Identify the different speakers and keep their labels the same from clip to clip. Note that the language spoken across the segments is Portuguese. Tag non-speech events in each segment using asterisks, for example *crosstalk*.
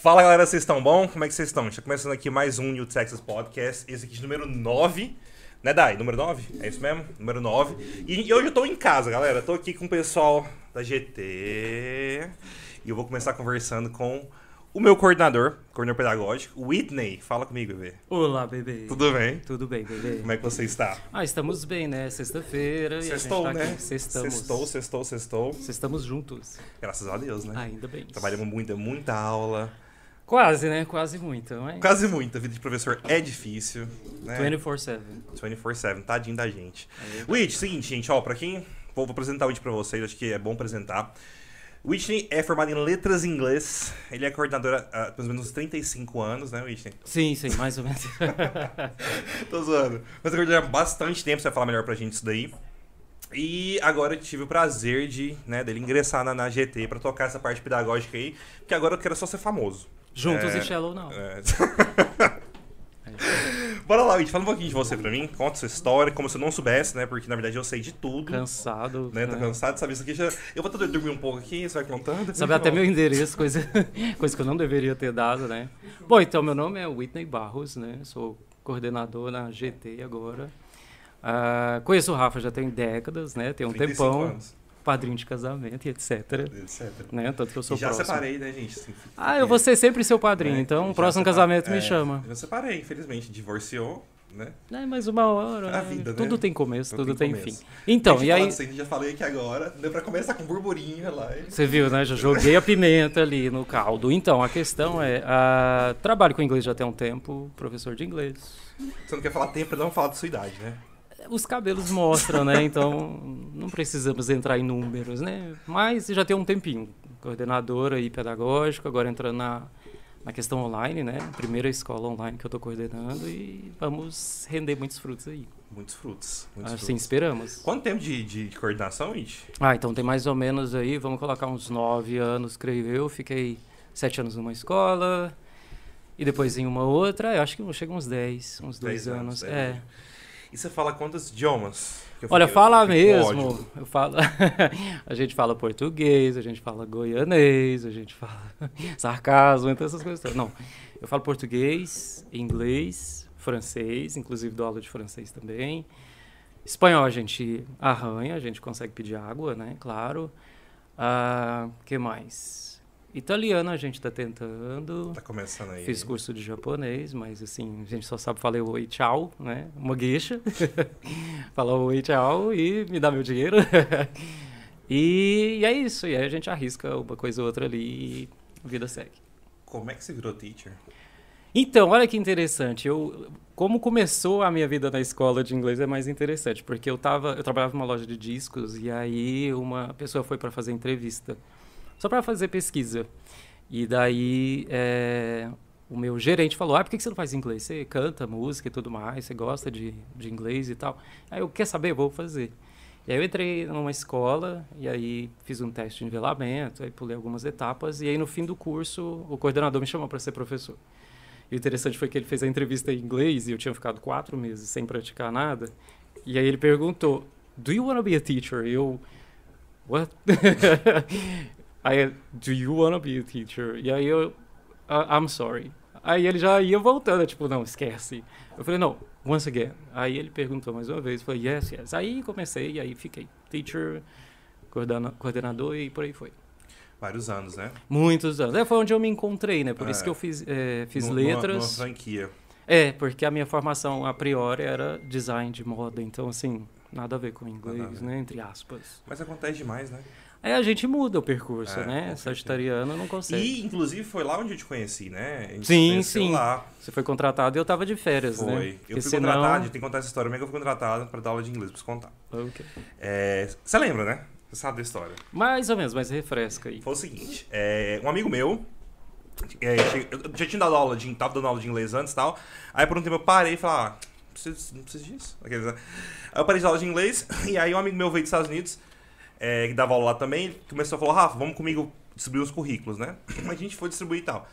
Speaker 1: Fala galera, vocês estão bom? Como é que vocês estão? Está começando aqui mais um New Texas Podcast, esse aqui de número 9. Né, Dai? Número 9? É isso mesmo? Número 9. E hoje eu tô em casa, galera. Tô aqui com o pessoal da GT. E eu vou começar conversando com o meu coordenador, coordenador pedagógico, Whitney. Fala comigo, bebê.
Speaker 2: Olá, bebê.
Speaker 1: Tudo bem?
Speaker 2: Tudo bem, bebê?
Speaker 1: Como é que você está?
Speaker 2: Ah, estamos bem, né? Sexta-feira.
Speaker 1: Sextou,
Speaker 2: e a gente tá
Speaker 1: né?
Speaker 2: Aqui. Sextamos.
Speaker 1: Sextou, sextou, sextou.
Speaker 2: Sextamos juntos.
Speaker 1: Graças a Deus, né?
Speaker 2: Ainda bem.
Speaker 1: Trabalhamos muita, muita aula.
Speaker 2: Quase, né? Quase muito, mas...
Speaker 1: Quase muita. A vida de professor é difícil. Né?
Speaker 2: 24-7.
Speaker 1: 24-7, tadinho da gente. Whitney, seguinte, gente, ó, pra quem. Vou, vou apresentar o Whitney pra vocês, acho que é bom apresentar. Whitney é formado em letras em inglês. Ele é coordenadora há pelo menos uns 35 anos, né, Whitney?
Speaker 2: Sim, sim, mais ou menos. *laughs*
Speaker 1: Tô zoando. Mas é coordenadora há bastante tempo, você vai falar melhor pra gente isso daí. E agora eu tive o prazer de, né, dele ingressar na, na GT pra tocar essa parte pedagógica aí, porque agora eu quero só ser famoso.
Speaker 2: juntos
Speaker 1: É.
Speaker 2: e Shallow não.
Speaker 1: É. *laughs* Bora lá, Whitney, fala um pouquinho de você pra mim. Conta sua história, como se eu não soubesse, né? Porque na verdade eu sei de tudo.
Speaker 2: Cansado.
Speaker 1: né? Tá cansado, sabe? Isso aqui já. Eu vou tentar dormir um pouco aqui, você vai contando.
Speaker 2: Sabe até meu endereço, coisa, *laughs* coisa que eu não deveria ter dado, né? Bom, então meu nome é Whitney Barros, né? Sou coordenador na GT agora. Ah, conheço o Rafa já tem décadas, né? Tem um
Speaker 1: 35
Speaker 2: tempão.
Speaker 1: anos,
Speaker 2: Padrinho de casamento e etc.
Speaker 1: etc.
Speaker 2: Né? Tanto que eu sou
Speaker 1: E já
Speaker 2: próximo.
Speaker 1: separei, né, gente? Assim,
Speaker 2: Ah, eu vou ser sempre seu
Speaker 1: né?
Speaker 2: padrinho, então
Speaker 1: Já
Speaker 2: o próximo
Speaker 1: separ-
Speaker 2: casamento
Speaker 1: é,
Speaker 2: me chama.
Speaker 1: Eu já separei, infelizmente. Divorciou, né?
Speaker 2: É, mais uma hora.
Speaker 1: A
Speaker 2: né?
Speaker 1: vida, né?
Speaker 2: tudo tem começo,
Speaker 1: Tudo
Speaker 2: tudo
Speaker 1: tem
Speaker 2: tem,
Speaker 1: começo.
Speaker 2: fim. Então,
Speaker 1: Gente,
Speaker 2: e aí.
Speaker 1: falando assim, já falei aqui agora. Deu pra começar com burburinho lá. e-
Speaker 2: Você viu, né? Já joguei a pimenta ali no caldo. Então, a questão é: ah, trabalho com inglês já tem um tempo, professor de inglês.
Speaker 1: Você não quer falar tempo pra não falar da sua idade, né?
Speaker 2: Os cabelos mostram, né? Então, não precisamos entrar em números, né? Mas já tem um tempinho. Coordenadora e pedagógico, agora entrando na, na questão online, né? Primeira escola online que eu tô coordenando e vamos render muitos frutos aí.
Speaker 1: Muitos frutos. Muitos frutos.
Speaker 2: Assim, esperamos.
Speaker 1: Quanto tempo de, de, de coordenação, It?
Speaker 2: Ah, então tem mais ou menos aí, vamos colocar uns nove anos, creio eu. Fiquei sete anos numa escola e depois em uma outra. Eu acho que chega uns dez, uns dois
Speaker 1: Dez anos,
Speaker 2: anos.
Speaker 1: dez
Speaker 2: é.
Speaker 1: anos. E você fala quantos idiomas? Que eu
Speaker 2: Olha,
Speaker 1: fiquei-
Speaker 2: fala
Speaker 1: eu fiquei com ódio.
Speaker 2: mesmo. Eu falo. *laughs* a gente fala português, a gente fala goianês, a gente fala *laughs* sarcasmo, então essas coisas. todas. Não, eu falo português, inglês, francês, inclusive dou aula de francês também. Espanhol a gente arranha, a gente consegue pedir água, né? Claro. Ah, que mais? Italiano a gente tá tentando.
Speaker 1: Tá começando aí.
Speaker 2: Fiz curso de japonês, mas assim, a gente só sabe falar oi, tchau, né? Uma guicha. falar oi, tchau e me dá meu dinheiro. *laughs* e, e é isso. E aí a gente arrisca uma coisa ou outra ali e a vida segue.
Speaker 1: Como é que você virou teacher?
Speaker 2: Então, olha que interessante. Eu, como começou a minha vida na escola de inglês é mais interessante, porque eu tava, eu trabalhava numa loja de discos e aí uma pessoa foi para fazer entrevista, só para fazer pesquisa. E daí é, o meu gerente falou: Ah, por que que você não faz inglês? Você canta música e tudo mais, você gosta de, de inglês e tal. Aí eu, quer saber? Vou fazer. E aí eu entrei numa escola e aí fiz um teste de nivelamento, aí pulei algumas etapas e aí no fim do curso o coordenador me chamou para ser professor. E o interessante foi que ele fez a entrevista em inglês e eu tinha ficado quatro meses sem praticar nada. E aí ele perguntou, do you wanna be a teacher? E eu, what? *laughs* aí, ele, do you wanna be a teacher? E aí eu, "Ah, I'm sorry. Aí ele já ia voltando, tipo, não, esquece. Eu falei, não, once again. Aí ele perguntou mais uma vez, eu falei, yes, yes. Aí comecei, e aí fiquei teacher, coordena- coordenador e por aí foi.
Speaker 1: Vários anos, né?
Speaker 2: Muitos anos. É, foi onde eu me encontrei, né? Por isso
Speaker 1: É.
Speaker 2: que eu fiz, eh, fiz
Speaker 1: Numa-
Speaker 2: letras.
Speaker 1: Numa, numa franquia.
Speaker 2: É, porque a minha formação a priori era design de moda, então assim, nada a ver com
Speaker 1: Nada a ver.
Speaker 2: inglês, né? Entre aspas.
Speaker 1: Mas acontece demais, né?
Speaker 2: Aí a gente muda o percurso,
Speaker 1: É, com
Speaker 2: né?
Speaker 1: certeza.
Speaker 2: Sagitariano não consegue.
Speaker 1: E, inclusive, foi lá onde eu te conheci, né? A gente
Speaker 2: Sim,
Speaker 1: se conheceu
Speaker 2: sim.
Speaker 1: lá.
Speaker 2: Você foi contratado e eu tava de férias, né?
Speaker 1: Foi. Eu
Speaker 2: Porque
Speaker 1: fui
Speaker 2: senão-
Speaker 1: contratado, eu tenho que contar essa história. Como é que eu fui contratado pra dar aula de inglês, pra você contar.
Speaker 2: Ok.
Speaker 1: É, Você lembra, né? Você sabe da história.
Speaker 2: Mais ou menos, mas refresca aí.
Speaker 1: Foi o seguinte, é, um amigo meu... é, che- eu já tinha dado aula de... Tava dando aula de inglês antes e tal. Aí, por um tempo, eu parei e falei... Ah, não preciso, não preciso disso. Aqueles, né? Aí eu parei de dar aula de inglês. *laughs* E aí, um amigo meu veio dos Estados Unidos... é, que *clears throat* dava aula lá também, ele começou a falar, Rafa, vamos comigo distribuir os currículos, né? A gente foi distribuir e tal.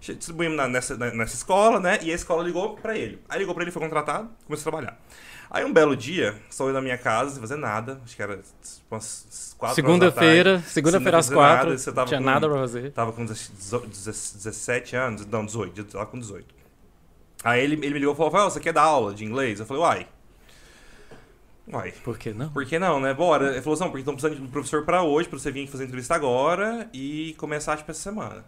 Speaker 1: distribuímos na- nessa, na- nessa escola, né? E a escola ligou pra ele. Aí ligou pra ele, foi contratado, começou a trabalhar. Aí um belo dia, estou eu na minha casa, sem fazer nada, acho que era umas quatro horas da
Speaker 2: Segunda-feira,
Speaker 1: tarde.
Speaker 2: segunda-feira às
Speaker 1: Sem fazer
Speaker 2: quatro,
Speaker 1: nada, você tava
Speaker 2: tinha
Speaker 1: com-
Speaker 2: nada pra fazer.
Speaker 1: Tava com 17 anos, não, 18, tava com 18. Aí ele, ele me ligou e falou, Rafael, você quer dar aula de inglês? Eu falei, uai. Uai,
Speaker 2: Por que não?
Speaker 1: por que não, né? Bora. Ele falou assim, não, porque estão precisando de um professor pra hoje, pra você vir aqui fazer entrevista agora e começar, tipo, essa semana.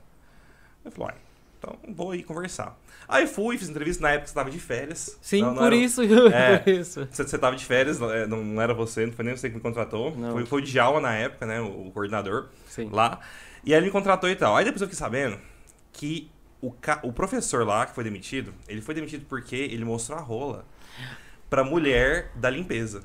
Speaker 1: Eu falei, uai, então vou ir conversar. Aí fui, fiz entrevista, na época você tava de férias.
Speaker 2: Sim,
Speaker 1: Não- não
Speaker 2: por
Speaker 1: era-
Speaker 2: isso. *laughs*
Speaker 1: É.
Speaker 2: por isso.
Speaker 1: Você, você tava de férias, não é, não era você, não foi nem você que me contratou.
Speaker 2: Não.
Speaker 1: Foi, foi o Djalma na época, né, o- o coordenador
Speaker 2: Sim.
Speaker 1: lá. E aí ele me contratou e tal. Aí depois eu fiquei sabendo que o, ca- o professor lá que foi demitido, ele foi demitido porque ele mostrou a rola pra mulher da limpeza.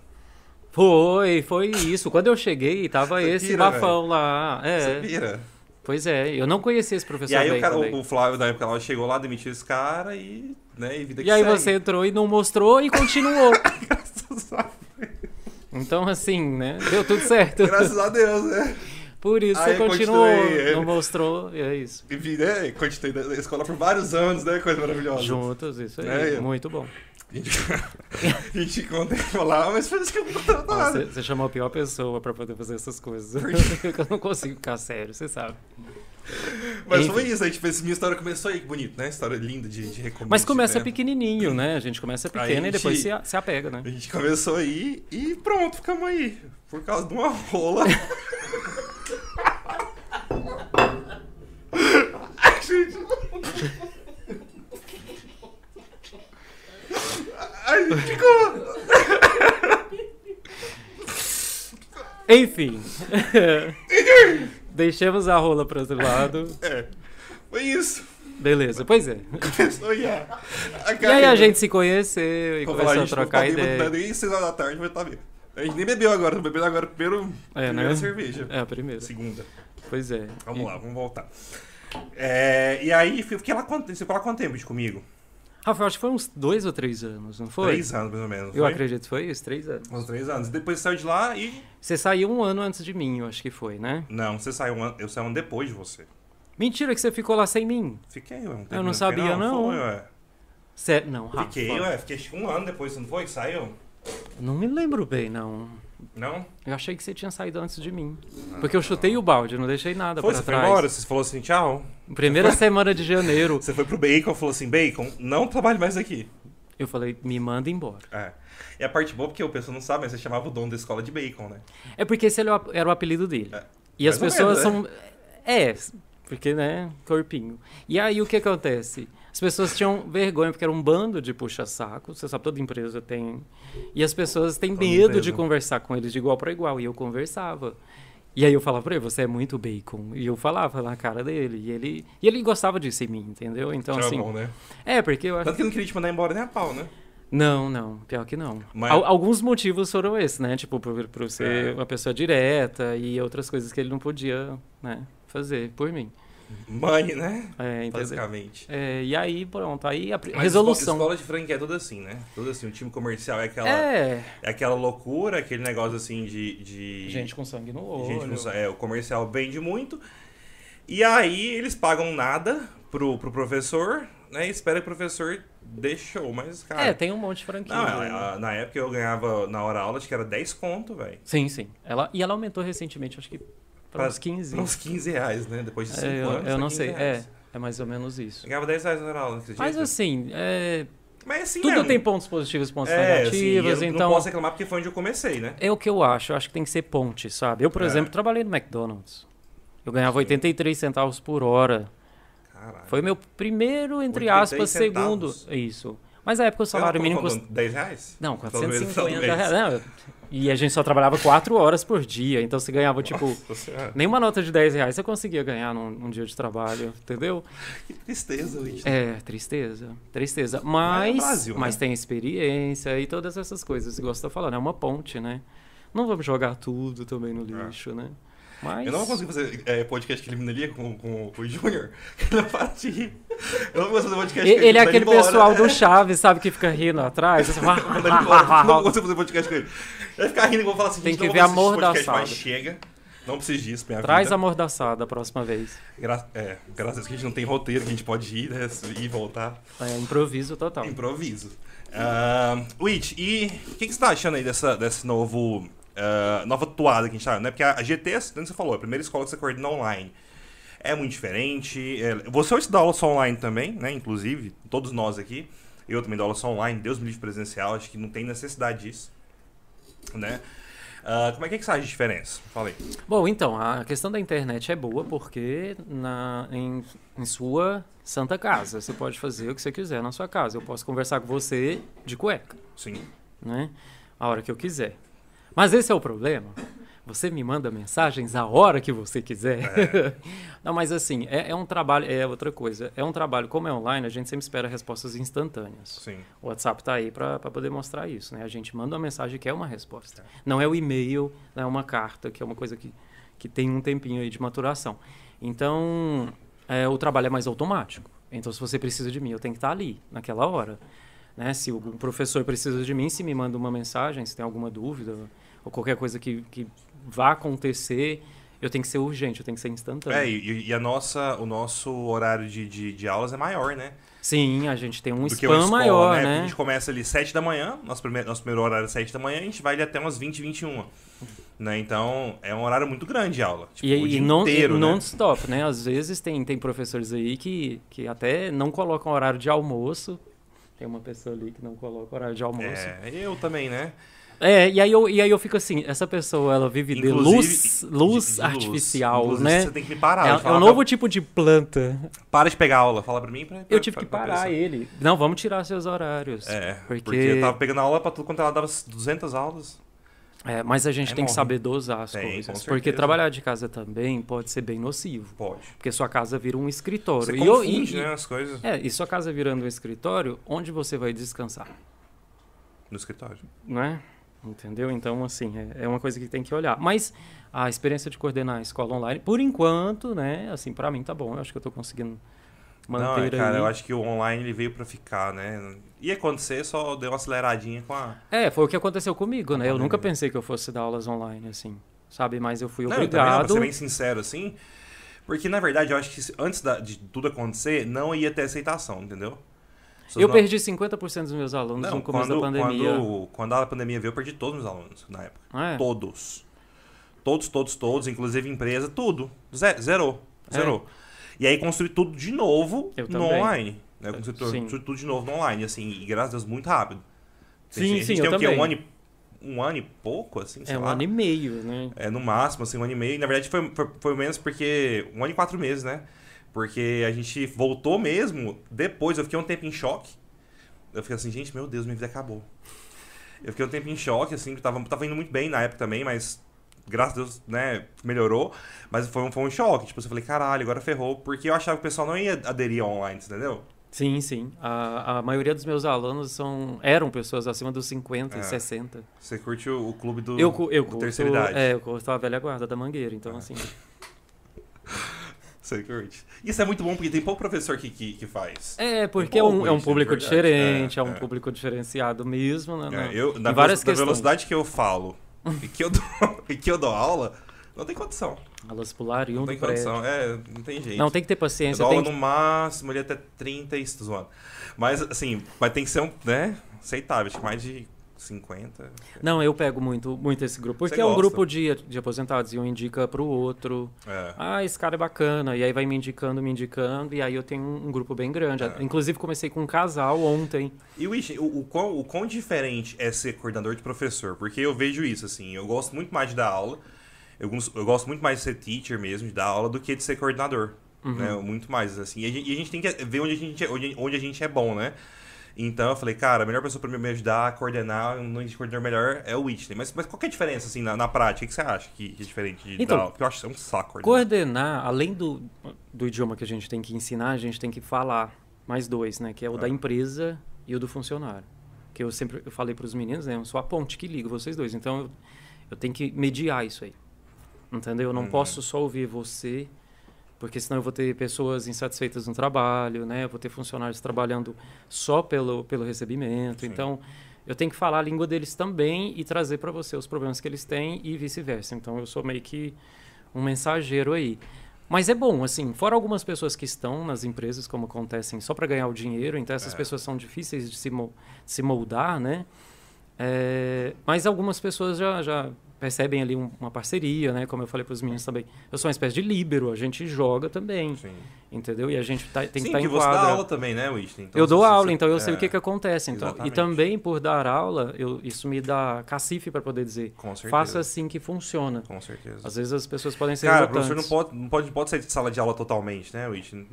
Speaker 2: Foi, foi isso. Quando eu cheguei, tava
Speaker 1: Você
Speaker 2: esse
Speaker 1: pira,
Speaker 2: bafão lá.
Speaker 1: Você
Speaker 2: É,
Speaker 1: vira.
Speaker 2: pois é. Eu não conhecia esse professor
Speaker 1: E aí
Speaker 2: bem
Speaker 1: o, cara,
Speaker 2: também.
Speaker 1: o o Flávio da época lá chegou lá, demitiu esse cara e, né, e vida que
Speaker 2: E aí
Speaker 1: segue.
Speaker 2: você entrou e não mostrou e
Speaker 1: *laughs*
Speaker 2: continuou.
Speaker 1: Graças a-
Speaker 2: então, assim, né? Deu tudo
Speaker 1: *laughs*
Speaker 2: certo.
Speaker 1: Graças a Deus, né?
Speaker 2: *laughs* Por isso
Speaker 1: Aí
Speaker 2: você continuou,
Speaker 1: continuei.
Speaker 2: não mostrou, e é isso.
Speaker 1: E vi, né? Continuei na na escola por vários anos, né? Coisa maravilhosa.
Speaker 2: Juntos, isso aí.
Speaker 1: É, eu-
Speaker 2: Muito bom.
Speaker 1: A gente, *laughs* a gente contempla lá, mas foi isso que eu não contava
Speaker 2: Nossa,
Speaker 1: nada.
Speaker 2: Você, você chamou a pior pessoa pra poder fazer essas coisas. *laughs* eu não consigo ficar sério, você sabe.
Speaker 1: Mas
Speaker 2: Enfim.
Speaker 1: foi isso, aí tipo, essa minha história começou aí, que bonito, né? História linda de, de recomeço.
Speaker 2: Mas começa
Speaker 1: né?
Speaker 2: pequenininho, né? A gente começa
Speaker 1: Aí a
Speaker 2: pequeno
Speaker 1: gente-
Speaker 2: e depois se, a- se apega,
Speaker 1: *laughs*
Speaker 2: né?
Speaker 1: A gente começou aí e pronto, ficamos aí. Por causa de uma rola. Ai, gente. Ai, gente, ficou.
Speaker 2: Enfim. *laughs* Deixemos a rola pro outro lado.
Speaker 1: É. Foi isso.
Speaker 2: Beleza, pois é.
Speaker 1: Começou aí a. a
Speaker 2: E aí a gente se conheceu e
Speaker 1: né? Vou
Speaker 2: começou
Speaker 1: falar,
Speaker 2: a
Speaker 1: gente não
Speaker 2: trocar
Speaker 1: tá bêbado,
Speaker 2: ideia.
Speaker 1: né? Nem 6 horas da tarde vai estar bêbado. A gente nem bebeu agora, tô bebendo agora primeiro,
Speaker 2: É,
Speaker 1: primeira
Speaker 2: né?
Speaker 1: cerveja.
Speaker 2: É, a primeira.
Speaker 1: Segunda.
Speaker 2: Pois é.
Speaker 1: Vamos
Speaker 2: E-
Speaker 1: lá, vamos voltar. É, e aí, eu fiquei lá quanto, você ficou lá quanto tempo de comigo?
Speaker 2: Rafael, acho que foi uns dois ou três anos, não foi?
Speaker 1: Três anos, mais ou menos. não
Speaker 2: Eu
Speaker 1: foi?
Speaker 2: acredito que foi isso, três anos.
Speaker 1: Uns três anos. Depois você saiu de lá e.
Speaker 2: Você saiu um ano antes de mim, eu acho que foi, né?
Speaker 1: Não, você saiu um ano. Eu saí um ano depois de você.
Speaker 2: Mentira que você ficou lá sem mim.
Speaker 1: Fiquei, ué. Um tempo,
Speaker 2: não
Speaker 1: fiquei,
Speaker 2: sabia, não. Ah,
Speaker 1: Foi, ué.
Speaker 2: Cê... Não, Rafa.
Speaker 1: Fiquei, ué. Fiquei acho que um ano depois, você não foi? que Saiu?
Speaker 2: Não me lembro bem, não.
Speaker 1: Não?
Speaker 2: Eu achei que você tinha saído antes de mim. Porque eu chutei o balde, não deixei nada
Speaker 1: Ah. foi,
Speaker 2: pra
Speaker 1: você foi
Speaker 2: trás.
Speaker 1: embora? Você falou assim, tchau.
Speaker 2: Primeira semana de janeiro,
Speaker 1: Você foi pro Bacon, falou assim, Bacon, não trabalhe mais aqui.
Speaker 2: eu falei, me manda embora.
Speaker 1: É. E a parte boa, porque o pessoal não sabe, mas você chamava o dono da escola de Bacon, né?
Speaker 2: É porque esse era o ap- era o apelido dele.
Speaker 1: É.
Speaker 2: E as
Speaker 1: Mais
Speaker 2: pessoas
Speaker 1: ou
Speaker 2: são. É, porque, né? Corpinho. E aí o que acontece? As pessoas tinham vergonha, porque era um bando de puxa-saco. Você sabe, toda empresa tem. E as pessoas têm
Speaker 1: Toda
Speaker 2: medo de
Speaker 1: empresa.
Speaker 2: conversar com eles de igual para igual. E eu conversava. E aí eu falava pra ele, você é muito bacon. E eu falava na cara dele. E ele, e ele gostava disso em mim, entendeu? Então,
Speaker 1: Tchau,
Speaker 2: assim.
Speaker 1: bom, né?
Speaker 2: É, porque eu acho.
Speaker 1: Tanto que eu não queria te mandar embora nem a pau, né?
Speaker 2: Não, não, pior que não.
Speaker 1: Mas-
Speaker 2: Al- alguns motivos foram esses, né? Tipo, por, por ser
Speaker 1: É.
Speaker 2: uma pessoa direta e outras coisas que ele não podia, né, fazer por mim.
Speaker 1: Mãe, né?
Speaker 2: É, entendeu?
Speaker 1: Basicamente.
Speaker 2: É, e aí, pronto, aí a pri-
Speaker 1: Mas
Speaker 2: resolução.
Speaker 1: Escola, escola de franquia é toda assim, né? Toda assim. O time comercial é aquela, é.
Speaker 2: É,
Speaker 1: aquela loucura, aquele negócio assim de. de
Speaker 2: gente com sangue no olho.
Speaker 1: gente com sa- é, o comercial vende muito. E aí eles pagam nada pro, pro professor, né? E espera que o professor dê show, mas, cara.
Speaker 2: É, tem um monte de franquia.
Speaker 1: não,
Speaker 2: né?
Speaker 1: ela- na época eu ganhava na hora aula, acho que era 10 conto, velho.
Speaker 2: Sim, sim. Ela, e ela aumentou recentemente, acho que para
Speaker 1: Pra-
Speaker 2: uns 15.
Speaker 1: Uns 15 reais, né? Depois de 5
Speaker 2: É, eu,
Speaker 1: anos.
Speaker 2: eu
Speaker 1: era
Speaker 2: não
Speaker 1: 15
Speaker 2: sei. É,
Speaker 1: reais.
Speaker 2: é mais ou menos isso.
Speaker 1: Eu ganhava 10 reais na hora aula, acredita?
Speaker 2: Mas assim, é,
Speaker 1: Mas assim
Speaker 2: tudo
Speaker 1: mesmo.
Speaker 2: tem pontos positivos e pontos
Speaker 1: é, assim, eu
Speaker 2: negativos,
Speaker 1: não-
Speaker 2: então.
Speaker 1: Não posso reclamar porque foi onde eu comecei, né?
Speaker 2: É o que eu acho, eu acho que tem que ser ponte, sabe? Eu, por
Speaker 1: É.
Speaker 2: exemplo, trabalhei no McDonald's. Eu ganhava 83 centavos por hora.
Speaker 1: Caralho.
Speaker 2: Foi meu primeiro, entre
Speaker 1: 83
Speaker 2: aspas, segundo.
Speaker 1: centavos. É
Speaker 2: Isso. Mas na época o salário mínimo custava.
Speaker 1: 10 reais?
Speaker 2: Não,
Speaker 1: Todo mês, todo
Speaker 2: 450
Speaker 1: mês.
Speaker 2: reais. Não, E a gente só trabalhava 4 horas por dia. Então você ganhava, tipo,
Speaker 1: Nossa senhora,
Speaker 2: nenhuma nota de 10 reais você conseguia ganhar num, num dia de trabalho, entendeu?
Speaker 1: que tristeza, Luiz.
Speaker 2: É, tristeza. Tristeza.
Speaker 1: Mas é
Speaker 2: Mas,
Speaker 1: o
Speaker 2: mas,
Speaker 1: Brasil, né?
Speaker 2: tem experiência e todas essas coisas. Igual você tá falando, é uma ponte, né? Não vamos jogar tudo também no
Speaker 1: É.
Speaker 2: lixo, né? Mas.
Speaker 1: Eu não vou conseguir fazer é, podcast que elimina ali com, com, com o Júnior. *laughs* que Não para de rir. Eu não consigo fazer podcast
Speaker 2: E-
Speaker 1: com ele.
Speaker 2: Ele é
Speaker 1: manda
Speaker 2: aquele
Speaker 1: embora. *laughs*
Speaker 2: pessoal do Chaves, sabe, que fica rindo atrás. assim,
Speaker 1: Manda ele embora. Não consigo fazer podcast com ele. Vai ficar rindo e vou falar assim,
Speaker 2: Tem
Speaker 1: gente,
Speaker 2: que
Speaker 1: não
Speaker 2: ver
Speaker 1: vou
Speaker 2: a
Speaker 1: assistir esse podcast
Speaker 2: mordaçada.
Speaker 1: mais, chega. Não preciso disso, minha
Speaker 2: *laughs* Traz
Speaker 1: vida.
Speaker 2: a mordaçada a próxima vez.
Speaker 1: Gra- é, graças a Deus que a gente não tem roteiro, que a gente pode ir, né, ir e voltar.
Speaker 2: É improviso total.
Speaker 1: Improviso. Ah, Witch, e o que, que você tá achando aí dessa, desse novo. ah, nova toada que a gente tá, né? Porque a GT, como você falou, é a primeira escola que você coordena online. É muito diferente. é- você hoje dá aula só online também, né? Inclusive, todos nós aqui. Eu também dou aula só online, Deus me livre presencial, acho que não tem necessidade disso. Né? Ah, como é que, é que você acha de diferença? Falei.
Speaker 2: Bom, então, a questão da internet é boa porque na, em, em sua santa casa, você pode fazer o que você quiser na sua casa. Eu posso conversar com você de cueca,
Speaker 1: Sim.
Speaker 2: né? A hora que eu quiser. Mas esse é o problema. Você me manda mensagens a hora que você quiser. *laughs* Não, mas assim, é, é um trabalho, é outra coisa. É um trabalho, como é online, a gente sempre espera respostas instantâneas.
Speaker 1: Sim.
Speaker 2: O WhatsApp tá aí para poder mostrar isso, né? A gente manda uma mensagem que é uma resposta. Não é o e-mail, não é uma carta, que é uma coisa que, que tem um tempinho aí de maturação. Então, é, o trabalho é mais automático. Então, se você precisa de mim, eu tenho que estar ali, naquela hora. Né? Se o professor precisa de mim, se me manda uma mensagem, se tem alguma dúvida ou qualquer coisa que, que vá acontecer, eu tenho que ser urgente, eu tenho que ser instantâneo.
Speaker 1: É, e, e a nossa, o nosso horário de, de, de aulas é maior, né?
Speaker 2: Sim, a gente tem um
Speaker 1: do
Speaker 2: spam
Speaker 1: que uma escola,
Speaker 2: maior,
Speaker 1: né?
Speaker 2: né?
Speaker 1: A gente começa ali 7 da manhã, nosso primeiro, nosso primeiro horário é 7 da manhã, a gente vai ali até umas 20, 21. Né? Então, é um horário muito grande de aula. Tipo,
Speaker 2: E,
Speaker 1: o
Speaker 2: e
Speaker 1: dia
Speaker 2: não,
Speaker 1: inteiro,
Speaker 2: e
Speaker 1: né?
Speaker 2: non-stop, né? Às vezes tem, tem professores aí que, que até não colocam horário de almoço. Tem uma pessoa ali que não coloca horário de almoço. É,
Speaker 1: É, eu também, né?
Speaker 2: e, aí eu, e aí eu fico assim, essa pessoa, ela vive de
Speaker 1: Inclusive-
Speaker 2: luz,
Speaker 1: de-
Speaker 2: luz
Speaker 1: de
Speaker 2: artificial,
Speaker 1: Inclusive,
Speaker 2: né?
Speaker 1: Você tá, tem que me parar. de
Speaker 2: É, é
Speaker 1: falar
Speaker 2: um
Speaker 1: pra-
Speaker 2: novo tipo de planta.
Speaker 1: Para de pegar aula, fala pra mim. Pra, pra-
Speaker 2: Eu tive
Speaker 1: pra-
Speaker 2: que
Speaker 1: pra
Speaker 2: parar
Speaker 1: pessoa.
Speaker 2: ele. Não, vamos tirar seus horários.
Speaker 1: É, porque...
Speaker 2: porque-
Speaker 1: eu tava pegando aula pra tudo quanto ela dava 200 aulas.
Speaker 2: É, mas a gente
Speaker 1: É
Speaker 2: tem que
Speaker 1: morre.
Speaker 2: saber dosar as
Speaker 1: Tem, com
Speaker 2: coisas.
Speaker 1: certeza.
Speaker 2: Porque trabalhar de casa também pode ser bem nocivo.
Speaker 1: Pode.
Speaker 2: Porque sua casa vira um escritório.
Speaker 1: Você
Speaker 2: E eu- e-
Speaker 1: confunde,
Speaker 2: e-
Speaker 1: né, as coisas
Speaker 2: É, e sua casa virando um escritório, onde você vai descansar,
Speaker 1: no escritório.
Speaker 2: né? Entendeu? Então, assim, é, é uma coisa que tem que olhar. Mas a experiência de coordenar a escola online, por enquanto, né? Assim, pra mim tá bom. Eu acho que eu tô conseguindo
Speaker 1: não, é,
Speaker 2: manter
Speaker 1: cara,
Speaker 2: aí.
Speaker 1: eu acho que o online ele veio pra ficar, né? Ia acontecer, só deu uma aceleradinha com a...
Speaker 2: É, foi o que aconteceu comigo, né? Eu
Speaker 1: Olha
Speaker 2: nunca
Speaker 1: aí.
Speaker 2: pensei que eu fosse dar aulas online, assim, sabe? Mas eu fui
Speaker 1: Uhum. Não, eu também não, pra
Speaker 2: obrigado.
Speaker 1: ser bem sincero, assim. Porque, na verdade, eu acho que se- antes da- de tudo acontecer, não ia ter aceitação, entendeu? Se
Speaker 2: Eu
Speaker 1: não-
Speaker 2: perdi 50% dos meus alunos
Speaker 1: Não,
Speaker 2: no começo
Speaker 1: quando,
Speaker 2: da pandemia.
Speaker 1: Quando, quando a pandemia veio, eu perdi todos os meus alunos na época.
Speaker 2: É.
Speaker 1: Todos. Todos, todos, todos, inclusive empresa, tudo. Ze- Zerou.
Speaker 2: É.
Speaker 1: Zerou. E aí construí tudo de novo
Speaker 2: Eu
Speaker 1: no
Speaker 2: também.
Speaker 1: online. Né? Eu construí
Speaker 2: Sim.
Speaker 1: construí tudo de novo no online, assim, e graças a Deus, muito rápido.
Speaker 2: Sim,
Speaker 1: a gente,
Speaker 2: sim,
Speaker 1: a gente tem
Speaker 2: eu
Speaker 1: o quê? Um
Speaker 2: também.
Speaker 1: ano, e- um ano e pouco, assim, sei
Speaker 2: É um
Speaker 1: lá.
Speaker 2: ano e meio, né?
Speaker 1: É, no máximo, assim, um ano e meio. Na verdade, foi, foi, foi menos porque. Um ano e quatro meses, né? Porque a gente voltou mesmo. Depois, eu fiquei um tempo em choque. Eu fiquei assim, gente, meu Deus, minha vida acabou. Eu fiquei um tempo em choque, assim, que tava, tava indo muito bem na época também, mas graças a Deus, né, melhorou. Mas foi um, foi um choque. Tipo, eu falei, caralho, agora ferrou. Porque eu achava que o pessoal não ia aderir ao online, entendeu?
Speaker 2: Sim, sim. A, a maioria dos meus alunos são, eram pessoas acima dos 50
Speaker 1: É.
Speaker 2: e 60.
Speaker 1: Você curte o, o clube do,
Speaker 2: Eu, cu- eu
Speaker 1: do
Speaker 2: curto,
Speaker 1: terceira idade.
Speaker 2: É, eu curto a velha guarda da Mangueira, então
Speaker 1: Ah. *laughs*
Speaker 2: assim...
Speaker 1: Você curte. Isso é muito bom porque tem pouco professor que, que, que faz.
Speaker 2: É, porque é
Speaker 1: pouco
Speaker 2: um, é um
Speaker 1: isso, é
Speaker 2: público
Speaker 1: verdade. É,
Speaker 2: diferente, é, um
Speaker 1: é.
Speaker 2: público diferenciado mesmo, né?
Speaker 1: É,
Speaker 2: né?
Speaker 1: eu, na,
Speaker 2: Em
Speaker 1: velo-
Speaker 2: várias
Speaker 1: na
Speaker 2: questões.
Speaker 1: velocidade que eu falo e que eu dou, *laughs* e que eu dou aula, não tem condição.
Speaker 2: Elas pulariam
Speaker 1: Não
Speaker 2: do
Speaker 1: tem
Speaker 2: prédio.
Speaker 1: condição. É, não tem jeito.
Speaker 2: Não, tem que ter
Speaker 1: eu
Speaker 2: paciência,
Speaker 1: dou aula
Speaker 2: tem que...
Speaker 1: no máximo ali até 30 e tô zoando. Mas assim, mas tem que ser um, né? Aceitável, acho que mais de 50.
Speaker 2: Não, eu pego muito, muito esse grupo, porque
Speaker 1: Você
Speaker 2: é um
Speaker 1: gosta.
Speaker 2: grupo de, de aposentados, e um indica pro outro,
Speaker 1: É.
Speaker 2: ah, esse cara é bacana, e aí vai me indicando, me indicando, e aí eu tenho um, um grupo bem grande.
Speaker 1: É.
Speaker 2: Inclusive comecei com um casal ontem,
Speaker 1: E Wish, o, o, quão, o quão diferente é ser coordenador de professor? Porque eu vejo isso, assim, eu gosto muito mais de dar aula, eu, gos- eu gosto muito mais de ser teacher mesmo, de dar aula, do que de ser coordenador.
Speaker 2: Uhum.
Speaker 1: Né? Muito mais, assim. E a, gente, e a gente tem que ver onde a gente, é- onde, onde a gente é bom, né? Então eu falei, cara, a melhor pessoa pra me me ajudar a coordenar, um nome de coordenador melhor é o Whitney. Mas, mas qual que é a diferença, assim, na, na prática? O que você acha que, que é diferente de dar
Speaker 2: Então,
Speaker 1: aula? Porque eu acho que é um saco coordenar.
Speaker 2: Coordenar, além do, do idioma que a gente tem que ensinar, a gente tem que falar mais dois, né? Que é o da
Speaker 1: Ah.
Speaker 2: empresa e o do funcionário. Que eu sempre eu falei para os meninos, né? Eu sou a ponte que liga vocês dois. Então eu, eu tenho que mediar isso aí. Entendeu? Eu não
Speaker 1: Uhum.
Speaker 2: posso só ouvir você, porque senão eu vou ter pessoas insatisfeitas no trabalho, né? Eu vou ter funcionários trabalhando só pelo, pelo recebimento.
Speaker 1: Sim.
Speaker 2: Então eu tenho que falar a língua deles também e trazer para você os problemas que eles têm e vice-versa. Então eu sou meio que um mensageiro aí. Mas é bom, assim, fora algumas pessoas que estão nas empresas, como acontecem, só para ganhar o dinheiro, então essas
Speaker 1: É.
Speaker 2: pessoas são difíceis de se, mo- se moldar, né? É, mas algumas pessoas já, já percebem ali um- uma parceria, né? Como eu falei para os meninos também. Eu sou uma espécie de líbero, a gente joga também,
Speaker 1: Sim,
Speaker 2: entendeu? E a gente tá- tem que
Speaker 1: Sim,
Speaker 2: estar
Speaker 1: que
Speaker 2: em
Speaker 1: você dá
Speaker 2: quadra.
Speaker 1: aula também, né, Winston? Então,
Speaker 2: eu dou
Speaker 1: você-
Speaker 2: aula,
Speaker 1: você-
Speaker 2: então eu sei
Speaker 1: é,
Speaker 2: o que, que acontece. Então. E
Speaker 1: Exatamente.
Speaker 2: também, por dar aula, eu- isso me dá cacife para poder dizer,
Speaker 1: Com certeza.
Speaker 2: faça assim que funciona.
Speaker 1: Com certeza.
Speaker 2: Às vezes as pessoas podem ser
Speaker 1: Cara, o
Speaker 2: relutantes.
Speaker 1: professor não pode, não, pode, não pode sair de sala de aula totalmente, né, Winston?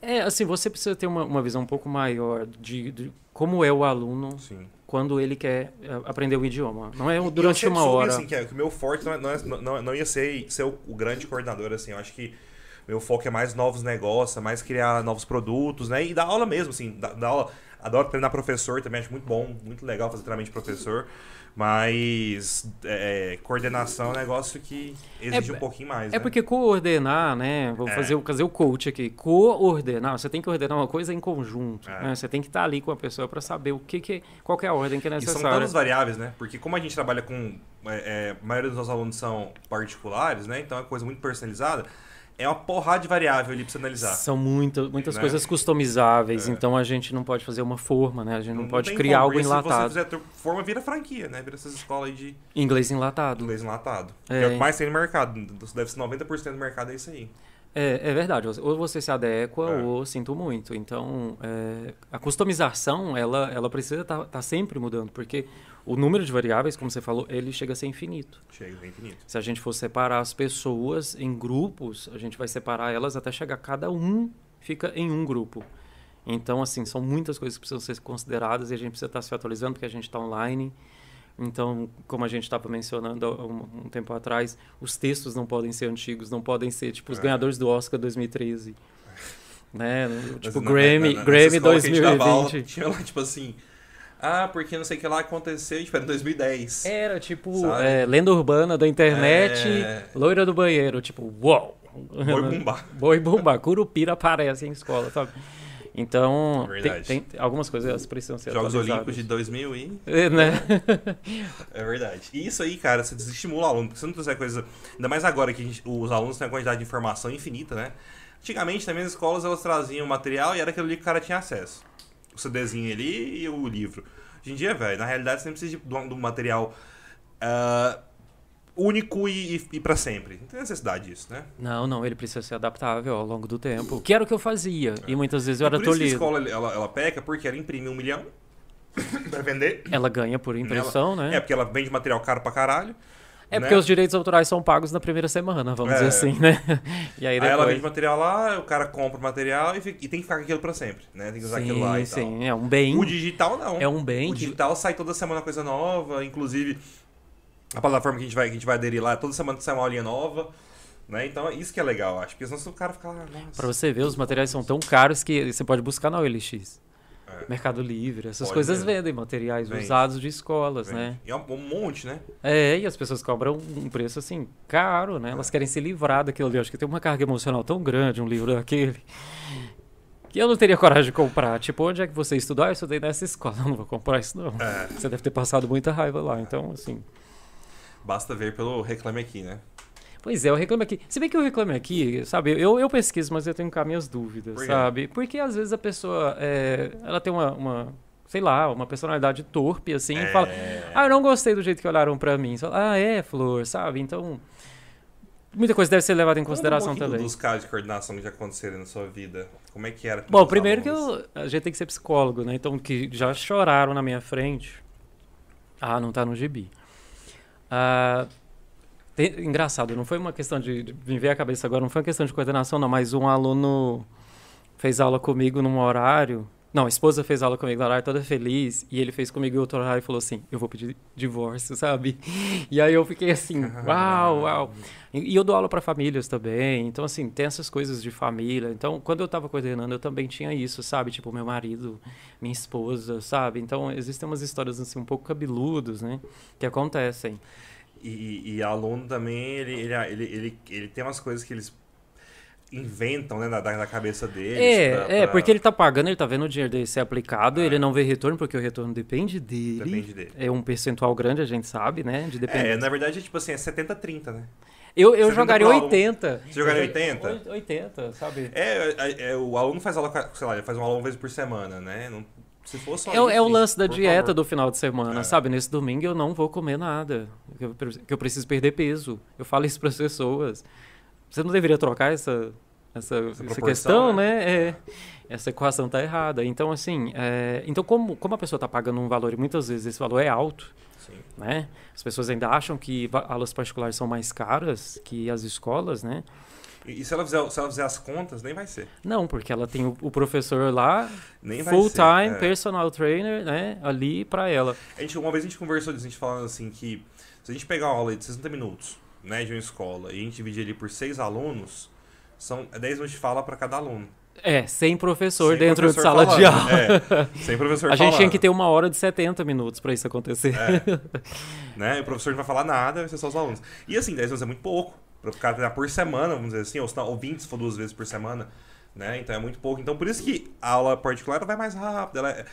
Speaker 2: É, assim, você precisa ter uma, uma visão um pouco maior de, de como é o aluno
Speaker 1: Sim.
Speaker 2: quando ele quer eh, aprender o idioma. Não é um-
Speaker 1: E
Speaker 2: durante
Speaker 1: eu sempre
Speaker 2: uma
Speaker 1: soube,
Speaker 2: hora.
Speaker 1: Assim, que, é- que o meu forte não, é- não, é- não- não ia ser, ser o, o grande coordenador, assim. Eu acho que meu foco é mais novos negócios, é mais criar novos produtos, né? E dar aula mesmo, assim. Dar, dar aula. Adoro treinar professor também, acho muito bom, muito legal fazer treinamento de professor. Mas é, coordenação é um negócio que exige
Speaker 2: É,
Speaker 1: um pouquinho mais.
Speaker 2: É
Speaker 1: né?
Speaker 2: porque coordenar, né? Vou
Speaker 1: É.
Speaker 2: fazer, o- fazer o coach aqui. Coordenar, você tem que ordenar uma coisa em conjunto.
Speaker 1: É.
Speaker 2: né? Você tem que estar ali com a pessoa para saber o que, que qual que é a ordem que é
Speaker 1: E são
Speaker 2: necessária.
Speaker 1: tantas variáveis, né? Porque como a gente trabalha com. é, é, a maioria dos nossos alunos são particulares, né? Então é uma coisa muito personalizada. É uma porrada de variável ali pra você analisar.
Speaker 2: São muita, muitas
Speaker 1: Né?
Speaker 2: coisas customizáveis,
Speaker 1: É.
Speaker 2: então a gente não pode fazer uma forma, né? A gente não, pode
Speaker 1: tem
Speaker 2: criar
Speaker 1: como,
Speaker 2: algo
Speaker 1: porque
Speaker 2: enlatado.
Speaker 1: Se você fizer forma, vira franquia, né? Vira essas escolas aí de
Speaker 2: Inglês enlatado.
Speaker 1: inglês enlatado.
Speaker 2: É.
Speaker 1: É. o que mais tem no mercado. Deve ser 90% do mercado é isso aí.
Speaker 2: É, é verdade. Ou você se adequa
Speaker 1: É.
Speaker 2: ou sinto muito. Então, é, a customização, ela, ela precisa estar sempre mudando, porque o número de variáveis, como você falou, ele chega a ser infinito.
Speaker 1: Chega, é infinito.
Speaker 2: Se a gente for separar as pessoas em grupos, a gente vai separar elas até chegar cada um fica em um grupo. Então, assim, são muitas coisas que precisam ser consideradas e a gente precisa estar se atualizando porque a gente está online. Então, como a gente estava mencionando há um, um tempo atrás, os textos não podem ser antigos, não podem ser tipo os
Speaker 1: É.
Speaker 2: ganhadores do Oscar 2013. Né? Tipo
Speaker 1: Mas na-
Speaker 2: Grammy,
Speaker 1: na- na- nessa
Speaker 2: Grammy
Speaker 1: escola que a gente dava aula,
Speaker 2: 2020.
Speaker 1: *laughs* Tinha lá, tipo assim. Ah, porque não sei o que lá aconteceu, tipo, era em 2010.
Speaker 2: Era tipo
Speaker 1: Sabe?
Speaker 2: é, lenda urbana da internet,
Speaker 1: É.
Speaker 2: loira do banheiro, tipo, uau! *laughs*
Speaker 1: Foi
Speaker 2: Uhum.
Speaker 1: bombar.
Speaker 2: Boi bomba, curupira aparece em escola, sabe? Então, tem,
Speaker 1: Verdade.
Speaker 2: tem- algumas coisas precisam ser
Speaker 1: Jogos Olímpicos
Speaker 2: atualizadas.
Speaker 1: de 2000 e...
Speaker 2: É, né? *laughs*
Speaker 1: É verdade. E isso aí, cara, você desestimula o aluno, porque se não trouxer coisa. Ainda mais agora que a gente- os alunos têm uma quantidade de informação infinita, né? Antigamente também as escolas elas traziam material e era aquele que o cara tinha acesso. O CDzinho ali e o livro. Hoje em dia, velho, na realidade você nem precisa de, de um de um material ah, único e, e, e pra sempre. Não tem necessidade disso, né?
Speaker 2: Não, não, ele precisa ser adaptável ao longo do tempo. Que era o que eu fazia. E muitas vezes eu era
Speaker 1: É Por isso que a
Speaker 2: tolhido.
Speaker 1: escola ela, ela peca porque ela imprime um milhão *coughs* pra vender.
Speaker 2: Ela ganha por impressão,
Speaker 1: É.
Speaker 2: né?
Speaker 1: porque ela vende material caro pra caralho.
Speaker 2: É,
Speaker 1: né?
Speaker 2: porque os direitos autorais são pagos na primeira semana, vamos
Speaker 1: É.
Speaker 2: dizer assim, né? *laughs* E aí
Speaker 1: Aí,
Speaker 2: depois...
Speaker 1: ela vende material lá, o cara compra o material e, fica- e tem que ficar com aquilo pra sempre, né? Tem que usar aquilo lá
Speaker 2: Sim,
Speaker 1: e
Speaker 2: sim, é um
Speaker 1: tal.
Speaker 2: bem.
Speaker 1: O digital não.
Speaker 2: É um bem
Speaker 1: o
Speaker 2: que
Speaker 1: digital sai toda semana coisa nova, inclusive a plataforma que a gente vai, que a gente vai aderir lá, toda semana sai uma aulinha nova, né? Então é isso que é legal, acho. Porque senão o cara fica lá, nossa,
Speaker 2: Pra você ver, os materiais são tão caros que você pode buscar na OLX.
Speaker 1: É.
Speaker 2: Mercado Livre, essas
Speaker 1: Pode
Speaker 2: coisas
Speaker 1: mesmo.
Speaker 2: vendem materiais
Speaker 1: Vende.
Speaker 2: usados de escolas,
Speaker 1: vende.
Speaker 2: né?
Speaker 1: E é um, um monte, né?
Speaker 2: É, e as pessoas cobram um preço assim, caro, né?
Speaker 1: É.
Speaker 2: Elas querem se livrar daquilo ali. Eu acho que tem uma carga emocional tão grande um livro daquele. Que eu não teria coragem de comprar. Tipo, onde é que você estudou? Ah, eu estudei nessa escola. *laughs* Eu não vou comprar isso, não.
Speaker 1: É.
Speaker 2: Você deve ter passado muita raiva lá. Então, assim.
Speaker 1: Basta ver pelo Reclame Aqui, né?
Speaker 2: Pois é, o Reclame Aqui. Se bem que o Reclame Aqui, sabe, eu, eu pesquiso, mas eu tenho cá minhas dúvidas,
Speaker 1: Por quê?
Speaker 2: sabe? Porque às vezes a pessoa, é, ela tem uma, uma, sei lá, uma personalidade torpe, assim, e fala,
Speaker 1: É.
Speaker 2: ah, eu não gostei do jeito que olharam pra mim. Você fala, ah, é, Flor, sabe? Então, muita coisa deve ser levada em
Speaker 1: Conta um
Speaker 2: consideração
Speaker 1: pouquinho
Speaker 2: também.
Speaker 1: Dos casos de coordenação que já aconteceram na sua vida. Como é que era? com
Speaker 2: Bom,
Speaker 1: os
Speaker 2: primeiro que
Speaker 1: alunos?
Speaker 2: eu, a gente tem que ser psicólogo, né? Então, que já choraram na minha frente. Ah, não tá no gibi. Ah, te- engraçado, não foi uma questão de, de. Me veio a cabeça agora, não foi uma questão de coordenação, não, mas um aluno fez aula comigo num horário. Não, a esposa fez aula comigo no horário toda feliz, e ele fez comigo em outro horário e falou assim: Eu vou pedir divórcio, *laughs* sabe? E aí eu fiquei assim: Uau, uau. E e eu dou aula para famílias também, então assim, tem essas coisas de família. Então, quando eu tava coordenando, eu também tinha isso, sabe? Tipo, meu marido, minha esposa, sabe? Então, existem umas histórias assim um pouco cabeludos, né, que acontecem.
Speaker 1: E, e aluno também, ele, ele, ele, ele, ele tem umas coisas que eles inventam, né, na, na cabeça deles.
Speaker 2: É,
Speaker 1: pra-
Speaker 2: é,
Speaker 1: pra-
Speaker 2: porque ele tá pagando, ele tá vendo o dinheiro dele ser aplicado,
Speaker 1: É.
Speaker 2: ele não vê retorno porque o retorno depende dele.
Speaker 1: Depende dele.
Speaker 2: É um percentual grande, a gente sabe, né, de
Speaker 1: É,
Speaker 2: dependência.
Speaker 1: na verdade, é tipo assim, é 70-30, né?
Speaker 2: Eu, eu
Speaker 1: 70
Speaker 2: jogaria
Speaker 1: pro aluno.
Speaker 2: 80.
Speaker 1: Você jogaria
Speaker 2: Eu-
Speaker 1: 80?
Speaker 2: oi- 80, sabe?
Speaker 1: É, é, é, o aluno faz aula, sei lá, ele faz uma aula uma vez por semana, né? Não, se for só
Speaker 2: É, o-
Speaker 1: isso,
Speaker 2: é o
Speaker 1: gente,
Speaker 2: lance da
Speaker 1: por
Speaker 2: dieta
Speaker 1: favor.
Speaker 2: do final de semana,
Speaker 1: É.
Speaker 2: sabe? Nesse domingo eu não vou comer nada, que eu, pre- que eu preciso perder peso. Eu falo isso para as pessoas. Você não deveria trocar essa, essa, essa
Speaker 1: proporção,
Speaker 2: questão, né? É. Essa equação tá errada. Então, assim, é, então como, como a pessoa está pagando um valor e muitas vezes esse valor é alto,
Speaker 1: Sim.
Speaker 2: né? As pessoas ainda acham que va- aulas particulares são mais caras que as escolas, né?
Speaker 1: E, e se, ela fizer, se ela fizer as contas, nem vai ser.
Speaker 2: Não, porque ela tem o, o professor lá,
Speaker 1: Nem vai
Speaker 2: full
Speaker 1: ser.
Speaker 2: time,
Speaker 1: é.
Speaker 2: personal trainer, né? Ali para ela.
Speaker 1: A gente, uma vez a gente conversou disso, a gente falando assim que se a gente pegar uma aula de 60 minutos, né, de uma escola, e a gente dividir ele por seis alunos, são 10 minutos de fala para cada aluno.
Speaker 2: É, sem professor
Speaker 1: Sem
Speaker 2: dentro
Speaker 1: professor
Speaker 2: de sala de
Speaker 1: falando,
Speaker 2: aula.
Speaker 1: É, sem professor
Speaker 2: A gente
Speaker 1: falando.
Speaker 2: tinha que ter uma hora de 70 minutos pra isso
Speaker 1: *laughs*
Speaker 2: acontecer.
Speaker 1: É. né? E o professor não vai falar nada, vai ser só os alunos. E assim, 10 anos é muito pouco. Para o cara treinar por semana, vamos dizer assim, ou, se não, ou 20 se for duas vezes por semana. Né? Então é muito pouco. Então por isso que a aula particular ela vai mais rápida. Ela é-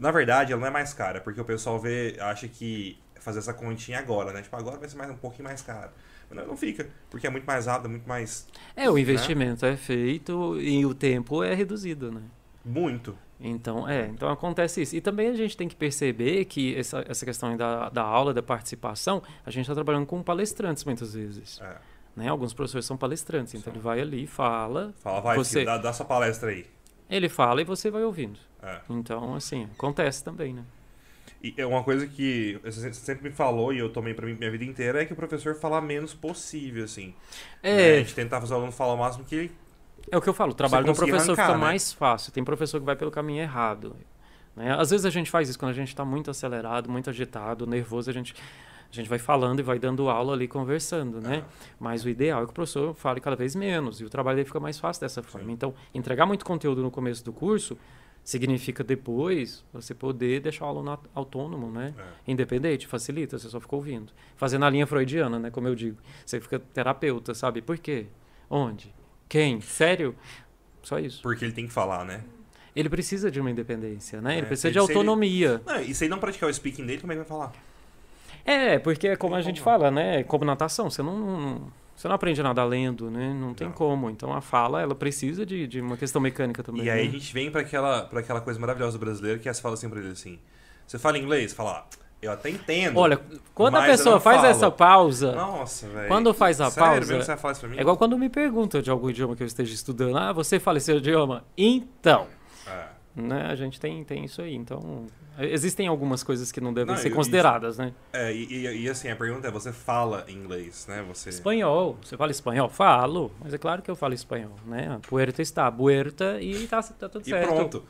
Speaker 1: Na verdade, ela não é mais cara, porque o pessoal vê, acha que fazer essa continha agora, né? Tipo, agora vai ser mais um pouquinho mais caro. Mas não, não fica, porque é muito mais rápido, é muito mais.
Speaker 2: É, o investimento é feito e o tempo é reduzido, né?
Speaker 1: Muito.
Speaker 2: Então, é, então acontece isso. E também a gente tem que perceber que essa, essa questão da, da aula, da participação, a gente está trabalhando com palestrantes muitas vezes.
Speaker 1: É.
Speaker 2: Né? Alguns professores são palestrantes, então
Speaker 1: Sim.
Speaker 2: ele vai ali, fala,
Speaker 1: Fala, vai,
Speaker 2: Você-
Speaker 1: filho, dá, dá sua palestra aí.
Speaker 2: ele fala e você vai ouvindo.
Speaker 1: É.
Speaker 2: Então, assim, acontece também, né?
Speaker 1: E é uma coisa que você sempre me falou e eu tomei pra mim minha vida inteira é que o professor fala menos possível, assim. né? A
Speaker 2: É,
Speaker 1: gente tentar fazer o aluno falar o máximo que ele.
Speaker 2: É o que eu falo, o trabalho do
Speaker 1: conseguir
Speaker 2: professor
Speaker 1: arrancar,
Speaker 2: fica
Speaker 1: né?
Speaker 2: mais fácil. Tem professor que vai pelo caminho errado. né? Às vezes a gente faz isso quando a gente está muito acelerado, muito agitado, nervoso, a gente, a gente vai falando e vai dando aula ali conversando, né? Mas o ideal é que o professor fale cada vez menos e o trabalho dele fica mais fácil dessa forma.
Speaker 1: Sim.
Speaker 2: Então, entregar muito conteúdo no começo do curso significa depois você poder deixar o aluno aut- autônomo,
Speaker 1: É,
Speaker 2: né? Independente, facilita, você só fica ouvindo. Fazendo a linha freudiana, né? Como eu digo. Você fica terapeuta, sabe? Por quê? Onde? Quem? Sério? Só isso.
Speaker 1: Porque ele tem que falar, né?
Speaker 2: Ele precisa de uma independência, né?
Speaker 1: É,
Speaker 2: Ele precisa
Speaker 1: se
Speaker 2: de
Speaker 1: ele- se ele-
Speaker 2: autonomia.
Speaker 1: Não, e se ele não praticar o speaking dele, como é que vai falar?
Speaker 2: É, porque é como a
Speaker 1: Tem
Speaker 2: gente
Speaker 1: como não.
Speaker 2: fala, né? É Como natação, você não, não- você não aprende nada lendo, né? Não tem
Speaker 1: Não.
Speaker 2: como. Então a fala, ela precisa de, de uma questão mecânica também.
Speaker 1: E aí a
Speaker 2: né?
Speaker 1: gente vem pra aquela, pra aquela coisa maravilhosa brasileira que é você fala assim pra ele assim: você fala inglês? Fala, ah, eu até entendo.
Speaker 2: Olha, quando a
Speaker 1: Mas eu
Speaker 2: pessoa
Speaker 1: não
Speaker 2: faz
Speaker 1: falo.
Speaker 2: essa pausa,
Speaker 1: Nossa, velho.
Speaker 2: quando faz a
Speaker 1: Sério,
Speaker 2: pausa,
Speaker 1: mesmo você vai falar isso pra mim?
Speaker 2: É igual quando me perguntam de algum idioma que eu esteja estudando. Ah, você fala esse idioma? Então.
Speaker 1: É.
Speaker 2: Né? A gente tem, tem isso aí. Então, existem algumas coisas que não devem
Speaker 1: Não,
Speaker 2: ser
Speaker 1: e-
Speaker 2: consideradas, né?
Speaker 1: É, e, e- e assim, a pergunta é: você fala inglês, né? Você.
Speaker 2: Espanhol. Você fala espanhol? Falo. Mas é claro que eu falo espanhol, né? A puerta está, a puerta e tá, tá tudo
Speaker 1: E
Speaker 2: certo.
Speaker 1: pronto.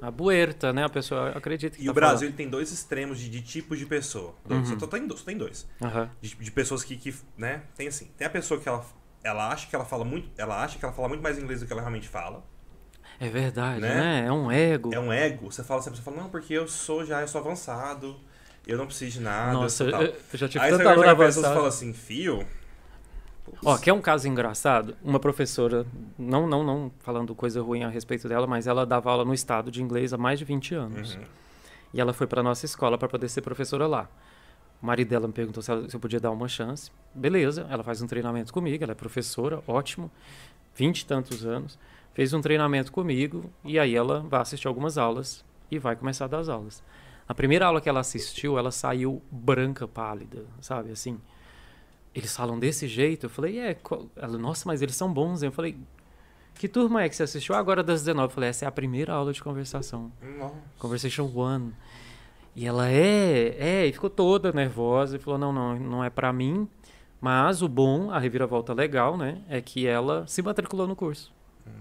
Speaker 2: A puerta, né? A pessoa acredita que
Speaker 1: E
Speaker 2: tá
Speaker 1: o Brasil ele tem dois extremos de, de tipos de pessoa. Dois,
Speaker 2: Uhum.
Speaker 1: Só, tem, dois- só tem dois.
Speaker 2: falando. Aham.
Speaker 1: De, de pessoas que, que, né? Tem assim. Tem a pessoa que ela, ela acha que ela fala muito. Ela acha que ela fala muito mais inglês do que ela realmente fala.
Speaker 2: É verdade,
Speaker 1: Né?
Speaker 2: né? É um ego.
Speaker 1: É um ego. Você fala assim, a pessoa fala, não, porque eu sou já, eu sou avançado, eu não preciso de nada.
Speaker 2: Nossa,
Speaker 1: eu
Speaker 2: eu,
Speaker 1: sou tal."
Speaker 2: eu já tive
Speaker 1: Aí você
Speaker 2: tanta
Speaker 1: vai
Speaker 2: aluno
Speaker 1: pra pessoa e
Speaker 2: avançado.
Speaker 1: fala assim, fio.
Speaker 2: Ó, quer um caso engraçado? Uma professora, não, não, não falando coisa ruim a respeito dela, mas ela dava aula no estado de inglês há mais de 20 anos.
Speaker 1: Uhum.
Speaker 2: E ela foi para nossa escola para poder ser professora lá. O marido dela me perguntou se, ela- se eu podia dar uma chance. Beleza, ela faz um treinamento comigo, ela é professora, ótimo, 20 e tantos anos. Fez um treinamento comigo e aí ela vai assistir algumas aulas e vai começar a dar as aulas. A primeira aula que ela assistiu, ela saiu branca, pálida, sabe? Assim, eles falam desse jeito. Eu falei, é, qual- ela, nossa, mas eles são bons. hein?" Eu falei, que turma é que você assistiu agora das 19? Eu falei, essa é a primeira aula de conversação.
Speaker 1: Nossa.
Speaker 2: Conversation One. E ela é, é, e ficou toda nervosa e falou: não, não, não é pra mim. Mas o bom, a reviravolta legal, né? É que ela se matriculou no curso.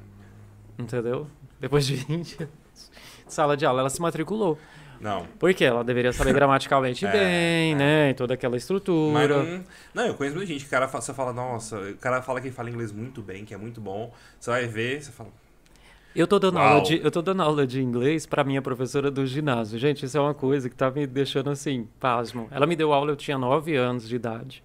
Speaker 1: Hum.
Speaker 2: Entendeu? Depois de 20 anos de sala de aula, ela se matriculou.
Speaker 1: Não.
Speaker 2: Porque ela deveria
Speaker 1: *laughs*
Speaker 2: saber gramaticalmente
Speaker 1: É,
Speaker 2: bem, né? E toda aquela
Speaker 1: Mas
Speaker 2: estrutura.
Speaker 1: não, não, eu conheço muita gente que o cara, fa- você fala, nossa, o cara fala que fala inglês muito bem, que é muito bom. Você vai ver, você fala,
Speaker 2: Eu tô, dando
Speaker 1: Uau.
Speaker 2: aula de, eu tô dando aula de inglês pra minha professora do ginásio. Gente, isso é uma coisa que tá me deixando assim, pasmo. Ela me deu aula, eu tinha 9 anos de idade.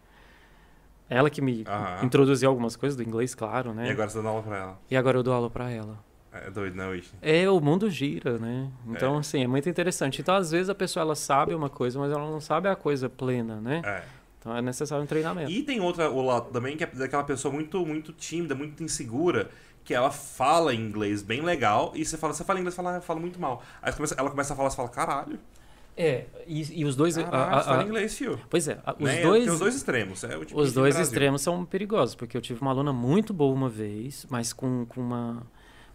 Speaker 2: Ela que me
Speaker 1: Aham.
Speaker 2: introduziu algumas coisas do inglês, claro, né?
Speaker 1: e agora você dá aula pra ela.
Speaker 2: E agora eu dou aula pra ela.
Speaker 1: É doido, né, Whitney?
Speaker 2: É, o mundo gira, né? Então,
Speaker 1: É.
Speaker 2: assim, é muito interessante. Então, às vezes a pessoa ela sabe uma coisa, mas ela não sabe a coisa plena, né?
Speaker 1: É.
Speaker 2: Então é necessário um treinamento.
Speaker 1: E tem outra, o lado também, que é daquela pessoa muito, muito tímida, muito insegura, que ela fala inglês bem legal, e você fala, você fala inglês, fala, fala muito mal. Aí você começa- ela começa a falar, você fala, caralho,
Speaker 2: É, e, e os dois. a-
Speaker 1: caralho,
Speaker 2: a-
Speaker 1: você fala
Speaker 2: a-
Speaker 1: inglês, fio.
Speaker 2: pois é, a- os
Speaker 1: Né?
Speaker 2: dois.
Speaker 1: Tem os dois extremos. É o tipo
Speaker 2: Os
Speaker 1: do
Speaker 2: dois
Speaker 1: Brasil.
Speaker 2: extremos são perigosos, porque eu tive uma aluna muito boa uma vez, mas com, com uma,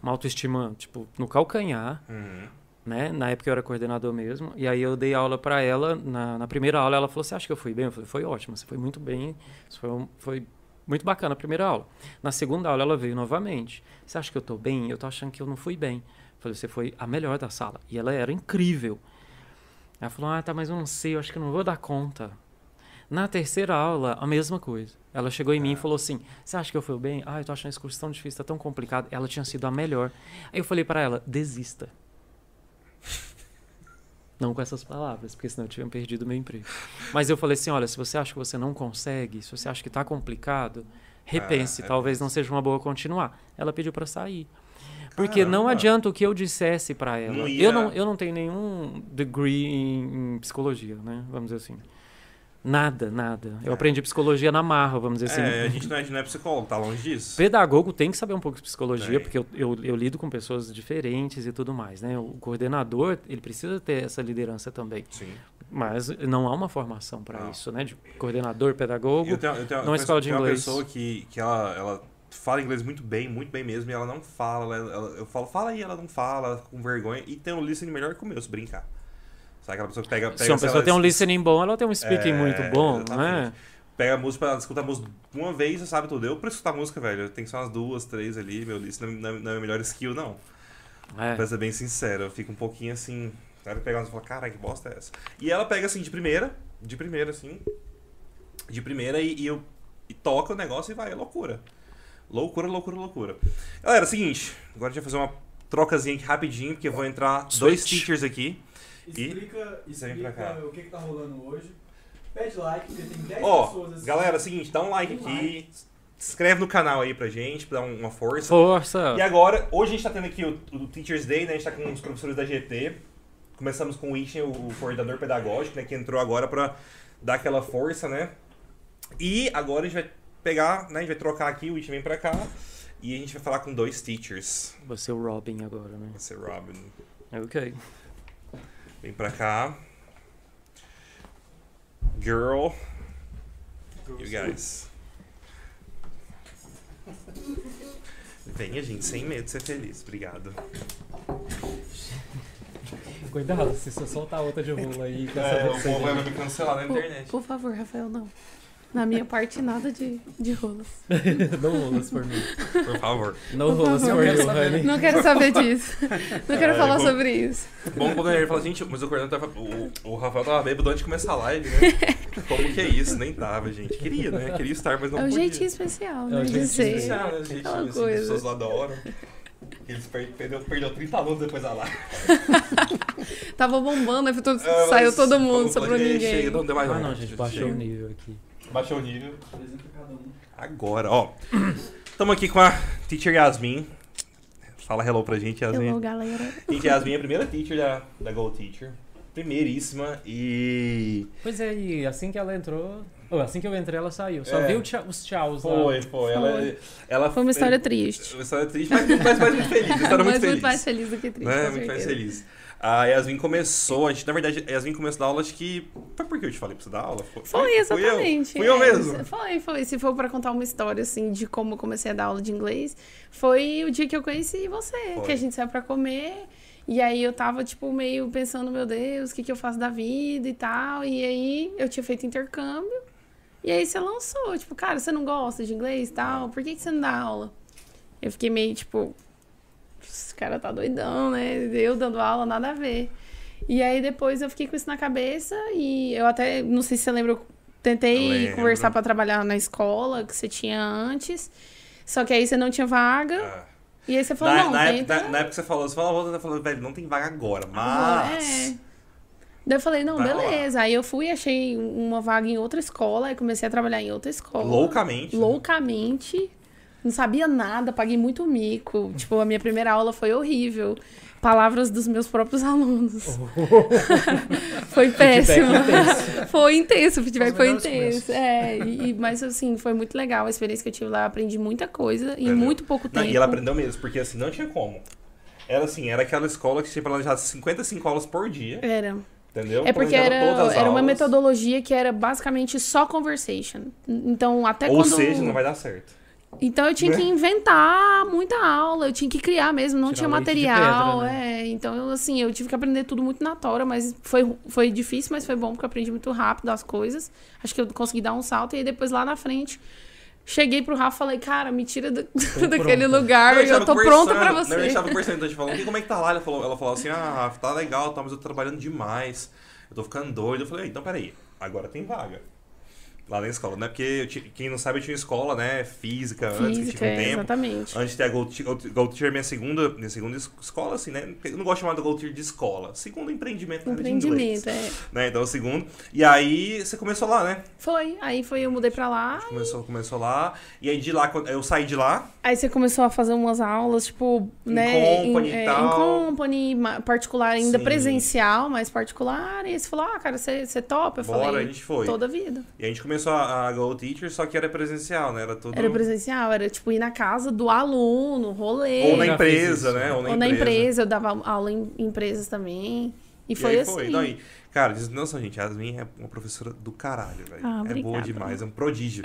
Speaker 2: uma autoestima, tipo, no calcanhar,
Speaker 1: Uhum.
Speaker 2: né? Na época eu era coordenador mesmo, e aí eu dei aula pra ela, na, na primeira aula ela falou, você acha que eu fui bem? Eu falei, foi ótimo, você foi muito bem, isso foi, um- foi muito bacana a primeira aula. Na segunda aula ela veio novamente, você acha que eu tô bem? Eu tô achando que eu não fui bem. Eu falei, você foi a melhor da sala, e ela era incrível. Ela falou, ah, tá, mas eu não sei, eu acho que eu não vou dar conta. Na terceira aula, a mesma coisa. Ela chegou
Speaker 1: É.
Speaker 2: em mim e falou assim: Você acha que eu fui bem? Ah, eu tô achando a excursão tão difícil, tá tão complicado. Ela tinha sido a melhor. Aí eu falei pra ela: Desista. *laughs* Não com essas palavras, porque senão eu tinha perdido meu emprego. Mas eu falei assim: Olha, se você acha que você não consegue, se você acha que tá complicado, repense,
Speaker 1: Ah, é
Speaker 2: talvez não seja uma boa continuar. Ela pediu pra sair. Porque não
Speaker 1: Caramba.
Speaker 2: adianta o que eu dissesse pra ela.
Speaker 1: Não ia-
Speaker 2: eu, não, eu não tenho nenhum degree em, em psicologia, né? Vamos dizer assim. Nada, nada. Eu
Speaker 1: É.
Speaker 2: aprendi psicologia na marra, vamos dizer
Speaker 1: É, a
Speaker 2: assim.
Speaker 1: gente não é, a gente não é psicólogo, tá longe disso.
Speaker 2: Pedagogo tem que saber um pouco de psicologia,
Speaker 1: Tem.
Speaker 2: porque eu, eu, eu lido com pessoas diferentes e tudo mais, né? O coordenador, ele precisa ter essa liderança também.
Speaker 1: Sim.
Speaker 2: Mas não há uma formação para
Speaker 1: Não.
Speaker 2: isso, né? De coordenador, pedagogo.
Speaker 1: Eu tenho, eu tenho,
Speaker 2: numa
Speaker 1: eu
Speaker 2: é escola de
Speaker 1: tenho uma
Speaker 2: inglês.
Speaker 1: pessoa que, que ela, ela fala inglês muito bem, muito bem mesmo, e ela não fala. Ela, ela- eu falo, fala aí, ela não fala, ela fica com vergonha. E tem um listening melhor que o meu, se brincar. Sabe aquela pessoa que pega. pega
Speaker 2: Se uma
Speaker 1: sei
Speaker 2: pessoa
Speaker 1: lá,
Speaker 2: tem um
Speaker 1: es-
Speaker 2: listening bom, ela tem um speaking
Speaker 1: É,
Speaker 2: muito bom, né?
Speaker 1: exatamente. Pega a música, ela escuta a música uma vez, já sabe tudo. Eu, pra escutar música, velho, eu tenho só umas duas, três ali, meu listening não, é- não é a melhor skill, não.
Speaker 2: É.
Speaker 1: Pra ser bem sincero, eu fico um pouquinho assim. Sabe, pegar umas e falar, cara, que bosta é essa? E ela pega assim de primeira, de primeira, assim. De primeira e, e eu e toca o negócio e vai, é loucura. Loucura, loucura, loucura. Galera, é seguinte, agora a gente vai fazer uma trocazinha aqui rapidinho, porque eu vou entrar dois
Speaker 2: Switch.
Speaker 1: teachers aqui. E-
Speaker 3: Explica,
Speaker 1: vem pra cá.
Speaker 3: explica o que, que tá rolando hoje. Pede like, porque tem 10
Speaker 1: Ó,
Speaker 3: pessoas assim.
Speaker 1: galera, seguinte, dá um like
Speaker 3: Um
Speaker 1: aqui,
Speaker 3: like.
Speaker 1: se inscreve no canal aí pra gente, pra dar um- uma força.
Speaker 2: Força!
Speaker 1: E agora, hoje a gente tá tendo aqui o, o Teacher's Day, né? A gente tá com os professores da GT. Começamos com o Ishen, o coordenador pedagógico, né? Que entrou agora pra dar aquela força, né? E agora a gente vai pegar, né? A gente vai trocar aqui, o Ishen vem pra cá. E a gente vai falar com dois teachers.
Speaker 2: Você é o Robin agora, né?
Speaker 1: Vai ser Robin.
Speaker 2: Ok.
Speaker 1: Vem pra cá. Girl, you guys. Venha, gente, sem medo de ser feliz. Obrigado.
Speaker 2: Cuidado, se você soltar outra de rolo aí,
Speaker 1: É, me cancelar na
Speaker 4: Por, por favor, Rafael, não. Na minha parte, nada de, de rolas.
Speaker 2: *laughs* No rolas por mim.
Speaker 1: Por favor.
Speaker 2: No
Speaker 4: Por
Speaker 2: rolas
Speaker 4: favor.
Speaker 2: por you, honey.
Speaker 4: Não quero saber disso. Não quero
Speaker 1: É,
Speaker 4: falar
Speaker 1: bom.
Speaker 4: sobre isso.
Speaker 1: Bom, quando ele fala, gente, mas o coordenador tava. O, o Rafael tava bêbado antes de começar a live,
Speaker 4: *laughs*
Speaker 1: né? Como que é isso? Nem tava, gente. Queria, né? Queria estar, mas não
Speaker 4: É um
Speaker 1: podia.
Speaker 4: jeitinho especial,
Speaker 2: É
Speaker 4: né?
Speaker 2: um
Speaker 4: de
Speaker 2: jeitinho
Speaker 4: ser.
Speaker 1: especial, né? Jeitinho,
Speaker 4: Aquela
Speaker 1: assim, que as
Speaker 4: coisa.
Speaker 1: pessoas lá da hora. Eles per- perdeu, perdeu 30 alunos depois da live.
Speaker 4: Tava bombando, aí foi todo-
Speaker 1: Ah,
Speaker 4: saiu
Speaker 1: mas
Speaker 4: todo mundo,
Speaker 1: vamos
Speaker 4: sobrou
Speaker 1: fazer-
Speaker 4: ninguém.
Speaker 1: Chega, não deu mais
Speaker 2: Ah
Speaker 1: nada.
Speaker 2: não, gente, baixou o
Speaker 1: Chega.
Speaker 2: nível aqui.
Speaker 1: Baixou o nível.
Speaker 3: Apresenta cada um.
Speaker 1: Agora, ó. Tamo aqui com a teacher Yasmin. Fala hello pra gente, Yasmin.
Speaker 4: Hello, galera.
Speaker 1: Gente, Yasmin é a primeira teacher da, da Go Teacher. Primeiríssima e.
Speaker 2: Pois é, e assim que ela entrou... ou assim que eu entrei, ela saiu. Só
Speaker 1: É.
Speaker 2: viu tcha- os tchauz lá.
Speaker 1: Foi, foi. Ela, é-
Speaker 4: Foi.
Speaker 1: ela
Speaker 4: Foi uma história triste.
Speaker 1: Uma história triste, mas, mas, mas muito feliz. Uma
Speaker 4: *laughs*
Speaker 1: história muito
Speaker 4: Mas
Speaker 1: feliz.
Speaker 4: muito mais feliz do que triste,
Speaker 1: né?
Speaker 4: com
Speaker 1: Muito mais
Speaker 4: certeza.
Speaker 1: feliz. A Yasmin começou, a gente, na verdade, a Yasmin começou a dar aula, acho que. Foi porque eu te falei pra você dar aula? Foi,
Speaker 4: Foi, exatamente.
Speaker 1: Fui eu, fui eu
Speaker 4: É,
Speaker 1: mesmo.
Speaker 4: Foi, foi. Se for pra contar uma história, assim, de como eu comecei a dar aula de inglês, foi o dia que eu conheci você,
Speaker 1: Foi.
Speaker 4: que a gente saiu pra comer. E aí eu tava, tipo, meio pensando, meu Deus, o que, que eu faço da vida e tal. E aí eu tinha feito intercâmbio. E aí você lançou, tipo, cara, você não gosta de inglês e tal? Por que, que você não dá aula? Eu fiquei meio, tipo, esse cara tá doidão, né? Eu dando aula, nada a ver. E aí depois eu fiquei com isso na cabeça e eu até, não sei se você lembra, eu
Speaker 1: Eu
Speaker 4: tentei
Speaker 1: lembro.
Speaker 4: conversar pra trabalhar na escola que você tinha antes. Só que aí você não tinha vaga.
Speaker 1: Ah.
Speaker 4: E aí você falou,
Speaker 1: Na,
Speaker 4: não,
Speaker 1: na, época-
Speaker 4: tenta.
Speaker 1: na- na época que você falou, você falou, você falou, velho, não tem vaga agora,
Speaker 4: né? agora."
Speaker 1: mas.
Speaker 4: É. Daí eu falei, não,
Speaker 1: Vai rolar.
Speaker 4: beleza. Aí eu fui, achei uma vaga em outra escola, aí comecei a trabalhar em outra escola.
Speaker 1: Loucamente.
Speaker 4: Loucamente. Não sabia nada, paguei muito mico. Tipo, a minha primeira aula foi horrível. Palavras dos meus próprios *laughs* alunos.
Speaker 1: *laughs*
Speaker 4: foi péssimo. *laughs* foi intenso, o feedback
Speaker 5: Os
Speaker 4: foi
Speaker 5: melhores
Speaker 4: intenso. É, e, e- mas assim, foi muito legal a experiência que eu tive lá. Aprendi muita coisa em
Speaker 1: Entendeu?
Speaker 4: muito pouco
Speaker 1: Não,
Speaker 4: tempo.
Speaker 1: e ela aprendeu mesmo, porque assim, não tinha como. Era assim, era aquela escola que tinha planejado 55 aulas por dia,
Speaker 4: Era.
Speaker 1: entendeu?
Speaker 4: É porque
Speaker 1: Planejava
Speaker 4: era,
Speaker 1: todas as
Speaker 4: era uma
Speaker 1: aulas.
Speaker 4: metodologia que era basicamente só conversation. Então, até
Speaker 1: Ou
Speaker 4: quando.
Speaker 1: seja, não vai dar certo.
Speaker 4: Então eu
Speaker 1: Né?
Speaker 4: tinha que inventar muita aula, eu tinha que criar mesmo, não
Speaker 6: Tirar
Speaker 4: tinha
Speaker 6: leite de
Speaker 4: material.
Speaker 6: pedra,
Speaker 1: né?
Speaker 4: é. Então, eu, assim, eu tive que aprender tudo muito na tora, mas foi, foi difícil, mas foi bom porque eu aprendi muito rápido as coisas. Acho que eu consegui dar um salto, e aí depois lá na frente. Cheguei pro Rafa e falei, cara, me tira do- *laughs* daquele lugar,
Speaker 1: um Não,
Speaker 4: eu
Speaker 1: tava
Speaker 4: tô
Speaker 1: conversando,
Speaker 4: pronta pra
Speaker 1: não, Eu
Speaker 4: você.
Speaker 1: estava conversando, então a gente falou, "E como é que tá lá? Ela falou, ela falou assim, ah, Rafa, tá legal, tá, mas eu tô trabalhando demais, eu tô ficando doido. Eu falei, então peraí, agora tem vaga. Lá na escola, né? Porque eu ti- quem não sabe, eu tinha escola, né? Física, antes, que
Speaker 4: Física,
Speaker 1: tinha um
Speaker 4: é,
Speaker 1: tempo.
Speaker 4: exatamente.
Speaker 1: Antes de ter a Gold Tier- Gold Gold Tier, minha segunda, minha segunda es- escola, assim, né? Eu não gosto de chamar de Gold Tier de escola. Segundo empreendimento, na área de inglês,
Speaker 4: Empreendimento, é.
Speaker 1: né? Então, o segundo. E aí, você começou lá, né?
Speaker 4: Foi, aí foi, eu mudei pra lá,
Speaker 1: Começou, começou lá. E aí, de lá, quando- eu saí de lá.
Speaker 4: Aí você começou a fazer umas aulas, tipo,
Speaker 1: Em
Speaker 4: né?
Speaker 1: company e
Speaker 4: é,
Speaker 1: tal.
Speaker 4: em company, ma- particular ainda,
Speaker 1: Sim.
Speaker 4: presencial, mas particular. E aí você falou, ah, cara, você, você topa? Eu
Speaker 1: Bora,
Speaker 4: falei,
Speaker 1: a gente foi.
Speaker 4: toda a vida.
Speaker 1: E a gente começou a, a Gold Teacher, só que era presencial, né? Era tudo...
Speaker 4: Era presencial, era tipo ir na casa do aluno, rolê.
Speaker 1: Ou na
Speaker 6: Eu já fiz
Speaker 1: empresa,
Speaker 6: isso.
Speaker 1: né? Ou na
Speaker 4: Ou na
Speaker 1: empresa.
Speaker 4: empresa, eu dava aula em empresas também. E foi
Speaker 1: aí
Speaker 4: assim.
Speaker 1: Não,
Speaker 4: *laughs*
Speaker 1: e, cara, diz, nossa, gente, a Yasmin é uma professora do caralho, velho.
Speaker 4: Ah,
Speaker 1: é boa
Speaker 4: obrigada.
Speaker 1: demais, é um prodígio.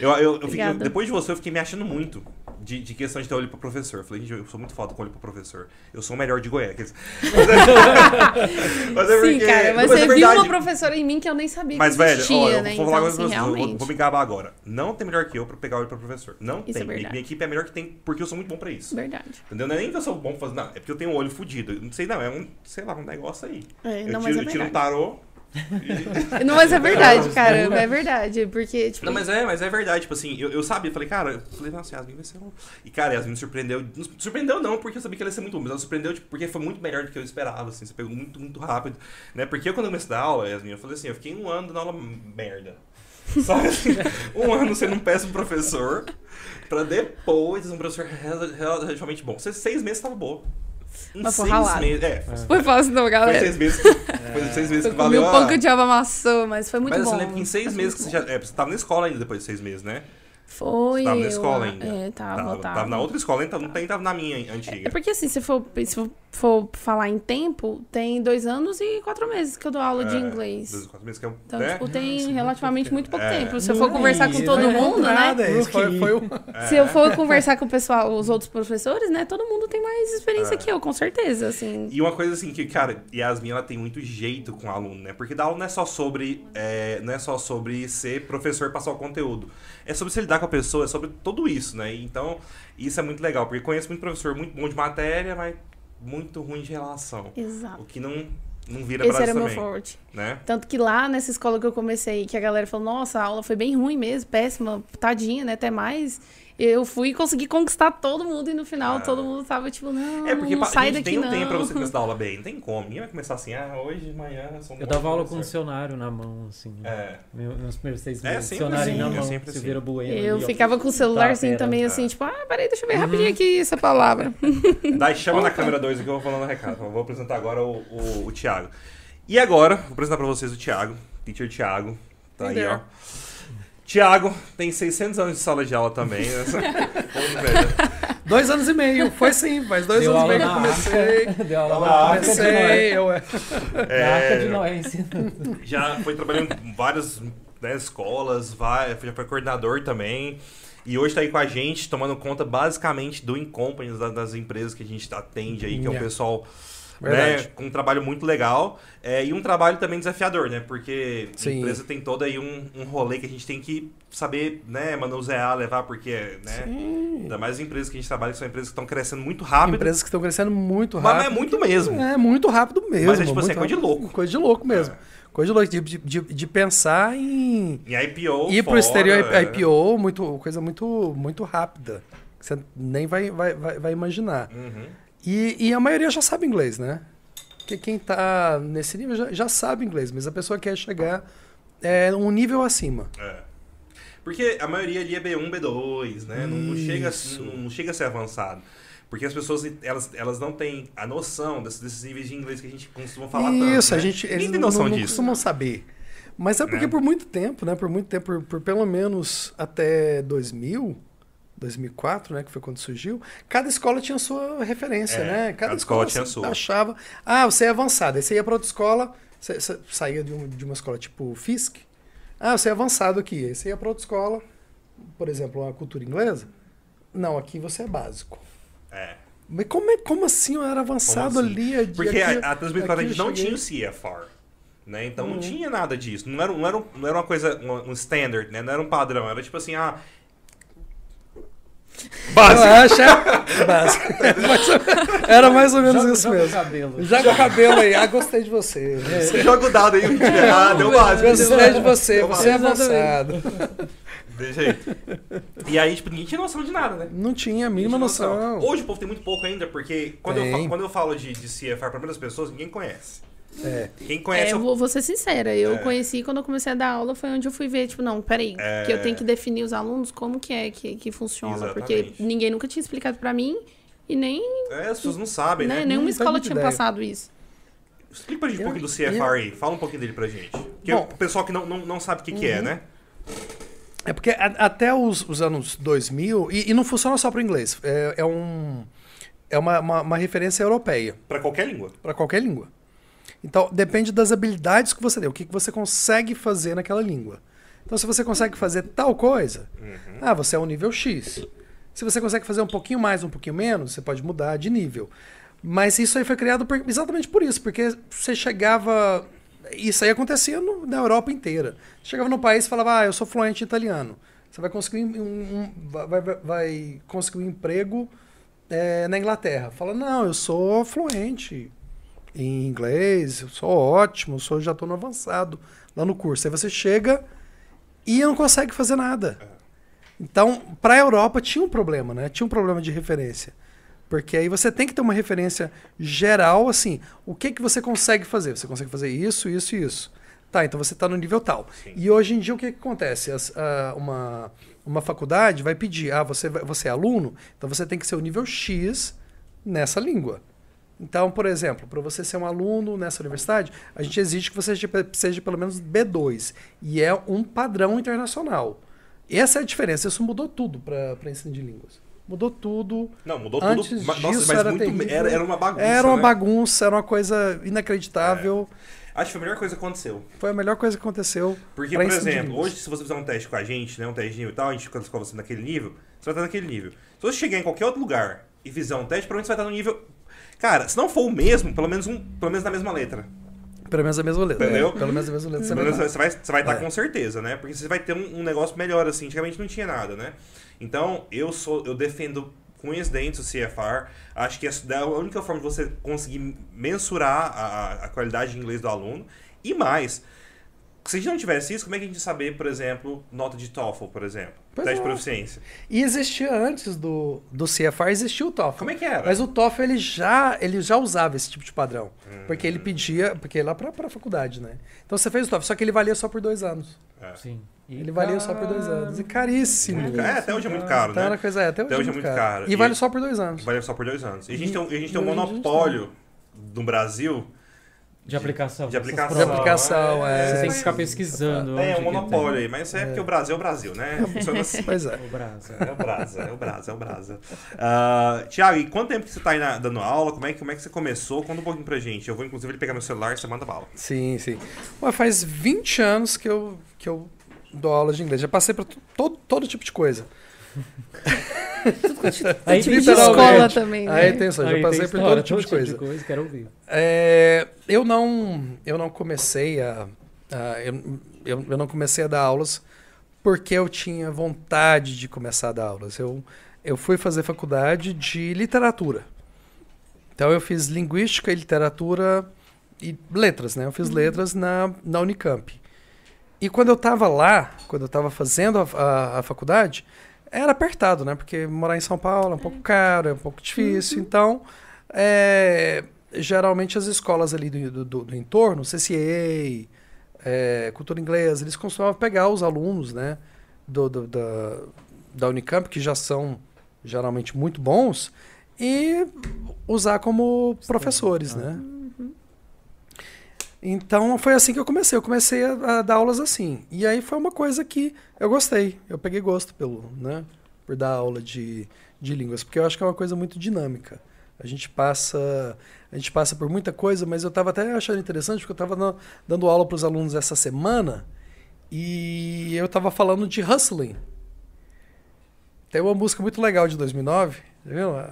Speaker 1: Eu, eu, eu fiquei-
Speaker 4: Obrigada.
Speaker 1: eu- depois de você, eu fiquei me achando muito de, de questão de ter olho pro professor. Eu falei, gente, eu sou muito foda com olho pro professor. Eu sou o melhor de Goiânia. aqueles-
Speaker 4: *laughs*
Speaker 1: Mas é
Speaker 4: Sim,
Speaker 1: porque-
Speaker 4: cara, mas
Speaker 1: é
Speaker 4: você viu
Speaker 1: verdade.
Speaker 4: uma professora em mim que eu nem sabia
Speaker 1: Mas,
Speaker 4: que
Speaker 1: velho,
Speaker 4: existia,
Speaker 1: ó, eu
Speaker 4: né?
Speaker 1: vou falar
Speaker 4: então,
Speaker 1: agora
Speaker 4: assim,
Speaker 1: pra vocês, eu vou,
Speaker 4: realmente.
Speaker 1: vou me gabar agora. Não tem melhor que eu pra pegar olho pro professor. Não
Speaker 4: Isso é
Speaker 1: tem. Minha-
Speaker 4: verdade.
Speaker 1: minha equipe é a melhor que tem, porque eu sou muito bom pra isso.
Speaker 4: Verdade.
Speaker 1: Entendeu? Não é nem que eu sou bom fazendo nada, é porque eu tenho um olho fudido. Eu Não sei, não, é um, sei lá, um negócio aí.
Speaker 4: É,
Speaker 1: eu
Speaker 4: não, mas
Speaker 1: tiro,
Speaker 4: é
Speaker 1: eu tiro um
Speaker 4: verdade.
Speaker 1: tarô.
Speaker 4: *laughs* Não, mas
Speaker 1: um
Speaker 4: é verdade, cara. É verdade. Porque, tipo,
Speaker 1: Não, mas é, mas é verdade. Tipo assim, eu, eu sabia, eu falei, cara, eu falei, nossa, Yasmin vai ser um. E, cara, Yasmin me surpreendeu. Não surpreendeu não, porque eu sabia que ela ia ser muito boa, mas ela surpreendeu tipo, porque foi muito melhor do que eu esperava, assim. Você pegou muito, muito rápido. Né? Porque eu, quando eu comecei a dar aula, Yasmin, eu falei assim, eu fiquei um ano dando aula merda. *laughs* Sabe assim, um ano sendo um péssimo professor, pra depois um professor rel- relativamente bom. Seis- Seis meses tava boa. Em
Speaker 4: Mas foi
Speaker 1: seis
Speaker 4: ralado.
Speaker 1: meses. É, foi
Speaker 4: foi fácil não,
Speaker 1: foi
Speaker 4: galera.
Speaker 1: seis meses que, foi É. seis meses
Speaker 4: Eu
Speaker 1: que
Speaker 4: comi
Speaker 1: valeu
Speaker 4: um
Speaker 1: a-
Speaker 4: pão que o diabo amassou, mas foi muito
Speaker 1: Mas
Speaker 4: bom.
Speaker 1: você lembra que em seis meses que você já... É, você tava na escola ainda depois de seis meses, né?
Speaker 4: Foi.
Speaker 1: Você tava na
Speaker 4: eu
Speaker 1: escola
Speaker 4: lá-
Speaker 1: ainda.
Speaker 4: É, tava, tava.
Speaker 1: na outra escola, então não tem, tava na minha antiga.
Speaker 4: É porque assim, se for, se for- for falar em tempo, tem dois anos e quatro meses que eu dou aula de
Speaker 1: É,
Speaker 4: inglês.
Speaker 1: Dois, quatro meses que eu,
Speaker 4: Então,
Speaker 1: né?
Speaker 4: tipo, tem relativamente muito pouco
Speaker 1: É.
Speaker 4: tempo. Se eu for conversar com
Speaker 2: é
Speaker 4: todo mundo, né?
Speaker 5: Nada, isso foi, foi um...
Speaker 1: É.
Speaker 4: Se eu for
Speaker 1: *laughs*
Speaker 4: conversar com o pessoal, os outros professores, né? Todo mundo tem mais experiência
Speaker 1: É.
Speaker 4: que eu, com certeza, assim.
Speaker 1: E uma coisa assim que, cara, Yasmin, ela tem muito jeito com aluno, né? Porque dar aula não é só sobre, é, não é só sobre ser professor e passar o conteúdo. É sobre se lidar com a pessoa, é sobre tudo isso, né? Então, isso é muito legal, porque conheço muito professor muito bom de matéria, mas muito ruim de relação.
Speaker 4: Exato.
Speaker 1: O que não, não vira
Speaker 4: Esse
Speaker 1: braço
Speaker 4: era o meu
Speaker 1: também,
Speaker 4: forte.
Speaker 1: né?
Speaker 4: Tanto que lá nessa escola que eu comecei, que a galera falou, nossa, a aula foi bem ruim mesmo, péssima, tadinha, né? Até mais. Eu fui e consegui conquistar todo mundo, e no final
Speaker 1: Ah.
Speaker 4: todo mundo tava tipo, não,
Speaker 1: É porque
Speaker 4: não
Speaker 1: pa-
Speaker 4: sai
Speaker 1: gente,
Speaker 4: daqui
Speaker 1: tem um
Speaker 4: não.
Speaker 1: tempo pra você começar a
Speaker 4: *laughs*
Speaker 1: dar aula bem, não tem como. Ninguém vai começar assim, ah, hoje, amanhã, eu sou um
Speaker 2: Eu
Speaker 1: bom
Speaker 2: dava aula com um
Speaker 1: professor.
Speaker 2: dicionário na mão, assim. né?
Speaker 1: É.
Speaker 2: Meu- Nos primeiros seis
Speaker 1: É,
Speaker 2: meses,
Speaker 1: sempre
Speaker 2: dicionário
Speaker 1: assim,
Speaker 2: na
Speaker 1: é
Speaker 2: mão.
Speaker 1: sempre assim.
Speaker 2: Silveira Bueno.
Speaker 4: Eu
Speaker 2: ali, ó.
Speaker 4: ficava com o celularzinho
Speaker 2: Tá, pera.
Speaker 4: também, assim, tipo, ah, peraí, deixa eu ver
Speaker 1: Uhum.
Speaker 4: rapidinho aqui essa palavra.
Speaker 1: Daí chama na câmera 2 que eu vou falando o recado. Eu Vou apresentar agora o, o, o Thiago. E agora, vou apresentar pra vocês o Thiago, teacher Thiago. Tá aí, ó. Thiago tem 600 anos de sala de aula também. né? Ô, velho.
Speaker 5: Dois anos e meio, foi sim, faz dois
Speaker 2: Deu
Speaker 5: anos e
Speaker 2: aula
Speaker 5: meio que eu
Speaker 2: na
Speaker 5: comecei.
Speaker 2: Deu aula
Speaker 1: Lá,
Speaker 2: na Arca de Noé.
Speaker 5: Comecei, eu é.
Speaker 2: Na Arca
Speaker 1: É,
Speaker 2: de Noé, ensinando.
Speaker 1: já foi trabalhando em várias né, escolas, vai- já foi coordenador também. E hoje tá aí com a gente, tomando conta basicamente do Incompanies, da- das empresas que a gente atende aí, que é o
Speaker 5: Yeah.
Speaker 1: pessoal né?
Speaker 5: Verdade.
Speaker 1: Com um trabalho muito legal é, e um trabalho também desafiador, né? Porque a
Speaker 5: Sim.
Speaker 1: empresa tem todo aí um, um rolê que a gente tem que saber, né, manusear, levar, porque, né? Ainda mais as empresas que a gente trabalha, que são empresas que estão crescendo muito rápido.
Speaker 5: Empresas que estão crescendo muito
Speaker 1: Mas é
Speaker 5: rápido.
Speaker 1: muito mesmo.
Speaker 5: É, muito rápido mesmo.
Speaker 1: tipo
Speaker 5: muito
Speaker 1: assim, é coisa de
Speaker 5: rápido.
Speaker 1: louco. É.
Speaker 5: Coisa de louco mesmo. Coisa de louco, de, de, de- de pensar em
Speaker 1: Em IPO.
Speaker 5: ir pro
Speaker 1: fora,
Speaker 5: exterior
Speaker 1: né?
Speaker 5: IPO, muito, coisa muito, muito rápida. que Você nem vai, vai, vai, vai imaginar.
Speaker 1: Uhum.
Speaker 5: E, e a maioria já sabe inglês, né? Porque quem tá nesse nível já, já sabe inglês, mas a pessoa quer chegar é, um nível é acima.
Speaker 1: É. Porque a maioria ali é B1, B2, né? Não, não chega, a-
Speaker 5: Isso.
Speaker 1: não chega a ser avançado. Porque as pessoas, elas, elas não têm a noção desses, desses níveis de inglês que a gente costuma falar tanto,
Speaker 5: Isso, a
Speaker 1: né?
Speaker 5: gente, eles
Speaker 1: Ninguém tem
Speaker 5: não,
Speaker 1: noção
Speaker 5: não
Speaker 1: disso.
Speaker 5: costumam saber. Mas é porque
Speaker 1: Né?
Speaker 5: por muito tempo, né? Por muito tempo, por, por pelo menos até 2000, 2004, né? Que foi quando surgiu. Cada escola tinha sua referência,
Speaker 1: É,
Speaker 5: né?
Speaker 1: cada escola tinha
Speaker 5: você
Speaker 1: sua.
Speaker 5: achava... Ah, você é avançado. Aí você ia para outra escola, você, você saía de, um- de uma escola tipo FISC. Ah, você é avançado aqui. Aí você ia para outra escola, por exemplo, uma cultura inglesa. Não, aqui você é básico.
Speaker 1: É.
Speaker 5: Mas como, é, como assim eu era avançado
Speaker 1: assim?
Speaker 5: ali? e
Speaker 1: Porque
Speaker 5: aqui-
Speaker 1: a, a Transmigrante
Speaker 5: aqui eu
Speaker 1: não
Speaker 5: cheguei? Uhum.
Speaker 1: tinha o CFR. Né? Então não tinha nada disso. Não era, não era, um- não era uma coisa, um, um standard, né? Não era um padrão. Era tipo assim, ah. *laughs*
Speaker 5: Relaxa. Básico. Mais ou- Era mais ou menos
Speaker 2: Joga-
Speaker 5: isso
Speaker 2: joga o
Speaker 5: mesmo.
Speaker 2: cabelo.
Speaker 5: Joga o cabelo aí. Ah, gostei de você. *laughs*
Speaker 1: Você joga o dado aí, eu tive errado, deu básico.
Speaker 5: Gostei de você.
Speaker 1: Eu
Speaker 5: Você é
Speaker 2: acho.
Speaker 5: avançado.
Speaker 1: De jeito. E aí, tipo, ninguém tinha noção de nada, né?
Speaker 5: Não tinha a
Speaker 1: Ninguém
Speaker 5: mínima
Speaker 1: tinha
Speaker 5: noção.
Speaker 1: Hoje o povo tem muito pouco ainda, porque quando, eu,
Speaker 5: Tem.
Speaker 1: fa- quando eu falo de, de CFR para muitas pessoas, ninguém conhece.
Speaker 5: É.
Speaker 1: Quem *laughs*
Speaker 4: É,
Speaker 1: conhece
Speaker 4: eu
Speaker 1: o-
Speaker 4: vou, vou ser sincera, eu
Speaker 1: É.
Speaker 4: conheci quando eu comecei a dar aula, foi onde eu fui ver, tipo, não, peraí,
Speaker 1: É.
Speaker 4: que eu tenho que definir os alunos como que é que, que funciona.
Speaker 1: Exatamente.
Speaker 4: Porque ninguém nunca tinha explicado pra mim e nem,
Speaker 1: É, as pessoas não sabem,
Speaker 4: né,
Speaker 1: né?
Speaker 4: nenhuma
Speaker 5: Não faz
Speaker 4: escola
Speaker 5: muita
Speaker 4: tinha
Speaker 5: ideia.
Speaker 4: passado isso.
Speaker 1: Explica pra gente um
Speaker 5: Eu-
Speaker 1: pouquinho do CFR aí. Fala um pouquinho dele pra gente. Porque
Speaker 5: Bom.
Speaker 1: o pessoal que não, não, não sabe o que, que
Speaker 5: Uhum.
Speaker 1: é, né?
Speaker 5: É porque a- até os, os anos 2000... E, e não funciona só para o inglês. É, é um... É uma, uma, uma referência europeia
Speaker 1: Pra qualquer língua.
Speaker 5: para qualquer língua. Então, depende das habilidades que você tem, o que, que você consegue fazer naquela língua. Então, se você consegue fazer tal coisa, ah, você é um nível X. Se você consegue fazer um pouquinho mais, um pouquinho menos, você pode mudar de nível. Mas isso aí foi criado por- exatamente por isso, porque você chegava. Isso aí acontecia no- na Europa inteira. Chegava no país e falava, ah, eu sou fluente em italiano. Você vai conseguir um, um- vai, vai- vai conseguir um emprego eh, na Inglaterra. Fala, não, eu sou fluente em inglês, eu sou ótimo, sou, já estou no avançado lá no curso. Aí você chega e não consegue fazer nada. Então, para a Europa tinha um problema, né? Tinha um problema de referência. Porque aí você tem que ter uma referência geral, assim, o que que você consegue fazer? Você consegue fazer isso, isso e isso. Tá, então você está no nível tal.
Speaker 1: Sim.
Speaker 5: E hoje em dia o que, que acontece? As- a- uma, uma faculdade vai pedir, ah, você, vai- você é aluno, então você tem que ser o nível X nessa língua. Então, por exemplo, para você ser um aluno nessa universidade, a gente exige que você seja, seja pelo menos B2. E é um padrão internacional. Essa é a diferença. Isso mudou tudo para ensino de línguas. Mudou tudo.
Speaker 1: Não, mudou tudo.
Speaker 5: Antes
Speaker 1: ma- Nossa,
Speaker 5: disso
Speaker 1: mas
Speaker 5: era
Speaker 1: muito.
Speaker 5: terrível.
Speaker 1: Era, era uma bagunça.
Speaker 5: era uma
Speaker 1: né?
Speaker 5: bagunça, era uma coisa inacreditável.
Speaker 1: Acho que foi a melhor coisa que aconteceu.
Speaker 5: Foi a melhor coisa que aconteceu.
Speaker 1: É. Porque,
Speaker 5: pra
Speaker 1: por
Speaker 5: ensino de
Speaker 1: exemplo,
Speaker 5: línguas.
Speaker 1: hoje, se você fizer um teste com a gente, né? Um testinho e tal, a gente classifica você naquele nível, você vai estar naquele nível. Se você chegar em qualquer outro lugar e fizer um teste, provavelmente você vai estar no nível. Cara, se não for o mesmo, pelo menos, um, pelo menos na mesma letra.
Speaker 5: Pelo menos a mesma letra.
Speaker 1: Entendeu?
Speaker 5: É, pelo menos a mesma letra. você
Speaker 1: Pelo
Speaker 5: vai
Speaker 1: menos
Speaker 5: dar.
Speaker 1: você vai, você vai estar
Speaker 5: É.
Speaker 1: com certeza, né? Porque você vai ter um, um negócio melhor, assim. Antigamente não tinha nada, né? Então, eu sou. Eu defendo com os dentes o CFR. Acho que essa é a única forma de você conseguir mensurar a, a- a qualidade de inglês do aluno. E mais, se a gente não tivesse isso, como é que a gente ia saber, por exemplo, nota de TOEFL, por exemplo?
Speaker 5: Pois
Speaker 1: teste
Speaker 5: é.
Speaker 1: de proficiência.
Speaker 5: E existia antes do, do CFR, existia o TOEFL.
Speaker 1: Como é que era?
Speaker 5: Mas o TOEFL ele já, ele já usava esse tipo de padrão. Porque ele pedia, porque lá pra, pra faculdade, né? Então você fez o TOEFL, só que ele valia só por dois anos.
Speaker 2: Sim. E
Speaker 5: Ele valia só por dois anos. E caríssimo.
Speaker 1: É, até hoje é muito caro,
Speaker 5: Então
Speaker 1: né?
Speaker 5: era coisa, é, até hoje, é muito caro. E, vale só por dois anos.
Speaker 1: Vale só por dois anos. E a gente tem, um- e a gente tem um
Speaker 5: E hoje a gente
Speaker 1: monopólio no Brasil
Speaker 2: De aplicação.
Speaker 1: de
Speaker 2: essas
Speaker 1: aplicação. né?
Speaker 5: De
Speaker 2: provas.
Speaker 5: aplicação, é.
Speaker 2: Você tem que ficar pesquisando.
Speaker 1: É,
Speaker 2: onde
Speaker 1: um
Speaker 2: que
Speaker 1: monopólio aí, mas é, porque o Brasil é o Brasil, né? Funciona assim.
Speaker 5: Pois é.
Speaker 2: tem. O braço.
Speaker 1: É o Brasa, é o Brasa, é o Brasa. Ah, Tiago, e quanto tempo que você tá aí na- dando aula? Como é, que- como é que você começou? Conta um pouquinho pra gente. Eu vou, inclusive, pegar meu celular e você manda bala.
Speaker 5: Sim, sim. Ué, faz 20 anos que eu, que eu dou aula de inglês. Já passei por to- todo, todo tipo de coisa.
Speaker 2: Aí
Speaker 4: E
Speaker 2: tem
Speaker 4: Tipo de
Speaker 5: Literalmente.
Speaker 4: escola também, né?
Speaker 5: Aí tem só, já
Speaker 2: Aí tem um
Speaker 5: passei por
Speaker 2: história,
Speaker 5: todo tipo de coisa.
Speaker 2: Quero ouvir.
Speaker 5: É, eu não eu não comecei a, a- eu, eu, eu não comecei a dar aulas porque eu tinha vontade de começar a dar aulas. Eu eu fui fazer faculdade de literatura. Então eu fiz linguística e literatura e letras, né? Eu fiz letras na, na Unicamp. E quando eu estava lá, quando eu estava fazendo a, a- a faculdade, era apertado, né? Porque morar em São Paulo é um pouco caro, é um pouco difícil. Então, é, geralmente as escolas ali do, do- do, do entorno, CCA, é, cultura inglesa, eles costumavam pegar os alunos, né? do- do- da, da Unicamp, que já são geralmente muito bons, e usar como professores, né? Então foi assim que eu comecei. Eu comecei a, a dar aulas assim. E aí foi uma coisa que eu gostei. Eu peguei gosto pelo, né? Por dar aula de, de línguas. Porque eu acho que é uma coisa muito dinâmica. A gente passa. A gente passa por muita coisa, mas eu estava até achando interessante, porque eu estava dando aula para os alunos essa semana e eu estava falando de hustling. Tem uma música muito legal de 2009, já viu? A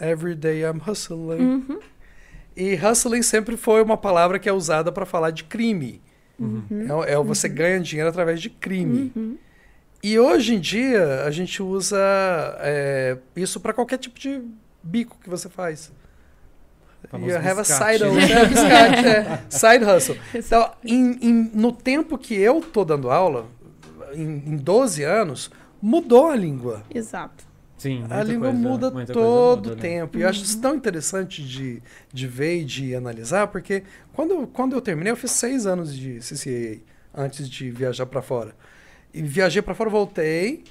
Speaker 5: Every Day I'm Hustling.
Speaker 4: Uhum.
Speaker 5: E hustling sempre foi uma palavra que é usada para falar de crime.
Speaker 2: Uhum.
Speaker 5: É o- É, o você ganha dinheiro através de
Speaker 4: Uhum.
Speaker 5: crime. E hoje em dia a gente usa é, isso para qualquer tipo de bico que você faz.
Speaker 2: Famoso né?
Speaker 5: You have a
Speaker 2: biscate.
Speaker 5: side hustle. É, biscate, é.
Speaker 2: *laughs*
Speaker 5: Side hustle. Então, em- em- no tempo que eu tô dando aula, em, em 12 anos, mudou a língua.
Speaker 4: Exato.
Speaker 2: Sim,
Speaker 5: A
Speaker 2: muita
Speaker 5: língua
Speaker 2: coisa-
Speaker 5: muda
Speaker 2: muita coisa
Speaker 5: todo
Speaker 2: muda,
Speaker 5: o
Speaker 2: né?
Speaker 5: tempo. E eu acho isso tão interessante de, de ver e de analisar, porque quando, quando eu terminei, eu fiz seis anos de CCA antes de viajar para fora. E viajei para fora, voltei,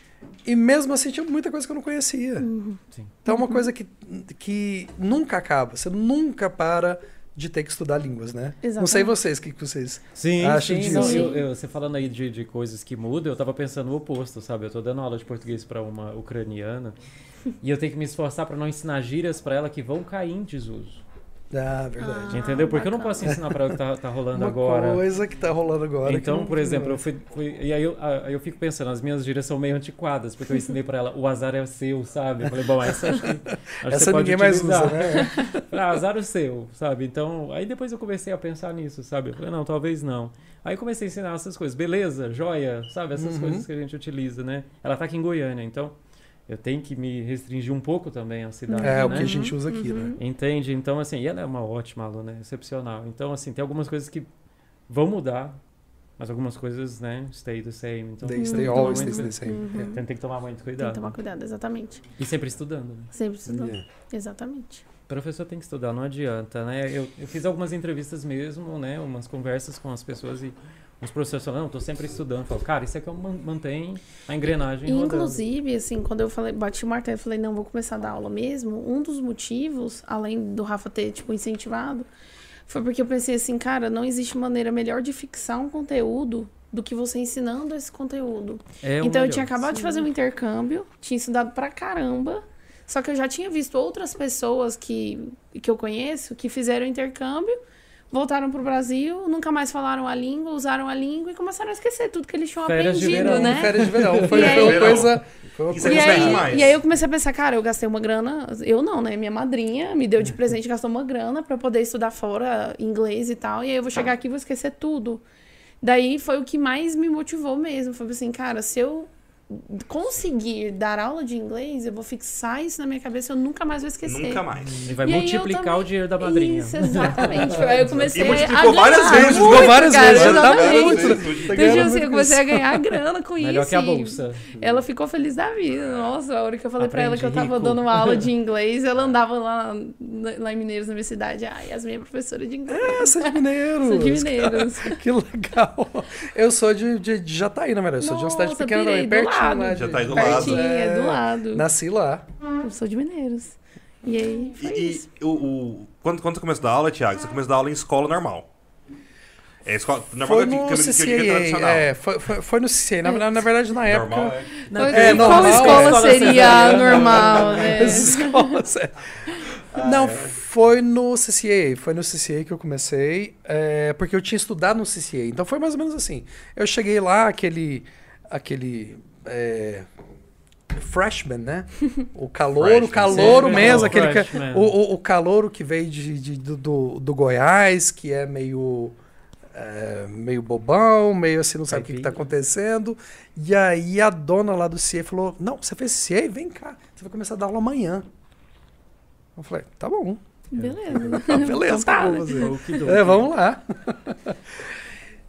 Speaker 5: e mesmo assim tinha muita coisa que eu não conhecia.
Speaker 4: Uhum.
Speaker 2: Sim.
Speaker 5: Então é uma coisa que, que nunca acaba. Você nunca para de ter que estudar línguas, né? Não sei
Speaker 4: Exatamente.
Speaker 5: vocês, o que que vocês...
Speaker 2: Sim,
Speaker 5: Acho
Speaker 2: sim.
Speaker 5: disso.
Speaker 2: Não, eu- eu- você falando aí de, de coisas que mudam, eu tava pensando o oposto, sabe? Eu tô dando aula de português pra uma ucraniana e eu tenho que me esforçar pra não ensinar gírias pra ela que vão cair em desuso.
Speaker 5: Ah, verdade.
Speaker 4: Ah,
Speaker 2: entendeu? Porque eu não
Speaker 4: bacana.
Speaker 2: posso ensinar pra ela o que tá, tá rolando
Speaker 5: uma
Speaker 2: agora.
Speaker 5: coisa que tá rolando agora. que
Speaker 2: Então,
Speaker 5: não- né?
Speaker 2: por exemplo, eu fui, fui- e aí eu, a- aí eu fico pensando, as minhas gírias são meio antiquadas, porque eu ensinei pra ela, o azar é seu, sabe? Eu falei, bom, essa acho que, acho que você
Speaker 5: Essa
Speaker 2: pode
Speaker 5: ninguém mais
Speaker 2: utilizar.
Speaker 5: usa, né?
Speaker 2: Ah, azar o seu, sabe? Então, aí depois eu comecei a pensar nisso, sabe? Eu falei, não, talvez não. Aí comecei a ensinar essas coisas, beleza, joia, sabe? Essas
Speaker 5: Uhum.
Speaker 2: coisas que a gente utiliza, né? Ela tá aqui em Goiânia, então eu tenho que me restringir um pouco também à cidade,
Speaker 5: É, o
Speaker 2: né?
Speaker 5: que a gente usa aqui,
Speaker 4: Uhum.
Speaker 5: né?
Speaker 2: Entende? Então, assim, e ela é uma ótima aluna, é excepcional. Então, assim, tem algumas coisas que vão mudar, mas algumas coisas, né, stay the same. Então,
Speaker 5: They
Speaker 2: tem
Speaker 5: stay
Speaker 2: que tomar
Speaker 5: always,
Speaker 2: muito
Speaker 5: they
Speaker 2: cuidado.
Speaker 5: stay É. same.
Speaker 4: Uhum.
Speaker 2: Então, tem que tomar muito
Speaker 4: Tem que
Speaker 2: cuidado.
Speaker 4: tomar cuidado, exatamente.
Speaker 2: E sempre estudando, né?
Speaker 4: Sempre estudou.
Speaker 5: Yeah.
Speaker 4: Exatamente.
Speaker 2: O professor tem que estudar, não adianta, né? Eu, eu fiz algumas entrevistas mesmo, né, umas conversas com as pessoas e os professores falam, não, tô sempre estudando. Eu falo, cara, isso é que eu man- mantém a engrenagem
Speaker 4: E,
Speaker 2: rodando.
Speaker 4: inclusive, assim, quando eu falei, bati o martelo e falei, não, vou começar a dar aula mesmo, um dos motivos, além do Rafa ter, tipo, incentivado, foi porque eu pensei assim, cara, não existe maneira melhor de fixar um conteúdo do que você ensinando esse conteúdo.
Speaker 2: É o
Speaker 4: então eu
Speaker 2: melhor.
Speaker 4: tinha acabado de fazer um intercâmbio, tinha estudado pra caramba. Só que eu já tinha visto outras pessoas que, que eu conheço que fizeram intercâmbio, voltaram pro Brasil, nunca mais falaram a língua, usaram a língua e começaram a esquecer tudo que eles tinham
Speaker 2: Férias de
Speaker 4: aprendido,
Speaker 2: verão.
Speaker 4: né?
Speaker 5: Férias
Speaker 4: *laughs*
Speaker 5: de verão. Foi,
Speaker 4: E
Speaker 5: foi uma
Speaker 1: aí-
Speaker 5: coisa. Foi uma
Speaker 1: Isso
Speaker 5: coisa
Speaker 1: é
Speaker 4: E
Speaker 1: Gostei
Speaker 4: aí,
Speaker 1: demais.
Speaker 4: e aí eu comecei a pensar, cara, eu gastei uma grana. Eu não, né? Minha madrinha me deu de presente, gastou uma grana pra eu poder estudar fora inglês e tal. E aí eu vou chegar aqui e vou esquecer tudo. Daí foi o que mais me motivou mesmo. Foi assim, cara, se eu conseguir dar aula de inglês, eu vou fixar isso na minha cabeça, eu nunca mais vou esquecer.
Speaker 1: Nunca mais.
Speaker 2: E vai
Speaker 4: E aí eu
Speaker 2: multiplicar o
Speaker 4: também-
Speaker 2: dinheiro da madrinha.
Speaker 4: Isso, exatamente. Aí eu comecei
Speaker 1: E multiplicou
Speaker 4: a
Speaker 1: várias
Speaker 4: ganhar
Speaker 1: vezes, multiplicou
Speaker 4: muito,
Speaker 5: várias
Speaker 4: cara,
Speaker 5: vezes, já tá
Speaker 4: exatamente.
Speaker 5: muito, né?
Speaker 4: Então, tipo
Speaker 5: ganhando
Speaker 4: assim,
Speaker 5: muito
Speaker 4: eu comecei a ganhar grana com isso.
Speaker 2: Melhor que a
Speaker 4: e-
Speaker 2: bolsa.
Speaker 4: ela ficou feliz da vida. Nossa, a hora que eu falei pra ela
Speaker 2: Aprende
Speaker 4: que eu tava
Speaker 2: rico.
Speaker 4: dando uma aula
Speaker 5: *laughs*
Speaker 4: de inglês, ela andava lá, lá em Mineiros, na minha cidade. Ai, Yasmin é professora de inglês.
Speaker 5: É, você é de mineiro.
Speaker 4: *laughs* Sou de Mineiros.
Speaker 5: Que legal. Eu sou de, de, de Jataí, na verdade. Eu sou de uma cidade
Speaker 4: Nossa,
Speaker 5: pequena também,
Speaker 4: pirei, do
Speaker 5: pertinho
Speaker 4: lado.
Speaker 5: lá. de-
Speaker 1: Jataí do lado.
Speaker 4: Pertinho, é do lado.
Speaker 5: Nasci lá.
Speaker 4: Eu sou de Mineiros. E aí,
Speaker 1: E,
Speaker 4: foi
Speaker 1: e
Speaker 4: isso.
Speaker 1: o, o- quando, quando você começou a dar aula, Thiago? Você começou a dar aula em escola normal. É escola normal
Speaker 5: Foi
Speaker 1: que eu
Speaker 5: no
Speaker 1: digo- que eu digo que eu digo que é
Speaker 5: CCA.
Speaker 1: tradicional.
Speaker 5: É, foi, foi, foi no CCA.
Speaker 4: É.
Speaker 5: Na, na- na verdade, na época.
Speaker 1: Normal, é.
Speaker 4: Foi-
Speaker 5: é, normal,
Speaker 4: qual escola
Speaker 2: é.
Speaker 4: seria
Speaker 2: Escola
Speaker 4: normal,
Speaker 5: *laughs*
Speaker 4: né?
Speaker 5: As escolas, é. *laughs* Não, foi no CCA. Foi no CCA que eu comecei, é, porque eu tinha estudado no CCA. Então foi mais ou menos assim. Eu cheguei lá, aquele. aquele é, freshman, né? O calouro,
Speaker 1: Freshman,
Speaker 5: o calouro
Speaker 2: sim.
Speaker 5: mesmo,
Speaker 2: É,
Speaker 5: aquele ca-
Speaker 2: freshman.
Speaker 5: o, o, o calouro que veio de, de- do, do, do Goiás, que é meio é, meio bobão, meio assim, não sabe o que, que tá
Speaker 2: Caipira.
Speaker 5: acontecendo. E aí a dona lá do CIE falou: Não, você fez CIE? Vem cá, você vai começar a dar aula amanhã. Eu falei: Tá bom,
Speaker 4: Beleza.
Speaker 5: beleza,
Speaker 4: tá,
Speaker 5: tá,
Speaker 4: né?
Speaker 5: vamos fazer.
Speaker 2: Ou que
Speaker 5: É,
Speaker 2: doido.
Speaker 5: vamos lá. *laughs*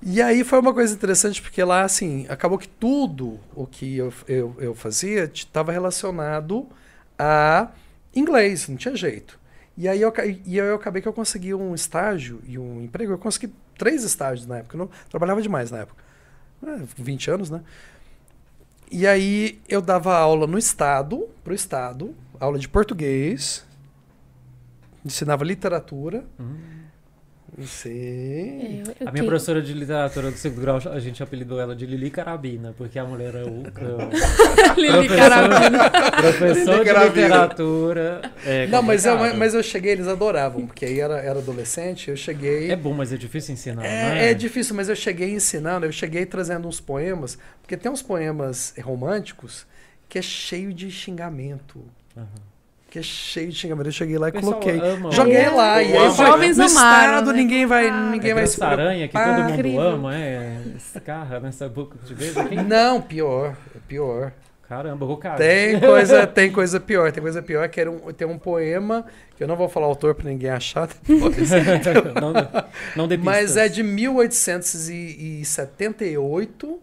Speaker 5: e aí foi uma coisa interessante, porque lá, assim, acabou que tudo o que eu, eu, eu fazia estava relacionado a inglês, não tinha jeito. E aí eu, ca- e eu acabei que eu consegui um estágio e um emprego. Eu consegui três estágios na época. Eu não trabalhava demais na época. É, 20 anos, né? E aí eu dava aula no estado, pro estado, aula de português, ensinava literatura.
Speaker 2: Hum.
Speaker 5: Não sei.
Speaker 4: Eu- eu
Speaker 2: A minha
Speaker 4: que-
Speaker 2: professora de literatura do segundo grau, a gente apelidou ela de Lili Carabina, porque a mulher é o cão.
Speaker 4: *laughs* Lili, caralho.
Speaker 2: Professor
Speaker 1: Lili
Speaker 2: de
Speaker 1: Carabina.
Speaker 2: literatura. É
Speaker 5: Não, mas eu,
Speaker 2: complicado.
Speaker 5: mas eu cheguei, eles adoravam, porque aí era, era adolescente, eu cheguei.
Speaker 2: É bom, mas é difícil ensinar,
Speaker 5: É,
Speaker 2: né?
Speaker 5: é difícil, mas eu cheguei ensinando, eu cheguei trazendo uns poemas, porque tem uns poemas românticos que é cheio de xingamento.
Speaker 2: Aham.
Speaker 5: Que é cheio de xingamento. Eu cheguei lá e
Speaker 2: O pessoal
Speaker 5: coloquei.
Speaker 2: ama,
Speaker 5: Joguei
Speaker 4: É,
Speaker 5: lá. E aí
Speaker 1: os
Speaker 5: vai,
Speaker 4: jovens
Speaker 5: no
Speaker 4: amaram,
Speaker 5: estado
Speaker 4: né?
Speaker 5: ninguém vai,
Speaker 4: Claro.
Speaker 5: ninguém
Speaker 2: É
Speaker 5: vai
Speaker 2: criança
Speaker 5: se
Speaker 2: aranha que todo
Speaker 5: preocupar.
Speaker 2: mundo
Speaker 4: Incrível.
Speaker 2: ama, é. Escarra nessa boca de vez. em quando.
Speaker 5: Não, pior, pior.
Speaker 2: Caramba, o cara.
Speaker 5: Tem coisa, tem coisa pior, tem coisa pior que era um, tem um poema, que eu não vou falar o autor pra ninguém achar,
Speaker 2: *laughs*
Speaker 5: *laughs*
Speaker 2: não, não dê
Speaker 5: Mas
Speaker 2: pistas.
Speaker 5: é de 1878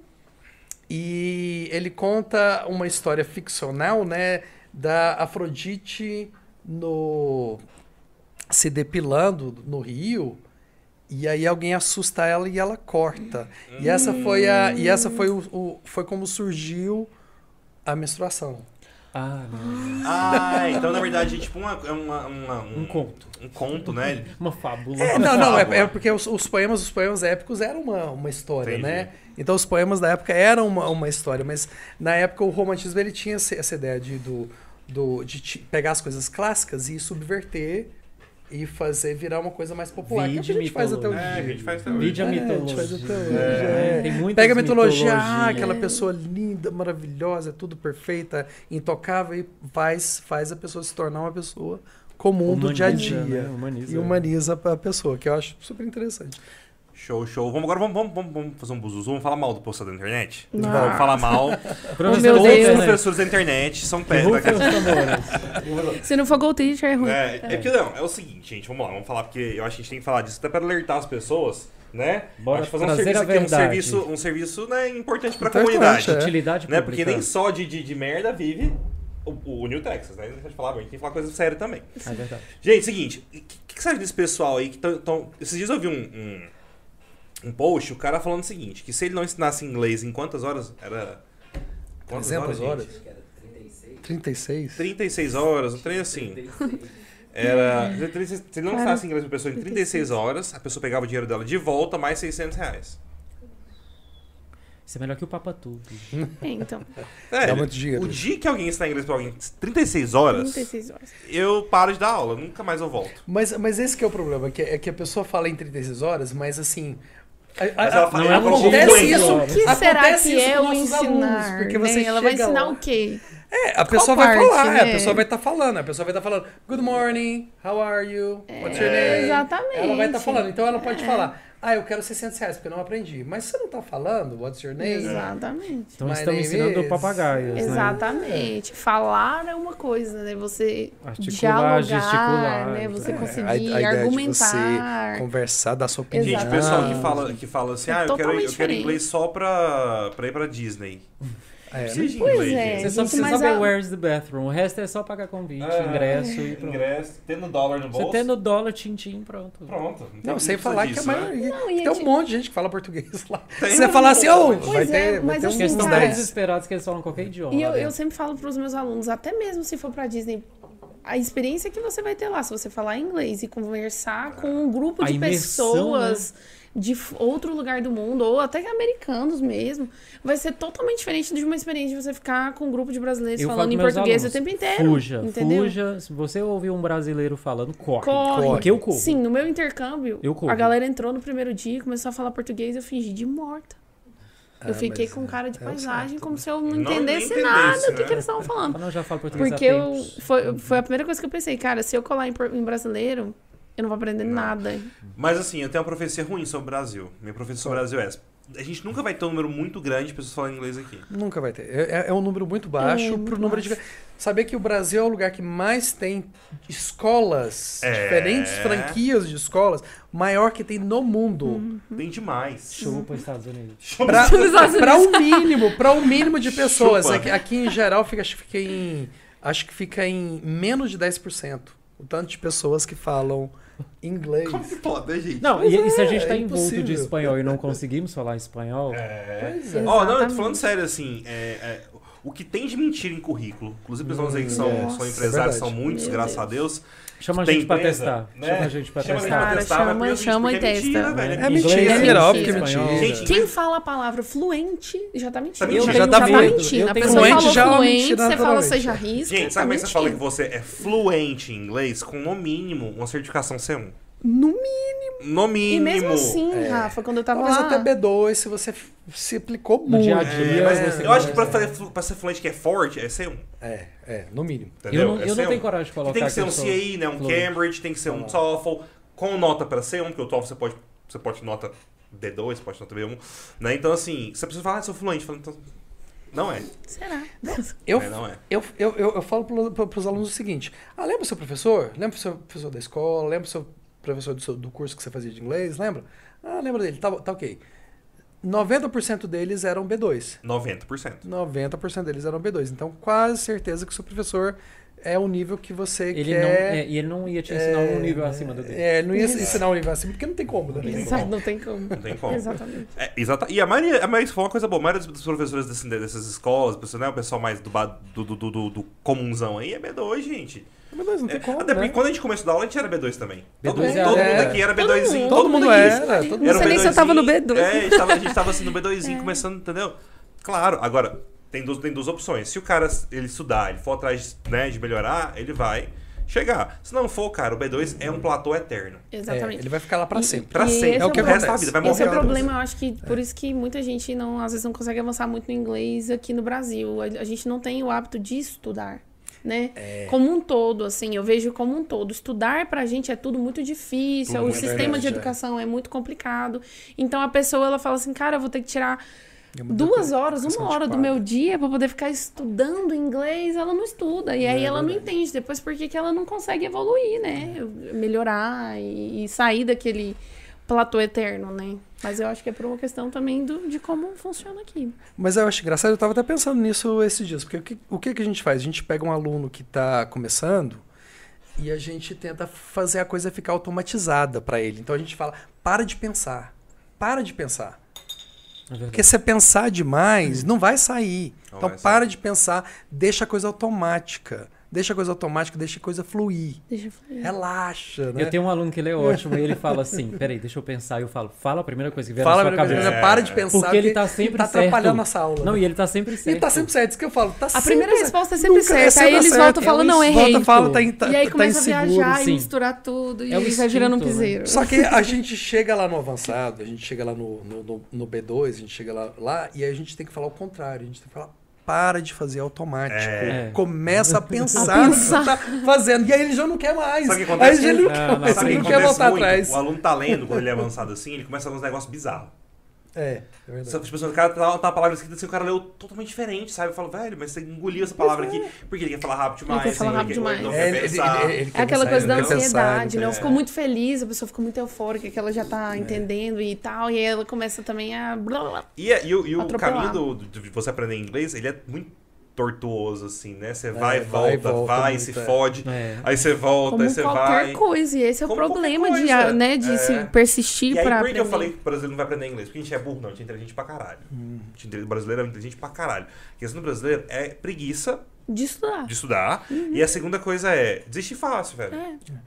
Speaker 5: e ele conta uma história ficcional, né, da Afrodite no se depilando no rio e aí alguém assusta ela e ela corta. E essa foi a e essa foi o, o- foi como surgiu a menstruação.
Speaker 2: Ah, não.
Speaker 1: Ah, então na verdade é tipo uma, é uma, uma- um,
Speaker 2: Um conto.
Speaker 1: um conto, né?
Speaker 2: Uma fábula.
Speaker 5: É, não, não, é,
Speaker 1: fábula.
Speaker 5: é porque os, os poemas, os poemas épicos eram uma, uma história,
Speaker 1: Entendi.
Speaker 5: né? Então os poemas da época eram uma, uma história, mas na época o romantismo ele tinha esse- essa ideia de, do, do- de ti- pegar as coisas clássicas e subverter e fazer virar uma coisa mais popular. que é o que a
Speaker 2: Vide
Speaker 5: gente faz até hoje.
Speaker 1: É, a
Speaker 5: em
Speaker 1: gente
Speaker 5: dia.
Speaker 1: faz até hoje.
Speaker 2: Vídeo
Speaker 5: É,
Speaker 2: a
Speaker 5: a gente
Speaker 2: mitologia.
Speaker 5: faz até hoje,
Speaker 2: né?
Speaker 5: é.
Speaker 2: Tem muitas
Speaker 5: Pega a mitologia, ah,
Speaker 2: mitologias.
Speaker 5: aquela pessoa linda, maravilhosa, tudo perfeita, intocável, e faz, faz a pessoa se tornar uma pessoa comum do dia a
Speaker 2: Humaniza,
Speaker 5: dia.
Speaker 2: né? Humaniza.
Speaker 5: E humaniza a pessoa, que eu acho super interessante.
Speaker 1: Show, show. Vamos agora, vamos, vamos, vamos- vamos fazer um buzuzu, vamos falar mal do postador da internet?
Speaker 4: Não. Oh,
Speaker 1: Vamos falar mal.
Speaker 4: *laughs*
Speaker 2: Professor né?
Speaker 4: Meu
Speaker 1: Todos
Speaker 2: da
Speaker 4: Deus.
Speaker 1: os
Speaker 2: internet.
Speaker 1: professores da internet são
Speaker 2: Rufem
Speaker 1: pedras.
Speaker 2: os *laughs* tambores.
Speaker 4: Se não for Gold Teacher, é ruim.
Speaker 1: É, é porque não, é o seguinte, gente, vamos lá, vamos falar, porque eu acho que a gente tem que falar disso até para alertar as pessoas, né?
Speaker 2: Bora
Speaker 1: acho que fazer um
Speaker 2: trazer
Speaker 1: serviço
Speaker 2: a
Speaker 1: aqui, um
Speaker 2: verdade.
Speaker 1: serviço, um serviço né, importante para a
Speaker 5: Importante,
Speaker 1: comunidade.
Speaker 5: é.
Speaker 2: Utilidade
Speaker 1: Né?
Speaker 2: pública.
Speaker 1: Porque nem só de, de, de merda vive o, o New Texas, né? Deixa eu te falar, a gente tem que falar coisa séria também.
Speaker 2: É verdade.
Speaker 1: Gente, seguinte, o que, que você acha desse pessoal aí que tão, tão- Esses dias eu vi um, um, um post, o cara falando o seguinte, que se ele não ensinasse inglês em quantas horas, era... Quantas
Speaker 5: 300 horas?
Speaker 1: gente?
Speaker 5: 36?
Speaker 1: 36 horas, um trem assim. Era. 36 Se ele não
Speaker 4: Cara,
Speaker 1: ensinasse inglês pra pessoa em 36 horas, a pessoa pegava o dinheiro dela de volta, mais 600 reais.
Speaker 2: Isso é melhor que o Papa Tudo.
Speaker 4: É, então,
Speaker 1: É,
Speaker 5: Dá muito dinheiro.
Speaker 1: O dia que alguém ensinar inglês pra alguém 36 horas,
Speaker 4: 36 horas.
Speaker 1: eu paro de dar aula, nunca mais eu volto.
Speaker 5: Mas, mas esse que é o problema, que é que a pessoa fala em 36 horas, mas assim. a- a-
Speaker 1: Mas ela
Speaker 2: é
Speaker 1: fala-
Speaker 5: a-
Speaker 1: ela
Speaker 5: acontece
Speaker 2: continua.
Speaker 5: isso.
Speaker 2: O
Speaker 4: Assim, O que
Speaker 5: acontece
Speaker 4: será
Speaker 5: isso
Speaker 4: que é
Speaker 5: com
Speaker 4: o
Speaker 5: nossos
Speaker 4: ensinar?
Speaker 5: alunos, porque
Speaker 4: né?
Speaker 5: você
Speaker 4: Ela vai
Speaker 5: chega
Speaker 4: ensinar
Speaker 5: lá-
Speaker 4: o quê?
Speaker 5: É, a pessoa vai
Speaker 4: parte,
Speaker 5: falar, é,
Speaker 4: né?
Speaker 5: a pessoa vai estar falando, a pessoa vai estar falando, good morning, how are you? What's your name?
Speaker 1: É
Speaker 4: Exatamente.
Speaker 5: Ela vai estar falando, então ela pode falar, ah, eu quero 600 reais porque eu não aprendi. Mas você não tá falando, what's your name?
Speaker 4: Exatamente.
Speaker 2: Então
Speaker 5: My
Speaker 2: estamos
Speaker 5: name
Speaker 2: ensinando
Speaker 5: is-
Speaker 2: papagaios, né?
Speaker 4: Exatamente. Falar é uma coisa, né? Você
Speaker 2: Articular,
Speaker 4: dialogar,
Speaker 2: gesticular,
Speaker 4: né? Você
Speaker 2: é.
Speaker 5: A- a
Speaker 4: conseguir
Speaker 5: ideia de
Speaker 4: argumentar.
Speaker 5: você conversar, dar sua opinião.
Speaker 1: Gente, o
Speaker 4: Exato.
Speaker 1: pessoal que fala, que fala assim,
Speaker 4: É
Speaker 1: ah, eu quero,
Speaker 4: totalmente
Speaker 1: eu quero inglês só pra, pra ir pra Disney.
Speaker 5: É.
Speaker 1: Precisa de
Speaker 4: Pois
Speaker 1: inglês,
Speaker 4: é.
Speaker 1: gente.
Speaker 2: Você só
Speaker 4: gente,
Speaker 2: precisa
Speaker 4: mas
Speaker 2: saber
Speaker 4: a-
Speaker 2: where's the bathroom. O resto é só pagar convite,
Speaker 1: Ah,
Speaker 2: ingresso e pronto.
Speaker 1: Ingresso, tendo dólar no bolso.
Speaker 2: Você tendo dólar, tintim, pronto.
Speaker 1: Pronto. tem-
Speaker 5: Não,
Speaker 1: precisa
Speaker 5: sem falar
Speaker 1: disso, né?
Speaker 5: que a maioria.
Speaker 4: Não, e
Speaker 5: Tem
Speaker 4: é
Speaker 5: um
Speaker 4: tipo-
Speaker 5: monte de gente que fala português lá.
Speaker 1: Tem um
Speaker 5: Se você falar assim, ô,
Speaker 1: Pois
Speaker 5: vai
Speaker 4: é, mas
Speaker 5: ter, vai ter um
Speaker 4: assim,
Speaker 2: Porque eles
Speaker 5: uns
Speaker 2: estão
Speaker 4: cara,
Speaker 2: tão
Speaker 5: 10.
Speaker 2: desesperados que eles falam qualquer idioma. né?
Speaker 4: E eu,
Speaker 2: lá
Speaker 4: eu
Speaker 2: dentro.
Speaker 4: sempre falo para os meus alunos, até mesmo se for para Disney, a experiência que você vai ter lá, se você falar inglês e conversar com um grupo
Speaker 2: A
Speaker 4: de
Speaker 2: imersão, né?
Speaker 4: pessoas de f- outro lugar do mundo, ou até americanos mesmo, vai ser totalmente diferente de uma experiência de você ficar com um grupo de brasileiros
Speaker 2: Eu falo
Speaker 4: falando em
Speaker 2: com meus
Speaker 4: português
Speaker 2: alunos,
Speaker 4: o tempo inteiro.
Speaker 2: Fuja,
Speaker 4: entendeu?
Speaker 2: fuja. Se você ouvir um brasileiro falando, corre.
Speaker 4: Corre.
Speaker 2: Porque eu corro.
Speaker 4: Sim, no meu intercâmbio,
Speaker 2: Eu corro.
Speaker 4: a galera entrou no primeiro dia e começou a falar português eu fingi de morta. Eu fiquei com cara de paisagem, como se eu não,
Speaker 1: Não
Speaker 4: entendesse
Speaker 1: entendesse,
Speaker 4: nada do
Speaker 1: né?
Speaker 4: que eles estavam falando.
Speaker 2: Ah, não, eu já falo português
Speaker 4: Porque
Speaker 2: há
Speaker 4: eu,
Speaker 2: tempos.
Speaker 4: foi, foi a primeira coisa que eu pensei, cara, se eu colar em, por- em brasileiro, eu não vou aprender nada.
Speaker 1: Mas assim, eu tenho uma profecia ruim sobre o Brasil. Minha profecia sobre o Brasil é essa. A gente nunca vai ter um número muito grande de pessoas falando inglês aqui.
Speaker 5: Nunca vai ter. É, é um número muito baixo
Speaker 4: É,
Speaker 5: pro
Speaker 4: muito
Speaker 5: número de. Saber que o Brasil é o lugar que mais tem escolas,
Speaker 1: É.
Speaker 5: diferentes franquias de escolas, maior que tem no mundo.
Speaker 1: Tem demais.
Speaker 2: Chupa Estados Unidos.
Speaker 5: Pra, pra o mínimo, para o
Speaker 2: *laughs*
Speaker 5: mínimo de pessoas.
Speaker 1: Chupa.
Speaker 5: Aqui, aqui em geral fica, acho que fica em. Acho que fica em menos de 10%. O tanto de pessoas que falam Inglês.
Speaker 1: Como que pode, né, gente?
Speaker 2: Não, e, e se a gente tá
Speaker 5: é
Speaker 2: envolto de
Speaker 5: impossível.
Speaker 2: espanhol e não conseguimos falar espanhol,
Speaker 1: É.
Speaker 5: Pois
Speaker 1: Ó, não,
Speaker 5: é.
Speaker 1: eu tô
Speaker 4: Exatamente.
Speaker 1: falando sério, assim, é, é, o que tem de mentira em currículo, inclusive pessoas aí que são,
Speaker 2: Hum,
Speaker 5: Nossa,
Speaker 2: é.
Speaker 1: são empresários,
Speaker 5: verdade.
Speaker 1: são muitos,
Speaker 4: Meu
Speaker 1: graças a Deus.
Speaker 2: chama a
Speaker 1: Tem
Speaker 2: gente pra
Speaker 1: empresa,
Speaker 2: testar.
Speaker 1: né?
Speaker 2: Chama a gente pra
Speaker 1: Chama a gente
Speaker 2: testar.
Speaker 1: pra
Speaker 4: Cara,
Speaker 1: testar, mas
Speaker 4: chama-
Speaker 1: porque, gente,
Speaker 4: chama
Speaker 1: porque
Speaker 4: e
Speaker 1: é mentira,
Speaker 4: testa.
Speaker 1: velho.
Speaker 5: É mentira,
Speaker 4: Inglês,
Speaker 5: é óbvio que
Speaker 4: mentira.
Speaker 5: é mentira.
Speaker 1: Gente,
Speaker 4: Quem fala a palavra fluente já tá mentindo.
Speaker 1: Eu
Speaker 5: tenho Já
Speaker 4: já
Speaker 5: tá
Speaker 4: tá
Speaker 5: medo.
Speaker 2: Eu
Speaker 4: mentindo. A
Speaker 2: tenho
Speaker 4: pessoa
Speaker 5: medo.
Speaker 4: falou
Speaker 5: Fluente já é uma
Speaker 4: fluente,
Speaker 5: mentira
Speaker 4: você fala
Speaker 5: naturalmente.
Speaker 4: seja risca.
Speaker 1: Gente,
Speaker 4: tá
Speaker 1: sabe como é que você fala que
Speaker 4: mentindo.
Speaker 1: você é fluente em inglês com, no mínimo, uma certificação C1?
Speaker 4: No mínimo.
Speaker 1: No mínimo. É.
Speaker 4: E mesmo assim, Rafa, quando eu tava
Speaker 5: Talvez
Speaker 4: lá...
Speaker 5: até B2 se você f- se aplicou
Speaker 2: No
Speaker 5: muito.
Speaker 2: dia a
Speaker 1: É,
Speaker 2: dia,
Speaker 1: mas
Speaker 2: você
Speaker 1: eu acho que pra,
Speaker 2: gosta.
Speaker 1: fazer flu- pra ser fluente que é forte, é C1.
Speaker 5: É, é, no mínimo.
Speaker 1: Entendeu?
Speaker 2: Eu não,
Speaker 1: É
Speaker 2: eu não
Speaker 1: C1.
Speaker 2: tenho coragem de colocar
Speaker 1: Tem que ser
Speaker 2: eu
Speaker 1: um
Speaker 2: sou
Speaker 1: CI, né? Um
Speaker 2: fluente.
Speaker 1: Cambridge, tem que ser um TOEFL, com nota pra C1, porque o TOEFL você pode, você pode nota D2, você pode nota B1, né? Então, assim, você precisa falar, ah, sou fluente. Fala, então, não é,
Speaker 4: Será?
Speaker 5: Eu,
Speaker 1: né? não é.
Speaker 5: eu, eu, eu, eu falo para os alunos o seguinte: ah, lembra o seu professor? Lembra o seu professor da escola? Lembra o seu professor do, seu- do curso que você fazia de inglês? Lembra? Ah, lembra dele, tá, bo- tá ok. 90% deles eram B2.
Speaker 1: 90%.
Speaker 5: 90% deles eram B2. Então, quase certeza que o seu professor é o nível que você
Speaker 2: Ele
Speaker 5: quer.
Speaker 2: não, é, e ele não ia te ensinar um nível acima do dele.
Speaker 5: É, ele não ia ensinar um nível acima, porque não tem como, né?
Speaker 4: Exato, não tem como.
Speaker 1: Não tem
Speaker 4: *laughs*
Speaker 1: como.
Speaker 4: Exatamente.
Speaker 1: É, exata. E a maioria, a maioria isso foi uma coisa boa. A maioria dos, dos professores desse- dessas escolas, pessoal, né, o pessoal mais do, ba- do, do, do, do comunzão aí é B2, gente.
Speaker 5: B2 não tem
Speaker 1: É,
Speaker 5: como.
Speaker 1: até
Speaker 2: Uhum.
Speaker 1: porque
Speaker 5: né?
Speaker 1: quando a gente começou a dar aula, a gente era B2 também. todo
Speaker 2: B2
Speaker 1: todo
Speaker 5: era.
Speaker 1: mundo aqui era
Speaker 4: Todo
Speaker 1: B2zinho.
Speaker 4: mundo.
Speaker 5: Todo mundo
Speaker 1: aqui.
Speaker 5: era. Todo mundo
Speaker 4: Era
Speaker 1: um
Speaker 4: sei nem se eu
Speaker 1: B2zinho.
Speaker 4: tava no B2.
Speaker 1: É, a gente tava, a gente tava assim no B2zinho, começando, entendeu? Claro, agora, tem duas, tem duas opções. Se o cara ele estudar, ele for atrás né, de melhorar, ele vai chegar. Se não for, cara, o B2 é um platô eterno.
Speaker 5: É,
Speaker 4: Exatamente.
Speaker 5: ele vai ficar lá pra
Speaker 4: E-
Speaker 5: sempre.
Speaker 1: Pra
Speaker 4: E
Speaker 1: sempre.
Speaker 4: esse é o
Speaker 1: o resto
Speaker 5: problema.
Speaker 1: da vida. Vai morrer.
Speaker 4: Esse é o
Speaker 1: lá.
Speaker 4: problema, eu acho que por isso que muita gente não, às vezes não consegue avançar muito no inglês aqui no Brasil. A, a gente não tem o hábito de estudar, né?
Speaker 1: É.
Speaker 4: Como um todo, assim, eu vejo como um todo. Estudar pra gente é tudo muito difícil,
Speaker 1: Tudo
Speaker 4: o
Speaker 1: muito
Speaker 4: sistema de
Speaker 5: difícil, é.
Speaker 4: educação é muito complicado. Então a pessoa ela fala assim, cara, eu vou ter que tirar
Speaker 5: É muita
Speaker 4: duas
Speaker 5: coisa.
Speaker 4: horas, uma
Speaker 5: questão de
Speaker 4: hora do
Speaker 5: quadro.
Speaker 4: meu dia pra poder ficar estudando inglês, ela não estuda. E aí
Speaker 5: É
Speaker 4: ela não
Speaker 5: verdade.
Speaker 4: entende depois por que que ela não consegue evoluir, né? Melhorar e, e sair daquele platô eterno, né? Mas eu acho que é por uma questão também do, de como funciona aqui.
Speaker 5: Mas eu acho engraçado, eu tava até pensando nisso esses dias, porque o que, o que, que a gente faz? A gente pega um aluno que tá começando e a gente tenta fazer a coisa ficar automatizada pra ele. Então a gente fala, para de pensar, para de pensar.
Speaker 2: É verdade.
Speaker 5: Porque se você pensar demais, não vai sair.
Speaker 1: Não
Speaker 5: então
Speaker 1: vai sair.
Speaker 5: para de pensar, deixa a coisa automática. Deixa a coisa automática, deixa a coisa fluir.
Speaker 4: Deixa eu falar.
Speaker 5: Relaxa, né?
Speaker 2: Eu tenho um aluno que ele é ótimo e ele fala assim: peraí, deixa eu pensar. E eu falo: fala a primeira coisa que vier
Speaker 5: Fala
Speaker 2: na sua
Speaker 5: pra mim,
Speaker 2: cabeça.
Speaker 5: né? para de pensar.
Speaker 2: Porque ele tá sempre
Speaker 5: tá
Speaker 2: certo.
Speaker 5: atrapalhando nossa aula.
Speaker 2: Não,
Speaker 5: né?
Speaker 2: e ele tá sempre certo.
Speaker 5: Ele tá sempre certo, isso que eu falo. Tá
Speaker 4: A primeira
Speaker 5: sempre
Speaker 4: resposta é sempre
Speaker 5: Nunca-
Speaker 4: certa, aí
Speaker 5: sempre
Speaker 4: eles
Speaker 5: certo.
Speaker 4: voltam e falam, não,
Speaker 5: Eles
Speaker 4: errei.
Speaker 5: Voltam, falam, tá, in- tá,
Speaker 4: e aí
Speaker 5: tá
Speaker 4: começa a
Speaker 5: inseguro.
Speaker 4: viajar
Speaker 2: sim.
Speaker 4: e misturar tudo, e
Speaker 2: É o
Speaker 4: vai virando um
Speaker 2: instinto, né?
Speaker 4: piseiro.
Speaker 5: Só que a gente chega lá no avançado, a gente chega lá no, no, no- no B2, a gente chega lá, lá e aí a gente tem que falar o contrário. A gente tem que falar, para de fazer automático.
Speaker 1: É.
Speaker 4: *laughs*
Speaker 5: Começa a pensar, no que você tá fazendo. E aí ele já não quer mais.
Speaker 1: Sabe o que
Speaker 5: aí
Speaker 1: acontece?
Speaker 5: ele não
Speaker 2: Ah,
Speaker 5: quer,
Speaker 2: lá
Speaker 5: mais,
Speaker 2: pra
Speaker 1: Sabe
Speaker 5: ele
Speaker 1: o
Speaker 5: não
Speaker 1: que
Speaker 5: quer
Speaker 1: acontece
Speaker 5: voltar
Speaker 1: muito?
Speaker 5: atrás.
Speaker 1: O aluno tá lendo, quando ele é avançado assim, ele começa a ler uns negócios bizarros.
Speaker 5: É, é verdade.
Speaker 1: Sabe, tipo, assim, o cara tá, tá a palavra escrita assim, o cara leu totalmente diferente, sabe? Eu falo, velho, mas você engoliu essa palavra aqui porque ele quer falar rápido
Speaker 4: quer
Speaker 1: demais.
Speaker 4: falar rápido demais.
Speaker 1: Não
Speaker 5: É,
Speaker 1: quer
Speaker 5: ele- ele-
Speaker 1: pensar.
Speaker 5: ele- ele quer
Speaker 4: É aquela
Speaker 5: pensar,
Speaker 4: coisa da
Speaker 5: ele quer pensar,
Speaker 4: ansiedade, né?
Speaker 5: ele
Speaker 4: Ela
Speaker 5: quer-
Speaker 4: ficou muito feliz, a pessoa ficou muito eufórica, que ela já
Speaker 1: É.
Speaker 4: tá entendendo e tal, e aí ela começa também a. blá, blá, blá.
Speaker 1: E, é- e o- e o
Speaker 4: Atropelar.
Speaker 1: caminho do, do- de você aprender inglês, ele é muito tortuoso, assim, né? Você vai,
Speaker 5: É, vai,
Speaker 1: volta,
Speaker 5: volta
Speaker 1: vai,
Speaker 5: muito,
Speaker 1: se
Speaker 5: é.
Speaker 1: fode,
Speaker 2: É.
Speaker 1: aí você volta, aí
Speaker 4: Como
Speaker 1: você
Speaker 4: qualquer
Speaker 1: vai.
Speaker 4: coisa, e esse é o
Speaker 1: Como
Speaker 4: problema
Speaker 1: qualquer
Speaker 4: de,
Speaker 1: coisa,
Speaker 4: ah, né, de
Speaker 1: é.
Speaker 4: se persistir
Speaker 1: E aí,
Speaker 4: pra
Speaker 1: por que eu
Speaker 4: aprender.
Speaker 1: falei que o brasileiro não vai aprender inglês? Porque a gente é burro, não, a gente é inteligente pra caralho.
Speaker 5: Uhum.
Speaker 1: A gente, o brasileiro é inteligente pra caralho. A questão do brasileiro é preguiça
Speaker 4: De estudar.
Speaker 1: de estudar. E a segunda coisa é desistir fácil, velho.
Speaker 4: Uhum. É.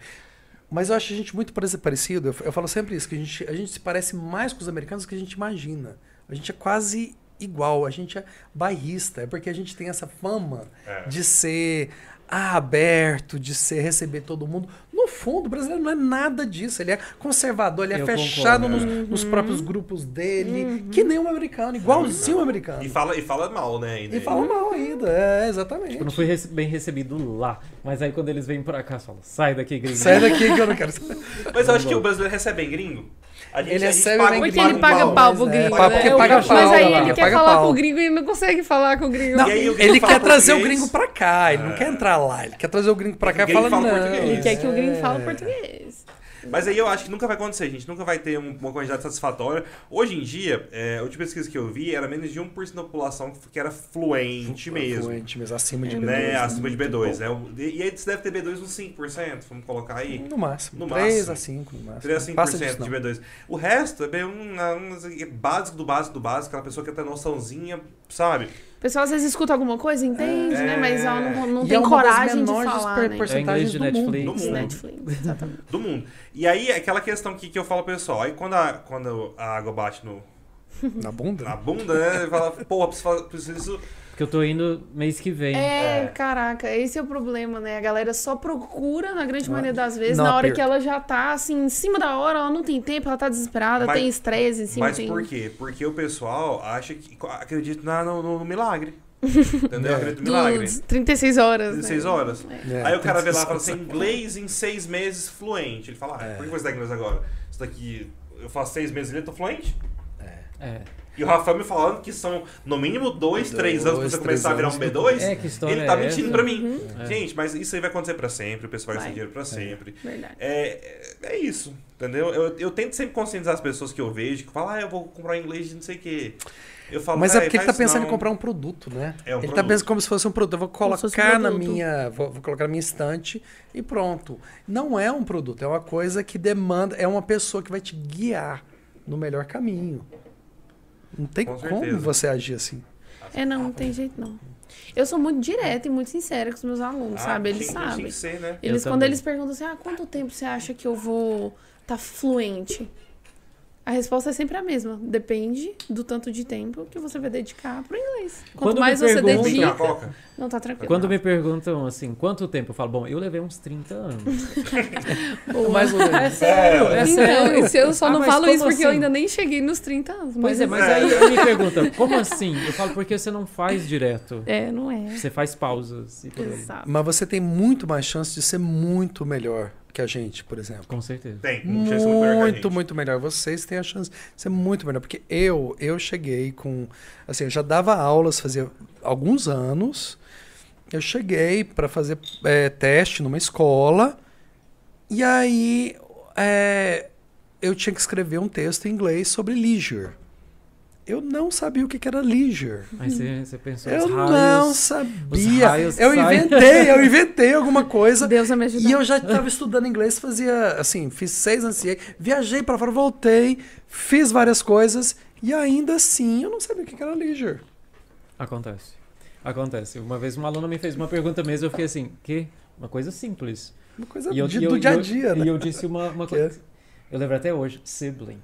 Speaker 5: Mas eu acho a gente muito parece- parecido. Eu, eu falo sempre isso, que a gente, a gente se parece mais com os americanos do que a gente imagina. A gente é quase igual, a gente é bairrista. É porque a gente tem essa fama
Speaker 1: É.
Speaker 5: de ser ah, aberto, de ser receber todo mundo. No fundo, o brasileiro não é nada disso. Ele é conservador, ele é
Speaker 2: Eu
Speaker 5: fechado
Speaker 2: concordo, Uhum.
Speaker 5: nos, nos próprios grupos dele, que nem um americano, igualzinho o americano.
Speaker 1: E fala, e fala mal, né? ainda.
Speaker 5: E fala mal ainda, é, exatamente.
Speaker 2: Eu Tipo, não fui rece- bem recebido lá. Mas aí quando eles vêm pra cá, falam: sai daqui, gringo. É
Speaker 5: Sai daqui que eu não quero saber.
Speaker 1: Mas eu acho que o brasileiro recebe bem gringo. A gente,
Speaker 5: Ele
Speaker 1: a gente
Speaker 5: recebe
Speaker 1: paga
Speaker 5: bem
Speaker 1: um
Speaker 4: Porque
Speaker 5: paga
Speaker 4: ele paga
Speaker 5: pau,
Speaker 4: pau pro
Speaker 5: mas é,
Speaker 4: gringo.
Speaker 5: paga-
Speaker 4: né?
Speaker 5: porque
Speaker 4: É o
Speaker 5: paga
Speaker 4: gringo.
Speaker 5: pau,
Speaker 4: Mas aí
Speaker 5: galera,
Speaker 4: ele quer
Speaker 5: paga
Speaker 4: falar
Speaker 5: pau.
Speaker 4: com o gringo e não consegue falar com o gringo.
Speaker 5: Não,
Speaker 1: E aí, o gringo
Speaker 5: ele
Speaker 1: fala
Speaker 5: quer trazer o
Speaker 1: português.
Speaker 5: gringo pra cá, ele não quer entrar lá, ele quer trazer o gringo pra cá e
Speaker 1: gringo
Speaker 5: fala,
Speaker 1: fala
Speaker 5: não. É.
Speaker 1: português.
Speaker 4: Ele quer que o gringo fale português.
Speaker 1: Mas aí eu acho que nunca vai acontecer, gente. Nunca vai ter um- uma quantidade satisfatória. Hoje em dia, é, a última pesquisa que eu vi era menos de 1% da população que era fluente mesmo.
Speaker 5: Fluente mesmo, acima
Speaker 4: É.
Speaker 5: de B2.
Speaker 1: Né,
Speaker 5: né?
Speaker 1: acima de B2. né? O- E aí você deve ter B2 uns 5%, vamos colocar aí.
Speaker 5: Tipo, No máximo.
Speaker 1: No
Speaker 5: 3
Speaker 1: máximo.
Speaker 5: a 5, no máximo.
Speaker 1: 3 a
Speaker 5: Não passa disso,
Speaker 1: 5% de
Speaker 5: não.
Speaker 1: B2. O resto é bem um, um- é básico do básico do básico, aquela pessoa que tem noçãozinha, sabe?
Speaker 4: O pessoal às vezes escuta alguma coisa, entende,
Speaker 1: É.
Speaker 4: né? Mas ela não, não
Speaker 5: E
Speaker 4: tem
Speaker 5: é uma das
Speaker 4: coragem de
Speaker 5: menores
Speaker 4: falar,
Speaker 5: per-
Speaker 4: né?
Speaker 2: É inglês
Speaker 5: Porcentagens
Speaker 2: de
Speaker 5: do mundo.
Speaker 2: Netflix.
Speaker 1: Do mundo.
Speaker 2: né?
Speaker 4: Netflix, exatamente.
Speaker 1: Do mundo. E aí, aquela questão que, que eu falo pro pessoal, aí quando a, quando a água bate no,
Speaker 5: Na bunda?
Speaker 1: na bunda, né? Fala, porra, preciso, fa- preciso
Speaker 2: Porque eu tô indo mês que vem.
Speaker 4: É,
Speaker 1: É.
Speaker 4: caraca, esse é o problema, né? A galera só procura, na grande maioria das vezes,
Speaker 5: não
Speaker 4: na hora
Speaker 5: aperta.
Speaker 4: que ela já tá, assim, em cima da hora, ela não tem tempo, ela tá desesperada,
Speaker 1: Mas-
Speaker 4: tem estresse em cima.
Speaker 1: Mas
Speaker 4: tem...
Speaker 1: por quê? Porque o pessoal acha que. acredita na- no, no- no
Speaker 2: *laughs*
Speaker 1: milagre. Entendeu?
Speaker 5: É.
Speaker 1: Acredita no milagre.
Speaker 4: Dos 36 horas.
Speaker 1: 16
Speaker 4: né?
Speaker 1: horas.
Speaker 5: É,
Speaker 1: Aí o cara vê
Speaker 5: tem
Speaker 1: lá e
Speaker 5: que-
Speaker 1: fala assim: inglês em seis meses fluente. Ele fala: ah,
Speaker 5: É.
Speaker 1: por que você dá inglês agora? Isso daqui. Eu faço seis meses e eu tô fluente?
Speaker 2: É.
Speaker 1: E o Rafael me falando que são no mínimo dois,
Speaker 5: Dois,
Speaker 1: três anos pra você
Speaker 5: três
Speaker 1: começar a virar um
Speaker 5: anos.
Speaker 1: B2.
Speaker 2: É, que história
Speaker 1: Ele tá
Speaker 2: é
Speaker 1: mentindo
Speaker 2: essa?
Speaker 1: pra mim.
Speaker 2: É.
Speaker 1: Gente, mas isso aí vai acontecer pra sempre, o pessoal vai
Speaker 4: Vai.
Speaker 1: gastar dinheiro pra sempre.
Speaker 4: Verdade.
Speaker 1: É, é isso, entendeu? Eu, eu tento sempre conscientizar as pessoas que eu vejo, que falam, ah, eu vou comprar inglês de não sei o quê. Eu falo,
Speaker 5: Mas é
Speaker 1: "Véi,
Speaker 5: porque ele tá
Speaker 1: faz
Speaker 5: pensando
Speaker 1: não."
Speaker 5: em comprar um produto, né?
Speaker 1: É um
Speaker 5: ele tá
Speaker 1: produto.
Speaker 5: pensando como se fosse um produto. Eu vou
Speaker 4: Como se fosse um
Speaker 5: colocar na
Speaker 4: produto.
Speaker 5: minha. Vou, vou colocar na minha estante e pronto. Não é um produto, é uma coisa que demanda. É uma pessoa que vai te guiar no melhor caminho. Não tem
Speaker 1: Com
Speaker 5: como
Speaker 1: certeza.
Speaker 5: você agir assim.
Speaker 4: É, não, não tem jeito não. Eu sou muito direta e muito sincera com os meus alunos,
Speaker 1: Ah,
Speaker 4: um, sabe? Eles
Speaker 1: tinha- Tinha
Speaker 4: sabem.
Speaker 1: que ser, né?
Speaker 4: Eles,
Speaker 2: Eu
Speaker 4: quando
Speaker 2: também.
Speaker 4: eles perguntam assim, ah, quanto tempo você acha que eu vou estar fluente? A resposta é sempre a mesma. Depende do tanto de tempo que você vai dedicar pro inglês. Quanto
Speaker 2: Quando me
Speaker 4: mais você
Speaker 2: perguntam-
Speaker 1: Vem cá,
Speaker 4: dedica.
Speaker 1: Coca.
Speaker 4: Não, tá tranquilo.
Speaker 2: Quando me perguntam assim, quanto tempo? Eu falo, bom, eu levei uns 30 anos.
Speaker 4: Boa.
Speaker 2: Mais ou menos.
Speaker 4: É sério.
Speaker 2: É sério.
Speaker 4: Então, isso eu só
Speaker 2: Ah,
Speaker 4: não
Speaker 2: mas
Speaker 4: falo
Speaker 2: como
Speaker 4: isso porque eu
Speaker 2: assim?
Speaker 4: ainda nem cheguei nos 30 anos.
Speaker 2: Pois é, mas
Speaker 1: É.
Speaker 2: aí eu me pergunta, como assim? Eu falo, porque você não faz direto.
Speaker 4: É, não é.
Speaker 2: Você faz pausas e por aí.
Speaker 4: Exato.
Speaker 5: Mas você tem muito mais chance de ser muito melhor que a gente, por exemplo.
Speaker 2: Com certeza.
Speaker 1: Tem. não tinha sido melhor que a
Speaker 5: Muito,
Speaker 1: gente.
Speaker 5: muito melhor. Vocês têm a chance de ser muito melhor. Porque eu, eu cheguei com. Assim, eu já dava aulas fazia alguns anos. Eu cheguei para fazer é, teste numa escola. E aí é, eu tinha que escrever um texto em inglês sobre leisure. Eu não sabia o que que era leisure.
Speaker 2: Aí você, você pensou,
Speaker 5: Eu
Speaker 2: os raios,
Speaker 5: não
Speaker 2: os
Speaker 5: sabia.
Speaker 2: raios
Speaker 5: Eu
Speaker 2: saem.
Speaker 5: inventei, eu inventei
Speaker 2: *laughs*
Speaker 5: alguma coisa.
Speaker 4: Deus vai me ajudar.
Speaker 5: E eu já estava estudando inglês, fazia, assim, fiz seis anos de ciência, viajei para fora, voltei, fiz várias coisas, e ainda assim eu não sabia o que que era leisure.
Speaker 2: Acontece. Acontece. Uma vez uma aluna me fez uma pergunta mesmo, eu fiquei assim, que? Uma coisa simples.
Speaker 5: Uma coisa
Speaker 2: E eu-
Speaker 5: de-
Speaker 2: e eu-
Speaker 5: do dia a
Speaker 2: e eu-
Speaker 5: dia, né?
Speaker 2: E eu disse uma, uma
Speaker 5: Que
Speaker 2: coisa. Eu lembro até hoje, sibling.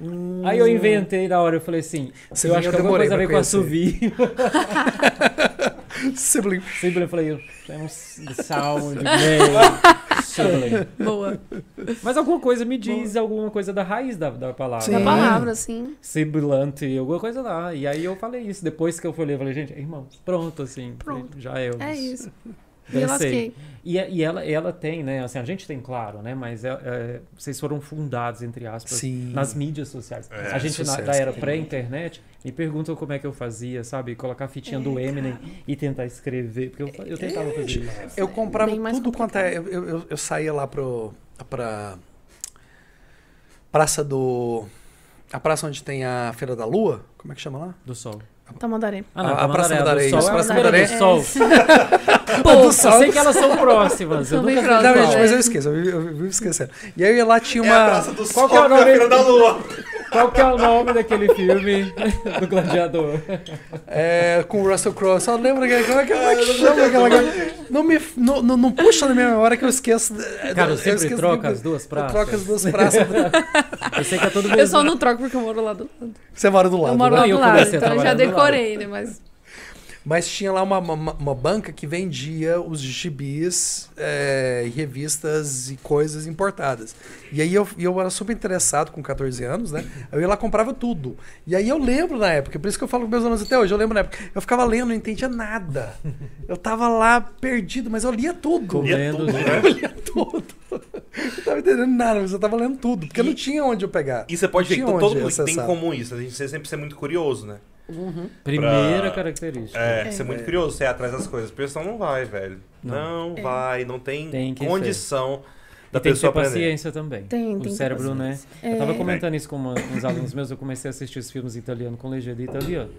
Speaker 5: Hum.
Speaker 2: Aí eu inventei na hora, eu falei assim,
Speaker 5: Sibling
Speaker 2: eu acho
Speaker 5: eu
Speaker 2: que alguma
Speaker 5: demorei
Speaker 2: coisa a
Speaker 5: pra
Speaker 2: ver com
Speaker 5: conhecer.
Speaker 2: assovio. *laughs*
Speaker 5: Sibling.
Speaker 2: sibling, eu falei, é um s-
Speaker 5: *laughs*
Speaker 2: sound, gay, sibling.
Speaker 4: Boa.
Speaker 2: Mas alguma coisa me diz alguma coisa da raiz da, da palavra. né?
Speaker 5: Sim.
Speaker 4: Na palavra, assim.
Speaker 2: Sibilante, alguma coisa lá. E aí eu falei isso. Depois que eu falei, eu falei, gente, irmãos, pronto, assim.
Speaker 4: Pronto.
Speaker 2: Já eu.
Speaker 4: É isso. Me
Speaker 2: Dancei.
Speaker 4: lasquei.
Speaker 2: E, é, e ela, ela tem, né? Assim, a gente tem, claro, né? Mas é- é, vocês foram fundados, entre aspas,
Speaker 5: Sim.
Speaker 2: nas mídias sociais.
Speaker 1: É.
Speaker 2: a gente na,
Speaker 5: Sociais,
Speaker 2: da era
Speaker 5: sim.
Speaker 2: pré-internet me perguntam como é que eu fazia, sabe? Colocar a fitinha
Speaker 4: É,
Speaker 2: do Eminem e tentar escrever. Porque eu, fa- eu tentava fazer isso.
Speaker 4: É.
Speaker 5: Eu comprava
Speaker 4: Bem mais
Speaker 5: tudo quanto é. Eu, eu, eu- eu saía lá pro. pra. Praça do. A praça onde tem a Feira da Lua? Como é que chama lá?
Speaker 2: Do sol.
Speaker 4: Tamandaré.
Speaker 2: Ah,
Speaker 5: A- a Praça
Speaker 2: Tamandaré,
Speaker 5: Mandaré,
Speaker 2: do
Speaker 5: isso,
Speaker 2: sol.
Speaker 5: Praça
Speaker 2: é a Tamandaré
Speaker 4: Mandaré.
Speaker 2: do sol.
Speaker 5: do
Speaker 2: Eu sei que elas são próximas. Eu
Speaker 4: São bem
Speaker 2: nunca
Speaker 4: próximas.
Speaker 5: Não,
Speaker 4: Não,
Speaker 5: gente,
Speaker 4: é.
Speaker 5: mas eu esqueço, eu, eu, vivo esquecendo. E aí lá tinha
Speaker 1: É a
Speaker 5: uma.
Speaker 1: praça do sol
Speaker 2: Qual que é
Speaker 1: na
Speaker 2: o nome?
Speaker 1: Feira da
Speaker 3: um-
Speaker 1: Lua.
Speaker 2: Qual que é o nome daquele filme *laughs* do gladiador?
Speaker 5: É, com o Russell Crowe. Só lembra que, como é que, como é que chama aquela galera? Não, me, não, não, não puxa na minha memória que É, eu esqueço.
Speaker 2: Cara, eu
Speaker 5: esqueço
Speaker 2: sempre
Speaker 5: de-
Speaker 2: troco as duas
Speaker 5: Eu
Speaker 2: praças.
Speaker 5: troco as duas
Speaker 2: *laughs*
Speaker 5: praças.
Speaker 2: Eu sei que é todo
Speaker 4: Eu
Speaker 2: mês.
Speaker 4: só não troco porque eu moro lá do lado.
Speaker 5: Você mora do lado.
Speaker 4: eu moro
Speaker 5: né?
Speaker 4: lá
Speaker 2: Não, eu
Speaker 4: do lado,
Speaker 2: comecei a
Speaker 4: então eu já
Speaker 2: trabalhar do lado.
Speaker 4: decorei, né? Mas
Speaker 5: Mas tinha lá uma, uma, uma banca que vendia os gibis, é, revistas e coisas importadas. E aí eu, e eu era super interessado com 14 anos, né? Eu ia lá comprava tudo. E aí eu lembro na época, por isso que eu falo com meus alunos até hoje, eu lembro na época. Eu ficava lendo, não entendia nada. Eu tava lá perdido, mas eu lia tudo. *laughs*
Speaker 1: E é
Speaker 2: Comendo,
Speaker 1: tudo,
Speaker 2: gente.
Speaker 1: né?
Speaker 5: tudo. Eu tava entendendo nada, mas eu tava lendo tudo, porque
Speaker 1: E-
Speaker 5: não tinha onde eu pegar.
Speaker 1: E você pode ver que tá
Speaker 5: Tinha
Speaker 1: todo
Speaker 5: onde
Speaker 1: mundo tem em
Speaker 5: acessar.
Speaker 1: comum isso. A gente sempre precisa ser muito curioso, né?
Speaker 2: Primeira
Speaker 1: Pra-
Speaker 2: característica.
Speaker 1: É, ser
Speaker 4: É.
Speaker 1: muito curioso, você ir atrás das coisas. O pessoal não vai, velho. Não,
Speaker 2: Não.
Speaker 1: vai, não tem,
Speaker 2: Tem que
Speaker 1: condição. da
Speaker 2: e tem que ter
Speaker 1: pessoa aprender.
Speaker 2: paciência também.
Speaker 4: Tem,
Speaker 2: o
Speaker 4: tem que ter
Speaker 2: cérebro, né? Eu
Speaker 4: É.
Speaker 2: tava comentando isso com uma-
Speaker 1: *laughs*
Speaker 2: com uns alunos meus, eu comecei a assistir os filmes italianos com legenda italiana.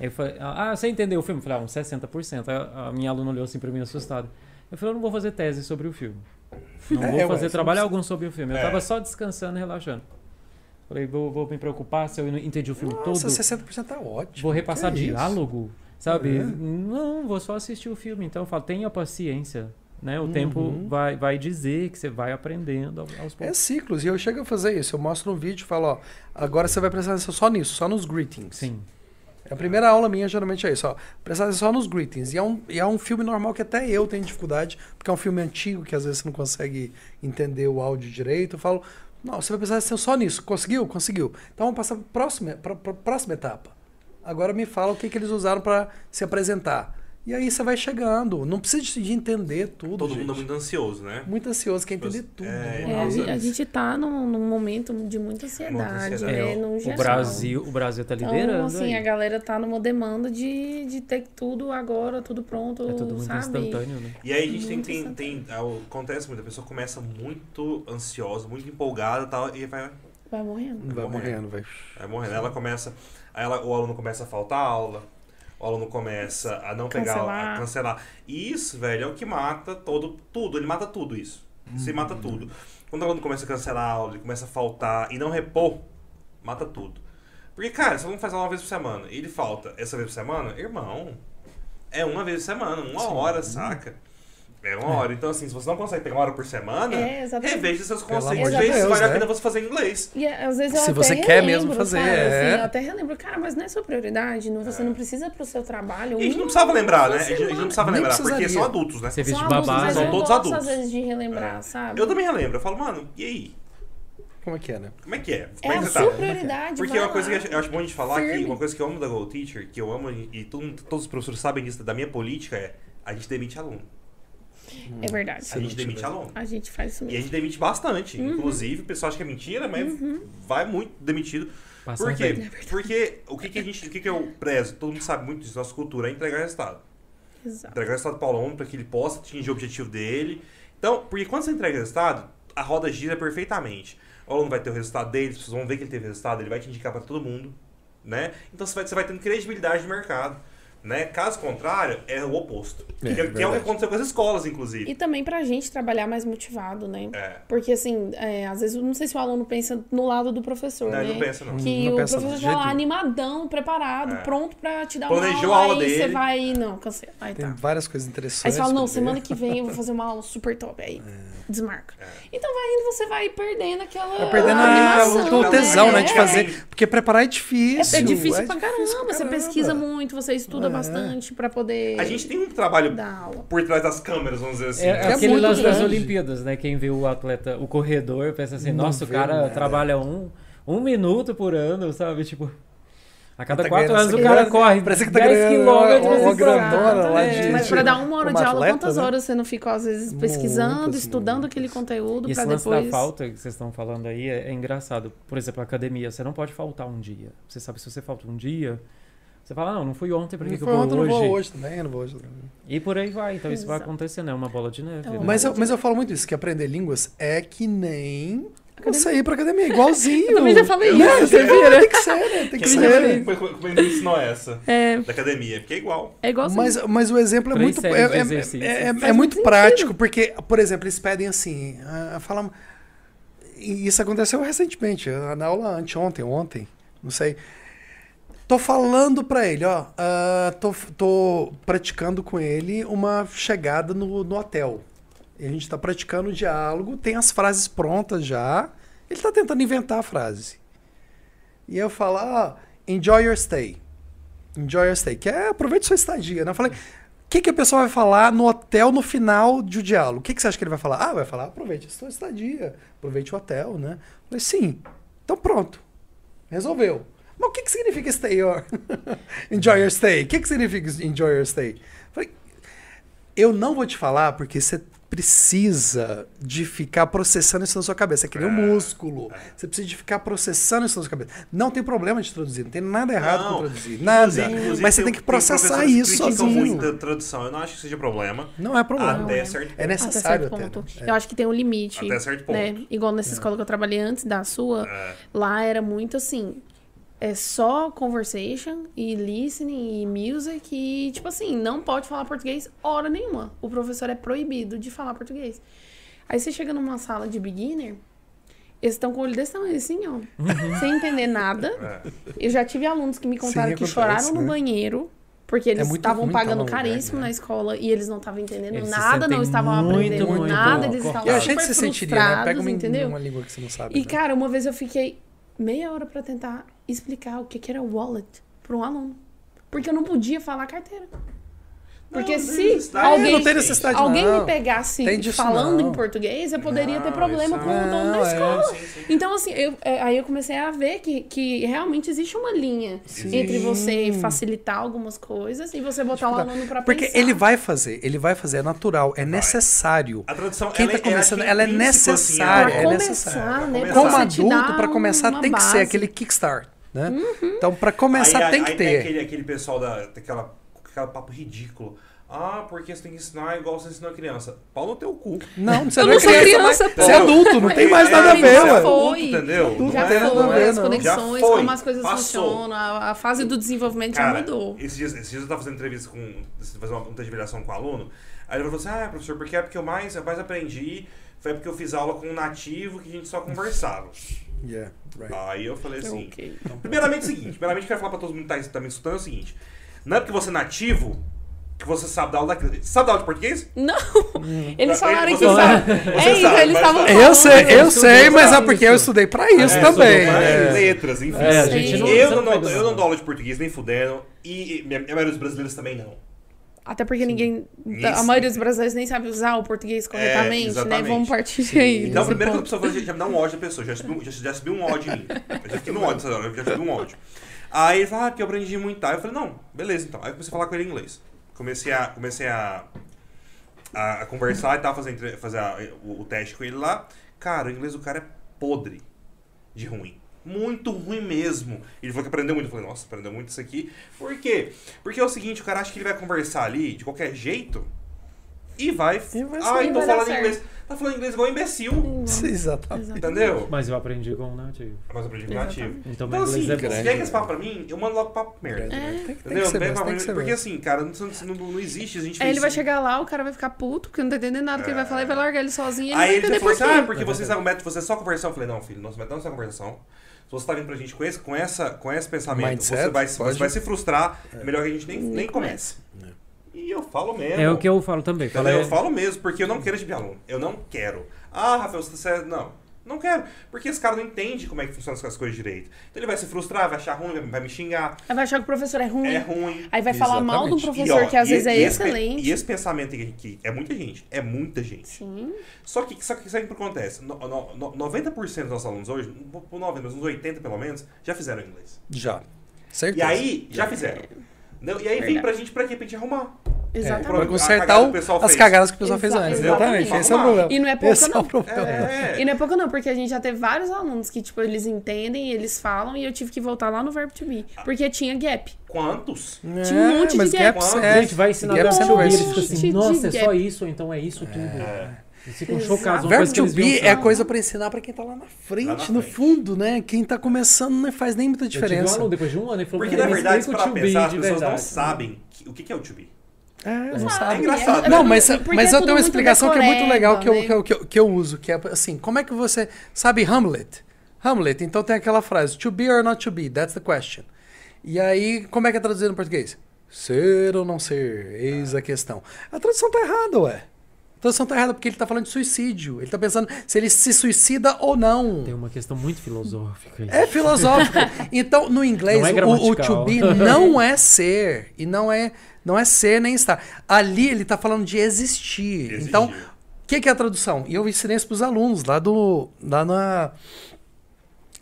Speaker 2: Aí eu falei, ah, você entendeu o filme? Eu falei, ah, uns 60%. Aí a a minha aluna olhou assim pra mim assustada. Eu falei, eu não vou fazer tese sobre o filme. Não
Speaker 5: É,
Speaker 2: vou
Speaker 5: ué,
Speaker 2: fazer
Speaker 5: você
Speaker 2: trabalho
Speaker 5: não
Speaker 2: algum sobre o filme. Eu
Speaker 1: É.
Speaker 2: tava só descansando e relaxando. Falei, vou, vou me preocupar se eu não entendi o filme
Speaker 5: Nossa,
Speaker 2: todo.
Speaker 5: 60% tá ótimo.
Speaker 2: Vou repassar
Speaker 5: Que isso?
Speaker 2: diálogo, sabe?
Speaker 5: É.
Speaker 2: Não, vou só assistir o filme. Então eu falo, tenha paciência, né? O
Speaker 5: Uhum.
Speaker 2: tempo vai, vai dizer que você vai aprendendo ao- aos
Speaker 5: É
Speaker 2: poucos.
Speaker 5: ciclos, e eu chego a fazer isso. Eu mostro um vídeo e falo, ó, agora você vai prestar atenção só nisso, só nos greetings.
Speaker 2: Sim.
Speaker 5: A primeira aula minha geralmente é isso, ó. Prestar atenção só nos greetings. E é, um, e é um filme normal que até eu tenho dificuldade, porque é um filme antigo que às vezes você não consegue entender o áudio direito. Eu falo, não, você vai prestar atenção só nisso. Conseguiu? Conseguiu. Então vamos passar para próxima, pra, pra próxima etapa. Agora me fala o que, que eles usaram para se apresentar. E aí você vai chegando. Não precisa de entender tudo.
Speaker 1: Todo mundo é
Speaker 5: gente.
Speaker 1: muito ansioso, né?
Speaker 5: Muito ansioso, quer entender
Speaker 1: É,
Speaker 5: tudo. né?
Speaker 1: é,
Speaker 4: É, a,
Speaker 1: Nossa.
Speaker 4: gente, a gente tá num, num momento de muita ansiedade,
Speaker 1: Muita ansiedade.
Speaker 4: né?
Speaker 2: É,
Speaker 4: num
Speaker 2: o,
Speaker 4: geral.
Speaker 2: Brasil, o Brasil tá liderando.
Speaker 4: Então, assim,
Speaker 2: aí.
Speaker 4: a galera tá numa demanda de, de ter tudo agora, tudo pronto,
Speaker 2: É todo mundo
Speaker 4: sabe?
Speaker 2: instantâneo, né?
Speaker 1: E aí a gente tem,
Speaker 4: Muito
Speaker 1: tem, tem,
Speaker 4: instantâneo.
Speaker 1: ah, acontece muito, a pessoa começa muito ansiosa, muito empolgada e tal, e vai,
Speaker 4: Vai morrendo.
Speaker 5: Vai morrendo, vai.
Speaker 1: vai morrendo. Ela começa, aí ela, o aluno começa a faltar aula, o aluno começa a não pegar, aula, a
Speaker 4: Cancelar.
Speaker 1: cancelar. E isso, velho, é o que mata todo, tudo, ele mata tudo isso. Você mata tudo. Quando o aluno começa a cancelar a aula, ele começa a faltar e não repor, mata tudo. Porque, cara, se o aluno faz aula uma vez por semana e ele falta essa vez por semana, irmão, é uma vez por semana, uma hora, saca? É uma hora. Então, assim, se você não consegue pegar uma hora por semana,
Speaker 4: É, exatamente.
Speaker 1: reveja seus
Speaker 5: Pelo
Speaker 1: conceitos.
Speaker 4: amor de
Speaker 1: Veja se
Speaker 5: Deus,
Speaker 1: vale a
Speaker 5: né?
Speaker 1: pena você fazer inglês.
Speaker 4: E é, às vezes eu
Speaker 5: Se
Speaker 4: até
Speaker 5: você quer
Speaker 4: relembro,
Speaker 5: mesmo fazer,
Speaker 4: sabe?
Speaker 5: é.
Speaker 4: Assim, eu até relembro, cara, mas não é sua prioridade, não, você não precisa pro seu trabalho.
Speaker 1: É.
Speaker 4: um
Speaker 1: E a gente não
Speaker 4: uma
Speaker 1: precisava
Speaker 4: hora
Speaker 1: lembrar, né?
Speaker 4: por
Speaker 1: A gente, a gente não
Speaker 4: semana.
Speaker 1: precisava
Speaker 5: Nem
Speaker 1: lembrar, porque
Speaker 5: precisaria.
Speaker 1: são adultos, né?
Speaker 2: Serviço
Speaker 4: São
Speaker 2: de
Speaker 4: É adultos,
Speaker 2: babá,
Speaker 4: mas eu
Speaker 1: são
Speaker 2: né?
Speaker 1: todos
Speaker 4: gosto,
Speaker 1: adultos. É.
Speaker 4: às vezes, de relembrar, sabe?
Speaker 1: Eu também relembro, eu falo, mano, e aí?
Speaker 5: Como é que é, né?
Speaker 1: Como é que é? Como
Speaker 4: É
Speaker 1: é
Speaker 4: a
Speaker 1: que
Speaker 4: sua prioridade,
Speaker 1: Porque é
Speaker 4: vai
Speaker 1: uma coisa que
Speaker 4: lá.
Speaker 1: eu acho- eu acho bom de falar que
Speaker 4: Firme.
Speaker 1: uma coisa que eu amo da Gold Teacher, que eu amo e e todo mundo- todos os professores sabem disso da minha política é a gente demite aluno.
Speaker 4: É verdade.
Speaker 1: A gente
Speaker 5: não tiver.
Speaker 1: demite aluno.
Speaker 4: A gente faz
Speaker 1: E
Speaker 4: isso
Speaker 1: a
Speaker 4: mesmo.
Speaker 1: gente demite bastante. Inclusive, o pessoal acha que é mentira, mas vai muito demitido.
Speaker 2: Passa
Speaker 1: Por
Speaker 2: um tempo.
Speaker 1: quê? Porque o que, que a gente, o que, que eu prezo, todo mundo sabe muito disso, nossa cultura é entregar resultado.
Speaker 4: Exato.
Speaker 1: Entregar resultado para o aluno, para que ele possa atingir o objetivo dele. Então, porque quando você entrega resultado, a roda gira perfeitamente. O aluno vai ter o resultado dele, as pessoas vão ver que ele teve resultado, ele vai te indicar para todo mundo, né? Então você vai, você vai tendo credibilidade de mercado, né? Caso contrário, é o oposto. que,
Speaker 5: É,
Speaker 1: é- que é o
Speaker 5: verdade.
Speaker 1: que aconteceu com as escolas, inclusive.
Speaker 4: E também pra gente trabalhar mais motivado, né?
Speaker 1: É.
Speaker 4: Porque, assim, é, às vezes, eu não sei se o aluno pensa no lado do professor,
Speaker 1: Não,
Speaker 4: né?
Speaker 1: ele não pensa, não. É.
Speaker 4: Que
Speaker 5: Não
Speaker 4: o
Speaker 5: pensa
Speaker 4: professor
Speaker 5: de
Speaker 4: já
Speaker 5: jeito
Speaker 4: lá
Speaker 5: nenhum.
Speaker 4: animadão, preparado, pronto pra te dar
Speaker 1: Planejou
Speaker 4: uma
Speaker 1: a
Speaker 4: aula.
Speaker 1: aula
Speaker 4: aí você
Speaker 1: dele.
Speaker 4: vai, não, cancela. Aí
Speaker 5: Tem
Speaker 4: tá.
Speaker 5: várias coisas
Speaker 4: Aí
Speaker 5: interessantes.
Speaker 4: você fala, não,
Speaker 5: pra ver.
Speaker 4: semana que vem eu vou fazer uma aula super top. Aí
Speaker 5: É.
Speaker 4: desmarca.
Speaker 1: É.
Speaker 4: Então vai indo, você vai perdendo aquela.
Speaker 5: Tá perdendo a-
Speaker 4: animação,
Speaker 5: o tesão, né, de
Speaker 4: É.
Speaker 5: fazer. Porque preparar é difícil.
Speaker 4: É, é difícil pra caramba.
Speaker 5: difícil pra
Speaker 4: Você
Speaker 5: caramba.
Speaker 4: pesquisa muito, você estuda
Speaker 5: É.
Speaker 4: bastante pra poder
Speaker 1: A gente tem um trabalho
Speaker 4: dar aula.
Speaker 1: por trás das câmeras, vamos dizer assim.
Speaker 2: É,
Speaker 1: né?
Speaker 2: aquele
Speaker 5: muito
Speaker 2: lance das
Speaker 5: grande.
Speaker 2: Olimpíadas, né? Quem vê o atleta, o corredor, pensa assim,
Speaker 5: Não
Speaker 2: nossa, o
Speaker 5: vê
Speaker 2: cara
Speaker 5: nada."
Speaker 2: trabalha um, um minuto por ano, sabe? Tipo, a cada
Speaker 5: Tá
Speaker 2: quatro
Speaker 5: ganhando
Speaker 2: anos o
Speaker 5: essa
Speaker 2: cara
Speaker 5: grana.
Speaker 2: corre
Speaker 5: Parece que tá
Speaker 2: 10
Speaker 5: ganhando
Speaker 2: quilômetros
Speaker 5: uma- uma
Speaker 2: e só-
Speaker 5: grandona lá de-
Speaker 4: É, Mas pra dar uma hora
Speaker 5: como
Speaker 4: de aula,
Speaker 5: atleta,
Speaker 4: quantas
Speaker 5: né? assim,
Speaker 4: horas você não ficou, às vezes, pesquisando,
Speaker 5: Muitas,
Speaker 4: estudando
Speaker 5: muitas.
Speaker 4: aquele conteúdo
Speaker 2: E esse
Speaker 4: pra
Speaker 2: lance
Speaker 4: depois.
Speaker 2: da falta que vocês estão falando aí é, é engraçado. Por exemplo, a academia, você não pode faltar um dia. Você sabe se você falta um dia, você fala, não, não fui ontem, por que,
Speaker 5: Não
Speaker 2: que eu
Speaker 5: foi
Speaker 2: vou
Speaker 5: ontem,
Speaker 2: hoje?
Speaker 5: não vou hoje também, não vou hoje também.
Speaker 2: E por aí vai. Então isso vai
Speaker 4: Exato.
Speaker 2: acontecendo, é uma bola de neve.
Speaker 4: É uma
Speaker 2: né?
Speaker 5: Então, Mas eu, mas eu falo muito isso, que aprender línguas é que nem
Speaker 4: Academia.
Speaker 5: você ir pra academia, igualzinho.
Speaker 4: Eu também já falei
Speaker 5: *laughs* Né?
Speaker 4: isso.
Speaker 5: Tem que- Tem que ser, né? Tem que
Speaker 1: Quem me
Speaker 5: ser.
Speaker 1: foi- foi- foi- me ensinou essa
Speaker 4: É,
Speaker 1: da academia, porque é igual.
Speaker 4: é igual
Speaker 5: Mas, mas o exemplo é
Speaker 2: Três
Speaker 5: muito,
Speaker 2: séries de
Speaker 5: é- é-
Speaker 2: exercícios.
Speaker 5: é- é
Speaker 4: muito
Speaker 5: muito
Speaker 4: sentido.
Speaker 5: prático, porque, por exemplo, eles pedem assim, ah, fala, e isso aconteceu recentemente, ah, na aula anteontem, ontem, não sei. Tô falando pra ele, ó, ah, tô, tô praticando com ele uma chegada no, no hotel. E a gente tá praticando o diálogo, tem as frases prontas já, ele tá tentando inventar a frase. E eu falo, ó, enjoy your stay. Enjoy your stay, que é aproveite sua estadia, né? Eu falei, o que, que a pessoa vai falar no hotel no final de um diálogo? O que, que você acha que ele vai falar? Ah, vai falar, aproveite a sua estadia, aproveite o hotel, né? Eu falei, sim, então pronto, resolveu. Mas o que, que significa stay or... *laughs* enjoy your stay? O que, que significa enjoy your stay? Eu falei, eu não vou te falar porque você precisa de ficar processando isso na sua cabeça. É que nem um músculo. Você precisa de ficar processando isso na sua cabeça. Não tem problema de traduzir, não tem nada errado
Speaker 1: Não.
Speaker 5: com traduzir. Nada.
Speaker 1: Inclusive,
Speaker 5: Mas você
Speaker 1: eu-
Speaker 5: tem que
Speaker 1: professores
Speaker 5: processar
Speaker 1: que
Speaker 5: isso
Speaker 1: criticam
Speaker 5: sozinho.
Speaker 1: muito a tradução. Eu não acho que seja problema.
Speaker 5: Não é problema.
Speaker 1: Até
Speaker 4: é.
Speaker 1: certo
Speaker 5: É
Speaker 4: Até
Speaker 5: necessário
Speaker 4: certo
Speaker 5: até.
Speaker 4: ponto.
Speaker 5: né? É.
Speaker 4: Eu acho que tem um limite.
Speaker 1: Até certo ponto.
Speaker 4: Né? Igual nessa escola que eu trabalhei antes da sua,
Speaker 1: É.
Speaker 4: lá era muito assim. É só conversation e listening e music e, tipo assim, não pode falar português hora nenhuma. O professor é proibido de falar português. Aí você chega numa sala de beginner, eles estão com o olho desse tamanho, assim, ó. Sem entender
Speaker 1: é.
Speaker 4: nada. Eu já tive alunos que me contaram
Speaker 5: Uhum.
Speaker 4: que
Speaker 5: Sim, acontece,
Speaker 4: choraram no
Speaker 5: né?
Speaker 4: banheiro, porque eles
Speaker 5: muito
Speaker 4: estavam
Speaker 5: ruim tá
Speaker 4: pagando
Speaker 5: no lugar,
Speaker 4: caríssimo
Speaker 5: né?
Speaker 4: na escola e eles não estavam entendendo
Speaker 2: Eles se
Speaker 4: nada, não
Speaker 2: sentem
Speaker 4: estavam
Speaker 2: muito,
Speaker 4: aprendendo
Speaker 5: muito
Speaker 4: nada,
Speaker 5: mal
Speaker 4: eles estavam
Speaker 5: É. E a
Speaker 2: Fala
Speaker 5: gente
Speaker 4: super
Speaker 5: se sentiria, né?
Speaker 4: frustrados,
Speaker 5: Pega uma,
Speaker 4: entendeu?
Speaker 5: uma língua que você não sabe.
Speaker 4: E,
Speaker 5: né?
Speaker 4: cara, uma vez eu fiquei meia hora pra tentar explicar o que, que era wallet pra um aluno. Porque eu não podia falar carteira. Porque
Speaker 1: Não, não tem
Speaker 4: se
Speaker 1: necessidade.
Speaker 4: alguém,
Speaker 5: não tem necessidade,
Speaker 4: alguém
Speaker 5: não.
Speaker 4: me pegasse
Speaker 5: Tem disso,
Speaker 4: falando
Speaker 5: não.
Speaker 4: em português, eu poderia ter
Speaker 1: Não,
Speaker 4: problema
Speaker 1: isso
Speaker 4: com o dono
Speaker 5: não,
Speaker 4: da
Speaker 5: é,
Speaker 4: escola. Então, assim, eu- é, aí eu comecei a ver que, que realmente existe uma linha entre você facilitar algumas coisas e você botar o aluno pra
Speaker 5: Porque
Speaker 4: pensar.
Speaker 5: ele vai fazer, ele vai fazer, é natural, é necessário.
Speaker 1: A tradução
Speaker 5: Quem
Speaker 1: ela,
Speaker 5: tá
Speaker 1: é- ela
Speaker 5: começando,
Speaker 1: tem
Speaker 5: ela é
Speaker 1: intrínseco,
Speaker 5: necessária,
Speaker 4: pra
Speaker 1: Assim,
Speaker 5: é
Speaker 1: ela-
Speaker 4: começar, né?
Speaker 1: começar.
Speaker 4: pra
Speaker 5: Como
Speaker 4: você te dar
Speaker 5: adulto, pra começar,
Speaker 4: uma
Speaker 5: tem que ser
Speaker 4: base. Uhum.
Speaker 5: aquele kickstart, né? Então, pra começar,
Speaker 1: aí,
Speaker 5: tem
Speaker 1: aí
Speaker 5: que
Speaker 1: Tem
Speaker 5: ter.
Speaker 1: aquele, aquele pessoal da, daquela aquela papo ridículo. Ah, porque você tem que ensinar igual você ensinou a criança. Pau no teu cu.
Speaker 5: Não, você
Speaker 4: Eu
Speaker 5: não é
Speaker 4: não sou
Speaker 5: criança,
Speaker 4: criança,
Speaker 5: mas
Speaker 4: pô.
Speaker 5: você é adulto, não tem mais nada a ver,
Speaker 4: Já
Speaker 5: ué.
Speaker 4: foi.
Speaker 1: é, Entendeu? é?
Speaker 5: Não
Speaker 4: Já
Speaker 5: tem nada a
Speaker 4: foi,
Speaker 5: ver,
Speaker 4: as
Speaker 5: não.
Speaker 4: conexões,
Speaker 1: Já foi,
Speaker 4: como as coisas
Speaker 1: passou.
Speaker 4: funcionam, a, a fase do desenvolvimento já
Speaker 1: Cara,
Speaker 4: mudou.
Speaker 1: Esses dias, esses dias eu tava fazendo entrevista com. fazer uma pergunta de avaliação com o aluno. Aí ele falou assim: Ah, professor, porque é porque eu mais, eu mais aprendi. Foi porque eu fiz aula com um nativo que a gente só conversava.
Speaker 5: Yeah, right.
Speaker 1: Aí eu falei assim.
Speaker 4: Ok.
Speaker 1: Primeiramente é o seguinte, primeiramente eu quero falar pra todo mundo que tá, tá me escutando é o seguinte. Não é porque você é nativo que você sabe dar aula daquilo. Sabe dar aula de português?
Speaker 4: Não, eles falaram que
Speaker 1: Você sabe,
Speaker 4: sabe.
Speaker 1: você
Speaker 4: É isso,
Speaker 1: sabe,
Speaker 4: eles
Speaker 1: mas
Speaker 4: estavam
Speaker 1: tá-
Speaker 4: falando.
Speaker 5: Eu sei, eu sei, mas é
Speaker 2: pra isso.
Speaker 5: porque eu estudei pra
Speaker 1: É,
Speaker 5: isso também.
Speaker 1: Mas
Speaker 5: né?
Speaker 1: letras, enfim.
Speaker 2: É,
Speaker 4: a gente não-
Speaker 1: eu,
Speaker 2: você
Speaker 1: não,
Speaker 2: não pega
Speaker 1: dou- eu
Speaker 2: isso,
Speaker 1: não
Speaker 2: não.
Speaker 1: dou aula de português, nem fudendo. E, e a maioria dos brasileiros também não.
Speaker 4: Até porque ninguém, a
Speaker 1: Isso. É,
Speaker 4: maioria dos brasileiros nem sabe usar o português corretamente, né?
Speaker 1: exatamente.
Speaker 4: Vamos partir aí.
Speaker 1: Então,
Speaker 4: desse
Speaker 1: primeiro que a
Speaker 4: ponto.
Speaker 1: pessoa fala, já, já me dá um ódio da pessoa. Já subiu, já, já subiu um ódio em mim. Eu já fiquei no ódio, sabe? Eu já subi um ódio. Aí ele fala, ah, porque eu aprendi muito. Aí eu falei, não, beleza então. Aí eu comecei a falar com ele em inglês. Comecei a, comecei a, a, a conversar e tal, fazer, entre- fazer a- o, o teste com ele lá. Cara, o inglês do cara é podre de ruim. Muito ruim mesmo. Ele falou que aprendeu muito. Eu falei, nossa, aprendeu muito isso aqui. Por quê? Porque é o seguinte, o cara acha que ele vai conversar ali de qualquer jeito e vai.
Speaker 5: E vai
Speaker 1: ah,
Speaker 4: sair,
Speaker 1: então
Speaker 4: vai
Speaker 1: falando
Speaker 4: dar
Speaker 1: inglês. Tá falando inglês igual imbecil.
Speaker 5: Sim, Exatamente.
Speaker 1: Entendeu?
Speaker 2: Mas eu aprendi com o nativo.
Speaker 1: Mas eu aprendi com nativo.
Speaker 2: Então, meu
Speaker 1: Então assim,
Speaker 2: inglês é
Speaker 1: se
Speaker 2: bom.
Speaker 1: vier com esse papo pra mim, eu mando logo papo merda.
Speaker 5: Tem que tem que
Speaker 1: Entendeu?
Speaker 5: ser
Speaker 1: Vem
Speaker 5: mesmo,
Speaker 1: pra
Speaker 5: tem
Speaker 1: mim,
Speaker 5: que ser
Speaker 1: porque
Speaker 5: mesmo.
Speaker 1: assim, cara, não, não, não existe, a gente
Speaker 4: Aí
Speaker 1: fez-
Speaker 4: É, ele vai chegar lá, o cara vai ficar puto, porque não tá entendendo nada que ele vai falar, e vai largar ele sozinho e
Speaker 1: Aí
Speaker 4: ele
Speaker 1: ele
Speaker 4: vai
Speaker 1: já
Speaker 4: entender
Speaker 1: falou
Speaker 4: por
Speaker 1: assim, ah,
Speaker 4: quê.
Speaker 1: porque vocês é um método, você é só conversão. Eu falei, não, filho, nosso método não é só conversação. Se você tá vindo pra gente com esse, com essa, com esse pensamento, você,
Speaker 5: Mindset,
Speaker 1: vai, se- você
Speaker 5: pode.
Speaker 1: vai se frustrar, é melhor que a gente nem, nem comece.
Speaker 4: comece.
Speaker 1: E eu falo mesmo.
Speaker 2: É o que eu falo também.
Speaker 1: Entendeu?
Speaker 2: Falei,
Speaker 1: Então, Eu falo mesmo, porque eu não quero esse tipo aluno. Eu não quero. Ah, Rafael, você tá certo. Não, não quero. Porque esse cara não entende como é que funcionam essas coisas direito. Então ele vai se frustrar, vai achar ruim, vai- vai me xingar.
Speaker 4: Aí vai achar que o professor é ruim.
Speaker 1: "Ah, É ruim.
Speaker 4: Aí vai falar mal de um
Speaker 5: Exatamente.
Speaker 4: professor
Speaker 1: ó,
Speaker 4: que às
Speaker 1: e-
Speaker 4: vezes é
Speaker 1: e esse pe-
Speaker 4: excelente.
Speaker 1: E esse pensamento que, que é muita gente. É muita gente.
Speaker 4: Sim.
Speaker 1: Só que só que, sabe o que acontece? No, no, no, 90% dos nossos alunos hoje, um pouco 90, mas uns 80 pelo menos, já fizeram inglês.
Speaker 5: Já.
Speaker 1: E
Speaker 5: Certeza.
Speaker 1: aí, já fizeram. Não, e aí vem
Speaker 4: É. Verdade.
Speaker 1: pra gente pra quê? Pra gente arrumar.
Speaker 5: É,
Speaker 4: Exatamente.
Speaker 5: pra
Speaker 1: problema- a
Speaker 5: consertar
Speaker 1: cagada que
Speaker 5: o-
Speaker 1: o pessoal
Speaker 5: as
Speaker 1: fez.
Speaker 5: cagadas que o pessoal fez
Speaker 4: Exa-
Speaker 5: antes.
Speaker 1: exatamente.
Speaker 5: Exatamente, esse é o problema.
Speaker 4: E não é pouco,
Speaker 5: esse
Speaker 4: não.
Speaker 5: É o problema.
Speaker 4: E não é pouco não, porque a gente já teve vários alunos que, tipo, eles entendem, eles falam, e eu tive que voltar lá no verbo to be, porque tinha gap.
Speaker 1: Quantos?
Speaker 4: Tinha um monte de
Speaker 5: mas
Speaker 4: gap.
Speaker 5: gaps
Speaker 1: Quando
Speaker 5: é-
Speaker 2: a gente vai ensinar
Speaker 5: gaps
Speaker 2: pra
Speaker 5: é
Speaker 2: ouvir, eles
Speaker 5: conversa.
Speaker 2: ficam assim,
Speaker 4: Gente,
Speaker 2: nossa, é
Speaker 4: de
Speaker 2: só
Speaker 4: gap.
Speaker 2: isso, então é isso tudo. Eles ficam chocados. uma
Speaker 5: Verbo
Speaker 2: coisa que
Speaker 5: to
Speaker 2: eles
Speaker 5: be
Speaker 2: viam "Ah,
Speaker 5: é a
Speaker 2: só.
Speaker 5: coisa pra ensinar pra quem tá lá na frente,
Speaker 1: Lá na
Speaker 5: no
Speaker 1: frente.
Speaker 5: fundo, né? Quem tá começando não faz nem muita
Speaker 2: Eu tive um
Speaker 5: diferença.
Speaker 2: aluno depois de um ano, ele falou
Speaker 1: Porque
Speaker 2: pra
Speaker 1: na
Speaker 2: mim, "Me
Speaker 1: verdade, se
Speaker 2: explica
Speaker 1: parar
Speaker 2: o
Speaker 1: pra
Speaker 2: to be
Speaker 1: pensar, as
Speaker 2: de
Speaker 1: pessoas não
Speaker 2: verdade."
Speaker 1: sabem que- o que que é o to be.
Speaker 5: É, né? não
Speaker 4: Sabe,
Speaker 5: sabe.
Speaker 1: É engraçado.
Speaker 4: é-
Speaker 5: Não,
Speaker 4: é
Speaker 5: mas,
Speaker 4: tudo- porque
Speaker 5: mas
Speaker 4: é tudo
Speaker 5: eu tenho uma
Speaker 4: muito
Speaker 5: explicação que é muito
Speaker 4: decoreba,
Speaker 5: legal que eu,
Speaker 4: né?
Speaker 5: que, eu, que, eu, que eu uso, que é assim, como é que você sabe Hamlet? Hamlet, então tem aquela frase, to be or not to be, that's the question. E aí, como é que é traduzido no português? Ser ou não ser, eis a questão. A tradução tá errada, ué. A tradução tá errada porque ele tá falando de suicídio. Ele tá pensando se ele se suicida ou não.
Speaker 2: Tem uma questão muito filosófica aí. *laughs*
Speaker 5: É filosófico. então, no inglês,
Speaker 2: Não é
Speaker 5: o, o
Speaker 2: gramatical.
Speaker 5: to be não é ser. E não é, não é ser nem estar. Ali ele tá falando de existir.
Speaker 1: Existir.
Speaker 5: Então, o que, que é a tradução? E eu ensinei isso pros alunos lá do. Lá na.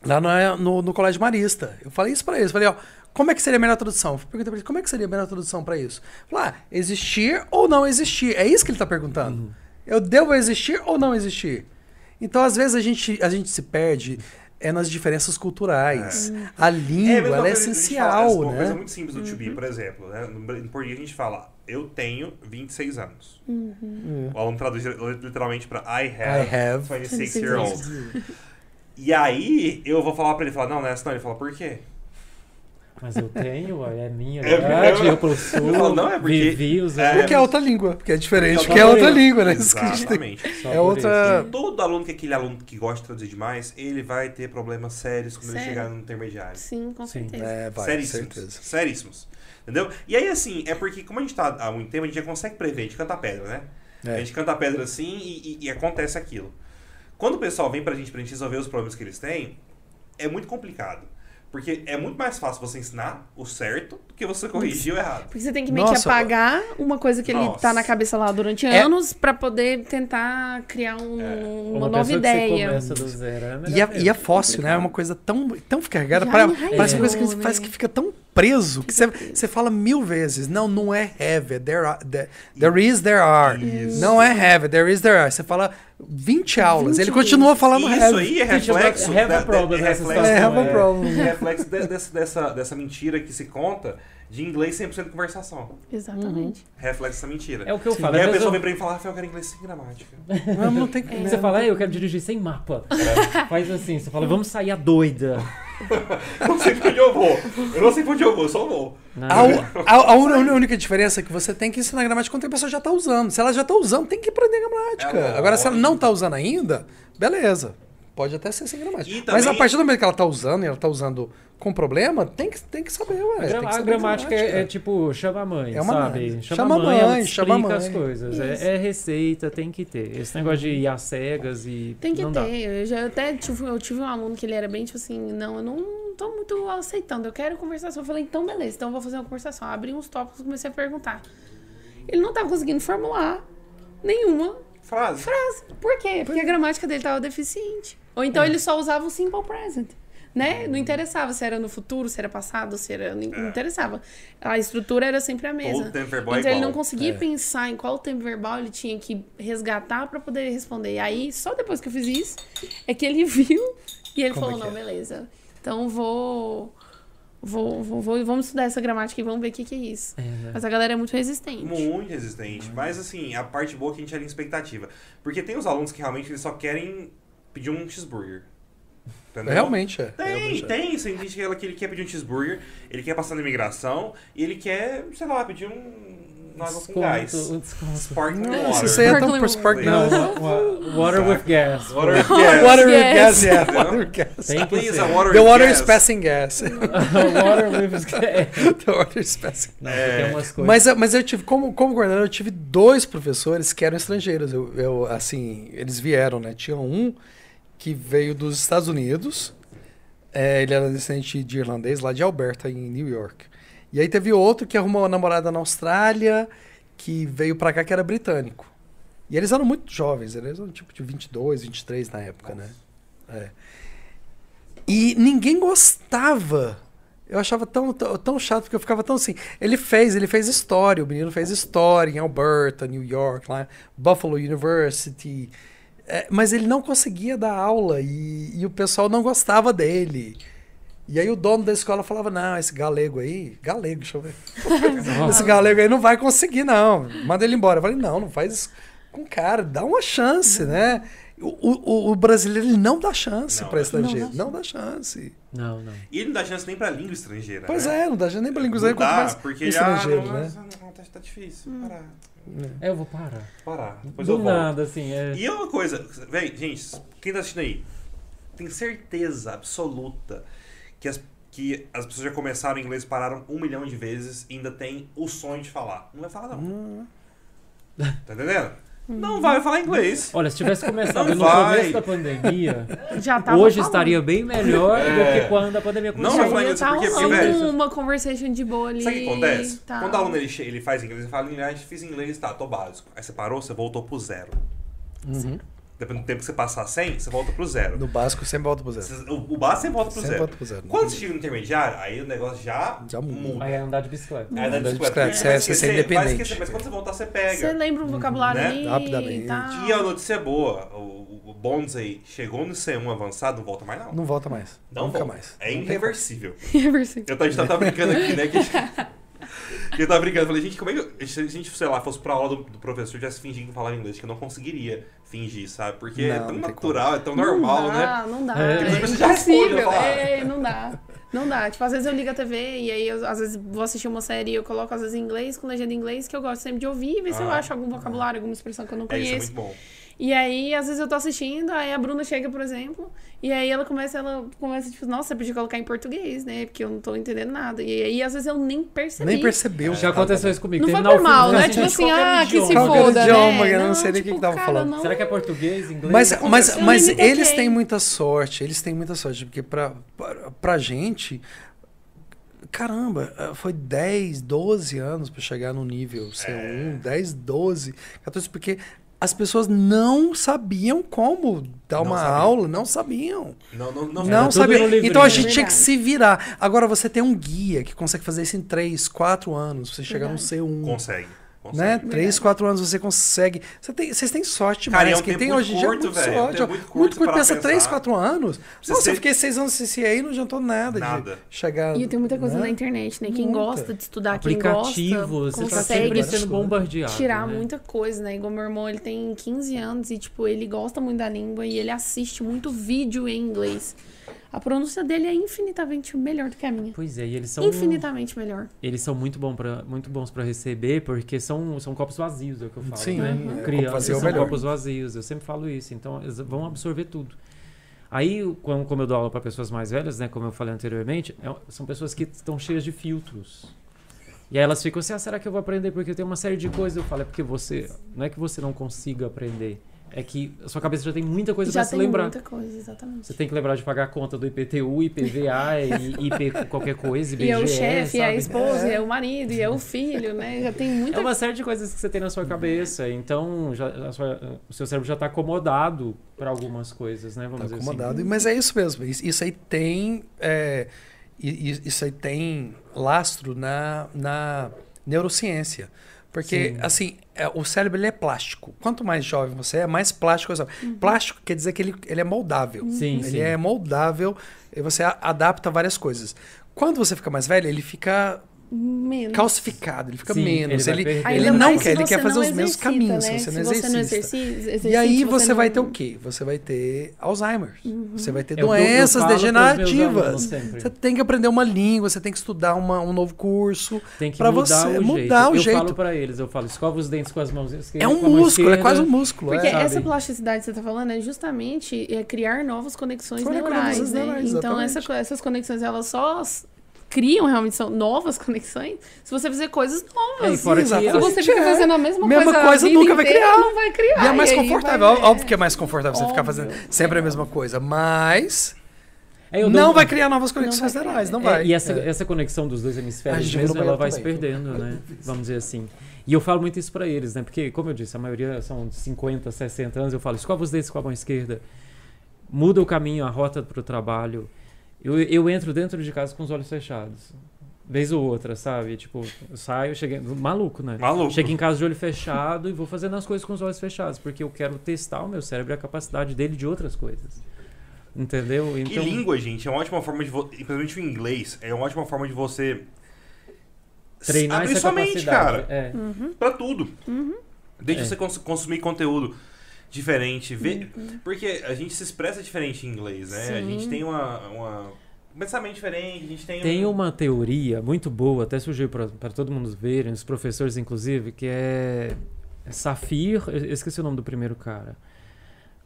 Speaker 5: Lá na- no, no Colégio Marista. Eu falei isso pra eles. Falei, ó, como é que seria a melhor tradução? Eu perguntei pra eles,
Speaker 1: Uhum.
Speaker 5: como é que seria a melhor tradução pra isso? Falar, ah, existir ou não existir? É isso que ele tá perguntando. Eu devo existir ou não existir? Então, às vezes, a gente, a gente se perde é nas diferenças culturais. A
Speaker 1: É,
Speaker 5: língua
Speaker 1: mas não,
Speaker 5: ela
Speaker 1: mas a gente fala,
Speaker 5: é essencial,
Speaker 1: assim, uma coisa
Speaker 5: né?
Speaker 1: muito simples do to be, por exemplo. Né? No português a gente fala, eu tenho 26 anos. O aluno traduz literalmente pra I have,
Speaker 5: Uhum. I have
Speaker 1: 26 year old. E aí eu vou falar pra ele, falar, não, não é essa não. Ele fala, por
Speaker 5: *laughs*
Speaker 1: quê?
Speaker 2: Mas eu tenho, ué, é minha
Speaker 1: É,
Speaker 2: verdade,
Speaker 1: é,
Speaker 2: eu possuo.
Speaker 1: eu falo, não, é porque-
Speaker 2: Vivi, usei.
Speaker 1: É,
Speaker 5: Porque é outra língua, porque é diferente,
Speaker 1: Porque
Speaker 5: porque é outra língua, né? Isso que a gente tem-
Speaker 1: Exatamente.
Speaker 2: Só
Speaker 5: É
Speaker 2: por
Speaker 5: outra.
Speaker 1: E todo aluno que é aquele aluno que gosta de traduzir demais, ele vai ter problemas sérios quando ele
Speaker 4: Sério?
Speaker 1: chegar no intermediário.
Speaker 4: Sim, com
Speaker 2: Sim.
Speaker 4: certeza.
Speaker 5: É, vai, com
Speaker 1: seríssimos.
Speaker 5: certeza.
Speaker 1: Seríssimos. Entendeu? E aí, assim, é porque, como a gente tá há muito tempo, a gente já consegue prever, a gente canta a pedra, né?
Speaker 5: É.
Speaker 1: A gente canta a pedra assim e, e- e acontece aquilo. Quando o pessoal vem pra gente, pra gente resolver os problemas que eles têm, é muito complicado. Porque é muito mais fácil você ensinar o certo do que você corrigir o errado.
Speaker 4: Porque você tem que meio que
Speaker 5: Nossa.
Speaker 4: apagar uma coisa que ele
Speaker 1: Nossa.
Speaker 4: tá na cabeça lá durante
Speaker 5: É.
Speaker 4: anos pra poder tentar criar um- uma,
Speaker 2: Uma, pessoa
Speaker 4: nova
Speaker 2: Que você
Speaker 4: ideia.
Speaker 2: começa do zero, é
Speaker 5: E é,
Speaker 2: melhor
Speaker 5: e é
Speaker 2: mesmo.
Speaker 5: fóssil, né? É uma coisa tão, tão carregada.
Speaker 4: Já
Speaker 5: pra-
Speaker 4: enraizou,
Speaker 5: parece uma coisa que faz
Speaker 4: né?
Speaker 5: que fica tão preso que você, você fala mil vezes. Não, não é have, é there, are, there, there is, there are.
Speaker 1: Isso.
Speaker 5: Não é have, there is, there are. Você fala 20 aulas.
Speaker 4: 20
Speaker 5: ele continua falando
Speaker 1: Isso
Speaker 5: have.
Speaker 1: aí é
Speaker 2: Teacher,
Speaker 1: reflexo.
Speaker 2: have a
Speaker 1: da- da-
Speaker 2: problem
Speaker 1: é
Speaker 2: nessa
Speaker 1: reflexo,
Speaker 5: *laughs* É, have a
Speaker 1: é,
Speaker 5: problem.
Speaker 1: é reflexo de- dessa, dessa, dessa mentira que se conta de inglês 100% conversação.
Speaker 4: Exatamente.
Speaker 1: Reflexo dessa mentira.
Speaker 2: É o que
Speaker 5: Tá,
Speaker 2: eu falo.
Speaker 1: E aí
Speaker 2: às
Speaker 1: a
Speaker 2: vezes
Speaker 5: né,
Speaker 1: pessoa
Speaker 2: eu-
Speaker 1: vem pra mim e fala, Rafael, eu quero inglês sem gramática. *laughs*
Speaker 5: Não, não tem
Speaker 2: Aí
Speaker 5: né?
Speaker 2: Você fala, "É, eu quero dirigir sem mapa.
Speaker 1: É.
Speaker 2: Faz assim, você fala, vamos sair a doida.
Speaker 1: Eu não sei pra onde eu vou. Eu não sei pra onde eu vou, eu só vou.
Speaker 2: Não,
Speaker 5: A,
Speaker 1: *laughs*
Speaker 5: u- a, a un- a única diferença é que você tem que ensinar gramática quando a pessoa já tá usando. Se ela já tá usando, tem que aprender gramática.
Speaker 1: É,
Speaker 5: Agora, se ela
Speaker 1: lógico.
Speaker 5: não tá usando ainda, beleza. Pode até ser sem gramática.
Speaker 1: E
Speaker 5: Mas a
Speaker 1: também-
Speaker 5: partir do momento que ela tá usando e ela tá usando com problema, tem que, tem que saber,
Speaker 2: A,
Speaker 5: ué. tem que
Speaker 2: gra- a
Speaker 5: saber
Speaker 2: gramática é, é tipo, chama a mãe,
Speaker 5: É uma
Speaker 2: sabe?
Speaker 5: mãe. Chama a mãe,
Speaker 2: ela te
Speaker 5: chama a
Speaker 2: explica
Speaker 5: mãe.
Speaker 2: as coisas.
Speaker 4: Isso.
Speaker 2: É, é receita, tem que ter. Esse negócio de ir às cegas e.
Speaker 4: Tem que
Speaker 2: não Dá.
Speaker 4: ter. Eu, já, eu até tive, eu tive um aluno que ele era bem, tipo assim, não, eu não tô muito aceitando, eu quero conversação. Eu falei, então beleza, então eu vou fazer uma conversação. Eu Abri uns tópicos e comecei a perguntar. Ele não tava conseguindo formular nenhuma
Speaker 1: Frase.
Speaker 4: frase. Por quê? Porque a gramática dele tava deficiente. Ou então ele só usava o simple present. Né? Não interessava se era no futuro, se era passado, se era. Não interessava. A estrutura era sempre a mesma.
Speaker 1: tempo verbal
Speaker 4: Então
Speaker 1: é
Speaker 4: ele
Speaker 1: igual.
Speaker 4: não conseguia pensar em qual tempo verbal ele tinha que resgatar para poder responder. E aí, só depois que eu fiz isso, é que ele *laughs* viu e ele
Speaker 5: Como
Speaker 4: falou:
Speaker 5: é que
Speaker 4: não,
Speaker 5: é?"
Speaker 4: beleza. Então vou. Vou, vou, vou- vamos estudar essa gramática e vamos ver o que, que é isso.
Speaker 2: né?
Speaker 4: Mas a galera é muito resistente.
Speaker 1: Muito resistente. Mas assim, a parte boa é que a gente era em expectativa. Porque tem os alunos que realmente eles só querem pedir um cheeseburger. Entendeu?
Speaker 5: Realmente é.
Speaker 1: Tem, tem. Você entende que ela- que ele quer pedir um cheeseburger, ele quer passar na imigração, e ele quer, sei lá, pedir um. uma água com gás.
Speaker 2: Desconto, um desconto.
Speaker 1: Sparkling
Speaker 5: Não,
Speaker 1: water.
Speaker 5: isso aí é tão
Speaker 4: Sparkling
Speaker 5: pro spark,
Speaker 1: water.
Speaker 5: não.
Speaker 2: Não, wa- water with gas.
Speaker 1: Water
Speaker 2: pô.
Speaker 1: with gas.
Speaker 5: Water with
Speaker 4: Yes.
Speaker 5: gas, é.
Speaker 1: Entendeu?
Speaker 5: Water with gas.
Speaker 2: Tem que
Speaker 1: Please,
Speaker 2: ser.
Speaker 1: a water
Speaker 5: The
Speaker 1: with
Speaker 5: water
Speaker 1: gas.
Speaker 5: is passing
Speaker 2: *laughs*
Speaker 5: gas. *laughs*
Speaker 2: water é- with gas.
Speaker 5: The water is passing
Speaker 2: Não, tem umas coisas.
Speaker 5: Mas, eu- mas eu tive, como, como coordenador, eu tive dois professores que eram estrangeiros. Eu, eu, assim, eles vieram, né? Tinha um que veio dos Estados Unidos. É, ele era descendente de irlandês, lá de Alberta, em New York. E aí teve outro que arrumou uma namorada na Austrália, que veio pra cá, que era britânico. E eles eram muito jovens, eles eram tipo de 22, 23 na época, né? É. E ninguém gostava. Eu achava tão, tão, tão chato, porque eu ficava tão assim. Ele fez, ele fez história, o menino fez história em Alberta, New York, lá, Buffalo University. É, mas ele não conseguia dar aula e, e o pessoal não gostava dele. E aí o dono da escola falava: Não, esse galego aí, galego, deixa eu ver.
Speaker 2: Ah.
Speaker 5: Esse galego aí não vai conseguir, não. Manda ele embora. Eu falei, não, não faz isso com o cara, dá uma chance, né? O, o- o brasileiro ele não dá chance
Speaker 1: Não
Speaker 5: para
Speaker 1: dá
Speaker 5: estrangeiro. Não dá chance.
Speaker 2: Não, não.
Speaker 1: E ele não dá chance nem pra língua estrangeira.
Speaker 5: Pois
Speaker 1: né?
Speaker 5: é, não dá chance nem para língua
Speaker 1: Não
Speaker 5: estrangeira, quanto
Speaker 1: dá,
Speaker 5: mais
Speaker 1: porque
Speaker 5: estrangeiro,
Speaker 1: ele, ah, não,
Speaker 5: né?
Speaker 1: mas, ah, não, tá, tá difícil. Parar.
Speaker 2: É, eu vou parar.
Speaker 1: Parar. Depois
Speaker 2: Hum. Do
Speaker 1: eu volto.
Speaker 2: nada, assim. É...
Speaker 1: E é uma coisa, véi, gente, quem tá assistindo aí, tem certeza absoluta que as, que as pessoas já começaram em inglês, pararam um milhão de vezes e ainda tem o sonho de falar. Não vai falar, não.
Speaker 5: Hum.
Speaker 1: Tá entendendo?
Speaker 2: Hum.
Speaker 1: Não vai falar inglês.
Speaker 2: Olha, se tivesse começado
Speaker 1: Não
Speaker 2: no
Speaker 1: vai.
Speaker 2: começo da pandemia,
Speaker 4: Já *laughs* tava
Speaker 2: hoje
Speaker 4: falando.
Speaker 2: estaria bem melhor do
Speaker 1: É.
Speaker 2: que quando a pandemia
Speaker 1: Não,
Speaker 2: começou.
Speaker 1: mas vai-
Speaker 4: eu
Speaker 1: isso, porque,
Speaker 2: porque, velho,
Speaker 4: tá uma conversation de boa
Speaker 2: Hum.
Speaker 4: ali. tá.
Speaker 1: Sabe o que acontece?
Speaker 4: e tal.
Speaker 1: Quando o aluno ele, che- ele é
Speaker 5: Uhum.
Speaker 1: faz inglês, ele fala, ah, fiz inglês, tá, tô básico. Aí você parou, você voltou pro zero. Depende do tempo que você passar 100, você volta pro zero.
Speaker 5: No básico sempre volta pro zero.
Speaker 1: Você- O, o básico sempre volta pro
Speaker 5: Sempre
Speaker 1: zero.
Speaker 5: volta pro zero.
Speaker 1: Quando você chega no intermediário, aí o negócio já,
Speaker 5: Já muda.
Speaker 2: Aí é andar de bicicleta.
Speaker 1: Aí dá
Speaker 5: de
Speaker 1: bicicleta.
Speaker 5: bicicleta,
Speaker 1: Você vai
Speaker 5: você é
Speaker 1: esquecer, vai
Speaker 5: independente.
Speaker 1: esquecer, Mas quando você voltar, você
Speaker 4: Você
Speaker 1: pega.
Speaker 4: lembra um vocabulário
Speaker 1: Né?
Speaker 4: ali
Speaker 5: Rapidamente.
Speaker 4: e tal. *laughs*
Speaker 1: E a notícia é boa, o, o Bonds aí chegou no C1 avançado, não volta mais não.
Speaker 5: Não volta mais.
Speaker 1: Não
Speaker 5: Nunca
Speaker 1: volta.
Speaker 5: mais.
Speaker 1: É irreversível.
Speaker 4: Reversível.
Speaker 1: Eu tava, a gente tava brincando aqui, né? Que a gente, *laughs* eu tava brincando, eu falei, gente, como é que. eu- Se a gente, sei lá, fosse pra aula do, do professor, já se fingindo que falava inglês, que eu não conseguiria fingir, sabe? Porque é
Speaker 5: Não,
Speaker 1: tão
Speaker 5: não tem
Speaker 1: natural, é tão *laughs* normal,
Speaker 4: não
Speaker 1: né?
Speaker 4: dá, Não dá,
Speaker 2: É.
Speaker 4: é,
Speaker 1: Depois você já responde, eu
Speaker 4: impossível.
Speaker 1: falo, ah.
Speaker 4: É, não dá. Não dá. Tipo, às vezes eu ligo a TV e aí eu, às vezes vou assistir uma série e eu coloco às vezes em inglês, com legenda em inglês, que eu gosto sempre de ouvir, ver se eu
Speaker 1: Ah.
Speaker 4: acho algum vocabulário, alguma expressão que eu não
Speaker 1: É, isso é
Speaker 4: conheço.
Speaker 1: muito bom.
Speaker 4: E aí, às vezes eu tô assistindo, aí a Bruna chega, por exemplo, e aí ela começa, ela começa, tipo, nossa, você podia colocar em português, né? Porque eu não tô entendendo nada. E aí, às vezes, eu nem percebi.
Speaker 5: Nem percebeu.
Speaker 1: É.
Speaker 2: Já aconteceu isso comigo.
Speaker 4: Não foi
Speaker 2: terminar
Speaker 4: por
Speaker 2: o filme,
Speaker 4: mal,
Speaker 2: não
Speaker 4: né?
Speaker 2: assisti
Speaker 4: Tipo
Speaker 2: de
Speaker 4: assim,
Speaker 2: qualquer
Speaker 4: ah, que se
Speaker 2: idioma.
Speaker 5: Qualquer
Speaker 4: foda,
Speaker 5: idioma,
Speaker 4: né?
Speaker 5: eu não sei nem o que que tava
Speaker 4: cara,
Speaker 5: falando.
Speaker 4: não- é
Speaker 2: Será que é português, inglês?
Speaker 5: Mas, mas,
Speaker 4: aconteceu,
Speaker 5: mas
Speaker 4: nem me
Speaker 5: eles
Speaker 4: toquei.
Speaker 5: têm muita sorte, eles têm muita sorte, porque pra, pra, pra gente, caramba, eh, foi 10, 12 anos pra chegar no nível
Speaker 1: É.
Speaker 5: C1, 10, 12, 14, porque as pessoas não sabiam como dar
Speaker 1: Não
Speaker 5: uma
Speaker 1: sabiam.
Speaker 5: aula, não sabiam.
Speaker 1: Não, não, não.
Speaker 5: Não
Speaker 2: tudo
Speaker 5: sabiam.
Speaker 2: no livrinho.
Speaker 5: Então a gente tinha que
Speaker 4: Verdade.
Speaker 5: se virar. Agora você tem um guia que consegue fazer isso em 3, 4 anos, pra você chegar no
Speaker 4: Verdade.
Speaker 5: C1.
Speaker 1: Consegue. consegue.
Speaker 5: Né? Três, quatro anos você consegue. Você tem, vocês têm sorte
Speaker 1: Cara,
Speaker 5: demais.
Speaker 1: é um tempo
Speaker 5: Quem tem
Speaker 1: muito
Speaker 5: hoje em dia é
Speaker 1: curto,
Speaker 5: muito
Speaker 1: velho. É um
Speaker 5: sorte.
Speaker 1: tempo
Speaker 5: ó.
Speaker 1: muito curto
Speaker 5: muito curto.
Speaker 1: pra
Speaker 5: Pensa
Speaker 1: pensar.
Speaker 5: três, quatro anos.
Speaker 1: Você
Speaker 5: Nossa,
Speaker 1: ser-
Speaker 5: eu fiquei seis anos sem CCA e não adiantou nada,
Speaker 1: Nada.
Speaker 5: de chegar.
Speaker 4: E tem muita coisa
Speaker 5: né?
Speaker 4: na internet, né? Quem
Speaker 5: Muita.
Speaker 4: gosta de estudar, quem gosta,
Speaker 2: Aplicativos, você tá
Speaker 4: consegue
Speaker 2: sempre
Speaker 5: várias
Speaker 2: sendo
Speaker 5: coisas.
Speaker 2: bombardeado.
Speaker 4: tirar
Speaker 2: né?
Speaker 4: muita coisa, né? Igual meu irmão, ele tem 15 anos e, tipo, ele gosta muito da língua e ele assiste muito vídeo em inglês. A pronúncia dele é infinitamente melhor do que a minha.
Speaker 2: Pois é, e eles são
Speaker 4: Infinitamente melhor.
Speaker 2: eles são muito bom para muito bons para receber, porque são são copos vazios, é o que eu falo,
Speaker 5: Sim,
Speaker 2: né?
Speaker 5: é, copo
Speaker 2: Crianças
Speaker 5: vazio é o
Speaker 2: são
Speaker 5: melhor.
Speaker 2: copos vazios, eu sempre falo isso, então eles vão absorver tudo. Aí, como, como eu dou aula para pessoas mais velhas, né, como eu falei anteriormente, é- são pessoas que estão cheias de filtros. E aí elas ficam assim, ah, será que eu vou aprender porque eu tenho uma série de coisas? Eu falo, é porque você, não é que você não consiga aprender, é que a sua cabeça já tem muita coisa para
Speaker 4: Já
Speaker 2: se
Speaker 4: tem
Speaker 2: lembrar.
Speaker 4: muita coisa, exatamente.
Speaker 2: Você tem que lembrar de pagar a conta do IPTU, IPVA, e IP qualquer coisa, IBGE,
Speaker 4: E é o chefe, e é a
Speaker 2: sabe?
Speaker 4: esposa, e é o marido, e é o filho, né? Já tem
Speaker 2: É
Speaker 4: muita
Speaker 2: uma série de coisas que você tem na sua cabeça, então já- a sua- o seu cérebro já está acomodado para algumas coisas, né? Vamos
Speaker 5: Tá
Speaker 2: dizer
Speaker 5: acomodado. Mas é isso mesmo. Isso isso aí tem. é, i- i- isso aí tem lastro na, na neurociência. Porque,
Speaker 2: Sim.
Speaker 5: assim, é, o cérebro ele é plástico. Quanto mais jovem você é, mais plástico você é. Plástico quer dizer que ele, ele é moldável.
Speaker 2: Sim,
Speaker 5: ele
Speaker 2: sim.
Speaker 5: é moldável e você a- adapta várias coisas. Quando você fica mais velho, ele fica
Speaker 4: menos.
Speaker 5: calcificado, ele fica
Speaker 2: Sim,
Speaker 5: menos.
Speaker 2: ele vai
Speaker 5: Ele,
Speaker 2: perder.
Speaker 5: ele
Speaker 4: Ainda
Speaker 5: não
Speaker 4: mais se
Speaker 5: quer, ele
Speaker 4: você
Speaker 5: quer fazer
Speaker 4: não
Speaker 5: os mesmos
Speaker 4: exercita,
Speaker 5: caminhos.
Speaker 4: né?
Speaker 5: Se você não
Speaker 4: Se você não
Speaker 5: exercita.
Speaker 4: exercita,
Speaker 5: E
Speaker 4: exercita,
Speaker 5: aí você,
Speaker 4: não-
Speaker 5: vai ter o quê? Você vai ter Alzheimer. Você vai ter
Speaker 2: É o que eu- eu
Speaker 5: doenças
Speaker 2: falo pros meus alunos
Speaker 5: degenerativas.
Speaker 2: sempre.
Speaker 5: Você tem que aprender uma língua, você tem que estudar uma- um novo curso.
Speaker 2: Tem que
Speaker 5: pra
Speaker 2: mudar
Speaker 5: você, é
Speaker 2: o
Speaker 5: mudar
Speaker 2: jeito.
Speaker 5: o
Speaker 2: eu
Speaker 5: jeito.
Speaker 2: falo para eles, eu falo, escova os dentes com as mãos esquerdas.
Speaker 5: É
Speaker 2: com
Speaker 5: um
Speaker 2: a mão
Speaker 5: músculo, é
Speaker 2: esquerda.
Speaker 5: quase um músculo.
Speaker 4: Porque
Speaker 5: é.
Speaker 2: sabe?
Speaker 4: essa plasticidade que você tá falando é justamente é criar novas conexões
Speaker 5: Conexões
Speaker 4: neurais, né?
Speaker 5: neurais,
Speaker 4: então essa
Speaker 5: exatamente.
Speaker 4: co- essas conexões elas só s- criam realmente são novas *laughs* conexões se você fizer coisas novas.
Speaker 2: É, e fora que
Speaker 5: Exato.
Speaker 4: se você fica
Speaker 5: É.
Speaker 4: fazendo a mesma,
Speaker 5: Mesma
Speaker 4: coisa, a
Speaker 5: coisa
Speaker 4: vida
Speaker 5: nunca vai
Speaker 4: inteira,
Speaker 5: criar.
Speaker 4: Não vai criar.
Speaker 5: E é mais
Speaker 4: aí
Speaker 5: confortável.
Speaker 4: vai ver.
Speaker 5: Óbvio que é mais confortável você ficar
Speaker 4: Óbvio.
Speaker 5: fazendo sempre a mesma coisa. Mas
Speaker 2: É, eu dou-
Speaker 5: não vai criar novas conexões
Speaker 4: criar.
Speaker 5: neurais, não
Speaker 2: É,
Speaker 5: vai.
Speaker 2: e essa,
Speaker 5: É.
Speaker 2: essa conexão dos dois
Speaker 5: A
Speaker 2: hemisférios
Speaker 5: gente
Speaker 2: mesmo,
Speaker 5: virou
Speaker 2: ela vai
Speaker 5: banheiro
Speaker 2: se
Speaker 5: também, então.
Speaker 2: perdendo,
Speaker 5: *laughs*
Speaker 2: né? Vamos dizer assim. E eu falo muito isso pra eles, né? Porque, como eu disse, a maioria são de 50, 60 anos. Eu falo, escova os dentes com a mão esquerda. Muda o caminho, a rota pro trabalho. Eu, eu entro dentro de casa com os olhos fechados. Vez ou outra, sabe? Tipo, eu saio, cheguei... Maluco, né?
Speaker 1: Maluco.
Speaker 2: Chego em casa de olho fechado e vou fazendo as coisas com os olhos fechados. Porque eu quero testar o meu cérebro e a capacidade dele de outras coisas. Entendeu? Então,
Speaker 1: E língua, gente, é uma ótima forma de você. Principalmente o inglês, é uma ótima forma de você. s-
Speaker 2: treinar
Speaker 1: abrir
Speaker 2: essa
Speaker 1: sua mente,
Speaker 2: capacidade.
Speaker 1: cara.
Speaker 2: É.
Speaker 4: Uhum.
Speaker 1: Pra tudo. Desde
Speaker 2: É.
Speaker 1: você cons- consumir conteúdo diferente. Ver... Porque a gente se expressa diferente em inglês, né? A
Speaker 4: Sim.
Speaker 1: gente tem uma, uma- um pensamento diferente, a gente tem.
Speaker 2: Tem
Speaker 1: um...
Speaker 2: uma teoria muito boa, até surgiu para todo mundo verem, os professores inclusive, que é Safir, eu eu esqueci o nome do primeiro cara,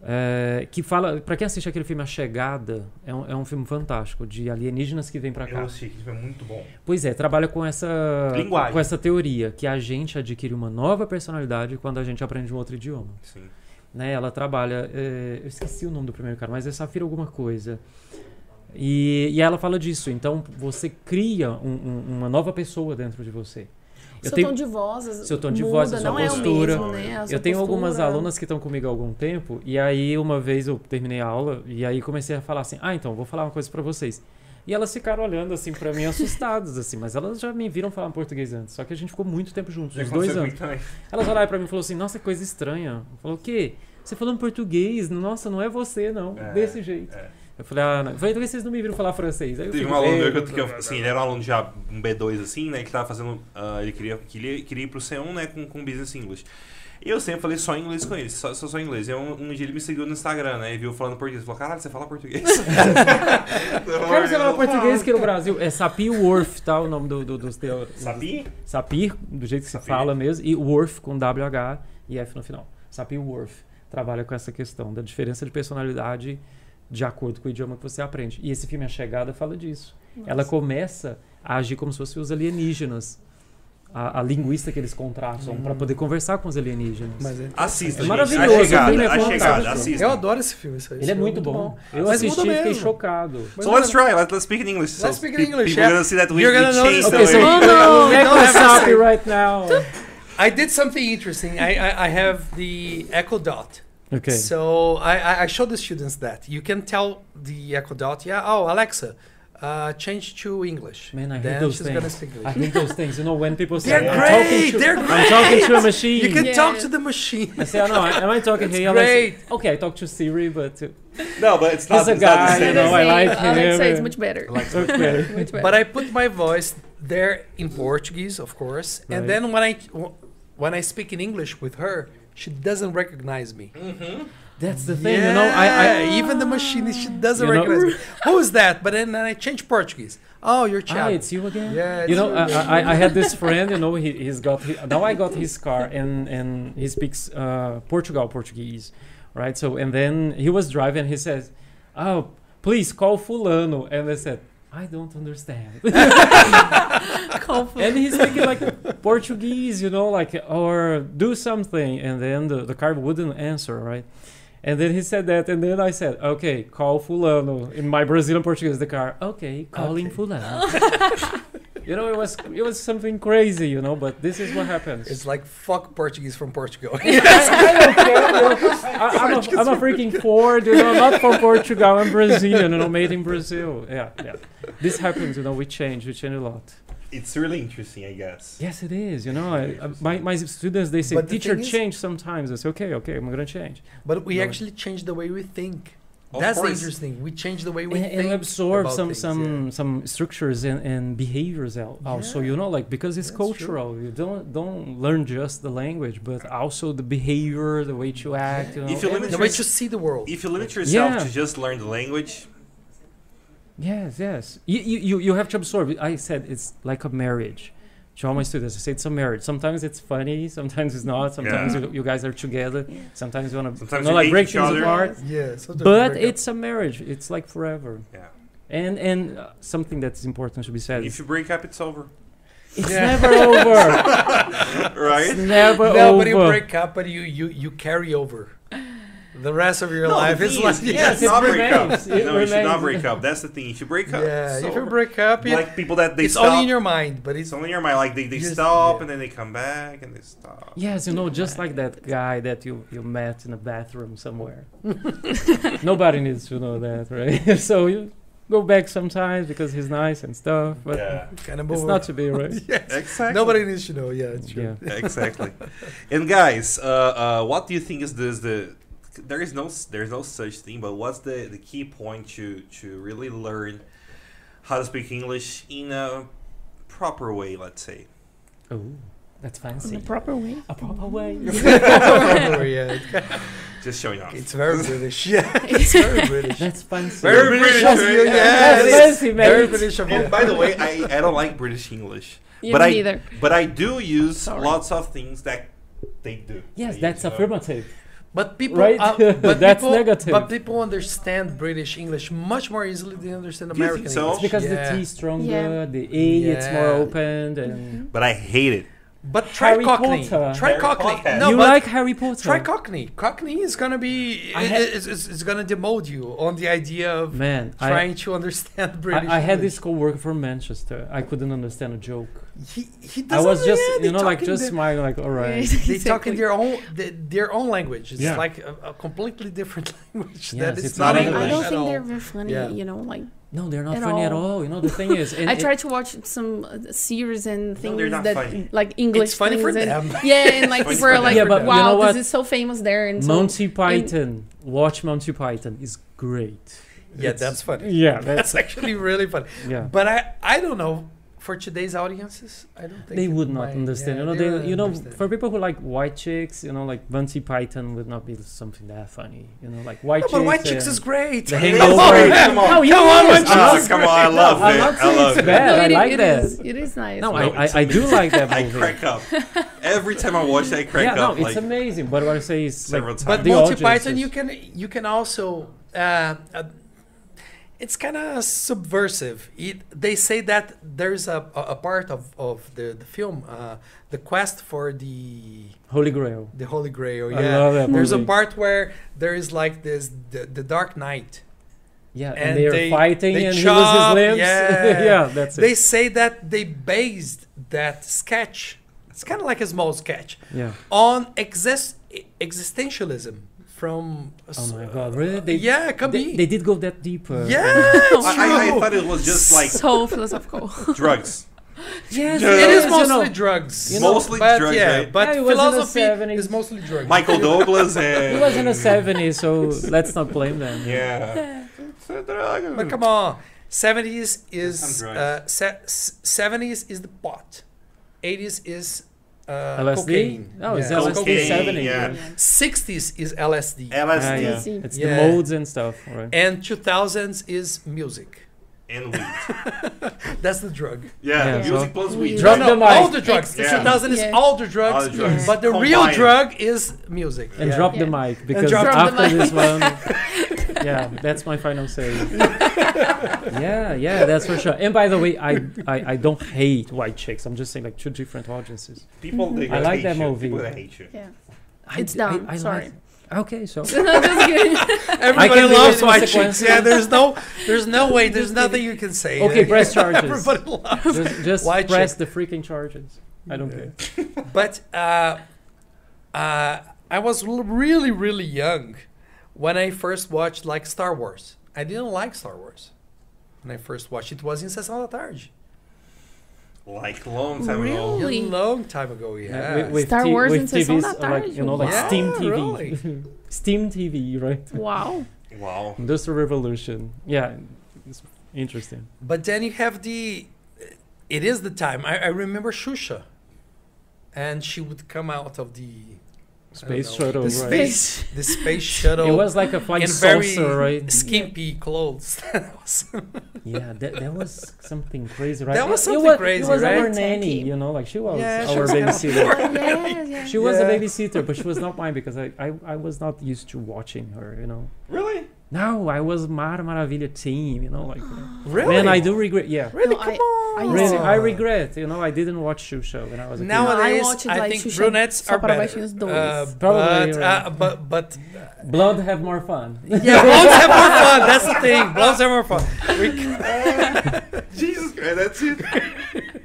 Speaker 2: é, que fala, para quem assiste aquele filme A Chegada, é um, é um filme fantástico de alienígenas que vêm para
Speaker 1: Eu
Speaker 2: cá.
Speaker 1: achei que isso é muito bom.
Speaker 2: Pois é, trabalha com essa
Speaker 1: Linguagem.
Speaker 2: com essa teoria que a gente adquire uma nova personalidade quando a gente aprende um outro idioma
Speaker 1: Sim.
Speaker 2: né? Ela trabalha. é, eu esqueci o nome do primeiro cara, mas é Safira alguma coisa. E, e ela fala disso. Então você cria um- um- uma nova pessoa dentro de você. Eu
Speaker 4: seu
Speaker 2: tenho,
Speaker 4: tom de voz. as-
Speaker 2: seu tom de
Speaker 4: muda,
Speaker 2: voz, a sua
Speaker 4: não
Speaker 2: postura.
Speaker 4: É o mesmo, né? A sua
Speaker 2: eu tenho algumas
Speaker 4: postura.
Speaker 2: alunas que estão comigo há algum tempo, e aí uma vez eu terminei a aula, e aí comecei a falar assim: ah, então, vou falar uma coisa pra vocês. E elas ficaram olhando assim pra mim, assustadas, assim, mas elas já me viram falar português antes, só que a gente ficou muito tempo
Speaker 1: É,
Speaker 2: juntos, uns dois anos. Elas olharam pra mim e falaram assim: nossa, que coisa estranha. Falou: o quê? Você falando português? Nossa, não é você, não.
Speaker 1: É,
Speaker 2: Desse jeito.
Speaker 1: é.
Speaker 2: Eu falei: ah, não. Eu falei, talvez vocês não me viram falar francês. Aí eu
Speaker 1: Teve
Speaker 2: fico,
Speaker 1: um aluno meu que,
Speaker 2: "Ei,
Speaker 1: eu- que eu, assim, ele era um aluno já um B2 assim, né, que tava fazendo, ah, ele queria, queria, queria ir pro C1, né, com, com Business English. E eu sempre falei só inglês com ele, só, só, só inglês. E um, um dia ele me seguiu no Instagram, né, e viu eu falando português, falou, caralho, você fala português?
Speaker 2: Cara, você fala
Speaker 1: Eu
Speaker 2: português
Speaker 1: falo.
Speaker 2: aqui no Brasil. É Sapir Worth, tá? O nome do, do, dos teus.
Speaker 1: Sabia?
Speaker 2: Sapir, do jeito que se
Speaker 1: Sapir.
Speaker 2: fala mesmo, e Worth com WH e F no final. Sapir Worth trabalha com essa questão da diferença de personalidade de acordo com o idioma que você aprende. E esse filme A Chegada fala disso. Ela começa a agir como se fossem os alienígenas. A, a linguista que eles contratam pra poder conversar com os alienígenas.
Speaker 5: Hum. Mas é-
Speaker 1: Assista,
Speaker 2: É
Speaker 1: gente.
Speaker 2: maravilhoso,
Speaker 1: A
Speaker 2: o filme
Speaker 1: chegada,
Speaker 2: é
Speaker 1: a chegada,
Speaker 2: fantástico.
Speaker 1: assista.
Speaker 5: eu adoro esse filme. Esse
Speaker 2: Ele é muito bom. Eu
Speaker 5: Mas
Speaker 2: assisti
Speaker 5: muda
Speaker 2: e fiquei
Speaker 5: mesmo.
Speaker 2: chocado.
Speaker 1: So let's try, let's, let's speak in English. so
Speaker 5: Let's speak in
Speaker 1: pe-
Speaker 5: English,
Speaker 1: People
Speaker 5: yeah.
Speaker 1: gonna see that we,
Speaker 5: You're
Speaker 1: we
Speaker 5: gonna
Speaker 1: changed
Speaker 5: notice
Speaker 1: the
Speaker 5: that.
Speaker 1: way.
Speaker 5: Okay, so-
Speaker 4: Oh, no!
Speaker 5: Não,
Speaker 2: Echo
Speaker 5: não é
Speaker 2: Sapir
Speaker 5: você.
Speaker 2: right now.
Speaker 5: I did something interesting. I, I, I have the Echo Dot.
Speaker 2: Okay.
Speaker 5: é So I, I, I show the students that you can tell the Echo Dot, yeah, oh Alexa, uh, change to English.
Speaker 2: Man, I hate
Speaker 5: then
Speaker 2: those
Speaker 5: she's
Speaker 2: things.
Speaker 5: gonna speak
Speaker 2: I
Speaker 5: English.
Speaker 2: hate those things. You know, when people say,
Speaker 5: They're
Speaker 2: I'm
Speaker 5: great.
Speaker 2: talking to,
Speaker 5: They're
Speaker 2: I'm
Speaker 5: great.
Speaker 2: talking to a
Speaker 5: You
Speaker 2: machine.
Speaker 5: can
Speaker 4: Yeah.
Speaker 5: talk to the machine.
Speaker 2: I say, oh, no, am I talking to
Speaker 5: It's
Speaker 2: you? Alexa?"
Speaker 5: great.
Speaker 2: Okay, I talk to Siri, but uh,
Speaker 1: No, but it's
Speaker 2: he's
Speaker 1: not,
Speaker 2: a
Speaker 1: it's not the
Speaker 2: guy, you
Speaker 1: same.
Speaker 2: know, I like
Speaker 4: Alexa, Alexa, it's
Speaker 2: him.
Speaker 4: much better.
Speaker 2: It's okay.
Speaker 4: Muito better.
Speaker 5: But I put my voice there in Portuguese, of course,
Speaker 2: Right.
Speaker 5: and then when I when I speak in English with her, she doesn't recognize me.
Speaker 2: That's the thing, you know, I, I,
Speaker 5: Yeah, even the machine she doesn't
Speaker 2: You know-
Speaker 5: recognize me.
Speaker 2: *laughs*
Speaker 5: Who is that? But then, then I change Portuguese. Oh, you're
Speaker 2: ah,
Speaker 5: Chad.
Speaker 2: it's you again?
Speaker 5: Yeah,
Speaker 2: you
Speaker 5: it's
Speaker 2: know,
Speaker 5: you
Speaker 2: I, I, I had this friend, you know, he, he's got, he, now I got his car and, and he speaks uh, Portugal Portuguese, right? So, and then he was driving, he says, oh, please call Fulano. And I said, I don't understand. and he's thinking like Portuguese, you know, like or do something, and then the, the car wouldn't answer, right? And then he said that, and then I said, okay, call fulano in my Brazilian Portuguese. The car, okay, calling fulano. you know, it was it was something crazy, you know, but this is what happens. *laughs*
Speaker 5: It's like fuck Portuguese from Portugal. *laughs*
Speaker 2: I, I'm, a, I'm a freaking Ford, you know, I'm not from Portugal, I'm Brazilian, you know, made in Brazil. Yeah, yeah. This happens, you know, we change, we change a lot.
Speaker 1: It's really interesting, I guess.
Speaker 2: Yes, it is. You know, I, I, my, my students they say
Speaker 5: But the
Speaker 2: teacher
Speaker 5: thing is-
Speaker 2: change sometimes. I say okay, okay, I'm gonna change.
Speaker 5: but we
Speaker 2: No.
Speaker 5: actually change the way we think.
Speaker 1: Of
Speaker 5: That's
Speaker 1: course.
Speaker 5: interesting. We change the way we
Speaker 2: And,
Speaker 5: think.
Speaker 2: and absorb
Speaker 5: about
Speaker 2: some
Speaker 5: things,
Speaker 2: some
Speaker 5: yeah.
Speaker 2: some structures and, and behaviors al- also. You know, like because it's
Speaker 5: That's true.
Speaker 2: cultural. You don't don't learn just the language, but also the behavior, the way to act. You know,
Speaker 1: If you limit
Speaker 5: The
Speaker 2: everything.
Speaker 5: way to see the world.
Speaker 1: If you limit yourself
Speaker 2: Yeah.
Speaker 1: to just learn the language,
Speaker 2: Yes, yes. You, you, you, you have to absorb. it. I said it's like a marriage. To all my students, I say it's a marriage. Sometimes it's funny, sometimes it's not. Sometimes
Speaker 1: Yeah.
Speaker 2: you, you guys are together. Sometimes you want to
Speaker 1: Sometimes
Speaker 2: you know,
Speaker 1: you
Speaker 2: like
Speaker 1: hate
Speaker 2: break
Speaker 1: each
Speaker 2: things
Speaker 1: other.
Speaker 2: apart.
Speaker 5: yeah. So
Speaker 2: But it's a marriage. It's like forever.
Speaker 1: yeah.
Speaker 2: And and uh, something that's important to be said.
Speaker 1: If you break up, it's over,
Speaker 2: it's
Speaker 5: Yeah. *laughs*
Speaker 2: never over. It's
Speaker 1: right?
Speaker 2: never
Speaker 5: no,
Speaker 2: over.
Speaker 5: but you break up, but you you you carry over. The rest of your
Speaker 1: No,
Speaker 5: life
Speaker 1: the
Speaker 5: is
Speaker 1: thing
Speaker 5: like
Speaker 1: is, you
Speaker 2: yes,
Speaker 1: should
Speaker 2: it
Speaker 1: not break up.
Speaker 2: remains. It
Speaker 1: No, you should
Speaker 2: remains.
Speaker 1: not break up. That's the thing. If you break up,
Speaker 5: yeah.
Speaker 1: it's
Speaker 5: If you
Speaker 1: over.
Speaker 5: break up, you,
Speaker 1: like people that they
Speaker 5: it's
Speaker 1: stop.
Speaker 5: only in your mind, but it's
Speaker 1: It's only in your mind. Like they, they
Speaker 5: Just-
Speaker 1: stop
Speaker 5: yeah.
Speaker 1: and then they come back and they stop.
Speaker 2: Yes, you know, just like that guy that you, you met in a bathroom somewhere. *laughs* Nobody needs to know that, right? *laughs* so you go back sometimes because he's nice and stuff, but
Speaker 5: *laughs*
Speaker 1: Yeah,
Speaker 5: kind of
Speaker 2: it's
Speaker 5: over.
Speaker 2: not to be,
Speaker 5: *laughs*
Speaker 2: right?
Speaker 1: exactly.
Speaker 5: Nobody needs to know. Yeah, it's true.
Speaker 2: yeah.
Speaker 1: exactly. And guys, uh, uh, what do you think is this the there is no there's no such thing, but what's the the key point to to really learn how to speak English in a proper way, let's say.
Speaker 2: Oh, that's fancy.
Speaker 4: The proper
Speaker 1: *laughs*
Speaker 4: way. *laughs*
Speaker 2: A proper
Speaker 5: *laughs*
Speaker 2: way.
Speaker 5: yeah, it's, kind
Speaker 1: Just showing off.
Speaker 5: it's very British. Yeah, it's very British.
Speaker 2: That's fancy.
Speaker 5: Very British. Yeah,
Speaker 1: right?
Speaker 5: yeah,
Speaker 2: That's
Speaker 5: it is.
Speaker 2: fancy,
Speaker 5: Very
Speaker 2: mate.
Speaker 5: British of
Speaker 1: And by the way, I, I don't like British English.
Speaker 4: Yeah,
Speaker 1: but
Speaker 4: me
Speaker 1: I
Speaker 4: neither.
Speaker 1: but I do use
Speaker 4: Sorry.
Speaker 1: lots of things that they do.
Speaker 2: Yes,
Speaker 5: eh?
Speaker 1: I
Speaker 2: that's
Speaker 1: use, uh,
Speaker 2: affirmative.
Speaker 5: But people,
Speaker 2: Right? *laughs*
Speaker 5: uh, but
Speaker 2: That's
Speaker 5: people,
Speaker 2: negative.
Speaker 5: But people understand British English much more easily than they understand
Speaker 1: Do you
Speaker 5: American
Speaker 1: think so?
Speaker 5: English.
Speaker 2: Because
Speaker 5: Oh, yeah. Mm-hmm.
Speaker 2: the T is stronger,
Speaker 4: Yeah.
Speaker 2: the A it's more
Speaker 5: Yeah.
Speaker 2: opened, and
Speaker 1: But I hate it.
Speaker 5: But try
Speaker 2: Harry
Speaker 5: Cockney.
Speaker 2: Potter.
Speaker 5: Try
Speaker 1: Harry
Speaker 5: Cockney.
Speaker 1: Potter.
Speaker 5: No,
Speaker 2: you
Speaker 5: but
Speaker 2: like Harry Potter?
Speaker 5: try Cockney. Cockney is gonna be.
Speaker 2: I
Speaker 5: it-
Speaker 2: had-
Speaker 5: it's, it's, it's gonna demold you on the idea of
Speaker 2: Man, I-
Speaker 5: trying to understand British.
Speaker 2: I, I had this
Speaker 5: English.
Speaker 2: coworker from Manchester. I couldn't understand a joke.
Speaker 5: He, he
Speaker 2: I
Speaker 5: doesn't.
Speaker 2: was just,
Speaker 5: yeah, they
Speaker 2: you know, like
Speaker 5: talk in
Speaker 2: just
Speaker 5: *laughs* their-
Speaker 2: smiling, like, all
Speaker 4: *laughs*
Speaker 2: right.
Speaker 5: They talk in their own their, their own language. It's
Speaker 2: Yeah.
Speaker 5: like a, a completely different *laughs* language.
Speaker 2: Yes,
Speaker 5: that it's,
Speaker 2: it's
Speaker 5: not
Speaker 2: not
Speaker 4: I,
Speaker 5: English
Speaker 4: I don't
Speaker 5: at
Speaker 4: think
Speaker 5: all.
Speaker 4: they're very funny,
Speaker 5: Yeah.
Speaker 4: you know, like
Speaker 2: No, they're not
Speaker 4: At
Speaker 2: funny at
Speaker 4: all.
Speaker 2: all. You know, the thing
Speaker 5: *laughs*
Speaker 2: is, and
Speaker 4: I
Speaker 2: it-
Speaker 4: try to watch some uh, series and
Speaker 1: No,
Speaker 4: things
Speaker 1: they're not
Speaker 4: that
Speaker 1: funny.
Speaker 4: like English
Speaker 5: It's funny for
Speaker 4: things and,
Speaker 2: *laughs*
Speaker 5: them.
Speaker 4: Yeah, and like people
Speaker 1: *laughs* funny
Speaker 4: are
Speaker 1: for
Speaker 4: like,
Speaker 1: them.
Speaker 2: Yeah, but you
Speaker 4: wow,
Speaker 2: know what?
Speaker 4: this is so famous there and so
Speaker 2: Monty Python. Watch Monty Python is great.
Speaker 5: Yeah,
Speaker 2: It's-
Speaker 5: that's funny.
Speaker 2: Yeah, that's
Speaker 5: *laughs* That's actually really funny.
Speaker 2: yeah.
Speaker 5: But I I don't know for today's audiences. I don't think
Speaker 2: They
Speaker 5: it
Speaker 2: would not
Speaker 5: might-
Speaker 2: understand.
Speaker 5: yeah,
Speaker 2: you know,
Speaker 5: they
Speaker 2: they,
Speaker 5: wouldn't
Speaker 2: you know,
Speaker 5: understand.
Speaker 2: for people who like white chicks, you know, like Monty Python would not be something that funny. You know, like white
Speaker 5: No,
Speaker 2: chicks.
Speaker 5: but White Chicks
Speaker 2: and-
Speaker 5: is
Speaker 1: *laughs*
Speaker 5: great.
Speaker 2: The
Speaker 5: Come
Speaker 2: Hangover.
Speaker 5: on,
Speaker 1: Come
Speaker 5: come
Speaker 1: on.
Speaker 5: on,
Speaker 2: No, yeah,
Speaker 5: White
Speaker 2: yes.
Speaker 5: Chicks
Speaker 1: Ah,
Speaker 5: is
Speaker 1: come
Speaker 5: great.
Speaker 1: on, I love
Speaker 2: I'm
Speaker 1: it.
Speaker 2: not
Speaker 1: I
Speaker 2: saying
Speaker 1: love
Speaker 2: it's
Speaker 1: it.
Speaker 2: bad.
Speaker 4: *laughs* No,
Speaker 2: I
Speaker 4: it-
Speaker 2: like
Speaker 4: it
Speaker 2: that.
Speaker 4: is- it is nice. *laughs*
Speaker 2: No,
Speaker 1: No,
Speaker 2: I, I,
Speaker 1: it's
Speaker 2: I do like that
Speaker 1: *laughs* I
Speaker 2: movie.
Speaker 1: crack up. Every time I watch it, I crack
Speaker 2: yeah, no,
Speaker 1: up.
Speaker 2: it's
Speaker 1: like,
Speaker 2: amazing. But what I say is, like,
Speaker 1: several
Speaker 5: But
Speaker 1: times.
Speaker 2: the
Speaker 5: Monty
Speaker 2: audience
Speaker 5: Python,
Speaker 2: is-
Speaker 5: you can you can also. Uh, uh, it's kind of subversive. It, they say that there's a, a a part of, of the, the film, uh, the quest for the
Speaker 2: Holy
Speaker 1: Oh,
Speaker 2: Grail.
Speaker 5: the Holy Grail.
Speaker 2: I
Speaker 5: Yeah,
Speaker 2: love that
Speaker 5: there's a
Speaker 2: movie.
Speaker 5: part where there is like this the, the Dark Knight.
Speaker 2: Yeah, and,
Speaker 5: And
Speaker 2: they are
Speaker 5: they-
Speaker 2: fighting,
Speaker 5: they
Speaker 2: and he loses
Speaker 5: chop,
Speaker 2: his limbs.
Speaker 5: yeah.
Speaker 2: *laughs* that's it.
Speaker 5: They say that they based that sketch. It's kind of like a small sketch
Speaker 2: yeah.
Speaker 5: on exist existentialism from.
Speaker 2: Oh my god, really? They,
Speaker 5: yeah, it could
Speaker 2: they,
Speaker 5: be.
Speaker 2: they did go that deeper.
Speaker 5: yeah,
Speaker 1: I,
Speaker 5: it's
Speaker 1: I, I
Speaker 5: true.
Speaker 1: thought it was
Speaker 4: *laughs*
Speaker 1: just like *laughs*
Speaker 4: so philosophical.
Speaker 1: drugs.
Speaker 2: *laughs* Yes,
Speaker 1: Yeah.
Speaker 5: It is
Speaker 2: yes,
Speaker 5: mostly
Speaker 2: you know.
Speaker 5: drugs.
Speaker 1: You know- Mostly
Speaker 5: but
Speaker 1: drugs,
Speaker 5: yeah,
Speaker 1: right?
Speaker 5: But
Speaker 2: Yeah, it was in the
Speaker 5: philosophy
Speaker 2: 70s.
Speaker 5: is mostly drugs.
Speaker 1: Michael
Speaker 2: *laughs*
Speaker 1: Douglas and.
Speaker 2: It was in the 70s, so let's not blame them.
Speaker 1: Yeah. It's a drug.
Speaker 5: But come on, seventies is
Speaker 1: Some drugs.
Speaker 5: uh, se- s- 70s is the pot, eighties is uh,
Speaker 2: LSD?
Speaker 5: cocaine.
Speaker 2: No, it's
Speaker 5: Yeah.
Speaker 2: LSD
Speaker 1: Cocaine,
Speaker 2: 70.
Speaker 1: yeah.
Speaker 2: right?
Speaker 5: 60s is LSD.
Speaker 2: Ah,
Speaker 1: LSD
Speaker 2: yeah.
Speaker 4: LSD.
Speaker 2: It's
Speaker 5: Yeah.
Speaker 2: the modes and stuff, right?
Speaker 5: And 2000s is music.
Speaker 1: and weed.
Speaker 5: That's the drug.
Speaker 1: Yeah,
Speaker 2: Yeah, so-
Speaker 1: music plus weed.
Speaker 2: Drug
Speaker 1: right?
Speaker 5: no, no,
Speaker 2: demise.
Speaker 5: all the drugs. The
Speaker 1: Yeah.
Speaker 5: 2000 is
Speaker 4: Yeah.
Speaker 5: all the drugs.
Speaker 1: All the drugs.
Speaker 5: But the real
Speaker 1: Combined.
Speaker 5: drug is
Speaker 1: *laughs*
Speaker 5: music.
Speaker 2: And
Speaker 5: Yeah.
Speaker 2: drop the
Speaker 4: Yeah.
Speaker 2: mic, because
Speaker 5: drop
Speaker 4: the
Speaker 2: after
Speaker 4: mic.
Speaker 2: this
Speaker 4: *laughs*
Speaker 2: one. yeah, that's my final say. yeah, yeah, that's for sure. And by the way, I, I, I don't hate white chicks. I'm just saying, like, two different audiences.
Speaker 1: People, they
Speaker 2: I like
Speaker 1: hate
Speaker 2: that
Speaker 1: you.
Speaker 2: movie.
Speaker 1: People, they hate you.
Speaker 4: yeah.
Speaker 2: I
Speaker 4: It's
Speaker 2: d- I-
Speaker 4: dumb,
Speaker 2: I like-
Speaker 4: sorry.
Speaker 2: Okay, so.
Speaker 4: *laughs* Just kidding. *laughs*
Speaker 5: Everybody
Speaker 2: live
Speaker 5: loves
Speaker 2: with
Speaker 5: white chicks.
Speaker 2: consequences.
Speaker 5: Yeah, there's no, there's no way. There's nothing you can say.
Speaker 2: Okay,
Speaker 5: *laughs*
Speaker 2: press charges.
Speaker 5: Everybody loves.
Speaker 2: just just
Speaker 5: White
Speaker 2: press the freaking charges. I don't care.
Speaker 5: But uh, uh, I was l- really, really young when I first watched like Star Wars. I didn't like Star Wars when I first watched. It was in Sessão da Tarde.
Speaker 1: Like long time ago.
Speaker 5: A
Speaker 4: Really?
Speaker 5: long time ago, yeah.
Speaker 2: With, with
Speaker 4: Star
Speaker 2: T-
Speaker 4: Wars
Speaker 2: with
Speaker 4: and "Oh, Sessão da
Speaker 2: TVs, like, you know,
Speaker 4: Tarde.
Speaker 2: like
Speaker 5: Yeah,
Speaker 2: Steam TV.
Speaker 5: really.
Speaker 2: *laughs* Steam TV, right?
Speaker 4: Wow.
Speaker 1: *laughs* Wow.
Speaker 2: Industrial Revolution. Yeah, it's interesting.
Speaker 5: But then you have the. It is the time. I, I remember Shusha. And she would come out of the. I don't
Speaker 2: Space
Speaker 5: know,
Speaker 2: shuttle,
Speaker 5: The
Speaker 2: right?
Speaker 5: space, the
Speaker 2: *laughs*
Speaker 5: space shuttle.
Speaker 2: It was like a flying
Speaker 5: in very
Speaker 2: saucer, right?
Speaker 5: skimpy clothes. *laughs* That was-
Speaker 2: Yeah, that, that was something crazy, right?
Speaker 5: That
Speaker 2: It-
Speaker 5: was something
Speaker 2: it was,
Speaker 5: crazy,
Speaker 2: It was
Speaker 5: right?
Speaker 2: our nanny,
Speaker 4: Techie.
Speaker 2: you know, like she was
Speaker 5: Yeah, she
Speaker 2: our
Speaker 5: was kind of *laughs*
Speaker 2: babysitter.
Speaker 4: Yeah, yeah.
Speaker 2: She was a
Speaker 5: Yeah.
Speaker 2: babysitter, but she was not mine because I, I, I was not used to watching her, you know. *laughs*
Speaker 1: Really?
Speaker 2: No, I was Mara Maravilla team, you know, like. you know.
Speaker 5: *gasps* really? Oh.
Speaker 2: Man, I do regret. Yeah,
Speaker 5: Really?
Speaker 4: No,
Speaker 5: come
Speaker 4: I-
Speaker 5: on.
Speaker 4: I used
Speaker 2: really,
Speaker 4: Oh.
Speaker 2: I regret. You know, I didn't watch Shoe Show when I was a
Speaker 5: Now-
Speaker 2: kid.
Speaker 5: Nowadays,
Speaker 4: watched,
Speaker 5: I
Speaker 4: like,
Speaker 5: think
Speaker 4: Xuxa
Speaker 5: brunettes
Speaker 4: só
Speaker 5: are
Speaker 4: para
Speaker 5: better.
Speaker 4: baixinhos dois.
Speaker 5: Uh,
Speaker 2: Probably,
Speaker 5: but,
Speaker 2: right.
Speaker 5: uh, but but
Speaker 2: Blood have more fun.
Speaker 5: *laughs* yeah, blondes have more fun. That's the thing. Blondes have more fun. We, c-
Speaker 1: Jesus Christ, that's it.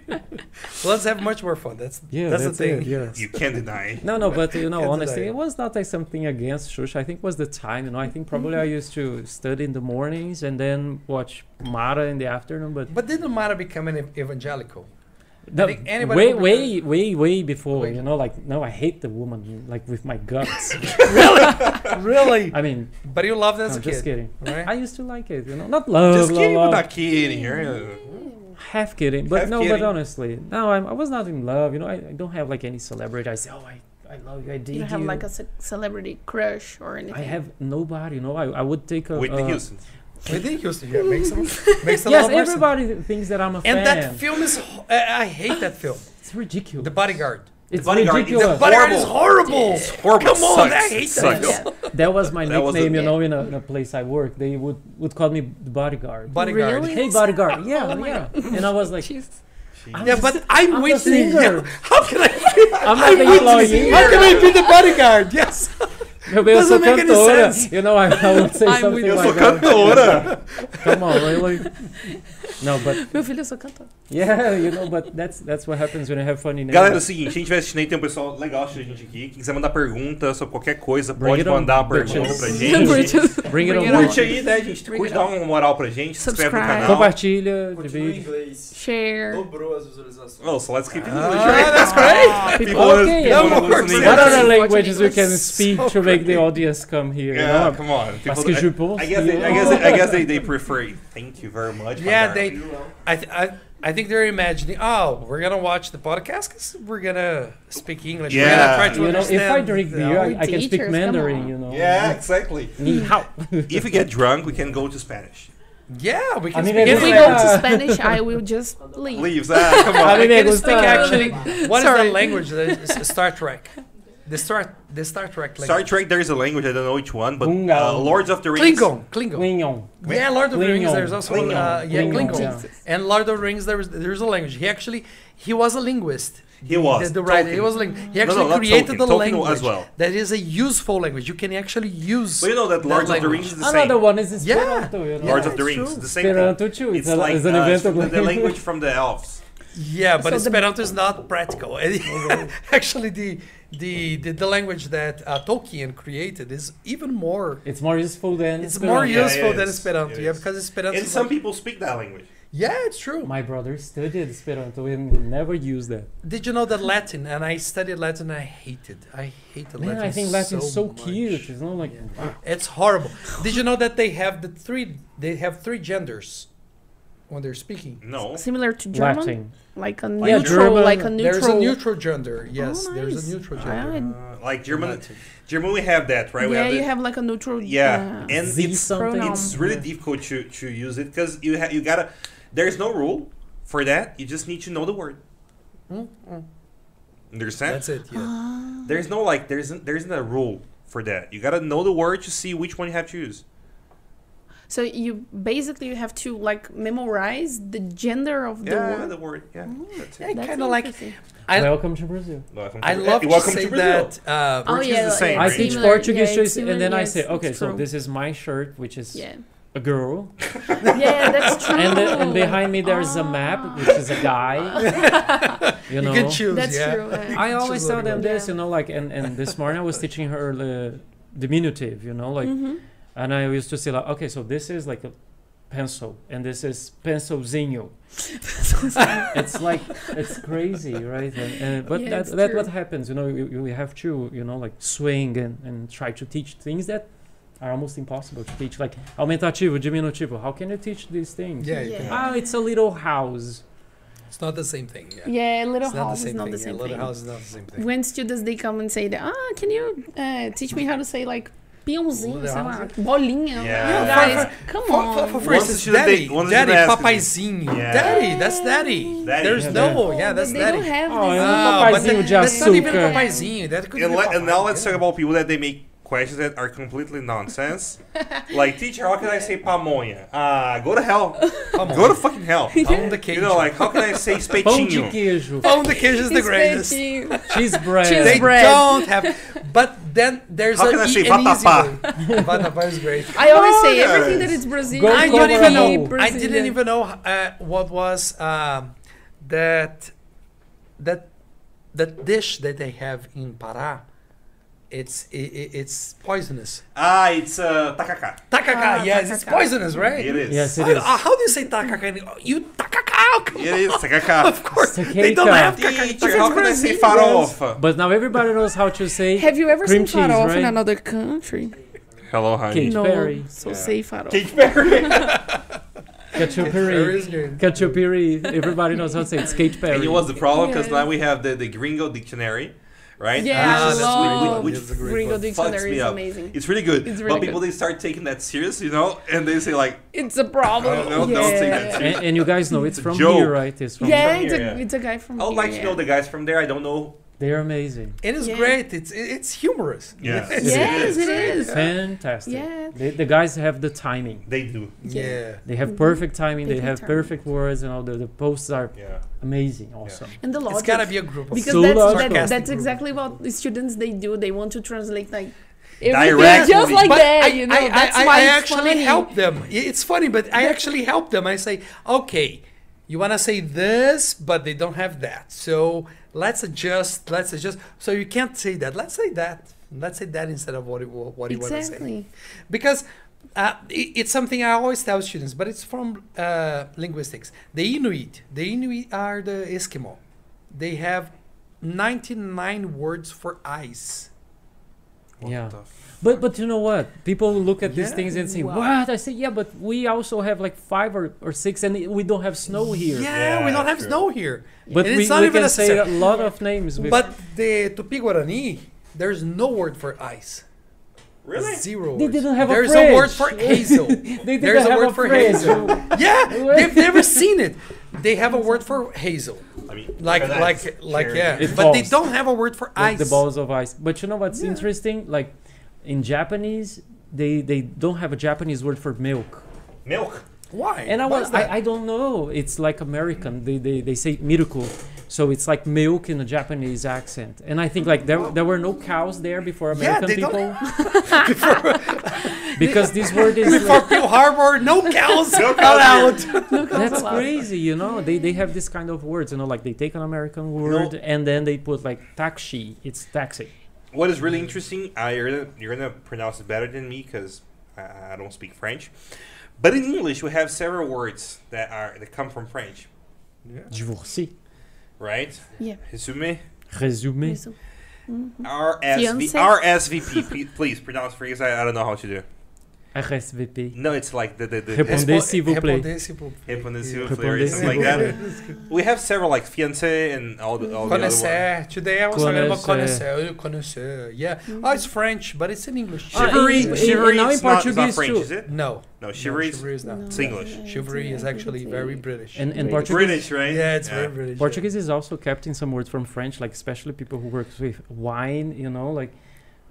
Speaker 5: blondes have much more fun. That's
Speaker 2: yeah,
Speaker 5: that's, the thing.
Speaker 2: it, yes.
Speaker 1: You can't deny.
Speaker 2: No, no, but you
Speaker 5: Can't
Speaker 2: know,
Speaker 5: do
Speaker 2: honestly,
Speaker 5: that.
Speaker 2: it was not like something against Xuxa. I think it was the time. You know, I think probably
Speaker 5: *laughs*
Speaker 2: I used to study in the mornings and then watch Mara in the afternoon. But,
Speaker 5: But didn't matter becoming ev- evangelical.
Speaker 2: the-
Speaker 5: think anybody
Speaker 2: way,
Speaker 5: would
Speaker 2: way, way, way before.
Speaker 5: Wait.
Speaker 2: You know, like no, I hate the woman like with my
Speaker 5: *laughs*
Speaker 2: guts. *laughs*
Speaker 5: really?
Speaker 2: I mean,
Speaker 5: But you loved as
Speaker 2: no,
Speaker 5: a
Speaker 2: just
Speaker 5: kid,
Speaker 2: kidding.
Speaker 5: right?
Speaker 2: I used to like it. You know, not love.
Speaker 1: Just
Speaker 2: love,
Speaker 1: kidding,
Speaker 2: love.
Speaker 1: but not kidding. You're,
Speaker 2: half kidding, but
Speaker 1: Half
Speaker 2: no,
Speaker 1: kidding.
Speaker 2: but honestly, no, I'm, I was not in love. You know, I, I don't have like any celebrity. I say, oh, I, I love you, I did you.
Speaker 4: You don't have like a ce- celebrity crush or anything.
Speaker 2: I have nobody. You know, I, I would take a.
Speaker 1: Whitney
Speaker 2: uh,
Speaker 1: Houston.
Speaker 5: We think you yeah, makes some makes a
Speaker 2: Yes,
Speaker 5: lot of sense.
Speaker 2: everybody thinks that I'm a fan.
Speaker 5: And that film is ho- I, I hate that film.
Speaker 2: it's ridiculous.
Speaker 5: The Bodyguard.
Speaker 2: it's
Speaker 1: Bodyguard is
Speaker 2: ridiculous.
Speaker 1: the bo-
Speaker 5: Bodyguard is horrible.
Speaker 1: It's horrible.
Speaker 5: Come on, né?
Speaker 1: Sucks.
Speaker 5: I hate that.
Speaker 1: Sucks.
Speaker 5: film.
Speaker 4: Yeah. *laughs*
Speaker 2: that was my
Speaker 1: That was the-
Speaker 2: nickname. you know, in a, in a place I worked, they would would call me the bodyguard.
Speaker 5: Bodyguard.
Speaker 4: Really? *laughs*
Speaker 2: Hey bodyguard, yeah,
Speaker 4: Oh my
Speaker 2: yeah. And I was like,
Speaker 4: Jesus.
Speaker 5: Yeah, but
Speaker 2: I'm
Speaker 5: I'm
Speaker 2: a
Speaker 5: waiting.
Speaker 2: singer.
Speaker 5: Yeah. *laughs* How can I be?
Speaker 2: I'm not
Speaker 5: I'm
Speaker 2: an
Speaker 5: waiting.
Speaker 2: employee.
Speaker 5: How can I be the bodyguard? *laughs* Yes.
Speaker 2: Meu bem, eu sou
Speaker 5: Doesn't make any
Speaker 2: cantora.
Speaker 5: sense.
Speaker 2: You know, I, I would say
Speaker 5: I'm
Speaker 2: something
Speaker 5: with-
Speaker 1: Eu
Speaker 5: Oh
Speaker 1: sou
Speaker 2: like that.
Speaker 1: cantora!
Speaker 2: Come on, really? No, but
Speaker 4: Meu filho, eu sou cantor.
Speaker 2: yeah, you know, but that's that's what happens when you have funny names.
Speaker 1: Galera, é o seguinte, a gente vai assistir, tem um pessoal legal assistindo a gente aqui. Quem quiser mandar pergunta sobre qualquer coisa,
Speaker 2: Bring
Speaker 1: pode
Speaker 2: it on,
Speaker 1: mandar a pergunta
Speaker 2: bitches.
Speaker 1: pra gente.
Speaker 4: *laughs* Bridges.
Speaker 2: bring it on.
Speaker 1: Curte aí, né, gente?
Speaker 4: Bring
Speaker 1: Curte,
Speaker 4: it
Speaker 1: dá
Speaker 4: on.
Speaker 1: uma moral pra gente, se inscreve no
Speaker 4: Subscribe.
Speaker 1: canal.
Speaker 2: Compartilha,
Speaker 7: Continua em
Speaker 2: divide.
Speaker 7: inglês.
Speaker 4: Share.
Speaker 7: Dobrou as visualizações.
Speaker 1: Nossa, let's keep it
Speaker 5: Ah, that's great.
Speaker 1: People, people
Speaker 2: Okay,
Speaker 5: yeah.
Speaker 1: listening.
Speaker 2: What
Speaker 4: That's
Speaker 2: other
Speaker 4: important
Speaker 2: languages we can
Speaker 5: English.
Speaker 2: speak
Speaker 5: So
Speaker 2: to make the
Speaker 5: great.
Speaker 2: audience come here? you
Speaker 1: Yeah,
Speaker 2: know?
Speaker 1: come on. People-
Speaker 2: Parce é. que je
Speaker 1: I,
Speaker 2: pense.
Speaker 1: I guess, they, I guess, they, I guess they, they prefer it. Thank you very much.
Speaker 5: Yeah,
Speaker 1: Madara.
Speaker 5: they. I, th- I, I think they're imagining. Oh, we're gonna watch the podcast because we're gonna speak English. We're
Speaker 1: Yeah.
Speaker 5: gonna try to
Speaker 2: You know, if I
Speaker 5: understand
Speaker 2: drink
Speaker 5: the-
Speaker 2: beer, I, I can
Speaker 4: Teachers,
Speaker 2: speak
Speaker 4: come
Speaker 2: Mandarin.
Speaker 4: on.
Speaker 2: You know.
Speaker 1: Yeah, exactly.
Speaker 2: Ni hao.
Speaker 1: *laughs* If we get drunk, we can go to Spanish.
Speaker 5: yeah, we can.
Speaker 2: mean,
Speaker 5: speak
Speaker 2: it *laughs*
Speaker 4: If
Speaker 2: is
Speaker 4: we
Speaker 5: English.
Speaker 4: go to Spanish, I will just leave. Uh,
Speaker 1: Leaves. Ah, come
Speaker 2: *laughs* I
Speaker 1: on.
Speaker 2: mean,
Speaker 5: I
Speaker 2: it
Speaker 5: can
Speaker 2: was
Speaker 5: speak
Speaker 2: done.
Speaker 5: actually. What is
Speaker 4: Sorry.
Speaker 5: the language?
Speaker 2: *laughs*
Speaker 5: that is- is Star Trek. The Star. The Star Trek
Speaker 1: Star
Speaker 5: language.
Speaker 1: Trek, there is a language, I don't know which one, but uh,
Speaker 2: Bungal.
Speaker 1: Lords of the Rings.
Speaker 5: Klingon. Klingon.
Speaker 2: Mignon.
Speaker 5: Yeah, Lord of the Rings.
Speaker 2: Klingon.
Speaker 5: There's also
Speaker 1: Klingon.
Speaker 5: Uh, yeah,
Speaker 2: Klingon.
Speaker 5: Klingon.
Speaker 2: Yeah.
Speaker 5: And Lord of the Rings. There's there's a language. He actually he was a linguist.
Speaker 1: He was.
Speaker 5: The, the writer.
Speaker 1: Tolkien.
Speaker 5: He was a linguist. He
Speaker 1: No,
Speaker 5: actually
Speaker 1: no, not
Speaker 5: created
Speaker 1: Tolkien.
Speaker 5: the
Speaker 1: Tolkien
Speaker 5: language
Speaker 1: as well.
Speaker 5: that is a useful language. You can actually use.
Speaker 1: But you know that Lords of the
Speaker 5: language.
Speaker 1: Rings is the
Speaker 2: Another
Speaker 1: same.
Speaker 2: one is
Speaker 5: Yeah.
Speaker 2: Esperanto. You
Speaker 1: Lords
Speaker 2: know.
Speaker 5: Yeah,
Speaker 1: of the
Speaker 5: it's
Speaker 1: Rings,
Speaker 5: true.
Speaker 1: the same thing.
Speaker 2: Esperanto too. It's,
Speaker 1: It's
Speaker 2: a,
Speaker 1: like
Speaker 2: it's an
Speaker 1: uh,
Speaker 2: event
Speaker 1: the
Speaker 2: of
Speaker 1: the language from the
Speaker 5: *laughs*
Speaker 1: elves.
Speaker 5: Yeah, but
Speaker 4: So the-
Speaker 5: Esperanto is not practical. *laughs* Actually, the, the the the language that uh, Tolkien created is even more.
Speaker 2: It's more useful than.
Speaker 5: It's more
Speaker 1: Yeah,
Speaker 2: Esperanto.
Speaker 5: useful
Speaker 1: it
Speaker 5: than
Speaker 1: is.
Speaker 5: Esperanto.
Speaker 1: It
Speaker 5: Yeah,
Speaker 1: is.
Speaker 5: because Esperanto.
Speaker 1: And
Speaker 5: is
Speaker 1: some
Speaker 5: like-
Speaker 1: people speak that language.
Speaker 5: yeah, it's true.
Speaker 2: My brother studied Esperanto and never used that.
Speaker 5: Did you know that Latin? And I studied Latin. I hated. I hated
Speaker 2: Man,
Speaker 5: Latin.
Speaker 2: I think Latin's so,
Speaker 5: much.
Speaker 2: cute. It's not like
Speaker 5: It's horrible. Did you know that they have the three? They have three genders when they're speaking.
Speaker 1: No.
Speaker 4: Similar to German,
Speaker 2: Latin.
Speaker 4: like a
Speaker 1: Yeah,
Speaker 4: neutral,
Speaker 2: German.
Speaker 4: like a neutral. Oh,
Speaker 5: There's a neutral gender. Yes, there's
Speaker 4: nice.
Speaker 5: a neutral gender.
Speaker 4: Ah,
Speaker 1: Uh, like German, German, we have that, right? we
Speaker 4: yeah,
Speaker 1: have
Speaker 4: you
Speaker 1: the-
Speaker 4: have like a neutral.
Speaker 1: Yeah,
Speaker 4: yeah.
Speaker 1: and
Speaker 2: Z
Speaker 1: it's
Speaker 2: something.
Speaker 4: pronoun.
Speaker 1: it's really difficult to to use it because you ha- you gotta. There's no rule for that. You just need to know the word. Understand?
Speaker 5: Mm-hmm. That's it. Yeah.
Speaker 1: There's no like there isn't there isn't a rule for that. You gotta know the word to see which one you have to use.
Speaker 4: So you basically you have to like memorize the gender of the
Speaker 1: yeah,
Speaker 4: word.
Speaker 1: the word. Yeah, that's
Speaker 5: Yeah,
Speaker 1: it.
Speaker 4: That's
Speaker 5: kind of like
Speaker 4: interesting.
Speaker 5: I-
Speaker 2: welcome to Brazil.
Speaker 1: Welcome
Speaker 5: Mm-hmm. I
Speaker 1: to-
Speaker 5: love to
Speaker 1: welcome
Speaker 5: say
Speaker 1: to Brazil.
Speaker 5: that. Uh,
Speaker 4: Oh,
Speaker 1: Which is
Speaker 4: yeah,
Speaker 1: the same,
Speaker 4: yeah,
Speaker 2: I
Speaker 1: right?
Speaker 2: teach
Speaker 4: similar,
Speaker 2: Portuguese
Speaker 4: yeah,
Speaker 2: to
Speaker 4: it's
Speaker 2: and then
Speaker 4: similar,
Speaker 2: I
Speaker 4: yes,
Speaker 2: say,
Speaker 4: it's
Speaker 2: okay, so
Speaker 4: true.
Speaker 2: this is my shirt, which is
Speaker 4: Yeah,
Speaker 2: a girl,
Speaker 4: *laughs* yeah,
Speaker 5: *laughs*
Speaker 4: that's true. Ah.
Speaker 2: and, the, and behind me there's a map, which is a
Speaker 4: *laughs*
Speaker 2: guy. you know,
Speaker 5: You can choose.
Speaker 4: That's
Speaker 5: yeah.
Speaker 4: true. yeah.
Speaker 2: I
Speaker 5: choose
Speaker 2: always tell
Speaker 5: whatever.
Speaker 2: them this,
Speaker 4: Yeah.
Speaker 2: you know, like, and, and this morning I was teaching her the diminutive, you know, like,
Speaker 4: Mm-hmm.
Speaker 2: and I used to say, like, okay, so this is like a pencil, and this is pencilzinho. *laughs* it's like it's crazy, right? And, and- but
Speaker 4: Yeah,
Speaker 2: that,
Speaker 4: it's
Speaker 2: that's
Speaker 4: true.
Speaker 2: what happens, you know. You, you have to, you know, like swing and, and try to teach things that are almost impossible to teach, like aumentativo, diminutivo. How can you teach these things?
Speaker 5: Yeah, you can-
Speaker 4: Yeah.
Speaker 2: Ah, it's a little house.
Speaker 5: it's not the same thing. Yeah,
Speaker 4: Yeah, little
Speaker 5: it's not
Speaker 4: house
Speaker 5: the
Speaker 4: is
Speaker 5: same
Speaker 4: not
Speaker 5: thing.
Speaker 4: the
Speaker 5: yeah,
Speaker 4: same
Speaker 5: little
Speaker 4: thing.
Speaker 5: house is not the same thing.
Speaker 4: When students they come and say that, ah, can you uh, teach me how to say like peãozinho, sei lá, bolinha?
Speaker 1: Yeah.
Speaker 4: Ah, guys, come
Speaker 5: For, for,
Speaker 4: on.
Speaker 5: for
Speaker 1: Once
Speaker 5: first, it's
Speaker 1: should they-
Speaker 5: daddy,
Speaker 1: once should
Speaker 5: daddy,
Speaker 1: they ask me.
Speaker 5: papaizinho,
Speaker 1: Yeah.
Speaker 5: daddy, that's daddy.
Speaker 1: Daddy.
Speaker 5: There's
Speaker 2: Yeah,
Speaker 5: no,
Speaker 4: Oh,
Speaker 5: yeah,
Speaker 4: but
Speaker 5: that's
Speaker 4: they
Speaker 5: daddy.
Speaker 4: don't have
Speaker 2: Oh,
Speaker 4: this.
Speaker 2: yeah.
Speaker 5: Ah, but
Speaker 2: Papaizinho
Speaker 5: that-
Speaker 2: de
Speaker 5: that's not even
Speaker 2: açúcar.
Speaker 5: papaizinho. That could
Speaker 1: And,
Speaker 5: be
Speaker 1: le-
Speaker 5: papai.
Speaker 1: and now let's
Speaker 5: yeah.
Speaker 1: talk about people that they make questions that are completely
Speaker 5: *laughs*
Speaker 1: nonsense. like, teacher, how can I say pamonha? Ah, go to hell.
Speaker 5: Come on.
Speaker 1: Go to fucking hell.
Speaker 5: Pão
Speaker 1: *laughs*
Speaker 5: de queijo.
Speaker 1: You know, like, how can I say
Speaker 2: Pão de
Speaker 1: espetinho?
Speaker 4: *laughs*
Speaker 2: queijo,
Speaker 5: Pão de queijo is the greatest.
Speaker 4: Espetinho.
Speaker 2: cheese bread.
Speaker 4: Cheese
Speaker 5: They
Speaker 4: bread.
Speaker 5: don't have, but then there's
Speaker 1: How
Speaker 5: a, e,
Speaker 1: can I say
Speaker 5: an easy
Speaker 1: vatapá?
Speaker 5: way. Vatapá is great.
Speaker 4: I always say
Speaker 1: Come on,
Speaker 4: everything
Speaker 1: guys.
Speaker 4: that is Brazilian.
Speaker 2: Go
Speaker 5: I
Speaker 4: is
Speaker 5: don't
Speaker 2: Coca-Cola.
Speaker 5: even
Speaker 4: really
Speaker 5: know. I didn't
Speaker 4: Brazilian.
Speaker 5: even know uh, what was um, that that that dish that they have in Pará. It's i i it's poisonous.
Speaker 1: Ah, it's uh, tacacá.
Speaker 5: Takaká,
Speaker 4: Ah,
Speaker 5: yes, it's
Speaker 4: tacacá.
Speaker 5: poisonous, right?
Speaker 1: It is.
Speaker 2: Yes,
Speaker 5: I
Speaker 2: it
Speaker 5: don't-
Speaker 2: is.
Speaker 4: Ah.
Speaker 5: uh, how do you say takaká? in- oh, You takaká, come
Speaker 1: It is
Speaker 5: on. *laughs* Of
Speaker 1: tacacá.
Speaker 5: course, they
Speaker 2: Takaká.
Speaker 5: don't have
Speaker 1: teacher,
Speaker 5: takaká.
Speaker 1: how can I say
Speaker 4: Brazilian.
Speaker 1: farofa?
Speaker 2: But now everybody knows how to say
Speaker 4: Have you ever
Speaker 2: cream
Speaker 4: seen
Speaker 2: cheese,
Speaker 4: farofa
Speaker 2: right?
Speaker 4: in another country?
Speaker 1: Hello,
Speaker 2: honey. Katy
Speaker 4: no,
Speaker 2: Perry.
Speaker 4: so say farofa.
Speaker 1: Katy Perry.
Speaker 2: Cachupiri. Cachupiri. Everybody knows how to say it. Skate
Speaker 1: and
Speaker 2: Perry.
Speaker 1: it was the problem because
Speaker 4: Yeah.
Speaker 1: now we have the, the gringo dictionary, right?
Speaker 4: Yeah, I
Speaker 5: Ah, that's a great
Speaker 4: love
Speaker 1: Which,
Speaker 5: one.
Speaker 1: which,
Speaker 5: That's a great
Speaker 4: Gringo
Speaker 5: one.
Speaker 1: fucks
Speaker 4: Dictionary
Speaker 1: me
Speaker 4: is
Speaker 1: up.
Speaker 4: amazing.
Speaker 1: It's really good.
Speaker 4: It's
Speaker 1: but
Speaker 4: really
Speaker 1: people
Speaker 4: good.
Speaker 1: they start taking that serious, you know, and they say like,
Speaker 4: It's a problem.
Speaker 1: No, no,
Speaker 4: yeah.
Speaker 1: don't say that.
Speaker 2: and, and you guys know it's from
Speaker 1: Joke.
Speaker 2: here, right? It's from
Speaker 4: Yeah,
Speaker 1: From
Speaker 4: it's
Speaker 1: here,
Speaker 4: a,
Speaker 1: yeah.
Speaker 4: it's a guy from
Speaker 1: I would
Speaker 4: here,
Speaker 1: like
Speaker 4: yeah.
Speaker 1: to know the guys from there. I don't know
Speaker 2: They're amazing.
Speaker 5: And it's
Speaker 4: Yeah.
Speaker 5: great. It's it's humorous.
Speaker 1: Yeah.
Speaker 5: *laughs*
Speaker 4: Yes, it is.
Speaker 2: Fantastic.
Speaker 4: Yes.
Speaker 2: The, the guys have the timing.
Speaker 1: They do.
Speaker 5: Yeah.
Speaker 2: They have perfect timing.
Speaker 4: They
Speaker 2: They
Speaker 4: can
Speaker 2: have
Speaker 4: turn.
Speaker 2: perfect words, and all the, the posts are
Speaker 1: Yeah.
Speaker 2: amazing, awesome.
Speaker 4: And the logic.
Speaker 5: It's gotta be a group of
Speaker 4: because
Speaker 2: So
Speaker 4: that's,
Speaker 2: logical.
Speaker 4: that, that's
Speaker 5: Sarcastic.
Speaker 4: exactly what the students they do. They want to translate like
Speaker 1: Directly.
Speaker 4: everything just like
Speaker 5: But
Speaker 4: that.
Speaker 5: I,
Speaker 4: you know,
Speaker 5: I, I,
Speaker 4: that's
Speaker 5: I,
Speaker 4: why
Speaker 5: I
Speaker 4: it's
Speaker 5: actually
Speaker 4: funny.
Speaker 5: help them. I- It's funny, but I actually help them. I say, okay, you want to say this, but they don't have that. So let's adjust. Let's adjust. So you can't say that. Let's say that. Let's say that instead of what you, what you want to say.
Speaker 4: Exactly.
Speaker 5: Because uh, i- it's something I always tell students, but it's from uh, linguistics. The Inuit, the Inuit are the Eskimo. They have 99 words for ice.
Speaker 2: Yeah.
Speaker 1: What the
Speaker 2: But but you know what? People look at these
Speaker 5: Yeah.
Speaker 2: things and say,
Speaker 4: Wow.
Speaker 2: "What?" I say, "Yeah, but we also have like five or, or six, and we don't have snow here."
Speaker 5: Yeah, we
Speaker 1: Yeah,
Speaker 5: don't have
Speaker 1: true.
Speaker 5: snow here.
Speaker 2: But
Speaker 5: And
Speaker 2: we,
Speaker 5: it's not
Speaker 2: we
Speaker 5: even
Speaker 2: can say a
Speaker 5: necessary.
Speaker 2: lot of names. With,
Speaker 5: But the Tupi Guarani, there's no word for ice.
Speaker 1: Really?
Speaker 5: Zero.
Speaker 2: They
Speaker 5: words.
Speaker 2: didn't have a
Speaker 5: There's
Speaker 2: phrase. *laughs*
Speaker 5: a word for hazel.
Speaker 2: they didn't
Speaker 5: there's a
Speaker 2: have
Speaker 5: word
Speaker 2: a
Speaker 5: for
Speaker 2: phrase.
Speaker 5: hazel. yeah, they've never seen it. They have a word for hazel,
Speaker 1: I mean,
Speaker 5: like
Speaker 1: relax.
Speaker 5: like like
Speaker 1: Sure.
Speaker 5: yeah.
Speaker 2: It
Speaker 5: but they
Speaker 2: falls.
Speaker 5: don't have a word for
Speaker 2: like
Speaker 5: ice.
Speaker 2: the balls of ice. But you know what's interesting? Like in Japanese, they they don't have a Japanese word for milk.
Speaker 1: Milk.
Speaker 5: Why?
Speaker 2: And I
Speaker 5: Why
Speaker 2: was
Speaker 5: is that?
Speaker 2: I, I don't know. It's like American. They they, they say miracle. So it's like milk in a Japanese accent. And I think like there there were no cows there before
Speaker 5: Yeah,
Speaker 2: American
Speaker 5: they *laughs*
Speaker 2: people. *laughs* because this word is
Speaker 5: for Pearl Harbor, no cows
Speaker 1: No
Speaker 5: no
Speaker 1: cows
Speaker 5: out.
Speaker 2: that's crazy, you know. They they have this kind of words, you know, like they take an American word and then they put like taxi. It's taxi.
Speaker 1: What is really interesting, uh, you're gonna, you're gonna pronounce it better than me because I, I don't speak French. But in English, we have several words that are that come from French,
Speaker 2: Divorcer.
Speaker 1: right?
Speaker 4: Yeah.
Speaker 1: Resume.
Speaker 2: Resume.
Speaker 4: Isso.
Speaker 1: RSV,
Speaker 4: Fiancé.
Speaker 1: RSVP. p- Please pronounce for because I, I don't know how to do.
Speaker 2: RSVP.
Speaker 1: No, it's like the the, the
Speaker 2: Répondez.
Speaker 5: Respo-
Speaker 2: s'il vous plaît.
Speaker 5: Répondez, s'il vous plaît.
Speaker 1: Répondez-s'il
Speaker 2: Yeah.
Speaker 1: vous plaît, or
Speaker 2: Répondez,
Speaker 1: something
Speaker 2: s'il
Speaker 1: like
Speaker 2: vous
Speaker 1: that. We have several like fiancé and all the all the other ones.
Speaker 5: Connoisseur. Today I was talking about
Speaker 2: Connoisseur.
Speaker 5: connoisseur. Connoisseur. Yeah. Oh, it's French, but it's in English.
Speaker 2: Ah,
Speaker 1: Chivalry,
Speaker 2: in- in-
Speaker 1: chivalry.
Speaker 2: now in
Speaker 1: it's, not, it's not
Speaker 2: Portuguese
Speaker 1: French,
Speaker 2: too.
Speaker 1: is it?
Speaker 5: No.
Speaker 1: No,
Speaker 5: Chivalry
Speaker 1: chivalry. is-
Speaker 5: is not.
Speaker 4: No.
Speaker 1: It's English.
Speaker 4: Yeah,
Speaker 5: Chivalry is
Speaker 4: yeah,
Speaker 5: actually
Speaker 4: it's
Speaker 5: very
Speaker 4: English.
Speaker 5: British.
Speaker 2: And and
Speaker 4: British.
Speaker 2: Portuguese.
Speaker 1: British, right?
Speaker 5: yeah, it's
Speaker 1: Yeah.
Speaker 5: very British.
Speaker 2: Portuguese is also captain some words from French, like especially people who work with wine, you know, like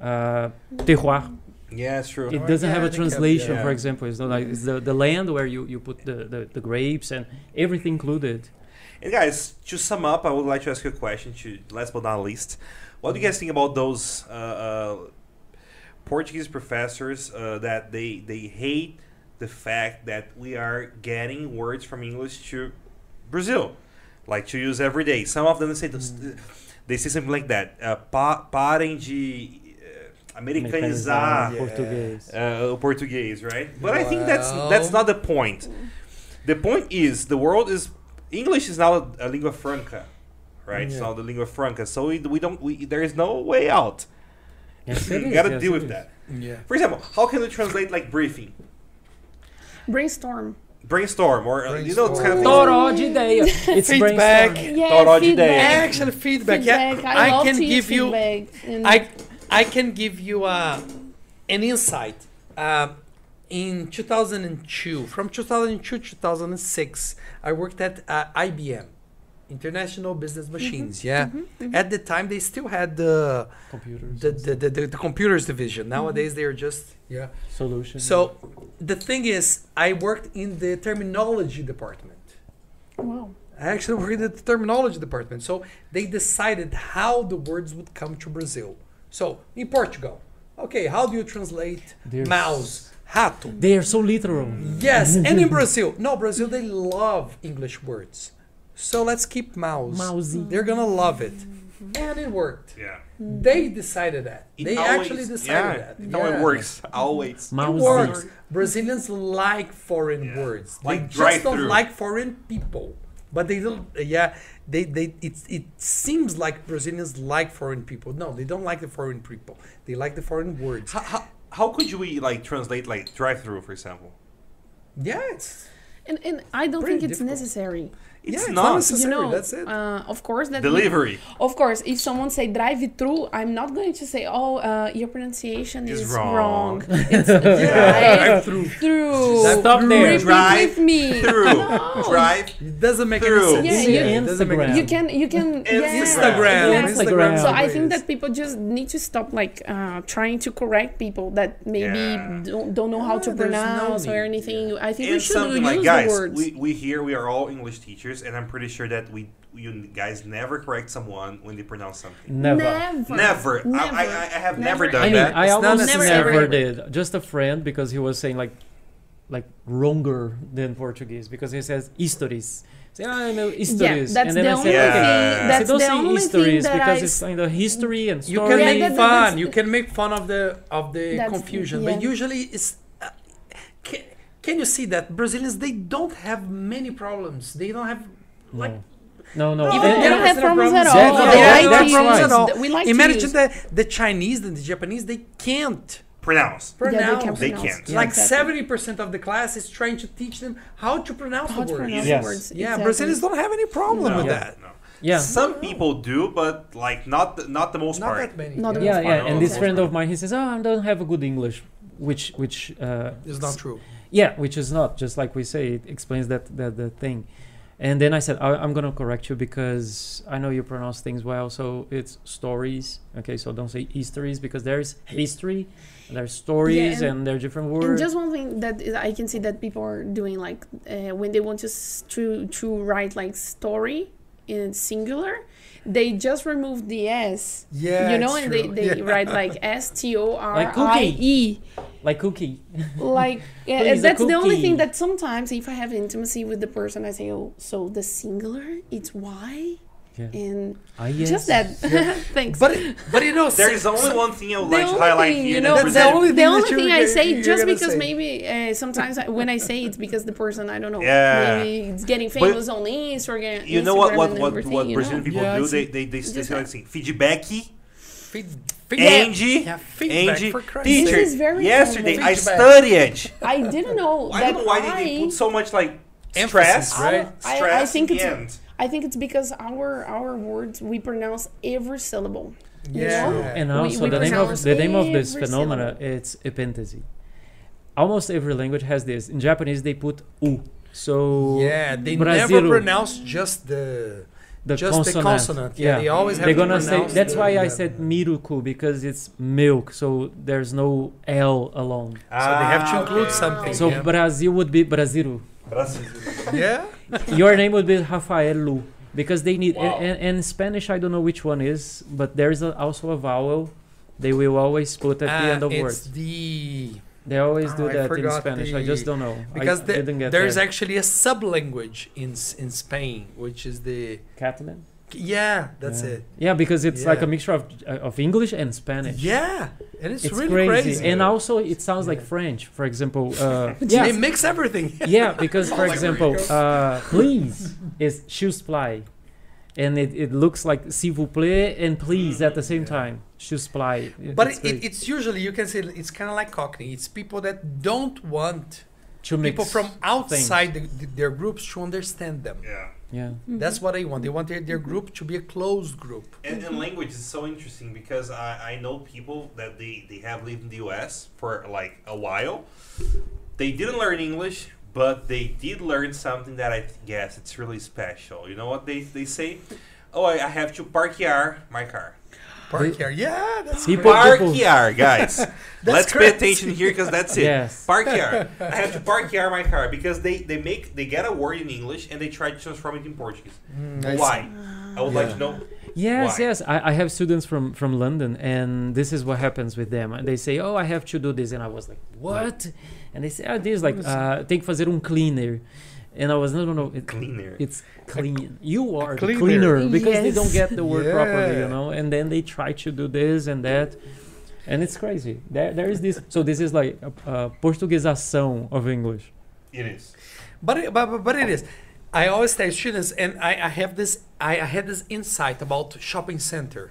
Speaker 2: uh, terroir.
Speaker 1: Yeah, it's true.
Speaker 2: It doesn't have
Speaker 5: Yeah,
Speaker 2: a
Speaker 5: they kept-
Speaker 2: translation,
Speaker 1: yeah.
Speaker 2: for example. It's not like it's the, the land where you, you put the, the, the grapes and everything included.
Speaker 1: And guys, to sum up, I would like to ask you a question. To last but not least, what do you guys think about those uh, uh, Portuguese professors uh, that they they hate the fact that we are getting words from English to Brazil, like to use every day? Some of them say those,
Speaker 2: Hmm.
Speaker 1: they say something like that. Uh, pa parem de uh, americanizar
Speaker 5: Yeah.
Speaker 2: Portuguese.
Speaker 1: uh, o português, right? But I think that's
Speaker 5: Well-
Speaker 1: that's not the point. The point is the world is English is now a, lingua franca, right? It's
Speaker 5: Yeah.
Speaker 1: now the lingua franca, so we, we don't we, there is no way out.
Speaker 2: Yes, it
Speaker 1: You
Speaker 2: is,
Speaker 1: gotta
Speaker 2: yes,
Speaker 1: deal
Speaker 2: it
Speaker 1: with
Speaker 2: is.
Speaker 1: that.
Speaker 5: Yeah.
Speaker 1: For example, how can we translate like briefing,
Speaker 4: Brainstorm.
Speaker 1: brainstorm, or uh, you know this kind of things?
Speaker 2: Toró de ideia. It's
Speaker 5: Feedback.
Speaker 2: brainstorming.
Speaker 4: Yeah,
Speaker 1: Thought all the day.
Speaker 4: feedback.
Speaker 5: Actually, feedback.
Speaker 4: Feedback.
Speaker 5: Yeah, I,
Speaker 4: love
Speaker 5: can
Speaker 4: to use
Speaker 5: give you.
Speaker 4: feedback in-
Speaker 5: I I can give you uh, an insight. Um in 2002, from 2002 to 2006, I worked at uh, IBM, International Business Machines. Yeah, at the time they still had the
Speaker 2: Computers.
Speaker 5: the, the, the, the computers division. Nowadays they are just yeah.
Speaker 2: Mm-hmm. Solutions.
Speaker 5: So the thing is, I worked in the terminology department.
Speaker 4: Wow.
Speaker 5: I actually worked at the terminology department. So they decided how the words would come to Brazil. So in Portugal, okay, how do you translate
Speaker 2: There's-
Speaker 5: mouse, rato?
Speaker 2: They are so literal.
Speaker 5: Yes, and in Brazil, no, Brazil they love English words. So let's keep mouse.
Speaker 2: Mousy.
Speaker 5: They're gonna love it, and it worked.
Speaker 1: Yeah,
Speaker 5: They decided that.
Speaker 1: It
Speaker 5: they
Speaker 1: always-
Speaker 5: actually
Speaker 1: yeah,
Speaker 5: decided that.
Speaker 1: It always
Speaker 5: Yeah.
Speaker 1: works always.
Speaker 5: It
Speaker 2: Mousy.
Speaker 5: works. Brazilians like foreign
Speaker 1: Yeah.
Speaker 5: words.
Speaker 1: Like
Speaker 5: they just
Speaker 1: drive-through.
Speaker 5: don't like foreign people. But they don't. Yeah, they they it it seems like Brazilians like foreign people. No, they don't like the foreign people. They like the foreign words.
Speaker 1: How, how, how could we like translate like drive-through, for example?
Speaker 5: Yeah, it's
Speaker 4: and, and I don't
Speaker 5: Pretty
Speaker 4: think it's
Speaker 5: difficult.
Speaker 4: necessary.
Speaker 1: It's
Speaker 5: Yeah, it's
Speaker 1: not.
Speaker 5: necessary.
Speaker 4: You know,
Speaker 5: that's it.
Speaker 4: uh, of course that
Speaker 1: Delivery.
Speaker 5: *laughs*
Speaker 4: Of course, if someone say drive through, I'm not going to say, oh, uh, your pronunciation
Speaker 1: Is
Speaker 4: is,
Speaker 1: wrong." *laughs*
Speaker 4: wrong. It's
Speaker 2: *laughs*
Speaker 4: drive
Speaker 5: Drive-thru.
Speaker 4: through.
Speaker 2: Stop there.
Speaker 4: Repeat
Speaker 1: Drive
Speaker 4: with me.
Speaker 1: Through.
Speaker 5: *laughs*
Speaker 4: No.
Speaker 1: Drive.
Speaker 5: It doesn't make any
Speaker 1: Through.
Speaker 5: sense.
Speaker 4: Yeah,
Speaker 5: It
Speaker 4: yeah.
Speaker 5: doesn't make any
Speaker 2: Instagram.
Speaker 4: You
Speaker 5: sense.
Speaker 4: can, you can. yeah.
Speaker 5: Instagram.
Speaker 4: Yeah.
Speaker 5: Instagram.
Speaker 4: So I
Speaker 5: Always.
Speaker 4: think that people just need to stop like uh, trying to correct people that maybe
Speaker 1: Yeah.
Speaker 4: don't, don't know how to
Speaker 5: Yeah, there's no
Speaker 4: pronounce or
Speaker 5: need.
Speaker 4: anything. I think we
Speaker 1: It's
Speaker 4: should
Speaker 1: something
Speaker 4: use
Speaker 1: like,
Speaker 4: the
Speaker 1: guys,
Speaker 4: words.
Speaker 1: we, we here, we are all English teachers, and I'm pretty sure that we you guys never correct someone when they pronounce something.
Speaker 2: Never.
Speaker 4: Never.
Speaker 1: Never. I, I, I
Speaker 4: Never.
Speaker 1: have never,
Speaker 4: Never.
Speaker 1: done
Speaker 2: I mean,
Speaker 1: that.
Speaker 2: I
Speaker 5: It's not
Speaker 2: almost never,
Speaker 4: necessary. Never ever.
Speaker 2: did. Just a friend because he was saying like, like wronger than Portuguese because he says histories. Say, ah, no,
Speaker 4: Yeah,
Speaker 2: histories.
Speaker 4: that's
Speaker 2: and then
Speaker 4: the
Speaker 2: I
Speaker 4: only
Speaker 2: say,
Speaker 1: Yeah.
Speaker 2: okay.
Speaker 4: thing.
Speaker 1: Yeah.
Speaker 2: So
Speaker 4: That's
Speaker 2: don't
Speaker 4: the
Speaker 2: say
Speaker 4: only thing
Speaker 2: histories
Speaker 4: that
Speaker 2: because
Speaker 4: I.
Speaker 2: it's kind of history and
Speaker 5: You
Speaker 2: story.
Speaker 5: can
Speaker 4: Yeah,
Speaker 5: make
Speaker 4: that- that-
Speaker 5: fun.
Speaker 4: that's-
Speaker 5: You can make fun of the of the
Speaker 4: That's-
Speaker 5: confusion, but
Speaker 4: yeah.
Speaker 5: usually it's. Uh, can, can you see that Brazilians they don't have many problems. They don't have like
Speaker 2: no, no.
Speaker 4: Even
Speaker 2: And-
Speaker 4: they don't
Speaker 2: and-
Speaker 4: have problems at
Speaker 5: They
Speaker 4: all.
Speaker 5: don't
Speaker 2: They
Speaker 5: have
Speaker 2: like
Speaker 5: problems
Speaker 2: to use-
Speaker 5: at all.
Speaker 4: we like to
Speaker 5: Imagine
Speaker 4: use.
Speaker 5: the the Chinese and the Japanese they can't
Speaker 1: Pronounce.
Speaker 4: Yeah,
Speaker 5: pronounce.
Speaker 4: they can
Speaker 1: They
Speaker 4: pronounce.
Speaker 1: can't.
Speaker 4: Yeah,
Speaker 5: like
Speaker 4: exactly.
Speaker 5: seventy percent of the class is trying to teach them how to pronounce
Speaker 4: How
Speaker 5: the
Speaker 4: to
Speaker 5: word.
Speaker 4: pronounce
Speaker 2: Yes.
Speaker 4: the words.
Speaker 5: Yeah,
Speaker 4: exactly.
Speaker 5: Brazilians don't have any problem
Speaker 1: No,
Speaker 5: with
Speaker 2: Yeah.
Speaker 5: that.
Speaker 1: no.
Speaker 2: yeah.
Speaker 1: Some people do, but like not the- not the most
Speaker 5: Not
Speaker 1: part.
Speaker 5: that many.
Speaker 4: Not
Speaker 5: yeah.
Speaker 4: that-
Speaker 2: Yeah,
Speaker 1: It's
Speaker 2: yeah,
Speaker 1: fine.
Speaker 2: and this
Speaker 4: Okay.
Speaker 2: friend of mine, he says, "Oh, I don't have a good English," which, which, uh,
Speaker 5: It's not true.
Speaker 2: yeah, which is not just like we say. It explains that that the thing, and then I said, I, "I'm gonna correct you because I know you pronounce things well. So it's stories, okay? So don't say histories because there's history, there's stories,
Speaker 4: and-
Speaker 2: and, there are different
Speaker 4: And
Speaker 2: words.
Speaker 4: just one thing that is- I can see that people are doing, like uh, when they want to s- to to write like story in singular, they just remove the s.
Speaker 5: Yeah,
Speaker 4: you know,
Speaker 5: it's
Speaker 4: and
Speaker 5: true.
Speaker 4: they, they
Speaker 5: Yeah.
Speaker 4: write
Speaker 5: *laughs*
Speaker 4: like S T O R
Speaker 2: Like
Speaker 4: I E.
Speaker 2: cookie. like cookie. *laughs*
Speaker 4: Like yeah,
Speaker 2: Please, a
Speaker 4: that's the only
Speaker 2: cookie.
Speaker 4: thing that sometimes if I have intimacy with the person, I say, oh, so the singular it's Y,
Speaker 2: Yeah.
Speaker 4: and
Speaker 2: Ah, yes.
Speaker 4: just that. *laughs* Thanks.
Speaker 5: But but you know *laughs*
Speaker 1: There is only one thing I would like to highlight
Speaker 4: thing,
Speaker 1: here.
Speaker 4: You
Speaker 1: that
Speaker 4: know,
Speaker 5: That's the
Speaker 1: Brazil-
Speaker 5: only
Speaker 4: the,
Speaker 5: thing
Speaker 4: only
Speaker 5: that you're
Speaker 4: thing I
Speaker 5: gonna-
Speaker 4: say
Speaker 5: you're
Speaker 4: just
Speaker 5: gonna
Speaker 4: because
Speaker 5: say.
Speaker 4: maybe uh, sometimes I, when I say it's because the person I don't know
Speaker 1: Yeah.
Speaker 4: maybe it's getting famous on Instagram.
Speaker 1: you know what
Speaker 4: Instagram
Speaker 1: what
Speaker 4: and
Speaker 1: what,
Speaker 4: everything,
Speaker 1: what
Speaker 4: you
Speaker 1: Brazilian
Speaker 4: know?
Speaker 1: people
Speaker 5: Yeah,
Speaker 1: do?
Speaker 5: it's-
Speaker 1: They they they, they say
Speaker 4: that.
Speaker 1: like assim, feedback.
Speaker 5: Feed,
Speaker 1: Angie,
Speaker 5: Yeah, feedback,
Speaker 1: Angie,
Speaker 5: for Christ's
Speaker 1: teacher.
Speaker 4: This is very
Speaker 1: yesterday
Speaker 5: common.
Speaker 1: I
Speaker 5: Feedback.
Speaker 1: studied.
Speaker 4: I didn't know
Speaker 1: I
Speaker 4: that
Speaker 1: don't know why they- they put so much like
Speaker 5: Emphasis,
Speaker 1: stress.
Speaker 5: right?
Speaker 4: Our- I, I
Speaker 1: Stress
Speaker 4: think
Speaker 1: in
Speaker 4: it's
Speaker 1: the end.
Speaker 4: I think it's because our our words we pronounce every syllable.
Speaker 5: sake.
Speaker 4: You know?
Speaker 5: Yeah.
Speaker 2: And
Speaker 4: We-
Speaker 2: also
Speaker 4: we
Speaker 2: the name of
Speaker 4: pronounce
Speaker 2: the name of this
Speaker 4: every
Speaker 2: phenomena it's epentesi. Almost every language has this. In Japanese they put u. So
Speaker 5: Yeah, they
Speaker 2: Brasilu,
Speaker 5: never pronounce just the
Speaker 2: the
Speaker 5: just
Speaker 2: consonant.
Speaker 5: the consonant. Yeah, they always have
Speaker 2: They're
Speaker 5: to
Speaker 2: gonna say
Speaker 5: pronounce
Speaker 2: that's
Speaker 5: the-
Speaker 2: why I
Speaker 5: the-
Speaker 2: said miruku because it's milk, so there's no L alone.
Speaker 5: So they have to
Speaker 1: Ah,
Speaker 5: include
Speaker 1: okay.
Speaker 5: something.
Speaker 2: So
Speaker 5: yeah.
Speaker 2: Brazil would be Brasilu.
Speaker 1: Brasil.
Speaker 5: yeah.
Speaker 2: Your name would be Rafael Lu because they need
Speaker 1: Wow.
Speaker 2: and, and in Spanish I don't know which one is, but there is a, also a vowel they will always put at the end
Speaker 5: Ah,
Speaker 2: of
Speaker 5: it's
Speaker 2: words.
Speaker 5: the
Speaker 2: They always do
Speaker 5: Oh, I
Speaker 2: that in
Speaker 5: forgot
Speaker 2: Spanish. I
Speaker 5: the-
Speaker 2: just don't know.
Speaker 5: because
Speaker 2: I,
Speaker 5: the-
Speaker 2: didn't get
Speaker 5: there's
Speaker 2: that.
Speaker 5: actually a sublanguage in S- in Spain, which is the
Speaker 2: Catalan.
Speaker 5: yeah, that's
Speaker 2: yeah.
Speaker 5: it.
Speaker 2: Yeah, because it's like a
Speaker 5: Yeah.
Speaker 2: mixture of uh, of English and Spanish.
Speaker 5: Yeah, and it's,
Speaker 2: it's
Speaker 5: really
Speaker 2: crazy.
Speaker 5: crazy.
Speaker 2: And also, it sounds like
Speaker 5: Yeah.
Speaker 2: French. For example, uh,
Speaker 5: *laughs* They
Speaker 2: yeah,
Speaker 5: mix everything. *laughs*
Speaker 2: yeah, because for
Speaker 5: Sounds like
Speaker 2: example, uh, please is shoes ply, and it, it looks like s'il vous plaît and please at the same time. Shoes ply.
Speaker 5: But
Speaker 2: it's,
Speaker 5: it, it, it's usually you can say it's kind of like Cockney. It's people that don't want
Speaker 2: to mix
Speaker 5: people from outside the, the- their groups to understand them.
Speaker 1: Yeah.
Speaker 2: Yeah,
Speaker 4: Mm-hmm.
Speaker 5: That's what they want. They want their, their group to be a closed group.
Speaker 1: And, and language is so interesting because I, I know people that they, they have lived in the US for like a while. They didn't learn English, but they did learn something that I guess it's really special. You know what they, they say? Oh, I, I have to parquear my car.
Speaker 5: Park here. Yeah, that's
Speaker 2: People-
Speaker 5: great.
Speaker 1: Parquear,
Speaker 5: *laughs*
Speaker 1: guys. Let's pay
Speaker 5: crazy.
Speaker 1: attention here because that's it.
Speaker 2: Yes.
Speaker 1: Parquear. I have to parquear my car because they, they make they get a word in English and they try to transform it in Portuguese.
Speaker 5: Mm, I see.
Speaker 1: Why? I would like to
Speaker 5: Yeah.
Speaker 1: know.
Speaker 2: Yes,
Speaker 1: Why?
Speaker 2: yes. I, I have students from from London, and this is what happens with them. They say, "Oh, I have to do this," and I was like, "What?" And they say, "Ah, this like uh, tem que fazer um cleaner," and I was, "No, no, no, it,
Speaker 1: Cleaner.
Speaker 2: It's clean. You are
Speaker 5: cleaner.
Speaker 2: the cleaner because they don't
Speaker 4: Yes.
Speaker 2: get the word properly,
Speaker 5: Yeah.
Speaker 2: you know. And then they try to do this and that, and it's crazy. There, there is this. So this is like a, a Portuguesação of English.
Speaker 1: It is.
Speaker 5: But, it, but but- but it is. I always tell students, and I, I have this I, I had this insight about shopping center.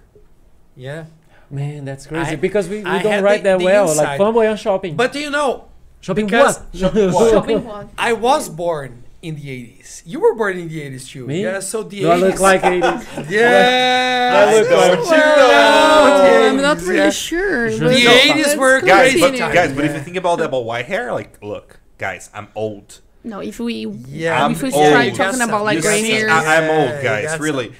Speaker 5: Yeah,
Speaker 2: Man, that's crazy
Speaker 5: I-
Speaker 2: because we,
Speaker 5: I
Speaker 2: we don't
Speaker 5: had
Speaker 2: write
Speaker 5: the-
Speaker 2: that
Speaker 5: the
Speaker 2: well.
Speaker 5: inside.
Speaker 2: Mm. Like flamboyant shopping.
Speaker 5: but you know,
Speaker 2: shopping *laughs*
Speaker 5: because-
Speaker 2: what?
Speaker 5: *laughs*
Speaker 1: *laughs*
Speaker 5: Shopping what?
Speaker 4: Shopping what?
Speaker 5: I was born in the 80s. You were born in the 80s too.
Speaker 2: Me?
Speaker 5: Yeah, so the
Speaker 2: Do I
Speaker 5: 80s.
Speaker 2: look like 80s?
Speaker 5: Yeah.
Speaker 1: I look like-
Speaker 4: Well, I'm not really sure.
Speaker 2: The
Speaker 4: but
Speaker 5: 80s were
Speaker 4: let's
Speaker 1: Guys,
Speaker 5: Crazy
Speaker 1: but,
Speaker 4: continue.
Speaker 1: guys, but if you think about that, about white hair, like, look, guys, I'm old.
Speaker 4: No, if we
Speaker 5: Yeah,
Speaker 4: if we
Speaker 1: I'm old.
Speaker 4: try talking about like
Speaker 1: you
Speaker 4: gray
Speaker 1: see,
Speaker 4: hairs,
Speaker 1: I, am
Speaker 5: Yeah,
Speaker 1: old, guys.
Speaker 5: that's
Speaker 1: really,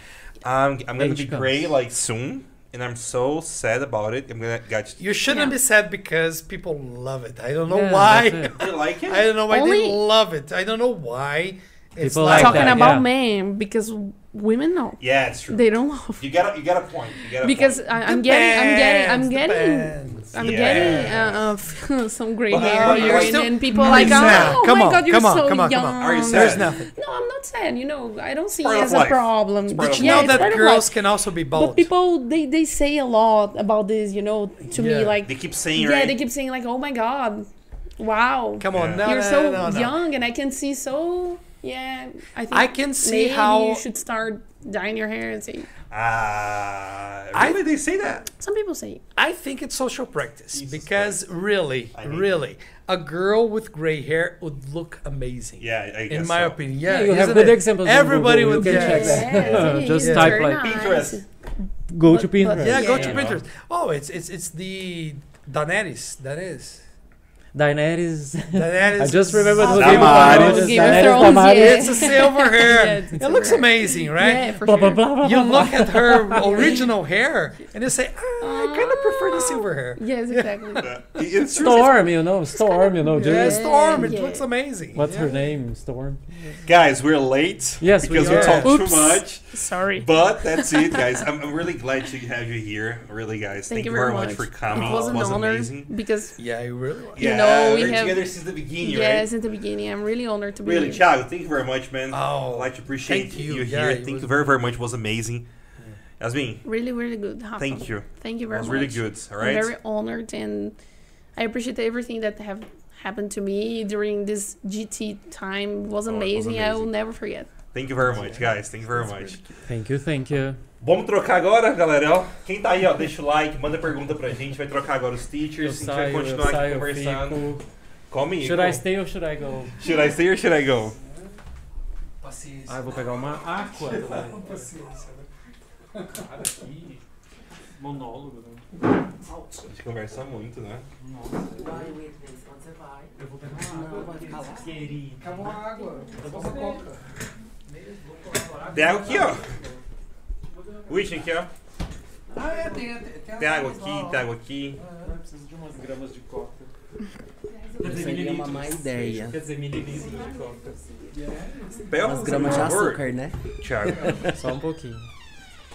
Speaker 1: I'm, I'm gonna
Speaker 2: Age
Speaker 1: be
Speaker 2: comes.
Speaker 1: gray like soon, and I'm so sad about it. I'm gonna guys.
Speaker 5: You shouldn't
Speaker 4: Yeah.
Speaker 5: be sad because people love it. I don't know
Speaker 2: Yeah,
Speaker 5: why.
Speaker 2: that's
Speaker 1: You like it?
Speaker 5: *laughs* I don't know why
Speaker 4: Only-
Speaker 5: they love it. I don't know why. It's
Speaker 2: People like
Speaker 5: like
Speaker 4: talking
Speaker 2: that,
Speaker 4: about
Speaker 2: yeah.
Speaker 4: men because women no,
Speaker 1: yeah, it's true.
Speaker 4: they don't love.
Speaker 1: You got a, you got a point. You got a
Speaker 4: Because
Speaker 1: point.
Speaker 4: I, I'm getting, I'm getting, I'm
Speaker 5: Depends,
Speaker 4: getting,
Speaker 5: depends.
Speaker 4: I'm
Speaker 1: Yeah.
Speaker 4: getting uh, uh, *laughs* some gray
Speaker 1: But-
Speaker 4: hair
Speaker 1: but
Speaker 4: here,
Speaker 1: are
Speaker 4: and
Speaker 1: you
Speaker 4: then people are
Speaker 5: Really
Speaker 4: like,
Speaker 5: sad.
Speaker 4: oh
Speaker 5: come
Speaker 4: my
Speaker 5: on,
Speaker 4: god, you're
Speaker 5: come on,
Speaker 4: so
Speaker 5: come on,
Speaker 4: young.
Speaker 5: come on.
Speaker 1: Are you
Speaker 5: There's
Speaker 1: sad?
Speaker 5: nothing.
Speaker 4: No, I'm not saying. You know, I don't see
Speaker 1: Part
Speaker 4: it
Speaker 1: of
Speaker 4: as a
Speaker 1: life.
Speaker 4: problem.
Speaker 1: It's part
Speaker 4: But
Speaker 1: of
Speaker 5: You
Speaker 1: Yeah,
Speaker 5: know
Speaker 1: it's
Speaker 5: that
Speaker 4: part of
Speaker 5: girls
Speaker 4: life.
Speaker 5: can also be
Speaker 4: But
Speaker 5: bald.
Speaker 4: people, they they say a lot about this. You know, to me,
Speaker 5: Yeah.
Speaker 4: like
Speaker 1: they keep saying,
Speaker 4: yeah,
Speaker 1: right?
Speaker 4: they keep saying like, oh my god, wow,
Speaker 5: Come on,
Speaker 1: Yeah.
Speaker 5: no,
Speaker 4: you're
Speaker 5: no,
Speaker 4: so
Speaker 5: no, no.
Speaker 4: young, and I can see so. Yeah, I think
Speaker 5: I can see
Speaker 4: maybe
Speaker 5: how-
Speaker 4: you should start dyeing your hair and say.
Speaker 1: ah,
Speaker 5: I-
Speaker 1: really? they say that?
Speaker 4: Some people say
Speaker 5: I think it's social practice
Speaker 1: Jesus
Speaker 5: because really,
Speaker 1: I hate
Speaker 5: really, a girl with gray hair would look amazing.
Speaker 1: Yeah, I guess
Speaker 5: in my
Speaker 1: so. *laughs*
Speaker 5: opinion, yeah.
Speaker 2: you have
Speaker 5: isn't
Speaker 2: good
Speaker 5: it?
Speaker 2: examples on
Speaker 5: Everybody
Speaker 2: Google,
Speaker 5: would
Speaker 2: you
Speaker 5: get
Speaker 2: can check that.
Speaker 5: *laughs*
Speaker 4: yeah,
Speaker 2: Just
Speaker 4: he's
Speaker 2: type,
Speaker 4: very
Speaker 2: like,
Speaker 4: nice.
Speaker 1: Pinterest.
Speaker 2: *laughs* Go
Speaker 4: But-
Speaker 2: to
Speaker 4: but-
Speaker 2: Pinterest.
Speaker 5: Yeah, go to
Speaker 4: Yeah.
Speaker 5: Pinterest. Oh, it's it's it's the Daenerys.
Speaker 3: *laughs*
Speaker 5: Daenerys.
Speaker 2: Daenerys. *laughs*
Speaker 5: Daenerys.
Speaker 2: I just remembered
Speaker 4: Oh,
Speaker 2: who
Speaker 1: Game of Thrones.
Speaker 2: Daenerys.
Speaker 4: Game of
Speaker 2: Daenerys
Speaker 3: *laughs*
Speaker 4: Thrones,
Speaker 2: Damaris.
Speaker 5: *laughs* It's a silver
Speaker 4: Yeah,
Speaker 5: hair.
Speaker 4: it's
Speaker 5: it
Speaker 4: silver
Speaker 5: looks
Speaker 4: hair.
Speaker 5: amazing,
Speaker 4: Yeah,
Speaker 5: right?
Speaker 4: for
Speaker 2: Blah,
Speaker 4: sure.
Speaker 2: blah, blah, blah,
Speaker 5: You
Speaker 2: blah, blah.
Speaker 5: look
Speaker 3: *laughs*
Speaker 5: at her original hair and you say, ah, I kind of prefer the silver hair.
Speaker 4: Yes, exactly.
Speaker 5: *laughs*
Speaker 1: It's true.
Speaker 2: Storm, you know, Storm, you know,
Speaker 5: Yeah,
Speaker 2: Julia.
Speaker 4: Yes.
Speaker 5: Storm, it
Speaker 4: yeah.
Speaker 5: looks amazing.
Speaker 2: What's
Speaker 5: Yeah.
Speaker 2: her name? Storm.
Speaker 1: Guys, we're late.
Speaker 2: Yes, we
Speaker 1: because
Speaker 2: are.
Speaker 1: talked
Speaker 4: Oops.
Speaker 1: too much.
Speaker 4: Sorry.
Speaker 1: But that's it, guys. I'm, I'm really glad to have you here. Really, guys.
Speaker 4: Thank, you very much
Speaker 1: for coming.
Speaker 4: It was an honor
Speaker 1: um, amazing.
Speaker 4: because
Speaker 5: Yeah, you really was.
Speaker 4: You
Speaker 1: yeah,
Speaker 4: know, we
Speaker 1: we're
Speaker 4: have-
Speaker 1: together since the beginning,
Speaker 4: yes,
Speaker 1: right?
Speaker 4: at the beginning, I'm really honored to be
Speaker 1: Really,
Speaker 4: here.
Speaker 1: Thiago, thank you very much, man.
Speaker 5: Oh,
Speaker 1: I'd like to appreciate
Speaker 5: thank you.
Speaker 1: you
Speaker 5: Yeah,
Speaker 1: here.
Speaker 5: it
Speaker 1: thank
Speaker 5: was-
Speaker 1: you very, very much. It was amazing. Yasmin,
Speaker 4: Really, really good. Rafa.
Speaker 1: thank you.
Speaker 4: Thank you
Speaker 1: It
Speaker 4: very
Speaker 1: was
Speaker 4: much.
Speaker 1: really good, all
Speaker 4: I'm
Speaker 1: right?
Speaker 4: very honored and I appreciate everything that have happened to me during this GT time.
Speaker 1: Oh, it
Speaker 4: It was
Speaker 1: was
Speaker 4: amazing. I will
Speaker 1: amazing.
Speaker 4: never forget.
Speaker 1: Thank you very much, guys. Thank you very much.
Speaker 2: Thank you, thank you.
Speaker 1: Vamos trocar agora, galera. Ó, Quem tá aí, ó, deixa o like, manda pergunta pra gente. Vai trocar agora os
Speaker 2: Eu
Speaker 1: teachers. a gente
Speaker 2: saio,
Speaker 1: vai
Speaker 2: eu
Speaker 1: continuar aqui
Speaker 2: saio, eu
Speaker 1: conversando.
Speaker 2: fico.
Speaker 1: Come
Speaker 2: Should I stay or should I go?
Speaker 1: Should I stay or should I go?
Speaker 2: Ah, eu vou pegar uma aqua também. Monólogo, né?
Speaker 1: A gente conversa muito, né?
Speaker 7: Acabou a água. Acabou a coca.
Speaker 1: Tem água aqui, ó. Whitney aqui, ó.
Speaker 7: Ah, é, tem, tem, tem
Speaker 1: Tem
Speaker 7: as
Speaker 1: água
Speaker 7: águas lá,
Speaker 1: aqui,
Speaker 7: ó.
Speaker 1: tem água aqui.
Speaker 2: Preciso de umas gramas de coca.
Speaker 3: Seria uma má ideia.
Speaker 2: Quer dizer, mililitros de coca.
Speaker 1: Pega um
Speaker 3: Umas gramas de açúcar, né?
Speaker 1: Thiago.
Speaker 2: Só um pouquinho.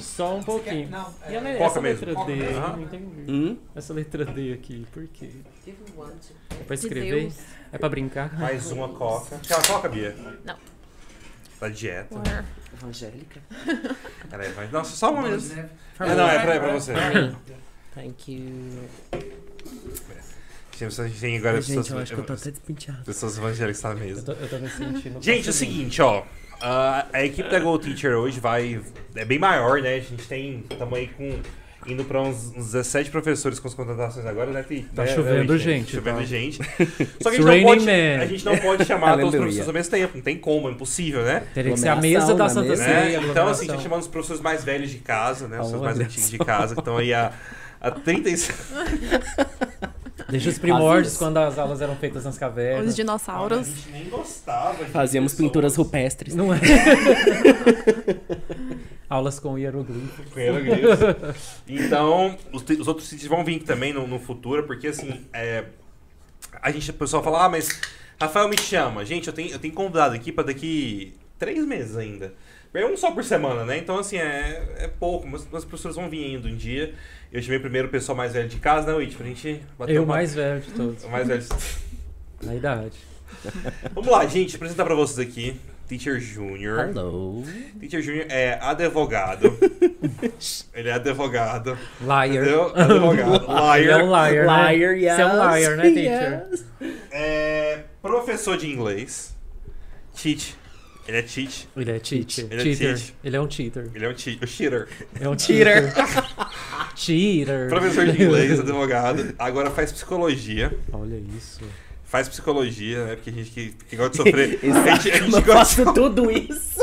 Speaker 2: Só um pouquinho.
Speaker 7: Não,
Speaker 2: E ela,
Speaker 7: é,
Speaker 1: Coca
Speaker 2: essa
Speaker 1: mesmo.
Speaker 2: letra D, eu
Speaker 1: Aham.
Speaker 2: não entendi.
Speaker 3: Hum?
Speaker 2: Essa letra D aqui, por quê? É pra escrever?
Speaker 4: Deus.
Speaker 2: É pra brincar?
Speaker 1: Mais uma coca. Quer uma coca, Bia?
Speaker 4: Não.
Speaker 1: Tá de dieta.
Speaker 4: Whatever.
Speaker 3: Evangélica.
Speaker 1: Peraí, vai. Nossa, só uma mesmo.
Speaker 7: né?
Speaker 1: É, não, é pra, é pra você.
Speaker 3: Thank you.
Speaker 1: Gente, a gente tem agora as
Speaker 3: Gente,
Speaker 1: pessoas,
Speaker 3: eu acho que eu tô até despinteada.
Speaker 1: pessoas evangélicas na mesa.
Speaker 2: Eu, tô, eu tô me sentindo.
Speaker 1: Gente, é o seguinte, ó. ah, a equipe da Gold Teacher hoje vai. É bem maior, né? A gente tem. Tamo aí com. Indo pra uns, uns 17 professores com as contratações agora, né, Fih?
Speaker 2: Tá
Speaker 1: Né,
Speaker 2: chovendo
Speaker 1: né,
Speaker 2: gente,
Speaker 1: Chovendo
Speaker 2: tá. *laughs*
Speaker 1: gente. Só que a
Speaker 2: It's
Speaker 1: gente, não pode,
Speaker 2: raining man.
Speaker 1: a gente não pode
Speaker 2: *laughs*
Speaker 1: chamar todos os
Speaker 3: Aleluia.
Speaker 1: professores ao mesmo tempo. Não tem como, é impossível, né?
Speaker 2: Teria que ser a mesa
Speaker 3: Aglomeração
Speaker 2: da
Speaker 3: na
Speaker 2: Santa
Speaker 3: mesa.
Speaker 1: Né?
Speaker 2: Ceia. um-
Speaker 1: Então, assim, a gente
Speaker 2: é aglomeração.
Speaker 1: tá chamando os professores mais velhos de casa, né? Os professores mais
Speaker 2: Olha
Speaker 1: antigos de casa, que estão aí há, há 35.
Speaker 2: Desde os primórdios,
Speaker 3: As-
Speaker 2: quando as aulas eram feitas nas
Speaker 8: Os
Speaker 2: cavernas.
Speaker 8: dinossauros.
Speaker 1: gente nem gostava.
Speaker 3: Fazíamos pinturas
Speaker 1: *laughs*
Speaker 3: rupestres.
Speaker 2: Não é? Aulas com hieroglifo.
Speaker 1: Primeiro grito. Então, os, te- os outros sítios vão vir também no, no futuro, porque assim, é, a gente, o pessoal fala, ah, mas Rafael me chama. Gente, eu tenho, eu tenho convidado aqui pra daqui três meses ainda. É um só por semana, né? Então, assim, é, é pouco, mas, mas as professoras vão vir ainda um dia. Eu chamei primeiro o pessoal mais velho de casa, né, Witch? Pra gente bater
Speaker 2: Eu
Speaker 1: uma-
Speaker 2: mais velho de todos.
Speaker 1: o mais velho.
Speaker 2: Na idade.
Speaker 1: Vamos lá, gente, apresentar pra vocês aqui. Teacher Júnior.
Speaker 3: Hello.
Speaker 1: Teacher Júnior é
Speaker 2: *laughs*
Speaker 1: advogado. Ele é advogado.
Speaker 2: Liar.
Speaker 1: Entendeu? Advogado.
Speaker 2: Ele é um
Speaker 1: Liar.
Speaker 2: liar, né?
Speaker 3: Liar, yes.
Speaker 2: Você é um liar, né, teacher?
Speaker 3: Yes.
Speaker 1: É professor de inglês. Cheat. Ele é cheat.
Speaker 2: Ele é cheater.
Speaker 1: Ele é
Speaker 2: cheater.
Speaker 1: cheat.
Speaker 2: Ele é um cheater.
Speaker 1: Ele é um cheat. O cheater.
Speaker 2: É um cheater. cheater.
Speaker 1: Professor de inglês, advogado. Agora faz psicologia.
Speaker 2: *laughs* Olha isso.
Speaker 1: Faz psicologia, né? Porque a gente que, que gosta de
Speaker 3: *laughs*
Speaker 1: sofrer. a
Speaker 3: Exato,
Speaker 1: gente, a gente
Speaker 3: eu
Speaker 1: gosta,
Speaker 3: faço tudo isso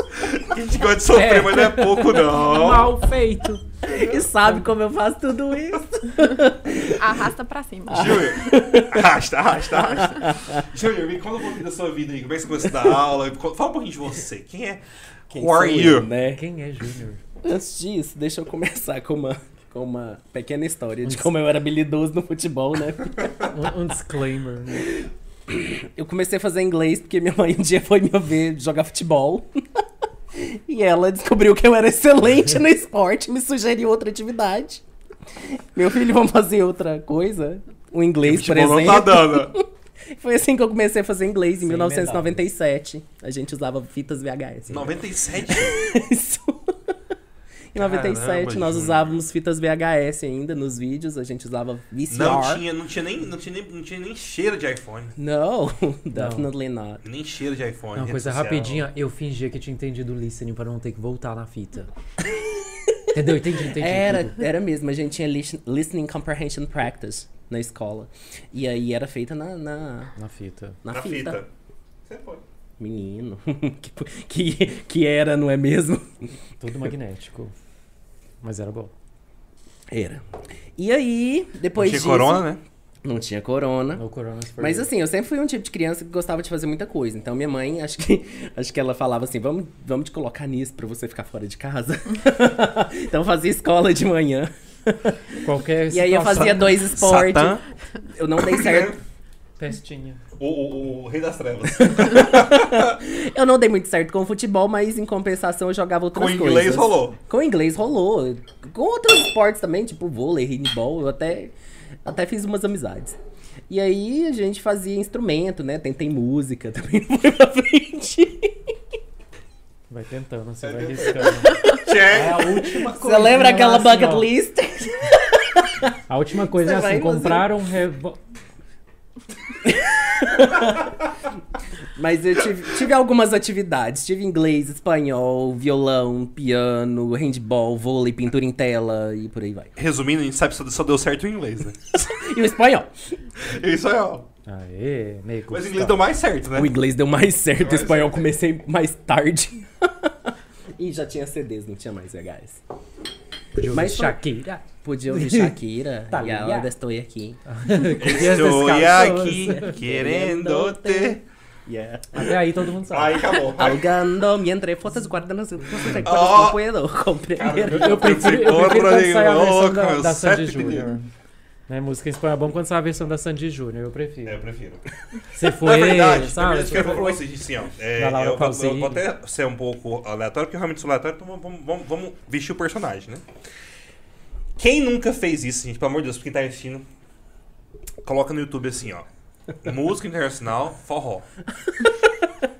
Speaker 1: a gente gosta de sofrer, mas não é pouco, não.
Speaker 2: Mal feito.
Speaker 3: e sabe como eu faço tudo isso.
Speaker 8: Arrasta pra cima.
Speaker 1: Júnior, arrasta, arrasta, arrasta. Júnior, me conta um pouquinho da sua vida aí. Como é que você começou a dar aula? Fala um pouquinho de você. Quem é?
Speaker 3: Quem
Speaker 1: Who are
Speaker 3: sou eu,
Speaker 1: you?
Speaker 3: né?
Speaker 2: Quem é Júnior?
Speaker 3: Antes disso, deixa eu começar com uma, com uma pequena história de como eu era habilidoso no futebol, né?
Speaker 2: Um, um disclaimer. né?
Speaker 3: Eu comecei a fazer inglês porque minha mãe um dia foi me ver jogar futebol. *laughs* E ela descobriu que eu era excelente no esporte, me sugeriu outra atividade. Meu filho, vamos fazer outra coisa? O inglês, por
Speaker 1: Futebol não tá
Speaker 3: exemplo.
Speaker 1: dando.
Speaker 3: Foi assim que eu comecei a fazer inglês,
Speaker 2: Sem
Speaker 3: em 1997. A gente usava fitas VHS. *laughs*
Speaker 1: 97?
Speaker 3: Isso. Em 97
Speaker 1: Caramba,
Speaker 3: nós
Speaker 1: Júnior.
Speaker 3: usávamos fitas VHS ainda nos vídeos, a gente usava VCR.
Speaker 1: Não tinha, não tinha nem, não tinha nem, não tinha nem cheiro de iPhone.
Speaker 3: *laughs* No, definitely not.
Speaker 1: Nem cheiro de iPhone.
Speaker 2: Uma
Speaker 1: rede
Speaker 2: coisa
Speaker 1: social.
Speaker 2: rapidinha, eu fingia que tinha entendido o listening pra não ter que voltar na fita. Entendeu? Entendi, entendi.
Speaker 3: Era, era mesmo, a gente tinha lis- listening comprehension practice na escola. E aí era feita na, na,
Speaker 2: Na fita.
Speaker 3: na,
Speaker 1: Na
Speaker 3: fita.
Speaker 1: fita. Você foi.
Speaker 3: Menino. *laughs* que, que, que era, não é mesmo?
Speaker 2: Tudo magnético. Mas era bom.
Speaker 3: Era. E aí, depois
Speaker 1: Tinha
Speaker 3: disso-
Speaker 1: corona, né?
Speaker 3: Não tinha
Speaker 1: É?
Speaker 3: corona.
Speaker 2: No Corona se
Speaker 3: Mas
Speaker 2: perdeu.
Speaker 3: assim, eu sempre fui um tipo de criança que gostava de fazer muita coisa. Então minha mãe, acho que, *laughs* acho que ela falava assim, vamos, vamos te colocar nisso pra você ficar fora de casa. *laughs* então eu fazia escola de manhã.
Speaker 1: assim,
Speaker 2: Qualquer
Speaker 3: E aí eu
Speaker 2: situação-
Speaker 3: fazia dois esportes.
Speaker 1: é Satã.
Speaker 3: Eu não dei
Speaker 1: *laughs*
Speaker 3: certo.
Speaker 2: Pestinha.
Speaker 1: O, o, o rei das trevas.
Speaker 3: Eu não dei muito certo com o futebol, mas em compensação eu jogava outras
Speaker 1: Com
Speaker 3: coisas.
Speaker 1: inglês rolou.
Speaker 3: Com inglês rolou. Com outros esportes também, tipo vôlei, handball, eu até, até fiz umas amizades. E aí a gente fazia instrumento, né? Tentei música, também *laughs* não foi pra frente.
Speaker 2: Vai tentando, você vai arriscando.
Speaker 1: Check.
Speaker 3: Você lembra aquela
Speaker 2: assim, ó.
Speaker 3: bucket list?
Speaker 2: A última coisa
Speaker 3: Você
Speaker 2: é
Speaker 3: vai
Speaker 2: assim,
Speaker 3: fazer-
Speaker 2: compraram um revólver.
Speaker 3: Mas eu tive, tive algumas atividades. Tive inglês, espanhol, violão, piano, handball, vôlei, pintura em tela e por aí vai.
Speaker 1: Resumindo, a gente sabe que só- só deu certo o inglês, né?
Speaker 3: E o espanhol?
Speaker 1: Isso é, ó.
Speaker 2: Aê, meio
Speaker 1: Mas o inglês deu mais certo, né?
Speaker 3: O inglês deu mais certo, o
Speaker 1: Mais
Speaker 3: espanhol
Speaker 1: certo.
Speaker 3: comecei mais tarde. *laughs* e já tinha CDs, não tinha mais VHS.
Speaker 2: Mas
Speaker 1: um-
Speaker 3: Mas foi-
Speaker 2: Shakira.
Speaker 1: *laughs*
Speaker 2: *laughs*
Speaker 3: Podia ouvir Shakira
Speaker 2: Tá
Speaker 3: e a
Speaker 2: ligado.
Speaker 3: hora estou aqui.
Speaker 1: Estou
Speaker 2: *laughs*
Speaker 1: aqui querendo te.
Speaker 3: Yeah.
Speaker 2: Até aí todo mundo sabe.
Speaker 1: Aí
Speaker 3: *laughs*
Speaker 1: acabou.
Speaker 3: Algando me entre fotos guardando sus sus recuerdos
Speaker 1: Oh.
Speaker 3: não puedo compreender.
Speaker 1: Eu
Speaker 2: prefiro, eu prefiro quando sai a versão da, da Sandy Júnior. Né, música em espanhol é bom quando sai a versão da Sandy Júnior, eu
Speaker 1: É, eu
Speaker 2: prefiro.
Speaker 1: prefiro.
Speaker 2: Você
Speaker 1: Não,
Speaker 2: foi,
Speaker 1: é verdade, na
Speaker 2: sabe?
Speaker 1: verdade, eu quero falar pra
Speaker 2: Você foi-
Speaker 1: vocês assim, ó. É,
Speaker 2: Da
Speaker 1: eu,
Speaker 2: Laura
Speaker 1: vou- eu
Speaker 2: Pausini.
Speaker 1: vou até ser um pouco aleatório, porque eu realmente sou aleatório, então vamos, vamos- vamos- vamos vestir o personagem, né? Quem nunca fez isso, gente, pelo amor de Deus, pra quem tá assistindo, coloca no YouTube assim, ó. Música internacional, forró.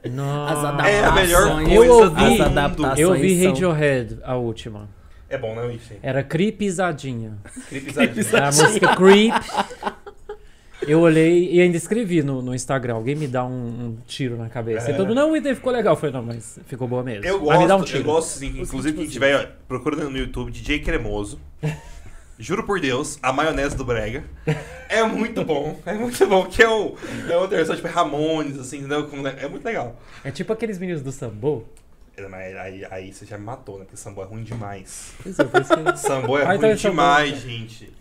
Speaker 3: As
Speaker 2: Nossa.
Speaker 3: adaptações.
Speaker 1: É a melhor coisa
Speaker 2: Eu
Speaker 1: do
Speaker 2: ouvi-
Speaker 1: mundo.
Speaker 3: as adaptações.
Speaker 2: Eu vi
Speaker 3: são-
Speaker 2: Radiohead, a última.
Speaker 1: É bom, né, Ixi?
Speaker 2: Era Creepizadinha.
Speaker 1: Clipizadinho.
Speaker 2: Era a música Creep. Eu olhei e ainda escrevi no, no Instagram. Alguém me dá um, um tiro na cabeça.
Speaker 1: É.
Speaker 2: E todo mundo, não, o item ficou legal. Eu falei, não, mas ficou boa mesmo.
Speaker 1: Eu
Speaker 2: Mas me dá um
Speaker 1: gosto,
Speaker 2: tiro.
Speaker 1: eu gosto sim. Inclusive,
Speaker 3: um
Speaker 1: quem tiver ó, procurando no YouTube, DJ Cremoso. *laughs* Juro por Deus, a maionese do Brega. É muito bom, é muito bom. Que é o. É uma versão tipo Ramones, assim, entendeu? Com- É muito legal.
Speaker 2: É tipo aqueles meninos do Sambo.
Speaker 1: É, Mas aí, aí você já me matou, né? Porque sambô é ruim demais.
Speaker 2: Isso, eu pensei-
Speaker 1: Sambô é
Speaker 2: Ah,
Speaker 1: ruim
Speaker 3: tá
Speaker 2: então é sambô,
Speaker 3: né?
Speaker 1: demais, gente.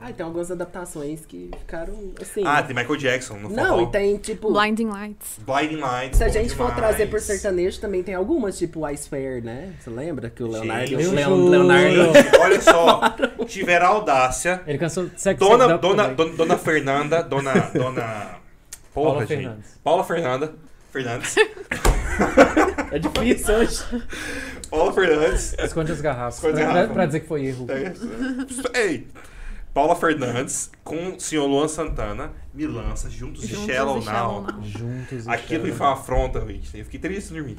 Speaker 3: Ah, tem algumas adaptações que ficaram assim.
Speaker 1: Ah, tem Michael Jackson no
Speaker 3: não,
Speaker 1: forró.
Speaker 3: e tem tipo.
Speaker 8: Blinding Lights.
Speaker 1: Blinding Lights.
Speaker 3: Se a
Speaker 1: bom
Speaker 3: gente for
Speaker 1: demais.
Speaker 3: trazer por sertanejo, também tem algumas, tipo Ice Fair, né? Você lembra que o Leonardo.
Speaker 1: Gente,
Speaker 3: o
Speaker 1: eu
Speaker 3: Leon- Leonardo.
Speaker 2: juro.
Speaker 1: Olha
Speaker 3: *laughs*
Speaker 1: só, tiver a audácia.
Speaker 2: Ele cansou de sexo
Speaker 1: Dona, dona, dona, dona Fernanda, dona. dona... Porra,
Speaker 2: Paula
Speaker 1: gente.
Speaker 2: Fernandes.
Speaker 1: Paula Fernanda. Fernandes.
Speaker 3: É difícil hoje.
Speaker 1: Paula Fernandes.
Speaker 2: Esconde as garrafas.
Speaker 1: Esconde as
Speaker 2: pra,
Speaker 1: garrafas. É.
Speaker 2: pra dizer que foi erro.
Speaker 1: Ei! Paula Fernandes com o senhor Luan Santana me lança juntos de
Speaker 8: Juntos
Speaker 1: Shallow
Speaker 8: e Shallow
Speaker 1: Now.
Speaker 8: Now.
Speaker 2: Juntos. e
Speaker 1: Aquilo me
Speaker 2: chorando.
Speaker 1: foi uma afronta, gente. Eu fiquei triste de dormir.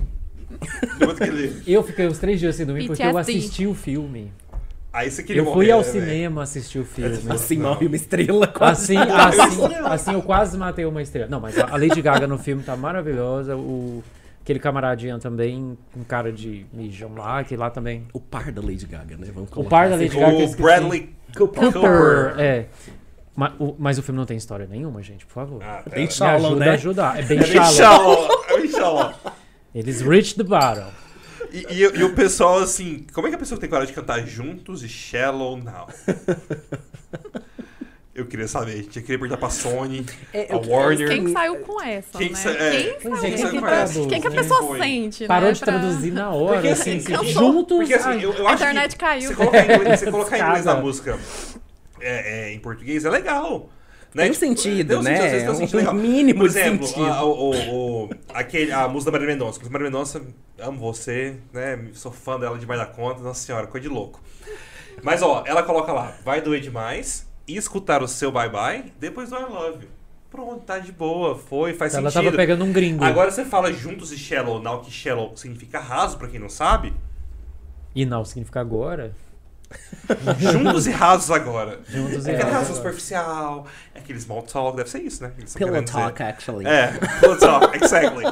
Speaker 1: Depois daquele-
Speaker 2: Eu fiquei uns três dias sem dormir porque eu
Speaker 8: PTSD.
Speaker 2: assisti o filme.
Speaker 1: Aí você queria
Speaker 2: Eu
Speaker 1: morrer,
Speaker 2: fui ao
Speaker 1: né, velho?
Speaker 2: cinema assistir o filme.
Speaker 3: Assim, morre uma estrela
Speaker 1: *laughs*
Speaker 3: quase.
Speaker 2: Assim, assim,
Speaker 1: é
Speaker 2: assim eu quase matei uma estrela. Não, mas a a Lady Gaga no filme tá maravilhosa. O, aquele camaradinha também, um cara de mijão lá, que lá também.
Speaker 3: O par da Lady Gaga, né? Vamos
Speaker 2: O
Speaker 1: é
Speaker 3: colocar
Speaker 2: par da
Speaker 3: assim.
Speaker 2: Lady Gaga. que eu
Speaker 1: O
Speaker 2: esqueci.
Speaker 1: Bradley
Speaker 2: Cooper.
Speaker 1: Cooper.
Speaker 2: É. Ma- o- Mas o filme não tem história nenhuma, gente, por favor.
Speaker 1: Ah, pera.
Speaker 3: Bem
Speaker 2: Me
Speaker 3: shallow,
Speaker 2: ajuda a
Speaker 3: né?
Speaker 2: ajudar. É bem
Speaker 1: É bem
Speaker 2: shallow.
Speaker 1: shallow, é bem shallow.
Speaker 2: Eles reach the bottom.
Speaker 1: E, e- e o pessoal, assim, como é que a pessoa tem coragem de cantar juntos e shallow now? Eu queria saber, eu queria perguntar pra Sony,
Speaker 3: É,
Speaker 1: a Warner.
Speaker 8: Quem que saiu com essa,
Speaker 1: Quem que
Speaker 8: né?
Speaker 1: sa- é.
Speaker 8: Quem
Speaker 2: Pois
Speaker 8: saiu
Speaker 2: é,
Speaker 1: quem
Speaker 8: com
Speaker 1: que
Speaker 8: essa?
Speaker 1: traduz,
Speaker 8: Quem que a
Speaker 1: né?
Speaker 8: pessoa
Speaker 1: Foi.
Speaker 8: sente, né?
Speaker 2: Parou de
Speaker 8: pra-
Speaker 2: traduzir na hora,
Speaker 1: Porque,
Speaker 2: assim,
Speaker 1: assim,
Speaker 2: se-
Speaker 1: cansou.
Speaker 2: juntos.
Speaker 1: Porque assim,
Speaker 2: ai,
Speaker 1: eu, eu
Speaker 8: A
Speaker 1: acho
Speaker 8: internet
Speaker 1: que
Speaker 8: caiu.
Speaker 1: Você colocar em inglês, você colocar em inglês na
Speaker 2: Escada.
Speaker 1: música é, é, em português é legal. Né?
Speaker 3: Tem
Speaker 1: Tipo,
Speaker 3: sentido,
Speaker 1: tem
Speaker 3: né?
Speaker 1: às vezes tem
Speaker 3: Um
Speaker 1: sentido legal.
Speaker 3: mínimo
Speaker 1: Por
Speaker 3: de
Speaker 1: exemplo,
Speaker 3: sentido.
Speaker 1: A, o- o- o- aquele, a música da Maria Mendonça. Maria Mendonça, amo você, né? Sou fã dela demais da conta. Nossa senhora, coisa de louco. Mas ó, ela coloca lá, vai doer demais, e escutar o seu bye bye, depois do I love. you. Pronto, tá de boa, foi, faz
Speaker 2: Ela
Speaker 1: sentido.
Speaker 2: tava pegando um gringo.
Speaker 1: Agora você fala juntos e shallow now, que shallow significa raso, pra quem não sabe.
Speaker 2: E não, significa agora.
Speaker 1: Juntos e rasos agora.
Speaker 2: Juntos
Speaker 1: É
Speaker 2: e
Speaker 1: aquela
Speaker 2: agora.
Speaker 1: raça superficial, é aquele small talk, deve ser isso, né? Eles tão
Speaker 3: Pillow
Speaker 1: querendo dizer.
Speaker 3: talk, actually.
Speaker 1: É, pillow talk, exactly.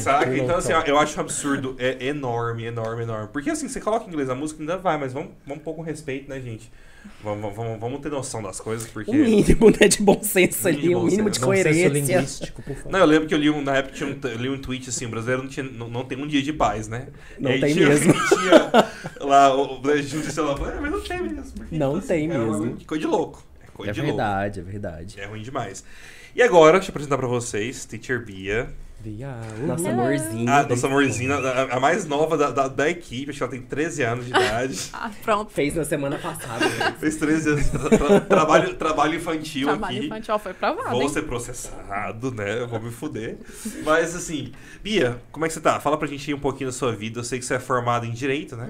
Speaker 1: Saca?
Speaker 2: Pillow
Speaker 1: Então, assim,
Speaker 2: talk.
Speaker 1: eu acho um absurdo, é enorme, enorme, enorme. Porque, assim, você coloca em inglês a música, ainda vai, mas vamos, vamos pôr com respeito, né, gente? Vamos, vamos, vamos ter noção das coisas, porque...
Speaker 3: O mínimo, né, de bom senso
Speaker 1: é. Mínimo
Speaker 3: ali,
Speaker 1: bom
Speaker 3: o mínimo
Speaker 1: senso.
Speaker 3: de
Speaker 2: Bom senso
Speaker 3: coerência.
Speaker 2: linguístico, por favor.
Speaker 1: Não, eu lembro que eu li um, na época, tinha um, eu li um tweet assim, o brasileiro não, tinha, não, não tem um dia de paz, né?
Speaker 3: Não
Speaker 1: E aí
Speaker 3: tem
Speaker 1: tinha,
Speaker 3: mesmo.
Speaker 1: *laughs* Tinha lá, o o judicial lá falou, "É, mas não tem mesmo. porque,
Speaker 3: Não tem
Speaker 1: é uma-
Speaker 3: mesmo.
Speaker 1: que coisa de louco. É coisa
Speaker 3: É
Speaker 1: de louco.
Speaker 3: verdade, é verdade.
Speaker 1: É ruim demais. E agora, deixa eu apresentar pra vocês, Teacher Bia.
Speaker 2: Via-
Speaker 3: Nossa
Speaker 2: Ah,
Speaker 3: amorzinho.
Speaker 1: A É. Ah, nossa amorzinha, a, a mais nova da, da, da equipe, acho que ela tem 13 anos de idade.
Speaker 8: Ah, pronto.
Speaker 3: Fez na semana passada.
Speaker 1: *laughs*
Speaker 3: né?
Speaker 1: Fez 13 anos. Tra, tra- trabalho, trabalho infantil
Speaker 8: Trabalho
Speaker 1: aqui.
Speaker 8: infantil foi
Speaker 4: Ah,
Speaker 8: provado,
Speaker 1: Vou
Speaker 8: hein?
Speaker 1: ser processado, né? Eu vou me fuder. Mas assim, Bia, como é que você tá? Fala pra gente aí um pouquinho da sua vida. Eu sei que você é formada em direito, né?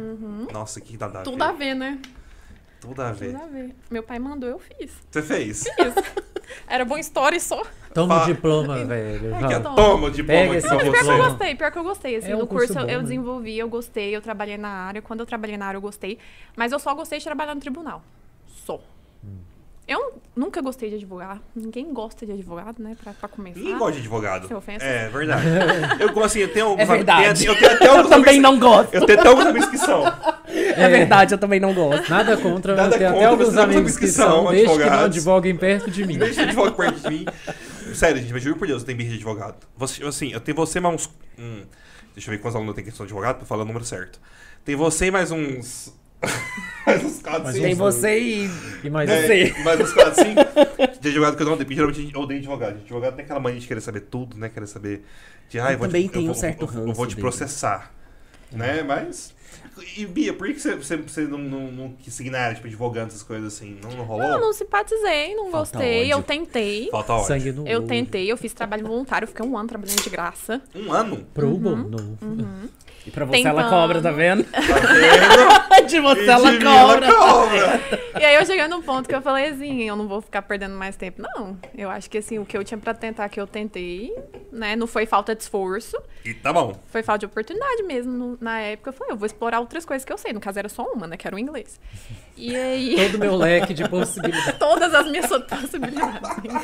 Speaker 1: Nossa, que nada a
Speaker 8: Tudo
Speaker 1: ver.
Speaker 8: a ver, né?
Speaker 1: Tudo a ver.
Speaker 8: Tudo a ver. Meu pai mandou, eu fiz.
Speaker 1: Você fez.
Speaker 8: Era bom história e só.
Speaker 2: Toma
Speaker 1: Fa- É
Speaker 2: o diploma, velho.
Speaker 8: Ai,
Speaker 2: vai.
Speaker 8: que
Speaker 1: Aqui, ó,
Speaker 8: Toma.
Speaker 1: Toma o diploma
Speaker 2: Pega
Speaker 1: aqui
Speaker 2: esse
Speaker 1: pra
Speaker 8: Pior que eu
Speaker 1: você.
Speaker 8: gostei, pior que eu gostei. Assim,
Speaker 2: É um
Speaker 8: no
Speaker 2: curso
Speaker 8: curso, eu,
Speaker 2: bom,
Speaker 8: eu
Speaker 2: né?
Speaker 8: desenvolvi, eu gostei, eu trabalhei na área. Quando eu trabalhei na área, eu gostei. Mas eu só gostei de trabalhar no tribunal. Só. Eu nu- nunca gostei de advogar. Ninguém gosta de advogado, né? Pra, pra começar.
Speaker 1: Ninguém gosta de advogado.
Speaker 8: Sem ofensa.
Speaker 1: É, verdade. Eu, gosto, assim, eu tenho alguns
Speaker 3: É
Speaker 1: amigos-
Speaker 3: verdade.
Speaker 1: tenho- Eu tenho até
Speaker 3: Eu
Speaker 1: alguns
Speaker 3: também
Speaker 1: amigos-
Speaker 3: não gosto.
Speaker 1: Eu tenho até alguns amigos que são.
Speaker 3: É verdade, eu também não gosto.
Speaker 2: Nada contra,
Speaker 1: Nada
Speaker 2: eu tenho até
Speaker 1: contra,
Speaker 2: alguns
Speaker 1: você não
Speaker 2: amigos
Speaker 1: sabe
Speaker 2: que
Speaker 1: que são
Speaker 2: são, desde que não
Speaker 1: advogados.
Speaker 2: advoguem perto de mim.
Speaker 1: Deixa de advogado perto de mim. Sério, gente, mas juro por Deus, eu tenho birra de advogado. Você, assim, eu tenho você mais uns. hum, deixa eu ver quantos alunos eu tenho que são advogado pra falar o número certo. Tem você e mais uns. *laughs* mais uns 4,
Speaker 2: Mais
Speaker 1: 5.
Speaker 3: Tem você e.
Speaker 2: E mais um
Speaker 1: É, mais uns 4, 5
Speaker 3: *laughs*
Speaker 1: de advogado que eu não odeio. porque Geralmente eu odeio advogado. Advogado tem aquela mania de querer saber tudo, né? Querer saber. De, ah, eu
Speaker 3: Eu
Speaker 1: vou
Speaker 3: também
Speaker 1: te,
Speaker 3: tenho
Speaker 1: eu
Speaker 3: um
Speaker 1: vou,
Speaker 3: certo
Speaker 1: eu, vou- eu vou
Speaker 3: ranço
Speaker 1: te
Speaker 3: dele. Uhum.
Speaker 1: processar. Né? Mas. E Bia, por que você, você, você não, não, não quis seguir na área, tipo, advogando essas coisas assim? Não, não rolou?
Speaker 8: Não, não simpatizei, não
Speaker 3: Falta
Speaker 8: gostei.
Speaker 3: ódio.
Speaker 8: Eu tentei.
Speaker 1: Falta ódio.
Speaker 2: sangue no
Speaker 8: Eu
Speaker 2: olho.
Speaker 8: tentei, eu fiz trabalho voluntário, eu fiquei um ano trabalhando de graça. Uhum.
Speaker 1: Um ano?
Speaker 2: Pro bono.
Speaker 5: Uhum. Mm-hmm.
Speaker 3: E pra você
Speaker 8: Tem
Speaker 3: ela
Speaker 8: pão.
Speaker 3: cobra, tá
Speaker 8: né?
Speaker 3: vendo?
Speaker 1: Tá vendo?
Speaker 3: De você ela
Speaker 1: Entendi,
Speaker 3: cobra.
Speaker 1: cobra.
Speaker 8: E aí eu cheguei num ponto que eu falei assim, eu não vou ficar perdendo mais tempo, não. Eu acho que assim, o que eu tinha pra tentar que eu tentei, né? Não foi falta de esforço,
Speaker 1: E tá bom.
Speaker 8: foi falta de oportunidade mesmo. No- na época eu falei, eu vou explorar outras coisas que eu sei. No caso era só uma, né? Que era o inglês. E aí. *laughs*
Speaker 2: Todo meu leque de possibilidades.
Speaker 8: Todas as minhas possibilidades. *laughs*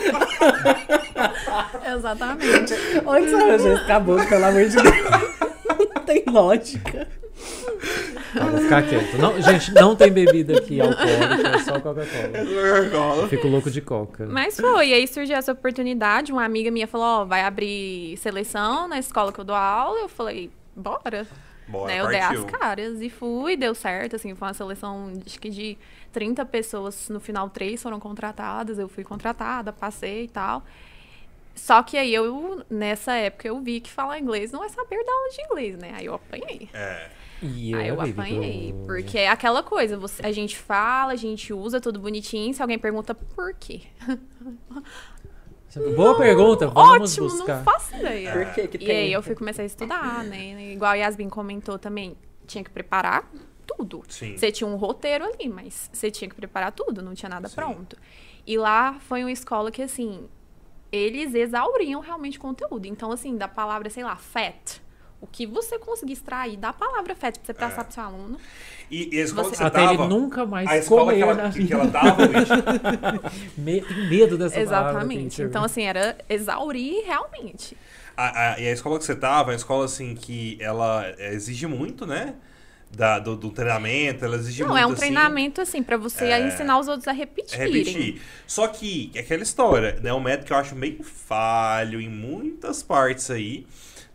Speaker 8: Exatamente.
Speaker 3: Onde você arranjou esse caboclo, tá pelo amor de Deus? Não tem lógica.
Speaker 2: Olha, ficar quieto. Não, gente, não tem bebida aqui alcoólica, é só Coca-Cola. Eu Fico louco de coca.
Speaker 8: Mas foi, e aí surgiu essa oportunidade. Uma amiga minha falou: Ó, vai abrir seleção na escola que eu dou aula. Eu falei: bora.
Speaker 1: Bora,
Speaker 8: né, eu dei
Speaker 1: partiu.
Speaker 8: as caras e fui, deu certo, assim, foi uma seleção, acho que de 30 pessoas, no final três foram contratadas, eu fui contratada, passei e tal. Só que aí eu, nessa época, eu vi que falar inglês não é saber dar aula de inglês, né? Aí eu apanhei.
Speaker 1: É.
Speaker 2: E
Speaker 8: aí Ah, eu
Speaker 2: baby,
Speaker 8: apanhei,
Speaker 2: do-
Speaker 8: porque é aquela coisa, você- a gente fala, a gente usa, tudo bonitinho, se alguém pergunta por quê? *laughs*
Speaker 2: Boa pergunta, vamos
Speaker 8: Ótimo,
Speaker 2: buscar.
Speaker 8: não faço ideia.
Speaker 3: Por que que
Speaker 8: E aí
Speaker 3: tem?
Speaker 8: eu fui começar a estudar, né? Igual a Yasmin comentou também, tinha que preparar tudo.
Speaker 1: Sim.
Speaker 8: Você tinha um roteiro ali, mas você tinha que preparar tudo, não tinha nada
Speaker 1: Sim.
Speaker 8: pronto. E lá foi uma escola que, assim, eles exauriam realmente o conteúdo. Então, assim, da palavra, sei lá, fat. O que você conseguir extrair da palavra fat pra você
Speaker 1: É.
Speaker 8: passar pro seu aluno.
Speaker 1: E, e a escola que você
Speaker 2: Até
Speaker 1: tava...
Speaker 2: ele nunca mais
Speaker 1: A escola
Speaker 2: comeu
Speaker 1: que
Speaker 2: na
Speaker 1: ela, que
Speaker 2: vida.
Speaker 1: ela
Speaker 2: *laughs*
Speaker 1: dava, gente,
Speaker 2: Me- Tem medo dessa palavra.
Speaker 8: Exatamente.
Speaker 2: teacher.
Speaker 8: Então, assim, era exaurir realmente.
Speaker 1: a, a, e a escola que você tava, é uma escola assim que ela é, exige muito, né? da- do, do treinamento, ela exige
Speaker 8: Não,
Speaker 1: muito,
Speaker 8: é um
Speaker 1: assim,
Speaker 8: treinamento, assim, pra você
Speaker 1: é,
Speaker 8: ensinar os outros a repetirem.
Speaker 1: repetir. Só que é aquela história, né? É um método que eu acho meio falho em muitas partes aí,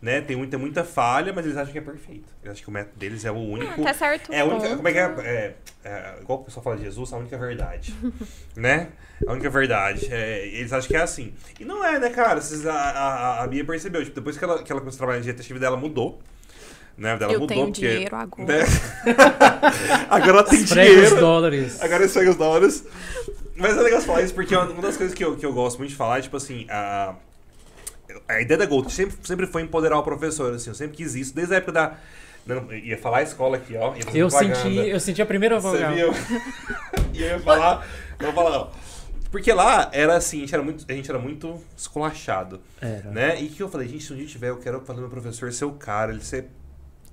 Speaker 1: né? Tem muita, muita falha, mas eles acham que é perfeito. Eles acham que o método deles é
Speaker 8: Ah,
Speaker 1: o único.
Speaker 8: Até tá certo
Speaker 1: É a única.
Speaker 8: ponto.
Speaker 1: Como é que é? é, é, igual o pessoal fala de Jesus, a única
Speaker 8: *laughs*
Speaker 1: verdade. né? A única verdade. É, eles acham que é assim. E não é, né, cara? Vocês- a, a, a Bia percebeu. Tipo, depois que ela, que ela começou a trabalhar na dieta, a dela mudou. Né? Dela
Speaker 8: Eu
Speaker 1: mudou
Speaker 8: tenho
Speaker 1: porque.
Speaker 8: dinheiro agora.
Speaker 1: né? *laughs* agora ela tem
Speaker 2: Prega os
Speaker 1: dinheiro.
Speaker 2: dólares.
Speaker 1: Agora eu pego os dólares. Mas é legal você falar isso porque uma das coisas que eu, que eu gosto muito de falar é, tipo assim, a, a ideia da Gold sempre, sempre foi empoderar o professor, assim, eu sempre quis isso, desde a época da. Não, ia falar a escola aqui, ó. ia fazer
Speaker 2: Eu
Speaker 1: propaganda.
Speaker 2: senti, eu senti a primeira
Speaker 1: Você
Speaker 2: vogal.
Speaker 1: viu?
Speaker 2: *laughs*
Speaker 1: e eu ia falar, eu ia falar, ó. Porque lá era assim, a gente era muito, a gente era muito esculachado,
Speaker 2: Era.
Speaker 1: né? E que eu falei, gente, se um dia tiver, eu quero fazer meu professor ser o cara, ele ser,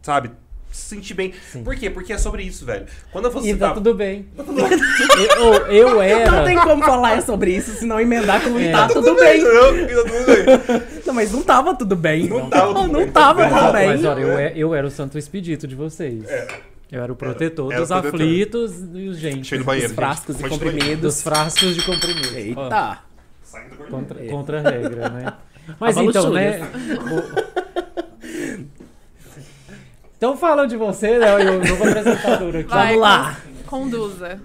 Speaker 1: sabe, se sentir bem. Por quê? Porque é sobre isso, velho. Quando eu fosse
Speaker 2: E tá
Speaker 1: citar-
Speaker 2: tudo bem. eu,
Speaker 3: *laughs*
Speaker 2: eu
Speaker 3: Não
Speaker 2: era.
Speaker 3: tem como falar sobre isso, senão emendar com
Speaker 2: É.
Speaker 3: tá tudo bem.
Speaker 1: Eu- eu-
Speaker 3: *laughs*
Speaker 1: eu- eu-
Speaker 3: Não, mas não tava tudo bem.
Speaker 1: Não tava tudo
Speaker 3: Não
Speaker 1: bem.
Speaker 3: tava tudo bem.
Speaker 2: Mas olha, eu, é- eu era o santo expedito de vocês. Eu era o protetor
Speaker 1: É. Era o
Speaker 2: dos
Speaker 1: protetor.
Speaker 2: aflitos e os gente.
Speaker 1: Cheio do banheiro.
Speaker 3: Os frascos e
Speaker 1: Continua aí.
Speaker 2: Dos
Speaker 3: comprimidos.
Speaker 2: frascos de comprimido. Ó,
Speaker 3: Eita.
Speaker 2: contra, contra a regra,
Speaker 3: *laughs*
Speaker 2: né? Mas
Speaker 3: Avalo
Speaker 2: então,
Speaker 3: Júnior.
Speaker 2: né? o- Então falam de você, né? Eu, eu vou apresentador aqui.
Speaker 8: Vai,
Speaker 3: Vamos lá.
Speaker 8: con- Conduza.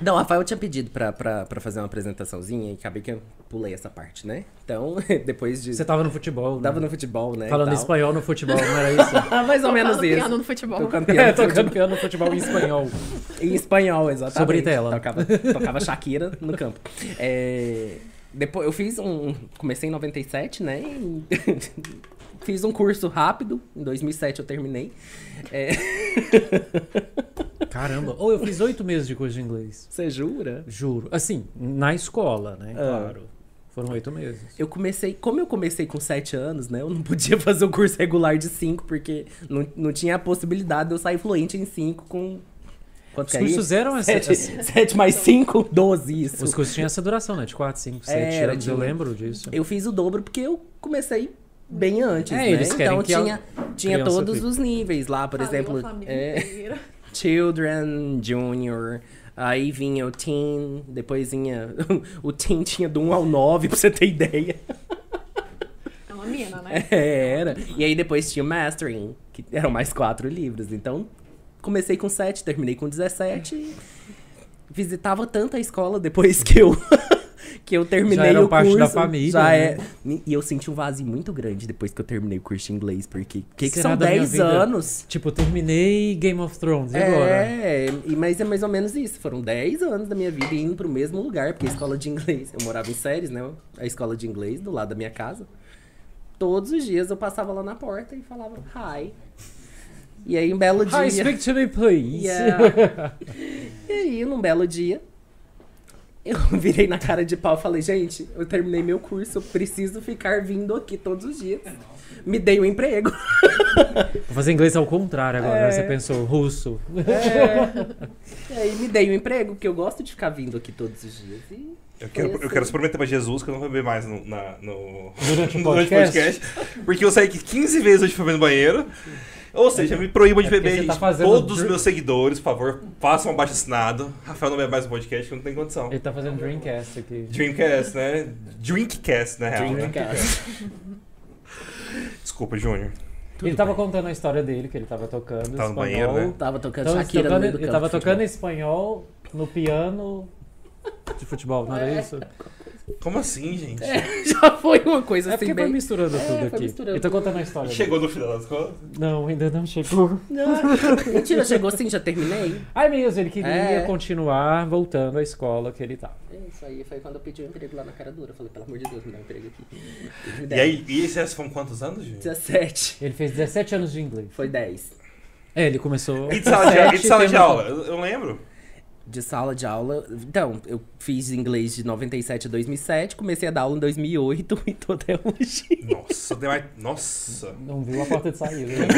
Speaker 3: Não, Rafael tinha pedido pra, pra, pra fazer uma apresentaçãozinha e acabei que eu pulei essa parte, né? Então, *laughs* depois de.
Speaker 2: Você tava no futebol, né?
Speaker 3: tava no futebol, né? e
Speaker 2: Falando
Speaker 3: tal.
Speaker 2: espanhol no futebol, não era isso?
Speaker 3: *laughs* Ah, mais ou menos
Speaker 8: Fala
Speaker 3: isso.
Speaker 8: piano no
Speaker 3: *laughs*
Speaker 8: futebol.
Speaker 3: Tô
Speaker 2: É,
Speaker 3: campeão.
Speaker 2: tô campeão no futebol em espanhol.
Speaker 3: Em espanhol, exatamente.
Speaker 2: Sobre tela.
Speaker 3: Tocava, tocava Shakira no campo. É, depois, eu fiz um. Comecei em 97, né? E *laughs* fiz um curso rápido. Em 2007 eu terminei. É,
Speaker 2: Caramba. Ou eu fiz oito meses de curso de inglês.
Speaker 3: você jura?
Speaker 2: Juro. Assim, na escola, né?
Speaker 3: Ah.
Speaker 2: Claro. Foram oito meses.
Speaker 3: Eu comecei, como eu comecei com 7 anos, né? Eu não podia *laughs* fazer o curso regular de 5, porque não, não tinha a possibilidade de eu sair fluente em 5 com. Quanto
Speaker 2: Os
Speaker 3: que é
Speaker 2: cursos
Speaker 3: isso?
Speaker 2: eram
Speaker 3: *laughs*
Speaker 2: essa. essa-
Speaker 3: 7 mais 5? 12, isso.
Speaker 2: Os cursos tinham essa duração, né? De 4, 5, 7
Speaker 3: Era,
Speaker 2: anos.
Speaker 3: tinha.
Speaker 2: Eu lembro disso.
Speaker 3: Eu fiz o dobro porque eu comecei bem antes,
Speaker 2: É,
Speaker 3: né?
Speaker 2: eles querem
Speaker 3: então
Speaker 2: que a
Speaker 3: tinha, tinha
Speaker 2: criança
Speaker 3: todos
Speaker 2: fique.
Speaker 3: os níveis lá, por exemplo, é, Children, Junior, aí vinha o Teen, depois vinha... *laughs* O Teen tinha do 1 ao 9, pra você ter ideia.
Speaker 8: É uma mina,
Speaker 3: *laughs*
Speaker 8: né?
Speaker 3: É, era. E aí depois tinha o Mastering, que eram mais quatro livros. Então, comecei com sete, terminei com 17. Visitava tanto a escola depois que eu *laughs* que eu terminei
Speaker 2: Já era
Speaker 3: o
Speaker 2: parte
Speaker 3: curso.
Speaker 2: da família,
Speaker 3: Já
Speaker 2: né?
Speaker 3: é. E eu senti um vazio muito grande depois que eu terminei o curso de inglês, porque que, que
Speaker 2: Será
Speaker 3: são
Speaker 2: da minha
Speaker 3: 10
Speaker 2: vida?
Speaker 3: anos?
Speaker 2: Tipo, terminei Game of Thrones. E agora?
Speaker 3: É, e- mas é mais ou menos isso. Foram 10 anos da minha vida indo pro mesmo lugar, porque a escola de inglês. Eu morava em Séries, né? A escola de inglês do lado da minha casa. Todos os dias eu passava lá na porta e falava hi. E aí, um belo dia.
Speaker 2: Hi, speak to me, please.
Speaker 3: Yeah. e aí, num belo dia, eu *laughs* virei na cara de pau e falei, gente, eu terminei meu curso, eu preciso ficar vindo aqui todos os dias. Me dei um
Speaker 2: *laughs*
Speaker 3: emprego.
Speaker 2: *laughs* Vou fazer inglês ao contrário agora.
Speaker 3: É.
Speaker 2: Você pensou, russo. É.
Speaker 3: E aí me dei um emprego, porque eu gosto de ficar vindo aqui todos os dias. E
Speaker 1: Eu quero, eu
Speaker 3: Isso.
Speaker 1: quero se prometer pra Jesus que eu não vou beber mais no, na- no-
Speaker 2: *laughs* Durante o
Speaker 3: é
Speaker 1: durante o podcast. Porque eu saí aqui 15 vezes hoje pra beber no banheiro. Ou seja, me proíbam de
Speaker 2: É porque
Speaker 1: beber,
Speaker 2: você
Speaker 1: gente.
Speaker 2: tá fazendo
Speaker 1: Todos os
Speaker 2: dr-
Speaker 1: meus seguidores, por favor, façam abaixo assinado. Rafael não bebe mais no podcast, que não tem condição.
Speaker 2: Ele tá fazendo Dreamcast aqui.
Speaker 1: Dreamcast, né? Drinkcast, na real. Né?
Speaker 3: Dreamcast.
Speaker 1: Desculpa, Júnior.
Speaker 2: ele tava contando a história dele, que ele tava tocando
Speaker 1: Tava
Speaker 2: espanhol.
Speaker 1: no banheiro, né?
Speaker 3: Tava tocando
Speaker 2: Então,
Speaker 3: Shakira
Speaker 2: tocando,
Speaker 3: no meio do
Speaker 2: ele
Speaker 3: campo
Speaker 2: tava
Speaker 3: de futebol.
Speaker 2: tocando espanhol no piano de futebol, não
Speaker 3: É.
Speaker 2: era isso?
Speaker 1: Como assim,
Speaker 3: *laughs*
Speaker 1: gente?
Speaker 3: Já foi uma coisa
Speaker 2: É
Speaker 3: assim
Speaker 2: porque
Speaker 3: bem...
Speaker 2: foi misturando tudo
Speaker 3: foi
Speaker 2: aqui.
Speaker 3: misturando
Speaker 2: Eu tô contando a história.
Speaker 1: Chegou no final das contas?
Speaker 2: Não, ainda não chegou.
Speaker 3: Não, *laughs* mentira, chegou sim, já terminei.
Speaker 2: Ai, mesmo, ele queria
Speaker 3: É.
Speaker 2: continuar voltando à escola que ele tá. tava.
Speaker 3: Isso aí foi quando eu pedi um emprego lá na cara dura. Eu falei, pelo amor de Deus, me dá um emprego aqui. Eles me
Speaker 1: E
Speaker 3: deram.
Speaker 1: aí, e esses foram quantos anos, Júnior?
Speaker 3: 17.
Speaker 2: Ele fez 17 anos de inglês.
Speaker 3: Foi 10.
Speaker 2: É, ele começou.
Speaker 1: E de sala de, e de, sala de
Speaker 2: terminou-
Speaker 1: aula? Eu, eu lembro.
Speaker 3: De sala de aula. Então, eu fiz inglês de 97 a 2007, comecei a dar aula em 2008 *laughs* e tô até hoje.
Speaker 1: Nossa, tem mais. Nossa.
Speaker 2: Não viu a porta
Speaker 1: *laughs*
Speaker 2: de saída. né?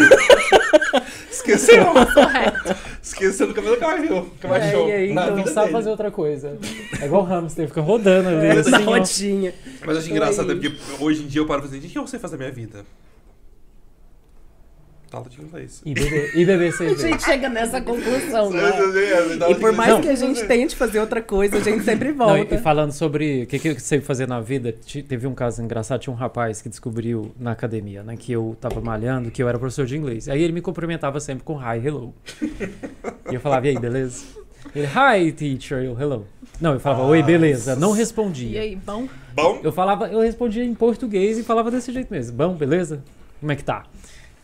Speaker 2: *laughs*
Speaker 1: Esqueceu. Esqueceu do cabelo caiu. Que mais
Speaker 3: É,
Speaker 1: show.
Speaker 3: e aí,
Speaker 1: na
Speaker 2: Então não
Speaker 1: vida
Speaker 2: sabe
Speaker 1: dele.
Speaker 2: fazer outra coisa. É igual o hamster, fica rodando ali.
Speaker 1: É,
Speaker 2: assim,
Speaker 3: Na
Speaker 2: ó.
Speaker 3: rodinha.
Speaker 1: Mas eu acho engraçado, é porque hoje em dia eu paro e falo assim, gente, o que eu sei fazer da minha vida? Aula de inglês.
Speaker 2: E, bebe, e beber
Speaker 3: A
Speaker 2: cerveja.
Speaker 3: gente chega nessa
Speaker 2: Então,
Speaker 3: conclusão, né?
Speaker 1: E
Speaker 3: E por mais que a gente tente fazer outra coisa, a gente sempre
Speaker 2: Não, e-
Speaker 3: volta.
Speaker 2: e falando sobre o que, que eu sei fazer na vida, ti- teve um caso engraçado, tinha um rapaz que descobriu na academia, né, que eu tava malhando, que eu era professor de inglês. Aí ele me cumprimentava sempre com hi, hello. e eu falava, e aí, beleza? Ele, hi, teacher, eu, hello. Não, eu falava, oi, beleza. Não respondia.
Speaker 8: E aí, bom?
Speaker 1: Bom,
Speaker 2: Eu falava, eu respondia em português e falava desse jeito mesmo. Bom, beleza? Como é que tá?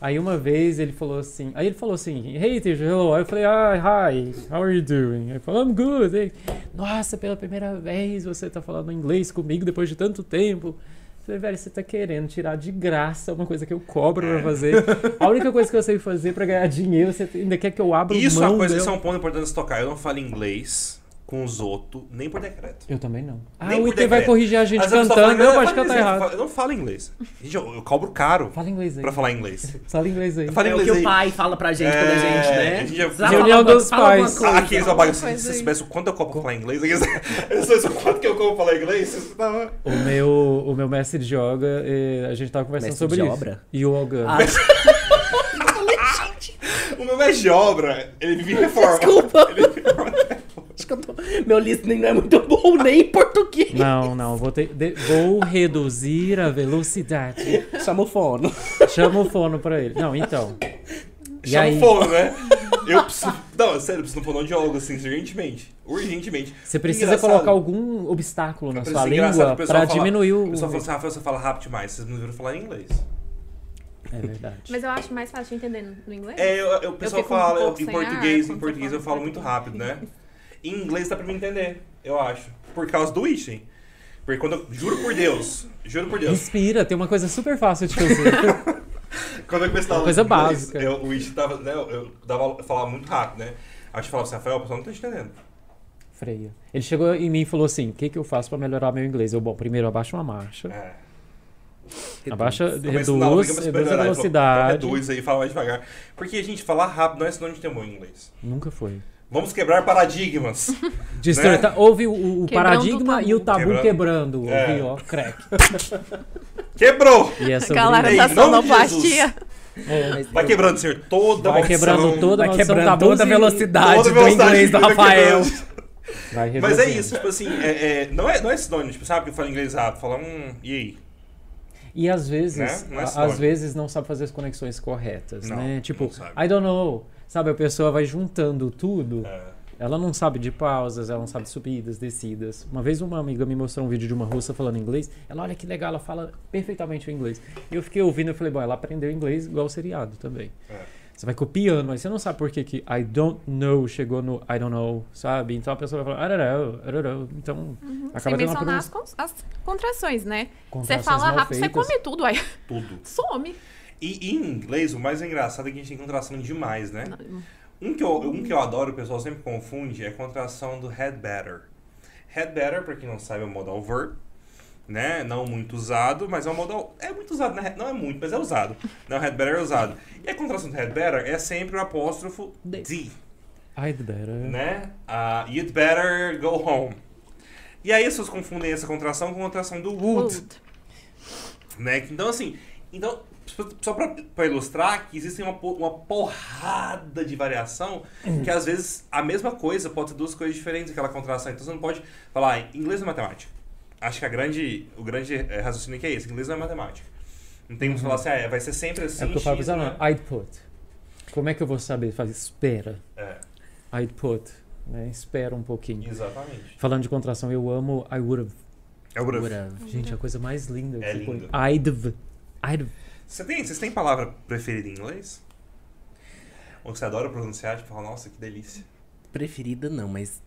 Speaker 2: Aí uma vez ele falou assim, aí ele falou assim, hey teacher, hello. Aí eu falei, ah, hi, how are you doing? Aí ele falou, I'm good. Ele, Nossa, pela primeira vez você tá falando inglês comigo depois de tanto tempo. Eu Falei, velho, você tá querendo tirar de graça uma coisa que eu cobro pra fazer. A única coisa que eu sei fazer pra ganhar dinheiro, você ainda quer que eu abra
Speaker 1: isso é
Speaker 2: mão
Speaker 1: uma coisa que
Speaker 2: dela?
Speaker 1: são um ponto importante de se tocar. Eu não falo inglês com os outros, nem por decreto.
Speaker 2: Eu também não. Ah,
Speaker 1: Nem
Speaker 2: o
Speaker 1: por
Speaker 2: IT vai
Speaker 1: decreto.
Speaker 2: corrigir a gente
Speaker 1: Às vezes eu falo
Speaker 2: cantando,
Speaker 1: inglês,
Speaker 2: eu acho
Speaker 1: falo
Speaker 2: que tá
Speaker 1: inglês,
Speaker 2: errado.
Speaker 1: Eu não falo inglês. Gente, eu, eu cobro caro
Speaker 2: Fala inglês aí.
Speaker 1: pra falar inglês.
Speaker 2: Fala inglês aí.
Speaker 1: Eu falo
Speaker 3: É o
Speaker 1: inglês
Speaker 3: que o
Speaker 1: aí.
Speaker 3: pai fala pra gente
Speaker 1: É,
Speaker 3: quando a gente, né?
Speaker 1: a gente já-
Speaker 3: Fala
Speaker 2: Reunião
Speaker 3: alguma-
Speaker 2: dos
Speaker 3: fala alguma
Speaker 2: pais.
Speaker 3: coisa.
Speaker 1: Ah, aqui eles trabalham, se
Speaker 8: coisa
Speaker 1: se vocês
Speaker 8: aí.
Speaker 1: soubessem o quanto eu cobro pra falar inglês, aqui, se vocês o quanto que *laughs* eu cobro pra falar inglês, vocês não...
Speaker 2: O meu, o meu mestre de yoga, eh, a gente tava conversando
Speaker 3: Mestre
Speaker 2: sobre
Speaker 3: de
Speaker 2: isso.
Speaker 3: obra?
Speaker 2: Yoga.
Speaker 3: Ah,
Speaker 1: O meu mestre de obra, ele vive reforma.
Speaker 3: Desculpa.
Speaker 1: Ele vive reforma.
Speaker 3: Acho que eu tô... Meu listening não é muito bom *laughs* nem em português.
Speaker 2: Não, não, vou, ter, de- vou reduzir a velocidade.
Speaker 3: Chama o fono.
Speaker 2: Chama o fono pra ele. Não, então.
Speaker 1: *laughs*
Speaker 2: E
Speaker 1: Chama
Speaker 2: aí?
Speaker 1: o fono, né? Eu preciso... Não, sério, eu preciso de um fonoaudiólogo, assim, urgentemente. Urgentemente.
Speaker 2: Você precisa
Speaker 1: Engraçado.
Speaker 2: colocar algum obstáculo na
Speaker 1: Precisa-
Speaker 2: sua
Speaker 1: engraçado,
Speaker 2: língua
Speaker 1: o pessoal
Speaker 2: pra
Speaker 1: fala-
Speaker 2: diminuir
Speaker 1: O
Speaker 2: o.
Speaker 1: pessoal fala assim, Rafael, você fala rápido demais, vocês não viram falar inglês.
Speaker 2: É
Speaker 1: assim,
Speaker 2: verdade.
Speaker 8: Mas eu acho mais fácil de entender no no inglês.
Speaker 1: É, eu, eu- o pessoal
Speaker 8: fico um
Speaker 1: fala, eu-
Speaker 8: pouco
Speaker 1: em
Speaker 8: sem
Speaker 1: português,
Speaker 8: ar
Speaker 1: em
Speaker 8: quando
Speaker 1: português
Speaker 8: você
Speaker 1: eu falo
Speaker 8: fala
Speaker 1: muito
Speaker 8: isso.
Speaker 1: rápido, né? Em inglês dá pra me entender, eu acho. Por causa do Wishing. Porque quando eu, juro por Deus, juro por Deus,
Speaker 2: Inspira, tem uma coisa super fácil
Speaker 1: *laughs*
Speaker 2: de fazer.
Speaker 1: quando eu comecei a dar aula
Speaker 2: Coisa
Speaker 1: de inglês,
Speaker 2: básica.
Speaker 1: eu- o Wishing tava, né, eu, eu dava, aula- eu falava muito rápido, né? Aí eu falava assim, Rafael, o pessoal não tá entendendo.
Speaker 2: Freia. Ele chegou em mim e falou assim: o que, que eu faço pra melhorar meu inglês? Eu, bom, primeiro abaixa uma marcha.
Speaker 1: É.
Speaker 2: Abaixa, reduz,
Speaker 1: Começo na aula, fica pra
Speaker 2: reduz,
Speaker 1: se
Speaker 2: a
Speaker 1: melhorar, ele falou,
Speaker 2: velocidade.
Speaker 1: Reduz aí, fala mais devagar. Porque, gente, falar rápido não é sinônimo de ter bom em inglês.
Speaker 2: Nunca foi.
Speaker 1: Vamos quebrar
Speaker 2: *laughs*
Speaker 1: paradigmas.
Speaker 2: Distor-
Speaker 1: Né?
Speaker 2: tá- Houve o- o, o
Speaker 8: Quebrando
Speaker 2: paradigma
Speaker 8: o tabu.
Speaker 2: e o tabu quebrando.
Speaker 1: Quebrando.
Speaker 2: Houve,
Speaker 1: É.
Speaker 2: ó, crack.
Speaker 1: Quebrou!
Speaker 2: E é sobre
Speaker 8: Galera
Speaker 1: Ei,
Speaker 2: isso.
Speaker 8: da
Speaker 1: em nome de
Speaker 8: sonoplastia.
Speaker 2: É.
Speaker 1: Vai quebrando, senhor, toda
Speaker 2: Vai
Speaker 1: maldição.
Speaker 2: quebrando toda a
Speaker 3: Vai
Speaker 2: maldição,
Speaker 3: quebrando
Speaker 2: tabus
Speaker 3: toda a
Speaker 2: e-
Speaker 3: velocidade
Speaker 1: Toda
Speaker 3: do
Speaker 1: velocidade
Speaker 3: inglês do
Speaker 1: que eu
Speaker 3: Rafael.
Speaker 1: quebrando.
Speaker 2: Vai
Speaker 1: Mas é
Speaker 2: reduzindo.
Speaker 1: isso, tipo assim, é, é, não, é, não é sinônimo, tipo, sabe que eu falo inglês rápido, fala hum, e aí?
Speaker 2: E às vezes,
Speaker 1: Né? Não é
Speaker 2: a-
Speaker 1: sinônimo.
Speaker 2: às vezes não sabe fazer as conexões corretas,
Speaker 1: Não,
Speaker 2: né?
Speaker 1: não
Speaker 2: Tipo,
Speaker 1: sabe.
Speaker 2: I don't know. Sabe, a pessoa vai juntando tudo.
Speaker 1: É.
Speaker 2: Ela não sabe de pausas, ela não sabe de subidas, descidas. Uma vez uma amiga me mostrou um vídeo de uma russa falando inglês. Ela, olha que legal, ela fala perfeitamente o inglês. E eu fiquei ouvindo e falei, bom, ela aprendeu inglês igual o seriado também.
Speaker 1: É.
Speaker 2: Você vai copiando, mas você não sabe por que que I don't know chegou no I don't know, sabe? Então a pessoa vai falar, I don't know, I don't know. Então acaba
Speaker 8: Sem
Speaker 2: tendo uma
Speaker 8: mencionar as,
Speaker 2: pronúncia.
Speaker 8: con- as contrações, né? Você
Speaker 2: Contrações
Speaker 8: fala
Speaker 2: mal
Speaker 8: rápido, você
Speaker 2: feitas.
Speaker 8: come tudo, aí *laughs*
Speaker 1: Tudo.
Speaker 8: some.
Speaker 1: E em inglês, o mais engraçado é que a gente tem contração demais, né? Um que, eu, um que eu adoro, o pessoal sempre confunde, é a contração do had better. Had better, pra quem não sabe, é um modal verb, né? Não muito usado, mas é um modal... É muito usado, né? Não é muito, mas é usado. Não, had better é usado. E a contração do had better é sempre o apóstrofo
Speaker 2: De.
Speaker 1: D.
Speaker 2: I'd better.
Speaker 1: né? Ah, you'd better go home. E aí vocês confundem essa contração com a contração do would,
Speaker 8: Old.
Speaker 1: né? Então assim, então só pra, pra ilustrar que existem uma, po- uma porrada de variação que às vezes a mesma coisa pode ser duas coisas diferentes aquela contração. Então você não pode falar "Ah, inglês não é matemática. Acho que a grande, o grande eh, raciocínio que é esse, inglês não é matemática. Não tem como falar assim, ah, é, vai ser sempre assim.
Speaker 2: É porque eu falo pra
Speaker 1: X,
Speaker 2: você,
Speaker 1: né?
Speaker 2: não, I'd put. Como é que eu vou saber? Faz, espera.
Speaker 1: É,
Speaker 2: I'd put. Né? Espera um pouquinho.
Speaker 1: exatamente.
Speaker 2: Falando de contração, eu amo I would've.
Speaker 1: É o Bruno.
Speaker 2: Would've. Gente, a coisa mais linda.
Speaker 1: É
Speaker 2: tipo,
Speaker 1: lindo.
Speaker 2: I'd've. I'd've.
Speaker 1: Você tem, vocês têm palavra preferida em inglês? Ou que você adora pronunciar, tipo, fala, nossa, que delícia.
Speaker 3: Preferida não, mas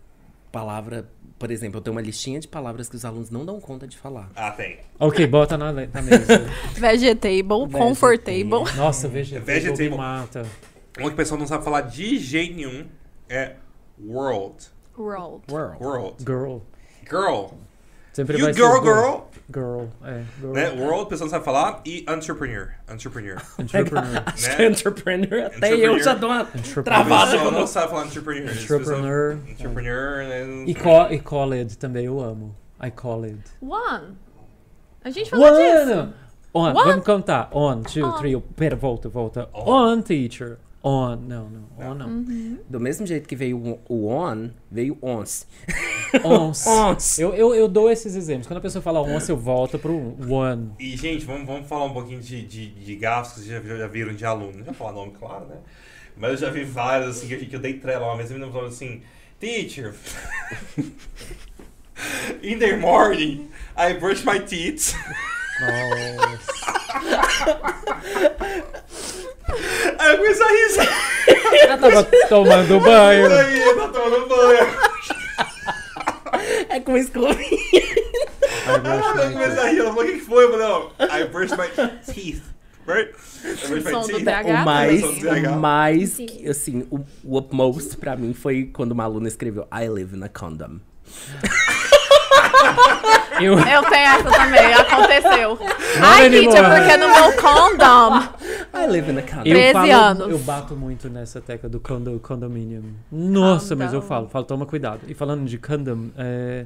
Speaker 3: palavra... Por exemplo, eu tenho uma listinha de palavras que os alunos não dão conta de falar.
Speaker 1: Ah, tem.
Speaker 2: Ok, bota na, le- na mesa.
Speaker 8: Vegetable, comfortable.
Speaker 2: Nossa, vegetable,
Speaker 1: É Vegetable.
Speaker 2: me mata.
Speaker 1: Uma que o pessoal não sabe falar de jeito nenhum é world.
Speaker 8: Rolled.
Speaker 3: World.
Speaker 1: World.
Speaker 2: Girl.
Speaker 1: Girl.
Speaker 2: Sempre
Speaker 1: You
Speaker 2: vai
Speaker 1: girl,
Speaker 2: ser
Speaker 1: girl.
Speaker 2: Girl. É, girl.
Speaker 1: Né? World, o pessoal não sabe falar. E entrepreneur.
Speaker 2: *laughs*
Speaker 1: Entrepreneur. *laughs*
Speaker 2: Entrepreneur.
Speaker 3: Acho
Speaker 1: Né?
Speaker 3: que entrepreneur, até eu já dou uma...
Speaker 1: O
Speaker 3: Travado.
Speaker 2: Entrepreneur.
Speaker 3: Travada
Speaker 1: pessoal
Speaker 3: quando-
Speaker 1: não sabe falar entrepreneur. Esse pessoal-
Speaker 2: Entrepreneur.
Speaker 1: Entrepreneur, né?
Speaker 2: E, co e college também, eu amo. I college.
Speaker 8: One. A gente falou disso.
Speaker 2: One! On,
Speaker 8: What?
Speaker 2: vamos cantar. On, two,
Speaker 8: On.
Speaker 2: three. Pera, volta, volta. On, teacher. On, não, não. On, não.
Speaker 3: Do mesmo jeito que veio o- o on, veio ons.
Speaker 1: *laughs*
Speaker 2: Ons.
Speaker 3: Ons.
Speaker 2: Eu, eu, eu dou esses exemplos. Quando a pessoa fala once, eu volto pro one.
Speaker 1: E, gente, vamos, vamos falar um pouquinho de, de, de gastos que vocês já, já viram de aluno. Não vou falar nome, claro, né? Mas eu já vi vários, assim, que eu, que eu dei trela uma vez. A menina falou assim, Teacher, *laughs* in the morning, I brush my teeth. *laughs* Oh.
Speaker 2: Nossa.
Speaker 1: Aí eu comecei a rir, assim.
Speaker 2: Ela tava tomando banho.
Speaker 1: Aí eu tava tomando banho.
Speaker 3: É com escovinha.
Speaker 1: Aí eu comecei a rir. Ela falou, o que que foi? Eu falei, não, I brush my teeth. Right? I brush
Speaker 8: Som
Speaker 1: my
Speaker 8: do
Speaker 1: teeth.
Speaker 8: TH.
Speaker 3: O mais,
Speaker 8: também.
Speaker 1: Sim.
Speaker 3: o mais,
Speaker 8: Sim.
Speaker 3: que, assim, o, o upmost pra mim foi quando uma aluna escreveu I live in a condom.
Speaker 2: Eu,
Speaker 8: Eu tenho essa também, aconteceu. Ai,
Speaker 2: anymore.
Speaker 8: Kitty, é porque no meu condom.
Speaker 3: I live in a condom.
Speaker 2: eu
Speaker 8: 13
Speaker 2: falo,
Speaker 8: anos.
Speaker 2: eu bato muito nessa tecla do condo, condomínio. Nossa, mas eu
Speaker 8: Condom.
Speaker 2: falo, falo, toma cuidado. E falando de condom, é,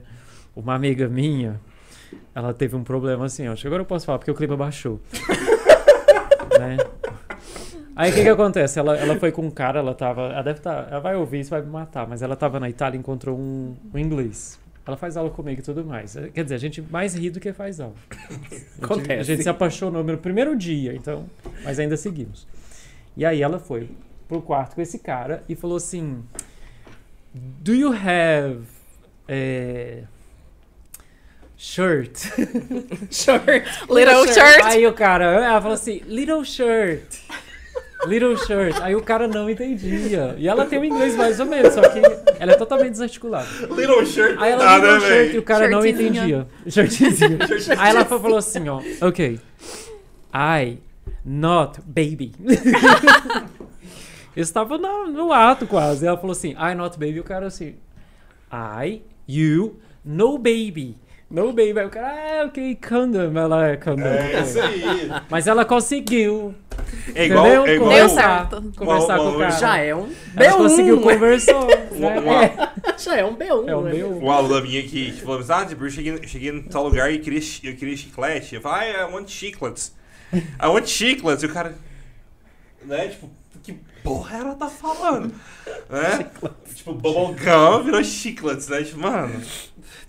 Speaker 2: uma amiga minha, ela teve um problema assim, ó. Acho que agora eu posso falar, porque o clima
Speaker 8: *laughs*
Speaker 2: baixou. Né? Aí o que que acontece? Ela, ela foi com um cara, ela tava. Ela deve tá, Ela vai ouvir isso, vai me matar. Mas ela tava na Itália e encontrou um, um inglês. Ela faz aula comigo e tudo mais. Eh, Quer dizer, a gente mais ri do que faz aula. *laughs* A gente- A
Speaker 3: Acontece.
Speaker 2: gente se apaixonou no primeiro dia, então. Mas ainda seguimos. E aí ela foi pro quarto com esse cara e falou assim: Do you have. eh, shirt? *laughs*
Speaker 8: Little shirt.
Speaker 2: Aí o cara, ela falou assim, little shirt. Little shirt. Aí o cara não entendia. E ela tem um inglês mais ou menos, só que ela é totalmente desarticulada.
Speaker 1: Little shirt.
Speaker 2: Aí ela
Speaker 1: tá,
Speaker 2: little
Speaker 1: né,
Speaker 2: shirt e
Speaker 1: véi?
Speaker 2: o cara não entendia.
Speaker 8: Shirtzinho.
Speaker 2: Shirtzinho. Aí ela fa- falou assim, ó, ok. I not baby. *laughs* Eu estava no, no ato quase. Ela falou assim, I not baby. E o cara assim, I, you, no baby. No baby. Aí o cara, ah, ok, condom. Ela é condom.
Speaker 1: É isso aí.
Speaker 2: Mas ela conseguiu.
Speaker 1: É igual,
Speaker 2: entendeu?
Speaker 1: é igual
Speaker 8: Deu
Speaker 1: o-
Speaker 8: certo.
Speaker 2: conversar, conversar
Speaker 1: Uma- uma-
Speaker 2: com o cara.
Speaker 3: Já é um
Speaker 2: Ela conseguiu
Speaker 1: *laughs*
Speaker 3: B1.
Speaker 2: conversar.
Speaker 1: Uma-
Speaker 2: né?
Speaker 1: uma-
Speaker 2: É,
Speaker 3: Já é um B1.
Speaker 2: é o
Speaker 3: né?
Speaker 2: meu.
Speaker 1: Uma aluna minha que falou assim, ah, tipo, eu cheguei, cheguei em tal lugar e queria, chi- eu queria chiclete. Eu falei, ah, I want chiclets. I want chiclets. E o cara, né, tipo, que porra ela tá falando? Né? Tipo, bubblegum virou chiclets, né? Tipo, mano,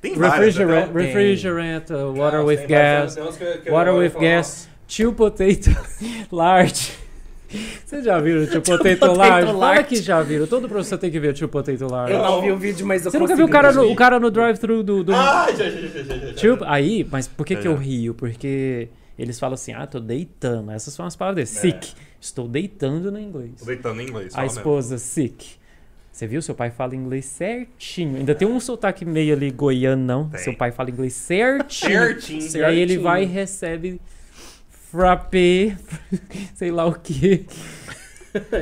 Speaker 1: tem várias. né?
Speaker 2: Refrigerant,
Speaker 1: Tem-
Speaker 2: refrigerant uh, water
Speaker 1: Não,
Speaker 2: with
Speaker 1: tem várias,
Speaker 2: gas,
Speaker 1: tem umas que- que eu
Speaker 2: water
Speaker 1: não vou
Speaker 2: with
Speaker 1: falar.
Speaker 2: gas, two potato *laughs* large. Vocês já viram
Speaker 1: *laughs*
Speaker 2: o two potato
Speaker 3: potato
Speaker 2: large? Fala
Speaker 3: large.
Speaker 2: que já viram. Todo professor tem que ver o two potato large.
Speaker 3: Eu não vi o vídeo, mas eu
Speaker 2: um. Você nunca viu o
Speaker 3: consigo
Speaker 2: cara no,
Speaker 3: imaginar.
Speaker 2: o cara no drive-thru do, do
Speaker 1: Ah, já, já, já, já, já, já.
Speaker 2: Tipo, aí, mas por que,
Speaker 1: É.
Speaker 2: que eu rio? Porque eles falam assim, ah, tô deitando. Essas são as palavras dele.
Speaker 1: É.
Speaker 2: Sick. Estou deitando no inglês.
Speaker 1: Tô deitando em inglês.
Speaker 2: A
Speaker 1: fala mesmo.
Speaker 2: esposa, sick. Você viu? Seu pai fala inglês certinho. Ainda tem um sotaque meio ali goianão.
Speaker 1: Tem.
Speaker 2: Seu pai fala inglês certinho.
Speaker 1: Certinho.
Speaker 2: e aí ele vai e recebe frappé, *laughs* sei lá o quê.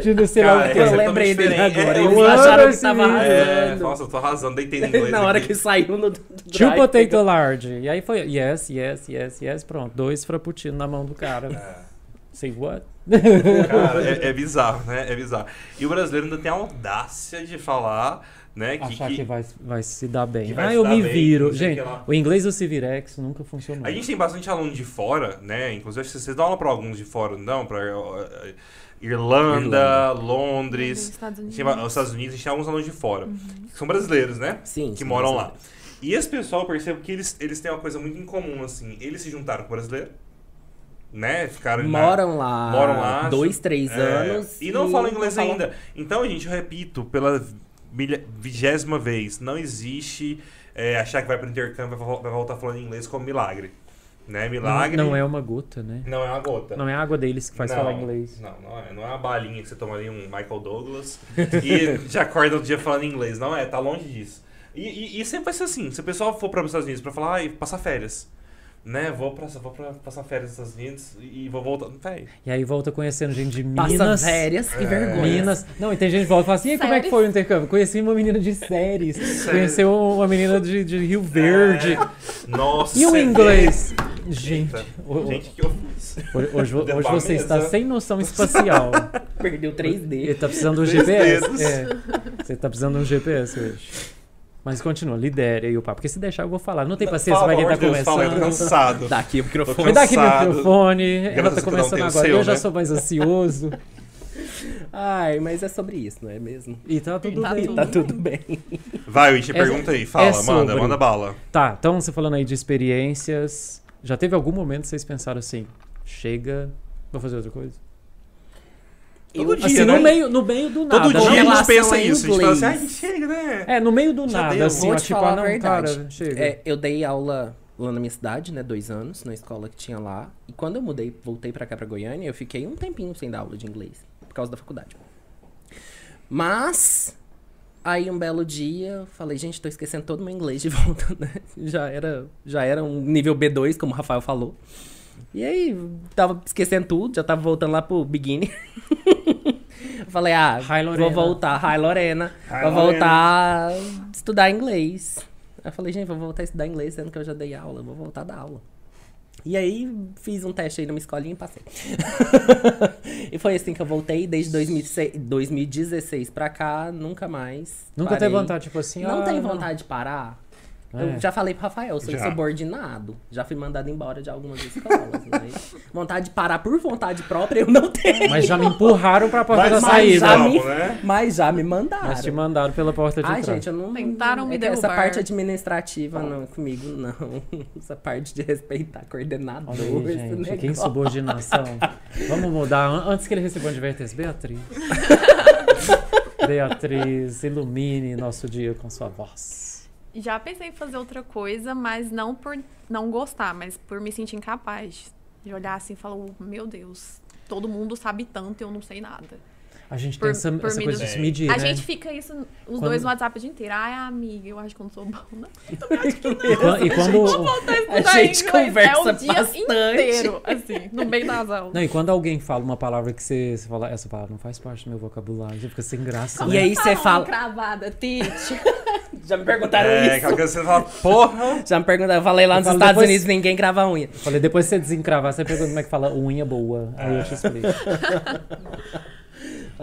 Speaker 2: De não sei
Speaker 1: Cara,
Speaker 2: lá o quê.
Speaker 1: é
Speaker 3: Eu lembrei dele
Speaker 1: totalmente
Speaker 3: agora.
Speaker 1: diferente.
Speaker 3: Eles
Speaker 2: Eu amo
Speaker 3: acharam que
Speaker 2: esse
Speaker 3: tava
Speaker 2: vídeo.
Speaker 1: É,
Speaker 3: arrasando.
Speaker 1: nossa, eu tô arrasando,
Speaker 2: *laughs*
Speaker 1: deitei em inglês.
Speaker 3: *laughs* Na hora
Speaker 1: aqui.
Speaker 3: que saiu no do
Speaker 2: Two
Speaker 3: drive,
Speaker 2: potato large. E aí foi, yes, yes, yes, yes. Pronto, dois frappuccinos na mão do cara.
Speaker 1: É.
Speaker 2: Say what?
Speaker 1: Cara, é, é bizarro, né? É bizarro. E o brasileiro ainda tem a audácia de falar, né? Que,
Speaker 2: Achar
Speaker 1: que-
Speaker 2: que vai, vai se dar bem.
Speaker 1: que vai
Speaker 2: Ah,
Speaker 1: se
Speaker 2: eu
Speaker 1: dar
Speaker 2: me
Speaker 1: bem, é
Speaker 2: viro.
Speaker 1: não sei o
Speaker 2: Gente,
Speaker 1: que lá.
Speaker 2: o inglês do Civirex nunca funcionou.
Speaker 1: A gente tem bastante aluno de fora, né? Inclusive, acho que vocês dão aula pra alguns de fora, não? dão? Pra eh, Irlanda, Londres.
Speaker 8: Estados
Speaker 1: A gente
Speaker 8: Unidos.
Speaker 1: tem ba- Os Estados Unidos, a gente tem alguns alunos de fora. Que são brasileiros, né?
Speaker 3: Sim.
Speaker 1: que moram lá. E esse pessoal, eu percebo que eles, eles têm uma coisa muito em comum, assim. Eles se juntaram com o brasileiro, né? Ficaram na-
Speaker 3: Moram lá.
Speaker 1: Moram lá.
Speaker 3: Dois, três
Speaker 1: É,
Speaker 3: anos.
Speaker 1: E não fala inglês
Speaker 3: falam-
Speaker 1: ainda. Então, gente, eu repito pela milha- vigésima vez: não existe é, achar que vai pro intercâmbio e vai, vol- vai voltar falando inglês como milagre. Né? Milagre.
Speaker 2: Não, não é uma gota, né?
Speaker 1: não é uma gota.
Speaker 2: Não é a água deles que faz
Speaker 1: Não,
Speaker 2: falar inglês.
Speaker 1: Não, não é. Não é uma balinha que você toma ali, um Michael Douglas,
Speaker 2: *laughs*
Speaker 1: e já acorda outro dia falando inglês. Não é, tá longe disso. E, e- e sempre vai ser assim. Se o pessoal for para os Estados Unidos para falar, ai, passar férias. Né, vou, pra, vou pra passar férias nos Estados Unidos e vou voltar. Peraí.
Speaker 2: E aí volta conhecendo gente de
Speaker 3: Passa
Speaker 2: Minas.
Speaker 3: férias
Speaker 1: É.
Speaker 3: e vergonha.
Speaker 2: Minas. Não, e tem gente que volta e fala assim: e aí, como é que
Speaker 8: Séries?
Speaker 2: foi o intercâmbio? Conheci uma menina de séries. Conheci uma menina de, de Rio Verde.
Speaker 1: É. Nossa.
Speaker 2: E o
Speaker 1: você vê.
Speaker 2: inglês? Gente,
Speaker 1: Eita.
Speaker 2: o- o-
Speaker 1: Gente, que eu fiz.
Speaker 2: hoje, hoje- hoje
Speaker 1: derrubar a
Speaker 2: você está
Speaker 1: mesa.
Speaker 2: sem noção espacial.
Speaker 3: Perdeu
Speaker 2: Ele
Speaker 3: 3D.
Speaker 2: tá precisando de um
Speaker 1: Dois
Speaker 2: GPS.
Speaker 1: dedos.
Speaker 2: É. Você tá precisando de um GPS hoje. Mas continua, lidere aí o papo. Porque se deixar, eu vou falar. Não tem paciência
Speaker 1: Fala,
Speaker 2: pra quem
Speaker 1: amor
Speaker 2: tá
Speaker 1: de Deus, fala, eu tô
Speaker 2: começando. Tá.
Speaker 1: cansado.
Speaker 3: Dá aqui o microfone.
Speaker 2: Me dá aqui meu
Speaker 1: cansado.
Speaker 2: microfone. Ela
Speaker 1: Graças
Speaker 2: tá
Speaker 1: a Deus,
Speaker 2: começando
Speaker 1: tem o
Speaker 2: agora.
Speaker 1: seu,
Speaker 2: eu já
Speaker 1: né?
Speaker 2: sou mais ansioso.
Speaker 3: Ai, mas é sobre isso, não é mesmo?
Speaker 2: E tá tudo
Speaker 8: tá
Speaker 2: bem.
Speaker 8: tudo
Speaker 3: Tá tudo bem.
Speaker 1: Vai, Witch, pergunta aí. Fala, manda,
Speaker 2: É sobre.
Speaker 1: manda bala.
Speaker 2: Tá, então você falando aí de experiências. Já teve algum momento que vocês pensaram assim: chega, vou fazer outra coisa?
Speaker 1: Todo dia, né?
Speaker 2: Assim, no, meio, no meio do nada.
Speaker 1: Todo
Speaker 2: não-
Speaker 1: dia a gente
Speaker 3: relação
Speaker 1: pensa
Speaker 3: em
Speaker 1: isso. A gente fala assim,
Speaker 3: inglês.
Speaker 1: ai, chega, né?
Speaker 2: É, no meio do
Speaker 1: Já
Speaker 2: nada,
Speaker 1: deu.
Speaker 2: assim,
Speaker 3: Vou
Speaker 2: ó,
Speaker 3: te
Speaker 2: tipo,
Speaker 3: falar
Speaker 2: ah,
Speaker 3: a
Speaker 2: não,
Speaker 3: verdade.
Speaker 2: cara, chega.
Speaker 3: É, eu dei aula lá na minha cidade, né? Dois anos, na escola que tinha lá. E quando eu mudei, voltei pra cá, pra Goiânia, eu fiquei um tempinho sem dar aula de inglês. Por causa da faculdade. Mas... Aí um belo dia, eu falei, gente, tô esquecendo todo o meu inglês de *laughs* volta, né? Já era, já era um nível B2, como o Rafael falou. E aí, tava esquecendo tudo, já tava voltando lá pro beginning. *laughs* falei, ah,
Speaker 2: Hi,
Speaker 3: vou
Speaker 2: Lorena.
Speaker 3: voltar, hi Lorena,
Speaker 1: Hi,
Speaker 3: vou
Speaker 1: Lorena.
Speaker 3: voltar a estudar inglês. Aí eu falei, gente, vou voltar a estudar inglês, sendo que eu já dei aula, vou voltar a dar aula. E aí, fiz um teste aí numa escolinha e passei. *laughs* e foi assim que eu voltei, desde 2006 2016 pra cá, nunca mais.
Speaker 2: Nunca
Speaker 3: parei.
Speaker 2: teve vontade, tipo assim.
Speaker 3: Não
Speaker 2: ah,
Speaker 3: tem vontade de parar?
Speaker 2: É.
Speaker 3: Eu já falei pro Rafael, sou
Speaker 1: Já.
Speaker 3: insubordinado. Já fui mandado embora de algumas escolas, mas vontade de parar por vontade própria eu não tenho.
Speaker 2: Mas já me empurraram pra
Speaker 1: Mas-
Speaker 2: porta da
Speaker 1: mas
Speaker 2: saída.
Speaker 1: já-
Speaker 3: me,
Speaker 1: Vamos, né?
Speaker 3: mas já me mandaram.
Speaker 2: Mas te mandaram pela porta de
Speaker 3: Ai,
Speaker 2: trás.
Speaker 3: gente, eu não.
Speaker 8: Tentaram me
Speaker 3: é que Essa
Speaker 8: derrubar.
Speaker 3: parte administrativa não, comigo não. *laughs* Essa parte de respeitar coordenador.
Speaker 2: Olha aí,
Speaker 3: esse
Speaker 2: gente, que
Speaker 3: negócio.
Speaker 2: insubordinação. Vamos mudar. an- Antes que ele receba uma advertência,
Speaker 3: *laughs*
Speaker 2: Beatriz. Beatriz, ilumine nosso dia com sua voz.
Speaker 8: Já pensei em fazer outra coisa, mas não por não gostar, mas por me sentir incapaz. De olhar assim e falar, "Oh, meu Deus, todo mundo sabe tanto e eu não sei nada.
Speaker 2: A gente
Speaker 8: Por-
Speaker 2: tem essa,
Speaker 8: por
Speaker 2: essa
Speaker 8: mim,
Speaker 2: coisa
Speaker 8: não-
Speaker 2: de se medir,
Speaker 8: a
Speaker 2: né?
Speaker 8: gente fica isso, os
Speaker 2: Quando-
Speaker 8: dois no WhatsApp o dia inteiro. Ai, amiga, eu acho que eu não sou bom, né?
Speaker 2: E quan- e quando,
Speaker 3: A gente conversa
Speaker 8: é o dia
Speaker 3: bastante.
Speaker 8: inteiro, assim, no meio da aula.
Speaker 2: Não, e quando alguém fala uma palavra que você, você fala, essa palavra não faz parte do meu vocabulário, você fica sem graça.
Speaker 3: E
Speaker 8: é?
Speaker 2: né?
Speaker 3: aí você fala.
Speaker 8: Cravada, Tite.
Speaker 3: *laughs* Já me
Speaker 2: tá
Speaker 3: perguntaram
Speaker 1: é,
Speaker 3: isso.
Speaker 1: aquela coisa que você fala, porra.
Speaker 3: Já me perguntaram, eu falei lá nos
Speaker 2: falo,
Speaker 3: Estados
Speaker 2: depois-
Speaker 3: Unidos, ninguém grava unha.
Speaker 2: Eu Falei, depois que você desencravar, você pergunta como é que fala unha boa. Aí eu te explico.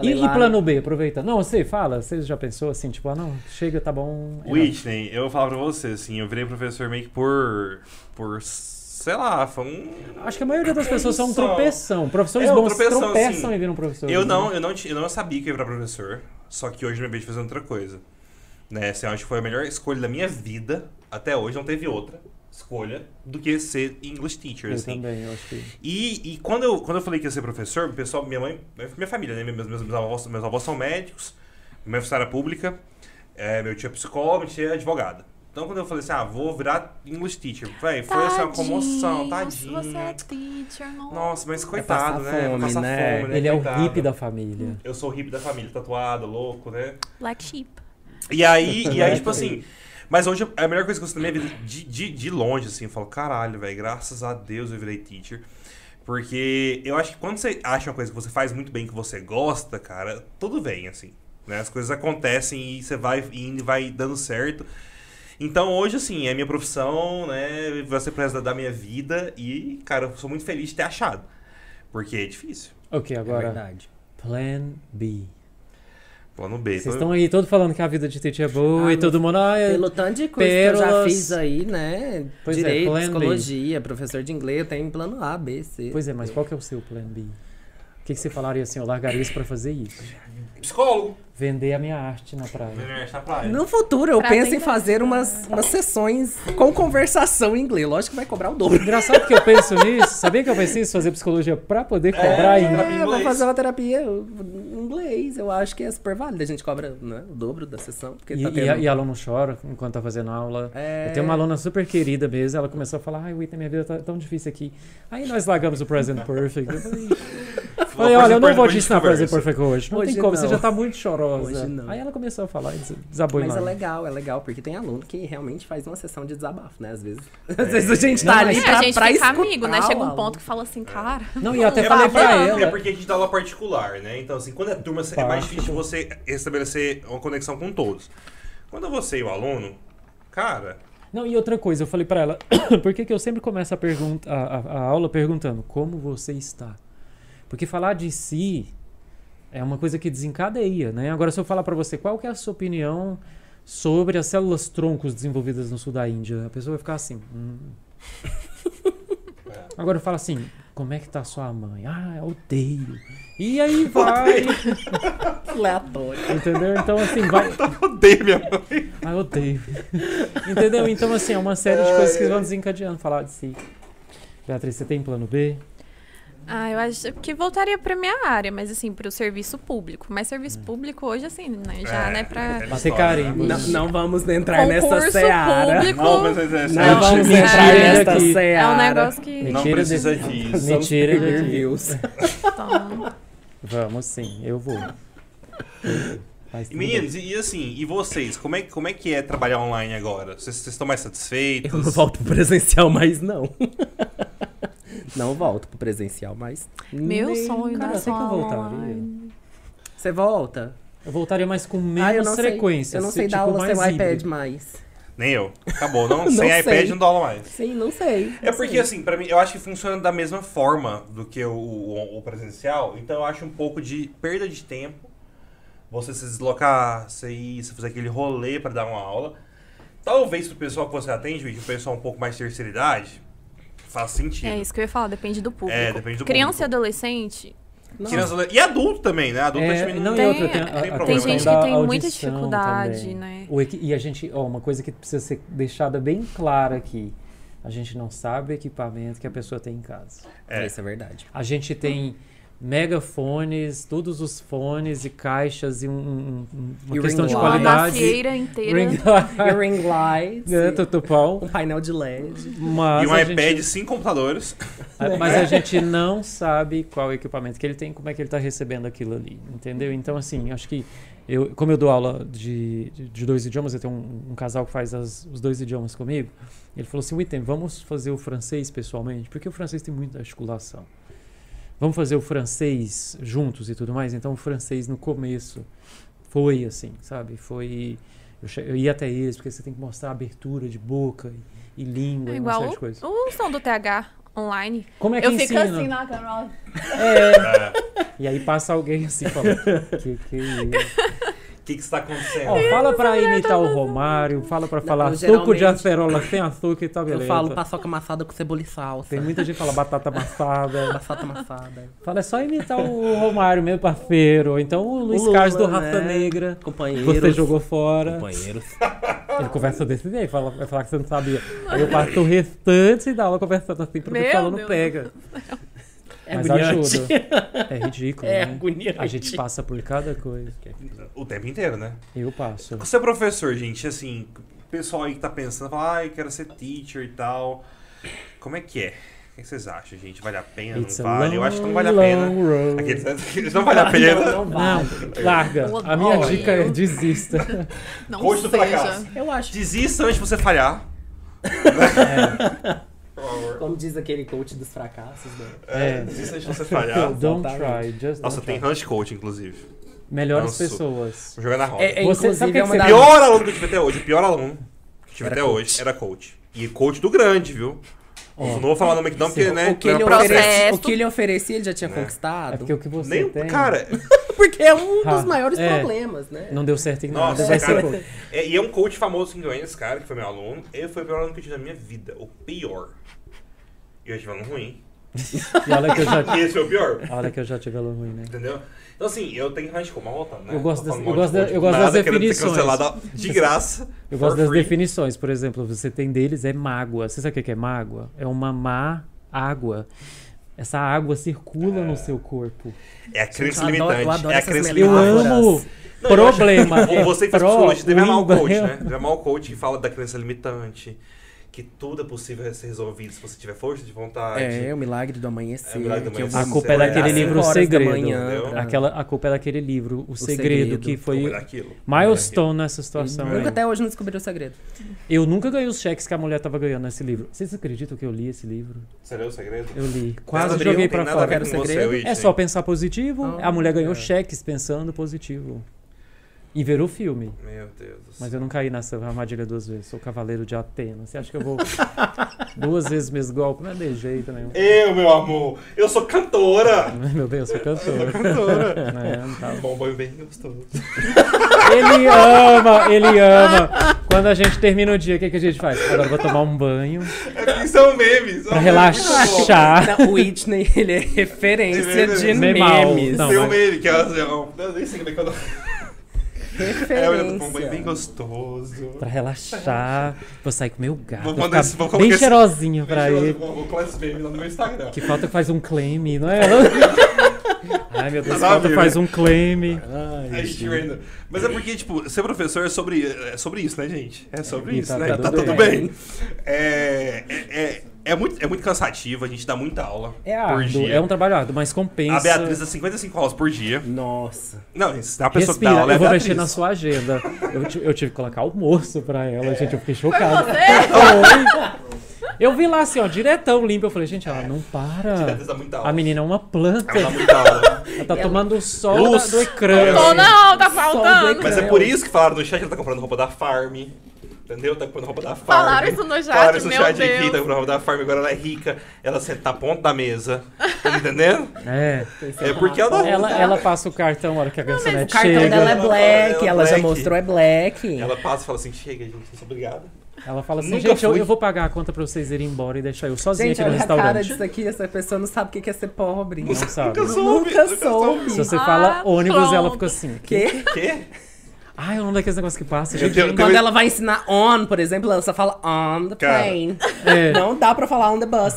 Speaker 2: E,
Speaker 3: Falei
Speaker 2: e
Speaker 3: lá,
Speaker 2: plano B, aproveita. Não, você fala, você já pensou assim, tipo, ah não, chega, tá bom. é nóis.
Speaker 1: *laughs* Whitney, eu falo pra você, assim, eu virei professor meio que por. por. sei lá, foi um.
Speaker 2: Acho que a maioria das pessoas são um
Speaker 1: São.
Speaker 2: tropeçam. Professores
Speaker 1: É, um
Speaker 2: bons
Speaker 1: tropeção,
Speaker 2: tropeçam
Speaker 1: assim.
Speaker 2: e viram professores.
Speaker 1: Eu não,
Speaker 2: né?
Speaker 1: eu não, ti- eu não sabia que eu ia virar professor, só que hoje eu me vejo fazendo outra coisa. Né, assim, eu acho que foi a melhor escolha da minha vida, até hoje não teve outra escolha do que ser English teacher,
Speaker 2: Eu
Speaker 1: assim.
Speaker 2: também, eu acho que.
Speaker 1: E, e quando, eu, quando eu falei que ia ser professor, o pessoal, minha mãe, minha família, né? Meus, meus, meus avós, meus avós são médicos, minha mãe é funcionária pública, é, meu tio é psicólogo, minha tia é advogada. Então quando eu falei assim, ah, vou virar English teacher, véi, foi assim uma comoção, tadinho.
Speaker 8: Você é teacher, não.
Speaker 1: Nossa, mas
Speaker 3: passar
Speaker 1: coitado, né?
Speaker 3: fome,
Speaker 1: Passar
Speaker 3: né?
Speaker 1: fome, né?
Speaker 2: Ele é o
Speaker 1: Coitado.
Speaker 2: hippie da
Speaker 3: Hum.
Speaker 2: família.
Speaker 1: Eu sou o hippie da família, tatuado, louco, né?
Speaker 8: Black sheep.
Speaker 1: E aí, e *laughs* aí tipo assim. Mas hoje é a melhor coisa que eu sinto na minha vida, de, de, de longe, assim. Eu falo, caralho, velho, graças a Deus eu virei teacher. Porque eu acho que quando você acha uma coisa que você faz muito bem, que você gosta, cara, tudo vem, assim. Né? As coisas acontecem e você vai indo e vai dando certo. Então hoje, assim, é minha profissão, né? Vai ser pro resto da minha vida. E, cara, eu sou muito feliz de ter achado. Porque é difícil.
Speaker 2: Ok,
Speaker 3: É
Speaker 2: agora.
Speaker 3: verdade.
Speaker 2: Plan B.
Speaker 1: Plano B.
Speaker 2: Vocês
Speaker 1: Então,
Speaker 2: estão aí todo falando que a vida de Titi é boa
Speaker 3: Ah,
Speaker 2: e todo mundo. Ah, é-
Speaker 3: Pelo tanto de coisa que eu já
Speaker 2: Pérolas.
Speaker 3: fiz aí, né?
Speaker 2: Pois é,
Speaker 3: Direito,
Speaker 2: plan B.
Speaker 3: psicologia, professor de inglês, eu tenho plano A, B, C.
Speaker 2: Pois é, mas qual que é o seu plan B? O que, que você falaria assim? Eu largaria isso pra fazer isso.
Speaker 1: Psicólogo.
Speaker 2: Vender a minha arte na praia.
Speaker 1: Na praia.
Speaker 3: No futuro, eu
Speaker 8: Pra
Speaker 3: penso em
Speaker 8: tentar-
Speaker 3: fazer umas, umas sessões com conversação em inglês. Lógico que vai cobrar o dobro.
Speaker 2: Engraçado que eu penso nisso. Sabia que eu pensei nisso? Fazer psicologia pra poder cobrar em
Speaker 1: terapia em
Speaker 3: É, vou
Speaker 1: inglês.
Speaker 3: fazer uma terapia em inglês. Eu acho que é super válido. A gente cobra né, o dobro da sessão. Porque
Speaker 2: E,
Speaker 3: tá
Speaker 2: e, a-
Speaker 3: tendo...
Speaker 2: e aluno chora enquanto tá fazendo aula.
Speaker 3: É.
Speaker 2: Eu tenho uma aluna super querida mesmo, ela começou a falar, ai, Whitney, minha vida tá tão difícil aqui. Aí nós largamos o Present Perfect. Eu falei, falei, olha, eu não
Speaker 1: é
Speaker 2: vou te ensinar Present Perfect hoje. Não
Speaker 3: Hoje
Speaker 2: tem como, você
Speaker 3: não.
Speaker 2: já tá muito chorosa.
Speaker 3: Hoje não.
Speaker 2: Aí ela começou a falar, e des- desabou em
Speaker 3: Mas
Speaker 2: *laughs*
Speaker 3: é
Speaker 2: lágrimas.
Speaker 3: legal, é legal, porque tem aluno que realmente faz uma sessão de desabafo, né? Às vezes, *laughs* às vezes a gente tá ali
Speaker 8: É,
Speaker 3: pra,
Speaker 8: a gente
Speaker 3: pra
Speaker 8: fica
Speaker 3: escutar
Speaker 8: amigo, né? Chega
Speaker 3: o
Speaker 8: um
Speaker 3: aluno.
Speaker 8: ponto que fala assim, cara.
Speaker 2: Não, e eu até
Speaker 1: É
Speaker 2: falei
Speaker 1: porque-
Speaker 2: pra
Speaker 1: É
Speaker 2: ela.
Speaker 1: porque a gente dá aula particular, né? Então, assim, quando é turma, é mais difícil você estabelecer uma conexão com todos. Quando você e o aluno, cara, *laughs*
Speaker 2: Não, e outra coisa, eu falei pra ela, *coughs* por que, que eu sempre começo a, pergunta, a, a- a aula perguntando como você está? Porque falar de si é uma coisa que desencadeia, né? Agora, se eu falar pra você qual que é a sua opinião sobre as células troncos desenvolvidas no sul da Índia. A pessoa vai ficar assim. hum. Agora fala assim: como é que tá sua mãe? Ah, eu odeio. E aí vai,
Speaker 3: Aleatório.
Speaker 2: entendeu? Então, assim, vai.
Speaker 1: Eu odeio minha mãe.
Speaker 2: Ah, eu odeio. Entendeu? Então, assim, é uma série de coisas que vão desencadeando. Falar de si. Beatriz, você tem plano B?
Speaker 8: Ah, eu acho que voltaria pra minha área, mas assim, pro serviço público. Mas serviço público hoje, assim, né, já, né, pra...
Speaker 1: é
Speaker 2: Bater
Speaker 1: história,
Speaker 2: carimbo.
Speaker 1: né?
Speaker 3: Não, não vamos entrar nessa
Speaker 8: Concurso
Speaker 3: seara.
Speaker 8: público
Speaker 1: Não, mas é sério.
Speaker 3: Não vamos
Speaker 2: Mentira
Speaker 3: entrar nesta
Speaker 2: daqui.
Speaker 8: é
Speaker 3: seara.
Speaker 8: um negócio que... *laughs*
Speaker 1: Não
Speaker 2: Mentira
Speaker 1: precisa
Speaker 2: desse-
Speaker 1: disso.
Speaker 2: Me tira
Speaker 3: Peter
Speaker 2: daqui.
Speaker 3: Views.
Speaker 8: Então,
Speaker 2: Vamos sim, eu vou. Mas
Speaker 1: E,
Speaker 2: tudo
Speaker 1: Meninos, e, e assim, e vocês? Como é, como é que é trabalhar online agora? Vocês vocês estão mais satisfeitos?
Speaker 3: Eu não volto pro presencial mais, não. Não volto pro presencial mais.
Speaker 8: meu
Speaker 2: bem.
Speaker 8: sonho da
Speaker 2: Cara, eu sei que eu
Speaker 8: online.
Speaker 2: voltaria.
Speaker 3: Você volta?
Speaker 2: Eu voltaria mais com
Speaker 3: ah, eu
Speaker 2: menos
Speaker 3: não
Speaker 2: frequência.
Speaker 3: Sei. Eu não
Speaker 2: se-
Speaker 3: sei dar
Speaker 2: tipo,
Speaker 3: aula sem
Speaker 2: mais
Speaker 3: o iPad
Speaker 2: híbrido.
Speaker 3: mais.
Speaker 1: Nem eu. Acabou, *laughs* não?
Speaker 3: Não
Speaker 1: Sem
Speaker 3: sei.
Speaker 1: iPad não dou aula mais.
Speaker 3: Sim, não sei.
Speaker 1: É porque, assim, pra mim, eu acho que funciona da mesma forma do que o, o- o presencial. Então eu acho um pouco de perda de tempo. Você se deslocar, você ir, você fazer aquele rolê pra dar uma aula. Talvez pro pessoal que você atende, o pessoal um pouco mais de terceira idade, faz sentido.
Speaker 8: É isso que eu ia falar, depende do público.
Speaker 1: É, depende do
Speaker 8: Criança e
Speaker 1: público.
Speaker 8: adolescente,
Speaker 3: Não.
Speaker 1: Criança- e adulto também, né? Adulto acho
Speaker 2: É,
Speaker 1: que
Speaker 2: não,
Speaker 8: tem-
Speaker 2: e outra, tem, a-
Speaker 8: tem
Speaker 2: a
Speaker 1: problema.
Speaker 8: tem
Speaker 2: questão
Speaker 8: gente
Speaker 2: da
Speaker 8: que tem muita
Speaker 2: audição
Speaker 8: dificuldade,
Speaker 2: também.
Speaker 8: né?
Speaker 2: O equi- e a gente, ó, uma coisa que precisa ser deixada bem clara aqui. A gente não sabe o equipamento que a pessoa tem em casa.
Speaker 1: É.
Speaker 3: Isso é verdade.
Speaker 2: A gente tem megafones, todos os fones e caixas e um- um- um- uma
Speaker 3: E o
Speaker 2: questão
Speaker 3: ring
Speaker 2: de
Speaker 3: light.
Speaker 8: Uma
Speaker 2: qualidade.
Speaker 8: macieira inteira.
Speaker 2: Ring light. *laughs*
Speaker 3: Ring lights.
Speaker 2: É, tutupão.
Speaker 3: Um painel de LED.
Speaker 2: Mas
Speaker 1: E um
Speaker 2: a
Speaker 1: iPad,
Speaker 2: gente-
Speaker 1: sem computadores. *laughs*
Speaker 2: Ah, Mas a gente não sabe qual equipamento que ele tem, como é que ele está recebendo aquilo ali, entendeu? Então, assim, acho que eu, como eu dou aula de, de dois idiomas, eu tenho um, um casal que faz as- os dois idiomas comigo. Ele falou assim: Witten, vamos fazer o francês pessoalmente, porque o francês tem muita articulação. Vamos fazer o francês juntos e tudo mais. Então, o francês no começo foi assim, sabe? Foi. Eu, che- eu ia até eles, porque você tem que mostrar abertura de boca e, e língua
Speaker 8: É
Speaker 2: e uma
Speaker 8: igual
Speaker 2: série de coisas.
Speaker 8: o, o som do TH online.
Speaker 2: Como é que
Speaker 8: eu fico
Speaker 2: ensina?
Speaker 8: assim na câmera.
Speaker 2: É. E aí passa alguém assim falando, que que é isso?"
Speaker 1: O que, que está acontecendo?
Speaker 2: Ó, fala pra
Speaker 3: tá
Speaker 2: imitar o Romário, fala pra falar
Speaker 3: eu
Speaker 2: suco de
Speaker 3: geralmente-
Speaker 2: acerola sem açúcar e tá beleza.
Speaker 3: Eu falo paçoca amassada com cebola e salsa.
Speaker 2: Tem muita gente que fala batata amassada.
Speaker 3: Paçoca
Speaker 1: *laughs*
Speaker 3: amassada.
Speaker 2: Fala, é só imitar o Romário, meu parceiro. Ou então o Luiz
Speaker 3: Lula,
Speaker 2: Carlos do Rafa
Speaker 3: né?
Speaker 2: Negra.
Speaker 3: Companheiros.
Speaker 2: Você jogou fora.
Speaker 3: Companheiros.
Speaker 2: Ele conversa desse jeito, fala, vai falar que você não sabia. Aí eu passo o restante da aula conversando assim, porque
Speaker 8: Meu
Speaker 2: o aluno
Speaker 8: Deus
Speaker 2: pega.
Speaker 3: É
Speaker 2: Mas
Speaker 3: agoniante.
Speaker 2: ajuda.
Speaker 1: *laughs*
Speaker 2: É ridículo,
Speaker 3: É
Speaker 2: né?
Speaker 3: agoniante.
Speaker 2: A gente *laughs* passa por cada coisa.
Speaker 1: O tempo inteiro, né?
Speaker 2: Eu passo.
Speaker 1: Você é professor, gente, assim, o pessoal aí que tá pensando, fala, ai, quero ser teacher e tal. Como é que é? O que vocês acham, gente? Vale a pena?
Speaker 2: It's a
Speaker 1: não vale? Eu acho que não vale a
Speaker 2: long,
Speaker 1: pena. tá
Speaker 2: long road.
Speaker 1: Aqueles, *laughs* aqueles não vale a pena.
Speaker 3: Não, não
Speaker 2: Não,
Speaker 3: vale.
Speaker 2: larga. A minha
Speaker 8: Olha.
Speaker 2: dica
Speaker 1: *laughs*
Speaker 2: é desista.
Speaker 8: Não
Speaker 1: Gosto do fracasso.
Speaker 8: seja.
Speaker 3: Eu acho.
Speaker 1: Desista antes de você falhar.
Speaker 3: Como diz aquele coach dos fracassos, né?
Speaker 2: É.
Speaker 1: Desista antes de você falhar.
Speaker 2: Don't
Speaker 3: Exatamente.
Speaker 2: try, just
Speaker 1: Nossa,
Speaker 2: don't
Speaker 1: tem
Speaker 2: try.
Speaker 1: Rush Coach, inclusive.
Speaker 2: Melhores
Speaker 1: Nossa.
Speaker 2: pessoas.
Speaker 1: Vou jogar na roda.
Speaker 3: É, é,
Speaker 2: Você- sabe o que
Speaker 3: inclusive, é
Speaker 2: que
Speaker 3: uma
Speaker 2: você-
Speaker 3: das-
Speaker 1: Pior aluno que eu tive até hoje, o pior aluno que eu tive
Speaker 3: Era
Speaker 1: até hoje era coach. E coach do grande, viu? Não vou falar o nome aqui não, porque, né?
Speaker 3: o, que ele
Speaker 1: pra-
Speaker 8: processo.
Speaker 3: oferecia, o que ele oferecia, ele já
Speaker 1: Né.
Speaker 3: tinha
Speaker 2: É
Speaker 3: conquistado.
Speaker 2: porque o que você
Speaker 1: Nem,
Speaker 2: tem
Speaker 1: cara,
Speaker 3: Porque é um
Speaker 2: Ah,
Speaker 3: dos maiores
Speaker 2: é.
Speaker 3: problemas, né?
Speaker 2: não deu certo em nada.
Speaker 1: Nossa,
Speaker 2: vai
Speaker 1: cara.
Speaker 2: ser pouco.
Speaker 1: É, e é um coach famoso em Goiânia, esse cara, que foi meu aluno. Ele foi o pior aluno que eu tive na minha vida. O pior. E eu tive um aluno ruim.
Speaker 2: E olha que eu já,
Speaker 1: E esse foi o pior.
Speaker 2: *laughs* olha que eu já tive aula ruim, né?
Speaker 1: Entendeu? Então, assim, eu tenho range como voltando, né?
Speaker 2: Eu gosto
Speaker 1: Tô falando
Speaker 2: das-
Speaker 1: mal
Speaker 2: eu gosto
Speaker 1: de
Speaker 2: da-
Speaker 1: coach do
Speaker 2: eu gosto das
Speaker 1: nada, querendo ser
Speaker 2: definições.
Speaker 1: cancelado de graça.
Speaker 2: Eu
Speaker 1: for
Speaker 2: gosto das
Speaker 1: free.
Speaker 2: definições, por exemplo, você tem deles é mágoa. Você sabe o que que é mágoa? É uma má água. Essa água circula no seu corpo.
Speaker 1: É a crença
Speaker 3: eu adoro- eu
Speaker 1: limitante.
Speaker 3: adoro
Speaker 1: é a
Speaker 3: essas
Speaker 1: crença
Speaker 2: Eu
Speaker 3: metáforas.
Speaker 1: limitante.
Speaker 2: amo
Speaker 1: Não, eu acho-
Speaker 2: problema.
Speaker 1: Ou Você que faz
Speaker 2: pro-
Speaker 1: psicologia deve amar o coach,
Speaker 2: problema.
Speaker 1: né? Deve amar o coach que fala da crença limitante. Que tudo é possível ser resolvido se você tiver força de vontade.
Speaker 3: É, o milagre do amanhecer.
Speaker 1: É, o milagre do
Speaker 3: que eu
Speaker 1: amanhecer.
Speaker 3: vou
Speaker 2: A culpa é
Speaker 1: Sei lá,
Speaker 2: daquele
Speaker 1: às
Speaker 2: livro O
Speaker 3: cinco horas da
Speaker 2: Segredo.
Speaker 3: manhã,
Speaker 1: entendeu?
Speaker 2: Aquela, a culpa é daquele livro, O, segredo,
Speaker 3: Segredo.
Speaker 2: que
Speaker 1: Como
Speaker 2: foi
Speaker 1: é aquilo.
Speaker 2: milestone nessa situação. né?
Speaker 3: Eu
Speaker 2: aí.
Speaker 3: nunca até hoje não descobri
Speaker 1: *laughs*
Speaker 3: o segredo.
Speaker 2: Eu nunca ganhei os cheques que a mulher tava ganhando nesse livro. Vocês acreditam que eu li esse livro?
Speaker 1: Você leu o segredo?
Speaker 2: Eu li. Quase
Speaker 1: Gabriel,
Speaker 2: joguei
Speaker 1: tem
Speaker 2: pra
Speaker 1: nada a ver
Speaker 2: fora.
Speaker 3: Quero
Speaker 1: com você,
Speaker 3: segredo.
Speaker 1: Whitney.
Speaker 2: É só pensar positivo.
Speaker 3: Ah,
Speaker 2: a mulher ganhou
Speaker 3: é.
Speaker 2: cheques pensando positivo. e ver o filme.
Speaker 1: Meu Deus do céu.
Speaker 2: Mas eu não caí nessa armadilha duas vezes. Sou cavaleiro de Atenas. Você acha
Speaker 1: *laughs*
Speaker 2: que eu vou duas vezes mesmo golpe? Não é de jeito nenhum. *laughs*
Speaker 1: Eu, meu amor, eu sou cantora.
Speaker 2: Meu Deus, sou cantor.
Speaker 1: Cantora.
Speaker 2: É, não tá
Speaker 1: Bom, banho bem gostoso.
Speaker 2: Ele ama, ele ama. Quando a gente termina o dia, o que, que a gente faz? Agora eu vou tomar um banho
Speaker 1: É, são memes.
Speaker 2: pra relaxar.
Speaker 3: Não, o Whitney, ele é referência de
Speaker 2: Memal.
Speaker 3: memes.
Speaker 2: Não,
Speaker 1: Tem um
Speaker 2: mas-
Speaker 1: meme que elas. Eu eu nem sei como é que eu. É, olha, com um banho bem
Speaker 3: Referência.
Speaker 1: gostoso.
Speaker 2: Pra relaxar. Vou sair com meu gato.
Speaker 1: Vou
Speaker 2: Vou
Speaker 1: mandar
Speaker 2: ficar
Speaker 1: esse- vou colocar
Speaker 2: bem
Speaker 1: esse-
Speaker 2: cheirosinho pra
Speaker 1: Deixa eu-
Speaker 2: ele.
Speaker 1: Vou vou colar esse meme lá no meu Instagram.
Speaker 2: Que falta que faz um claim,
Speaker 1: *laughs*
Speaker 2: não é? Ai, meu Deus,
Speaker 1: Sabe,
Speaker 2: falta
Speaker 1: né?
Speaker 2: faz um claim.
Speaker 1: É, gente, random. Mas é porque, tipo, ser professor é sobre, é sobre isso, né, gente? É sobre
Speaker 2: E
Speaker 1: isso,
Speaker 2: tá
Speaker 1: né?
Speaker 2: tudo
Speaker 1: tá tudo
Speaker 3: bem.
Speaker 1: bem. É, é, é- é muito, é muito cansativo, a gente dá muita aula
Speaker 2: É
Speaker 1: por
Speaker 2: árduo,
Speaker 1: dia.
Speaker 2: é um trabalho árduo, mas compensa.
Speaker 1: A Beatriz dá 55 aulas por dia.
Speaker 3: Nossa.
Speaker 1: Não, isso é uma pessoa
Speaker 2: Respira,
Speaker 1: que dá aula. é
Speaker 2: eu
Speaker 1: a
Speaker 2: vou
Speaker 1: Beatriz.
Speaker 2: mexer na sua agenda. Eu, ti- eu tive que colocar almoço pra ela, gente, eu fiquei chocado.
Speaker 8: Você?
Speaker 2: Oi. Eu vi lá assim, ó, diretão limpo. Eu falei, gente, ela não
Speaker 1: A
Speaker 2: para.
Speaker 1: Beatriz dá muita aula.
Speaker 2: A menina é uma planta.
Speaker 1: Ela dá muita
Speaker 2: *laughs*
Speaker 1: aula.
Speaker 2: Ela tá tomando o sol da,
Speaker 1: Luz.
Speaker 2: do ecrã.
Speaker 8: Tô
Speaker 2: assim.
Speaker 8: não, tá
Speaker 3: Só
Speaker 8: faltando.
Speaker 3: do
Speaker 1: Mas é
Speaker 3: Não.
Speaker 1: por isso que falaram no chat que ela tá comprando roupa da Farm. Entendeu? Tá comprando roupa da Farm.
Speaker 8: Falaram isso no chat,
Speaker 1: Falaram isso no
Speaker 8: meu
Speaker 1: chat
Speaker 8: Deus.
Speaker 1: aqui, tá comprando roupa da Farm. Agora ela é rica, ela senta na ponta da mesa. Tá entendendo?
Speaker 2: É.
Speaker 1: É porque ela,
Speaker 2: Ela, ela passa o cartão na hora que a garçonete
Speaker 3: O cartão
Speaker 2: chega.
Speaker 3: dela é
Speaker 1: Ela
Speaker 3: black,
Speaker 1: é
Speaker 3: ela já
Speaker 1: black.
Speaker 3: mostrou é black.
Speaker 1: ela passa e fala assim: chega, gente, muito obrigado.
Speaker 2: Ela fala assim,
Speaker 1: Nunca
Speaker 2: gente, eu,
Speaker 1: fui.
Speaker 2: eu vou pagar a conta pra vocês irem embora e deixar eu sozinha
Speaker 3: Gente,
Speaker 2: aqui no
Speaker 3: olha a cara
Speaker 2: restaurante.
Speaker 3: disso aqui, essa pessoa não sabe o que que é ser pobre.
Speaker 2: Não sabe.
Speaker 1: Nunca soube.
Speaker 3: Nunca
Speaker 2: Se
Speaker 3: soube.
Speaker 2: você
Speaker 8: Ah,
Speaker 2: fala ônibus, ela
Speaker 8: pronto.
Speaker 2: fica assim. Que...
Speaker 3: Quê?
Speaker 1: Quê?
Speaker 2: Ah, é o nome daqueles negócios que passa,
Speaker 1: Eu
Speaker 2: gente.
Speaker 1: tenho- eu tenho-
Speaker 3: Quando ela vai ensinar on, por exemplo, ela só fala on the
Speaker 1: Cara.
Speaker 3: plane.
Speaker 2: É.
Speaker 3: Não dá pra falar on the bus.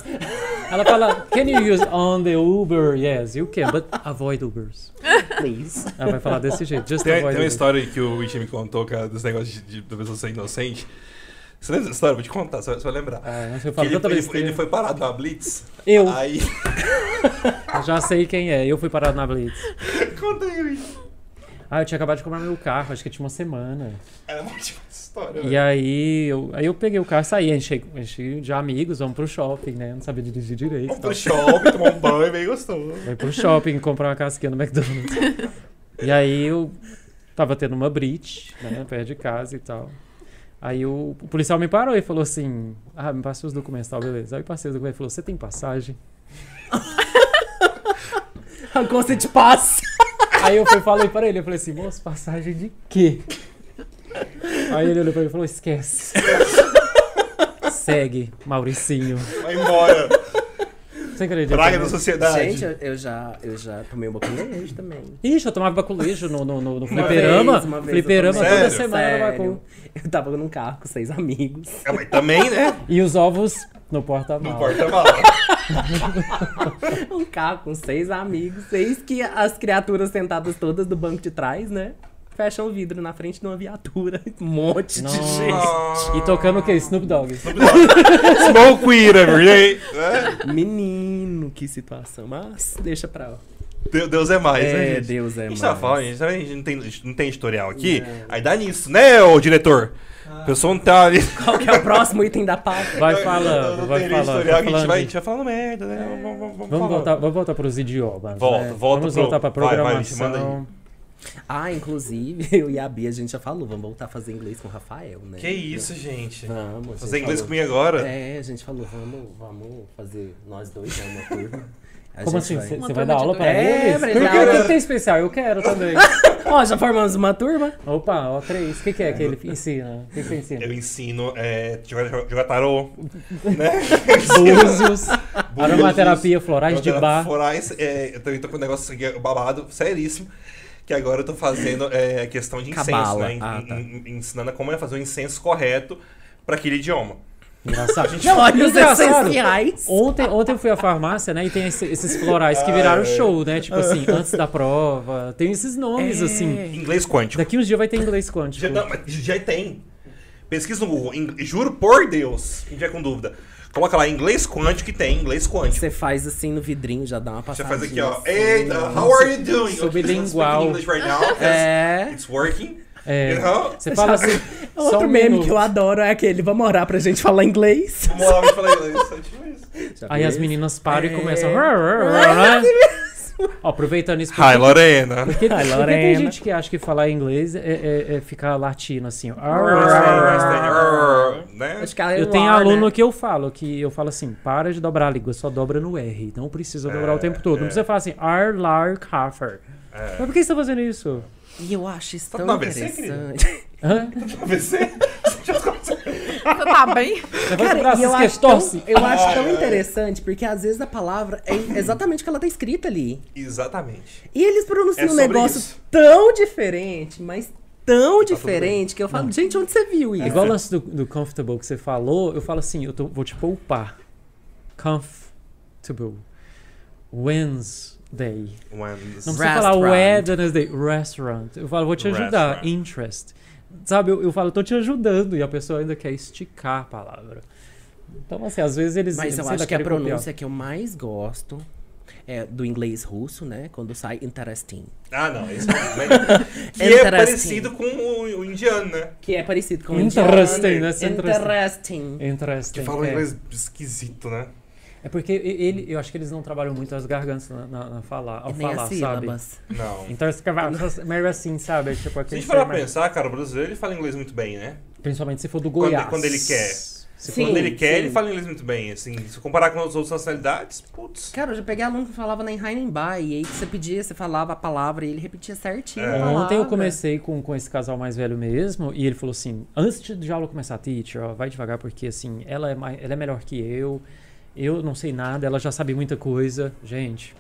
Speaker 2: Ela fala, can you use on the Uber? Yes, you can, but avoid Ubers.
Speaker 3: Please.
Speaker 2: Ela vai falar desse jeito, just
Speaker 1: Tem,
Speaker 2: avoid
Speaker 1: tem uma
Speaker 2: Ubers.
Speaker 1: história que o Ichi me contou, cara, desse negócio de, de, da pessoa ser inocente. Você lembra dessa história? Vou te contar, você vai- você vai lembrar.
Speaker 2: Ah, nossa, eu
Speaker 1: Que
Speaker 2: falo
Speaker 1: ele,
Speaker 2: tanta
Speaker 1: ele,
Speaker 2: besteira.
Speaker 1: ele foi parado na Blitz.
Speaker 2: Eu
Speaker 1: Aí. Ah.
Speaker 2: já sei quem é, eu fui parado na Blitz.
Speaker 1: *laughs* Conta aí, Ichi.
Speaker 2: Ah, eu tinha acabado de comprar meu carro, acho que tinha uma semana.
Speaker 1: Era uma ótima história.
Speaker 2: E aí eu, aí eu peguei o carro, saí, enchi, enchi de amigos, vamos pro shopping, né? Eu não sabia dirigir direito.
Speaker 1: Vamos pro shopping, tomar um banho, bem gostoso.
Speaker 2: Vai pro shopping comprar uma casquinha no McDonald's. e aí eu tava tendo uma bridge, né, perto de casa e tal. Aí o, o policial me parou e falou assim: Ah, me passa os documentos, tal, beleza. Aí eu passei os documentos e falou: Você tem passagem?
Speaker 3: Arrancou você de paz.
Speaker 2: Aí eu fui, falei pra ele: Eu falei assim, moço, passagem de quê? Aí ele olhou pra mim e falou: Esquece. Segue, Mauricinho.
Speaker 1: Vai
Speaker 2: *laughs*
Speaker 1: embora.
Speaker 2: Você acredita?
Speaker 1: Praga da
Speaker 2: né?
Speaker 1: sociedade.
Speaker 3: Gente, eu, eu já, eu já tomei um baculejo também.
Speaker 2: Ixi, eu tomava baculejo no, no, no, no fliperama.
Speaker 3: vez, uma vez eu
Speaker 2: fliperama
Speaker 1: tomei.
Speaker 2: toda
Speaker 1: Sério?
Speaker 2: semana eu tomava
Speaker 3: Sério. Eu tava num carro com seis amigos.
Speaker 1: Ah, mas também, né?
Speaker 2: E os ovos no
Speaker 1: Não
Speaker 2: porta-malas.
Speaker 1: importa
Speaker 2: *laughs*
Speaker 1: mal.
Speaker 3: Um carro com seis amigos. Seis que as criaturas sentadas todas do banco de trás, né? Fecham o vidro na frente de uma viatura. *laughs* Um monte de
Speaker 2: Nossa.
Speaker 3: gente.
Speaker 1: Ah.
Speaker 2: E tocando o quê? Snoop Dogg.
Speaker 1: Smoke weed every day. né?
Speaker 3: Menino, que situação. Mas deixa pra.
Speaker 1: Deus- Deus é mais, né,
Speaker 3: É,
Speaker 1: gente?
Speaker 3: Deus é,
Speaker 1: A gente
Speaker 3: mais.
Speaker 1: tava falando, gente, a gente não tem, a gente não tem editorial aqui. Aí dá nisso, né, ô diretor? O pessoal não tá ali.
Speaker 3: Qual que é o próximo item da pauta?
Speaker 2: Vai
Speaker 1: Não,
Speaker 2: falando,
Speaker 1: não
Speaker 2: vai
Speaker 1: tem
Speaker 2: falando.
Speaker 1: editorial,
Speaker 2: vai
Speaker 1: a, gente
Speaker 2: falando.
Speaker 1: vai, a gente vai falando merda, né? Vamos, vamos, vamos,
Speaker 2: Vamos
Speaker 1: falar.
Speaker 2: voltar, vamos voltar pros idiomas.
Speaker 1: Volta,
Speaker 2: né?
Speaker 1: volta
Speaker 2: Vamos
Speaker 1: pro-
Speaker 2: voltar pra
Speaker 1: vai, vai,
Speaker 2: programação.
Speaker 1: Alice, manda
Speaker 3: Ah, inclusive, eu e a Bia, a gente já falou, vamos voltar a fazer inglês com o Rafael, né?
Speaker 1: Que isso, gente?
Speaker 3: Vamos. a gente
Speaker 1: Fazer inglês
Speaker 3: falou-
Speaker 1: comigo agora?
Speaker 3: É, a gente falou, vamos, vamos fazer nós dois né, uma turma. A
Speaker 2: Como assim?
Speaker 3: gente
Speaker 2: Você
Speaker 3: Vai...
Speaker 2: você
Speaker 8: Uma
Speaker 2: vai dar
Speaker 8: turma de
Speaker 2: aula pra
Speaker 3: dois. É,
Speaker 2: eles?
Speaker 3: pra
Speaker 2: Por
Speaker 3: dar
Speaker 2: que
Speaker 3: aula.
Speaker 2: tem que ter especial? Eu quero também.
Speaker 3: *laughs* Ó, já formamos uma turma?
Speaker 2: Opa, ó, três. O que, que é que ele ensina? O que, que você ensina?
Speaker 1: Eu ensino é, jogar, jogar
Speaker 2: *laughs*
Speaker 1: tarô, né?
Speaker 2: Búzios,
Speaker 1: búzios,
Speaker 2: aromaterapia, florais de
Speaker 1: jogar
Speaker 2: bar.
Speaker 1: Florais, é, eu também tô com um negócio aqui babado, seríssimo. Que agora eu tô fazendo é, a questão de incenso,
Speaker 3: Cabala.
Speaker 1: né? En-
Speaker 3: Ah, tá.
Speaker 1: en- ensinando como é fazer o incenso correto pra aquele idioma.
Speaker 2: Engraçado.
Speaker 3: Não, olha os
Speaker 2: Engraçado.
Speaker 3: 600 reais.
Speaker 2: Ontem, ontem eu fui à farmácia, né? E tem esse- esses florais que viraram show, né? Tipo assim, antes da prova. Tem esses
Speaker 3: É.
Speaker 2: nomes, assim.
Speaker 1: Inglês quântico.
Speaker 2: Daqui uns dias vai ter inglês quântico.
Speaker 1: Já, tá- não, mas já tem. Pesquisa no Google. Ing- Juro por Deus, quem tiver com dúvida. Coloca lá inglês quântico que tem, inglês quântico.
Speaker 3: Você faz assim no vidrinho, já dá uma assim.
Speaker 1: Você
Speaker 3: passada.
Speaker 1: faz aqui, ó. Eita, how are you doing?
Speaker 2: Sublingual.
Speaker 1: English right now. yes,
Speaker 3: É.
Speaker 1: It's working.
Speaker 2: É.
Speaker 1: You know?
Speaker 2: Você fala assim. só
Speaker 3: Outro
Speaker 2: um
Speaker 3: meme
Speaker 2: minuto.
Speaker 3: que eu adoro é aquele, vamos orar pra gente falar inglês.
Speaker 1: Vamos lá, vamos falar inglês. É tipo isso.
Speaker 3: Já *laughs*
Speaker 2: Aí
Speaker 3: viu
Speaker 2: as
Speaker 3: isso?
Speaker 2: meninas param e
Speaker 3: É.
Speaker 2: começam.
Speaker 3: É,
Speaker 2: né? Ó, aproveitando isso.
Speaker 1: Hi, Lorena.
Speaker 2: Porque,
Speaker 3: Ai,
Speaker 2: porque tem
Speaker 3: Lorena.
Speaker 2: gente que acha que falar inglês é, é- é ficar latino, assim. ó.
Speaker 1: Mas tem- mas tem- né?
Speaker 3: Acho que ela é
Speaker 2: Eu tenho
Speaker 3: Lorna.
Speaker 2: aluno que eu falo, que eu falo assim, para de dobrar a língua, só dobra no R. Não precisa
Speaker 1: É,
Speaker 2: dobrar o tempo todo. Não precisa falar assim, ar, lar, caffer.
Speaker 1: É.
Speaker 2: Mas por que você tá fazendo isso?
Speaker 3: E eu acho isso
Speaker 1: Tá
Speaker 3: tão
Speaker 1: com AVC,
Speaker 3: interessante.
Speaker 2: Hã?
Speaker 1: AVC?
Speaker 8: Você tá bem?
Speaker 2: Levanta
Speaker 3: Cara,
Speaker 2: o
Speaker 3: e
Speaker 2: braço,
Speaker 3: eu,
Speaker 2: esquece,
Speaker 3: acho tão,
Speaker 2: torce.
Speaker 3: eu acho tão interessante, porque às vezes a palavra é exatamente o que ela tá escrita ali.
Speaker 1: Exatamente.
Speaker 3: E eles pronunciam
Speaker 1: É
Speaker 3: um
Speaker 1: sobre
Speaker 3: negócio
Speaker 1: isso. tá
Speaker 3: tão diferente, mas tão
Speaker 1: tudo
Speaker 3: diferente, que eu falo, gente, onde você viu isso?
Speaker 2: Igual o lance do, do comfortable que você falou, eu falo assim, eu tô- vou te poupar. Comfortable. Wednesday. Não precisa falar
Speaker 3: Restaurant.
Speaker 2: Wednesday, restaurant. Eu falo, vou te ajudar.
Speaker 1: Restaurant.
Speaker 2: Interest. Sabe, eu, eu falo, tô te ajudando. E a pessoa ainda quer esticar a palavra. Então, assim, às vezes eles.
Speaker 3: Mas eu
Speaker 2: eles
Speaker 3: acho
Speaker 2: ainda
Speaker 3: que a
Speaker 2: querem copiar.
Speaker 3: pronúncia que eu mais gosto é do inglês russo, né? Quando sai interesting.
Speaker 1: Ah, não. Esse... mas- que é
Speaker 3: Interesting.
Speaker 1: parecido com o, o indiano, né?
Speaker 3: Que é parecido com
Speaker 2: Interesting, né? Esse
Speaker 3: Interesting.
Speaker 2: Interesting.
Speaker 1: Que fala um
Speaker 2: é.
Speaker 1: inglês esquisito, né?
Speaker 2: É porque e- ele, eu acho que eles não trabalham muito as gargantas na, na- na falar, ao
Speaker 3: E É nem
Speaker 2: falar,
Speaker 3: as
Speaker 2: sabe?
Speaker 3: sílabas.
Speaker 1: Não.
Speaker 2: Então, esse cavalo- meio assim, sabe? Tipo,
Speaker 1: Se a
Speaker 2: aquele
Speaker 1: gente parar
Speaker 2: ser
Speaker 1: pra
Speaker 2: mais-
Speaker 1: pensar, cara, o brasileiro ele fala inglês muito bem, né?
Speaker 2: Principalmente se for do
Speaker 1: Quando-
Speaker 2: Goiás.
Speaker 1: quando ele quer.
Speaker 2: Se
Speaker 3: Sim,
Speaker 1: Quando ele quer,
Speaker 3: sim.
Speaker 1: ele fala inglês muito bem. Assim, se comparar com as outras nacionalidades, putz.
Speaker 3: Cara, eu já peguei aluno que falava na Heinenbach, e aí que você pedia, você falava a palavra e ele repetia certinho.
Speaker 1: É.
Speaker 2: Ontem
Speaker 3: a
Speaker 2: eu
Speaker 3: palavra.
Speaker 2: comecei com, com esse casal mais velho mesmo, e ele falou assim: antes de- de aula começar, teacher, ó, vai devagar, porque assim, ela é, mais, ela é melhor que eu, eu não sei nada, ela já sabe muita coisa. Gente,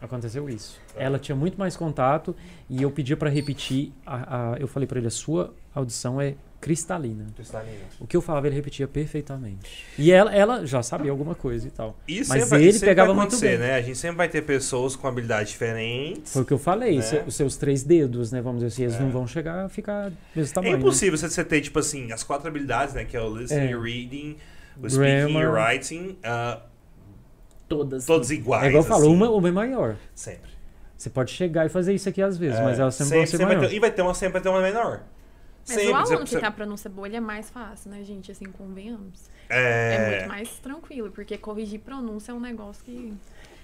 Speaker 2: aconteceu isso.
Speaker 1: É.
Speaker 2: Ela tinha muito mais contato e eu pedi pra repetir. a- a- eu falei pra ele: a sua audição é cristalina. O que eu falava, ele repetia perfeitamente. E ela, ela já sabia alguma coisa e tal.
Speaker 1: Isso
Speaker 2: Mas
Speaker 1: sempre,
Speaker 2: ele
Speaker 1: sempre
Speaker 2: pegava
Speaker 1: vai
Speaker 2: muito
Speaker 1: acontecer,
Speaker 2: bem.
Speaker 1: né? A gente sempre vai ter pessoas com habilidades diferentes.
Speaker 2: Foi o que eu falei,
Speaker 1: Né?
Speaker 2: se- os seus três dedos, né? Vamos dizer assim, eles
Speaker 1: É.
Speaker 2: não vão chegar a ficar do mesmo
Speaker 1: É
Speaker 2: tamanho. né?
Speaker 1: impossível você- você ter, tipo assim, as quatro habilidades, né? Que é o listening,
Speaker 2: É.
Speaker 1: reading, o speaking e
Speaker 2: Grammar.
Speaker 1: writing, ah,
Speaker 3: Todas.
Speaker 1: todos iguais.
Speaker 2: É igual eu falo,
Speaker 1: assim.
Speaker 2: uma, uma é maior.
Speaker 1: Sempre.
Speaker 2: Você pode chegar e fazer isso aqui às vezes, mas
Speaker 1: É,
Speaker 2: ela sempre, vai ser
Speaker 1: vai
Speaker 2: maior.
Speaker 1: ter, E vai ter uma, sempre vai ter uma menor.
Speaker 8: Mas o aluno
Speaker 1: você-
Speaker 8: que tem a pronúncia boa, ele é mais fácil, né, gente? Assim, convenhamos. É,
Speaker 1: É,
Speaker 8: muito mais tranquilo, porque corrigir pronúncia é um negócio que...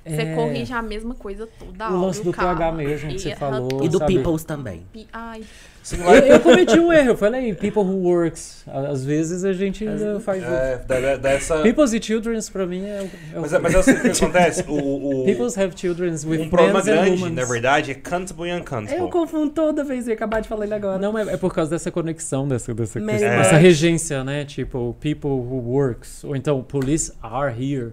Speaker 2: É.
Speaker 8: Você corrige a mesma coisa toda
Speaker 2: O
Speaker 8: hora.
Speaker 2: lance
Speaker 8: o
Speaker 2: do
Speaker 8: cara
Speaker 2: TH mesmo que você
Speaker 8: erra
Speaker 2: falou.
Speaker 8: tudo.
Speaker 3: E do
Speaker 2: sabe?
Speaker 3: Peoples também.
Speaker 8: Pi- Ai,
Speaker 1: Você não
Speaker 2: Eu,
Speaker 1: vai-
Speaker 2: eu cometi um erro, eu falei, people who works. Á- Às vezes a gente ainda faz. É.
Speaker 1: é, dá- dá- dá essa-
Speaker 2: People's e children's pra mim é. o- é o-
Speaker 1: Mas, é- mas é assim que acontece. O, o-
Speaker 2: *laughs* People's have children's with
Speaker 1: um problema
Speaker 2: men's and
Speaker 1: grande,
Speaker 2: womens.
Speaker 1: na verdade, é cantable e uncantable.
Speaker 3: Eu confundo toda vez, eu ia acabar de falar ele agora.
Speaker 2: Não, é, é por causa dessa conexão, dessa, dessa,
Speaker 3: Man
Speaker 2: dessa-
Speaker 1: and
Speaker 2: dessa
Speaker 1: woman.
Speaker 2: regência, né? Tipo, people who works. Ou então, police are here.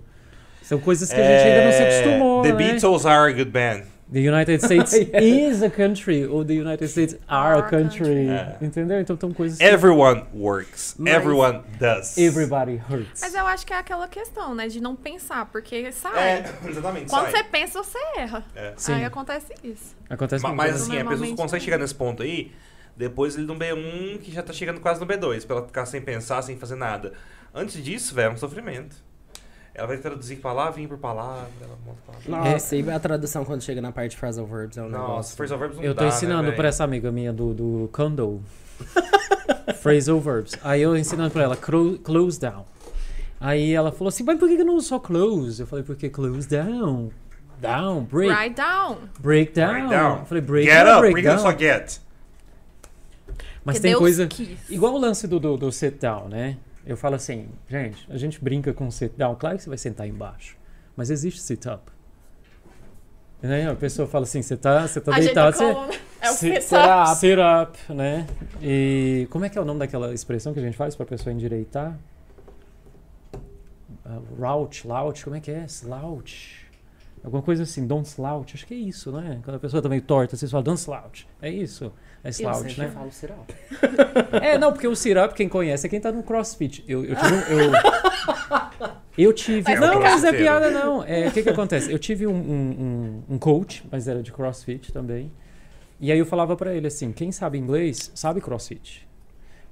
Speaker 2: São coisas que a gente ainda não se acostumou,
Speaker 1: É, The
Speaker 2: né?
Speaker 1: Beatles are a good band.
Speaker 2: The
Speaker 1: *laughs*
Speaker 2: United States is a country, ou the United States are a
Speaker 8: Are a
Speaker 2: country.
Speaker 8: country.
Speaker 1: É.
Speaker 2: Entendeu? Então são coisas que
Speaker 1: Everyone works.
Speaker 3: Mas-
Speaker 1: Everyone does.
Speaker 2: everybody hurts.
Speaker 8: Mas eu acho que é aquela questão, né? De não pensar, porque sai.
Speaker 1: É, exatamente.
Speaker 8: Ah, Quando
Speaker 1: sai.
Speaker 8: você pensa, você erra.
Speaker 1: É.
Speaker 2: Sim.
Speaker 8: Aí acontece isso.
Speaker 2: Acontece
Speaker 1: Ma-
Speaker 2: com
Speaker 1: Mas
Speaker 2: coisas-
Speaker 1: assim, a pessoa só
Speaker 8: Normalmente
Speaker 1: consegue
Speaker 8: é.
Speaker 1: chegar nesse ponto aí depois ele do B1 que já tá chegando quase no B2, pra ela ficar sem pensar, sem fazer nada. Antes disso, velho, é um sofrimento. Ela vai traduzir palavra por palavra, ela monta palavra.
Speaker 3: Nossa, e a tradução quando chega na parte de phrasal verbs é um
Speaker 1: Nossa,
Speaker 3: negócio.
Speaker 1: first of verbs não
Speaker 2: Eu tô
Speaker 1: dá,
Speaker 2: ensinando
Speaker 1: né,
Speaker 2: pra
Speaker 1: véi?
Speaker 2: essa amiga minha do, do
Speaker 1: *laughs*
Speaker 2: condo. Phrasal verbs. Aí eu ensinando pra ela, clo- close down. Aí ela falou assim, mas por que que não só close? Eu falei, porque close down. Down, break,
Speaker 8: Write down.
Speaker 2: break down.
Speaker 1: Break down.
Speaker 2: Eu falei, break
Speaker 1: Get
Speaker 2: down,
Speaker 1: up,
Speaker 2: break
Speaker 1: porque não é
Speaker 2: down.
Speaker 1: só get.
Speaker 2: Mas
Speaker 8: que
Speaker 2: tem
Speaker 8: Deus
Speaker 2: coisa...
Speaker 8: quis.
Speaker 2: Igual o lance do, do, do sit down, né? Eu falo assim, gente, a gente brinca com sit down. Claro que você vai sentar embaixo, mas existe sit up. Né? A pessoa fala assim, você tá, você tá
Speaker 8: Ajeita
Speaker 2: deitado,
Speaker 8: a
Speaker 2: você...
Speaker 8: coluna. É o
Speaker 2: sit,
Speaker 8: sit up.
Speaker 2: up. sit up, né? E como é que é o nome daquela expressão que a gente faz pra pessoa endireitar? Ah, Route, lout, como é que é? Slouch. Alguma coisa assim, don't slouch, acho que é isso, né? Quando a pessoa tá meio torta, vocês falam don't slouch. É isso, é slouch, né?
Speaker 3: falo sirope.
Speaker 2: É, não, porque o Sirup, quem conhece, é quem tá no CrossFit. Eu, eu tive um. Eu, eu tive.
Speaker 1: É um
Speaker 2: não, mas é
Speaker 1: crossfiteiro.
Speaker 2: piada, não. É, O que que acontece? Eu tive um, um, um- um coach, mas era de CrossFit também. E aí eu falava pra ele assim: quem sabe inglês, sabe CrossFit.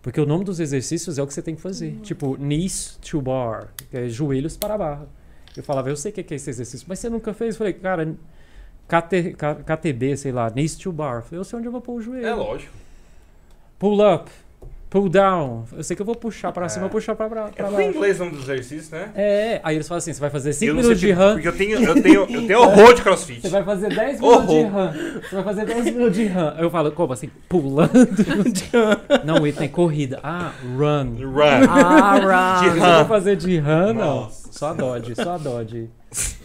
Speaker 2: Porque o nome dos exercícios é o que você tem que fazer. Tipo, knees to bar, que é joelhos para a barra. Eu falava, eu sei o que que é esse exercício, mas você nunca fez? Eu falei, cara, KT, K- É KTB, sei lá, knees to bar. Eu falei, eu sei onde eu vou pôr o joelho.
Speaker 1: É lógico.
Speaker 2: Pull up. Pull down. Eu sei que eu vou puxar pra cima,
Speaker 1: É.
Speaker 2: puxar pra, pra,
Speaker 1: É
Speaker 2: pra
Speaker 1: tudo em
Speaker 2: baixo.
Speaker 1: inglês o nome do exercício, né?
Speaker 2: É, é. aí eles falam assim, você vai fazer 5
Speaker 1: Eu não sei é
Speaker 2: minutos de
Speaker 1: te-
Speaker 2: RAM,
Speaker 1: Porque eu tenho, eu tenho, eu tenho horror de crossfit.
Speaker 2: você vai fazer 10 minutos de
Speaker 1: Horror.
Speaker 2: RAM, você vai fazer 10 minutos de RAM. Eu falo, como assim? Pulando de
Speaker 1: *laughs*
Speaker 2: RAM. Não, Ethan, é corrida. Ah, run.
Speaker 1: Run.
Speaker 2: Ah,
Speaker 1: De
Speaker 2: run.
Speaker 1: run.
Speaker 2: Você vai fazer de RAM, não.
Speaker 1: Nossa.
Speaker 2: Só Dodge, só Dodge.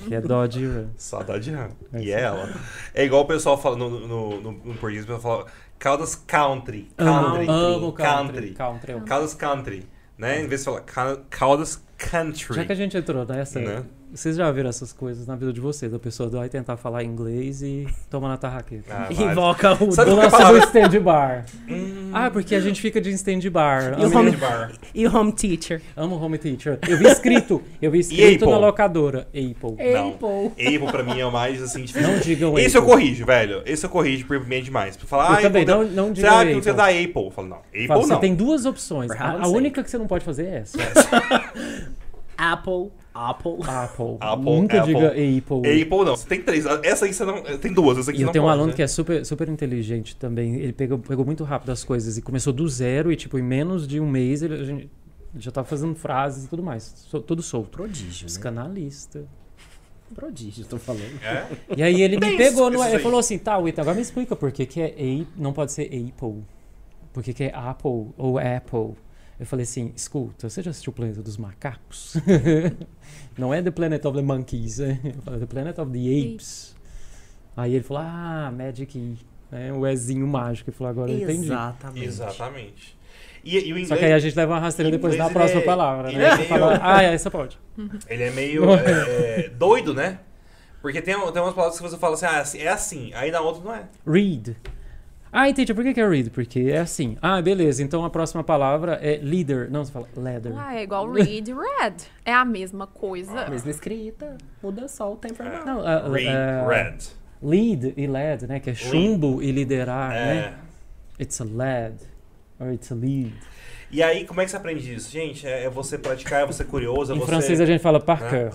Speaker 2: Que é Dodge e Run.
Speaker 1: Saudade de run.
Speaker 2: É
Speaker 1: E
Speaker 2: isso.
Speaker 1: é ela. É igual o pessoal fala no, no, no, no português, o pessoal fala Caldas Country. Country.
Speaker 2: Amo
Speaker 1: country.
Speaker 2: country. Country. eu-
Speaker 1: Caldas Country. Né? Em vez de falar ca- Caldas Country.
Speaker 2: Já que a gente entrou nessa,
Speaker 1: Né?
Speaker 2: vocês já viram essas coisas na vida de vocês? A pessoa vai tentar falar inglês e toma na tarraqueta.
Speaker 1: Ah, vai.
Speaker 3: Invoca o
Speaker 1: Sabe
Speaker 2: Do
Speaker 1: o que eu
Speaker 2: lance do
Speaker 1: falava?
Speaker 2: stand bar.
Speaker 1: Hum,
Speaker 2: Ah, porque a gente fica *laughs* de hum, stand bar.
Speaker 3: Eu
Speaker 2: Amo,
Speaker 3: como-
Speaker 1: de bar.
Speaker 3: e o home teacher.
Speaker 2: amo home teacher. Eu vi escrito.
Speaker 1: *laughs*
Speaker 2: Eu vi escrito
Speaker 1: Apple?
Speaker 2: na locadora. Apple.
Speaker 1: Não.
Speaker 4: Apple.
Speaker 1: Apple pra mim é o mais assim difícil.
Speaker 2: Não digam
Speaker 1: Esse
Speaker 2: Apple.
Speaker 1: eu corrijo, velho. Esse eu corrijo porque mim é demais. Pra falar,
Speaker 2: Eu
Speaker 1: ah,
Speaker 2: também,
Speaker 1: Apple,
Speaker 2: não- não digam
Speaker 1: Será que você
Speaker 2: Apple.
Speaker 1: dá Apple? Eu falo, não. Apple
Speaker 2: Fala, você
Speaker 1: não.
Speaker 2: tem duas opções.
Speaker 3: Brown,
Speaker 2: A, a
Speaker 3: sei.
Speaker 2: única que você não pode fazer é essa.
Speaker 3: Apple, Apple. *laughs*
Speaker 2: Apple.
Speaker 1: *laughs* Apple,
Speaker 2: Nunca
Speaker 1: Apple.
Speaker 2: diga Apple.
Speaker 1: Apple não. Você tem três. Essa aí você não. Tem duas. Essa aqui
Speaker 2: E eu
Speaker 1: não
Speaker 2: tenho um
Speaker 1: pode,
Speaker 2: aluno
Speaker 1: né?
Speaker 2: que é super, super inteligente também. Ele pegou, pegou muito rápido as coisas e começou do zero e, tipo, em menos de um mês ele a gente já tava fazendo frases e tudo mais. So- tudo solto.
Speaker 1: Uhum.
Speaker 3: Prodígio, né?
Speaker 2: Psicanalista.
Speaker 3: Prodígio, tô falando.
Speaker 1: É?
Speaker 2: E aí ele me
Speaker 1: Tem
Speaker 2: pegou
Speaker 1: isso-
Speaker 2: no
Speaker 1: isso
Speaker 2: ele
Speaker 1: aí.
Speaker 2: falou assim, tá, Wita, agora me explica por que que é A, não pode ser Apple. Por que que é Apple ou Apple? Eu falei assim, escuta, você já assistiu o Planeta dos Macacos? *laughs* não é The Planet of the Monkeys, é The Planet of the Apes. Aí ele falou, ah, Magic E. né, o Ezinho mágico. Ele falou, agora eu entendi.
Speaker 3: Exatamente.
Speaker 1: Exatamente. E, e o inglês.
Speaker 2: Só que aí a gente leva uma rasteira depois na
Speaker 1: Inglês,
Speaker 2: próxima
Speaker 1: ele é-
Speaker 2: palavra,
Speaker 1: ele
Speaker 2: né?
Speaker 1: é
Speaker 2: Você fala,
Speaker 1: meio-
Speaker 2: ah, é, essa pode.
Speaker 1: Ele é meio é, é, doido, né? Porque tem, tem umas palavras que você fala assim, ah, assim- é assim, aí na outra não é.
Speaker 2: Read. Ah, entendi. Por que, que é read? Porque é assim. Ah, beleza. Então a próxima palavra é leader. Não, você fala leather.
Speaker 8: Ah, é igual read, red. É a mesma
Speaker 2: É
Speaker 8: coisa.
Speaker 3: Mesma escrita, muda só o tempo. normal.
Speaker 2: Não, ah,
Speaker 1: Read,
Speaker 2: ah,
Speaker 1: red.
Speaker 2: Lead e led, né? Que é chumbo e liderar,
Speaker 1: É.
Speaker 2: né? It's a led. Or it's a lead.
Speaker 1: E aí, como é que você aprende isso? Gente, é, é você praticar, é você curioso, é
Speaker 2: em
Speaker 1: você.
Speaker 2: francês a gente fala par cœur.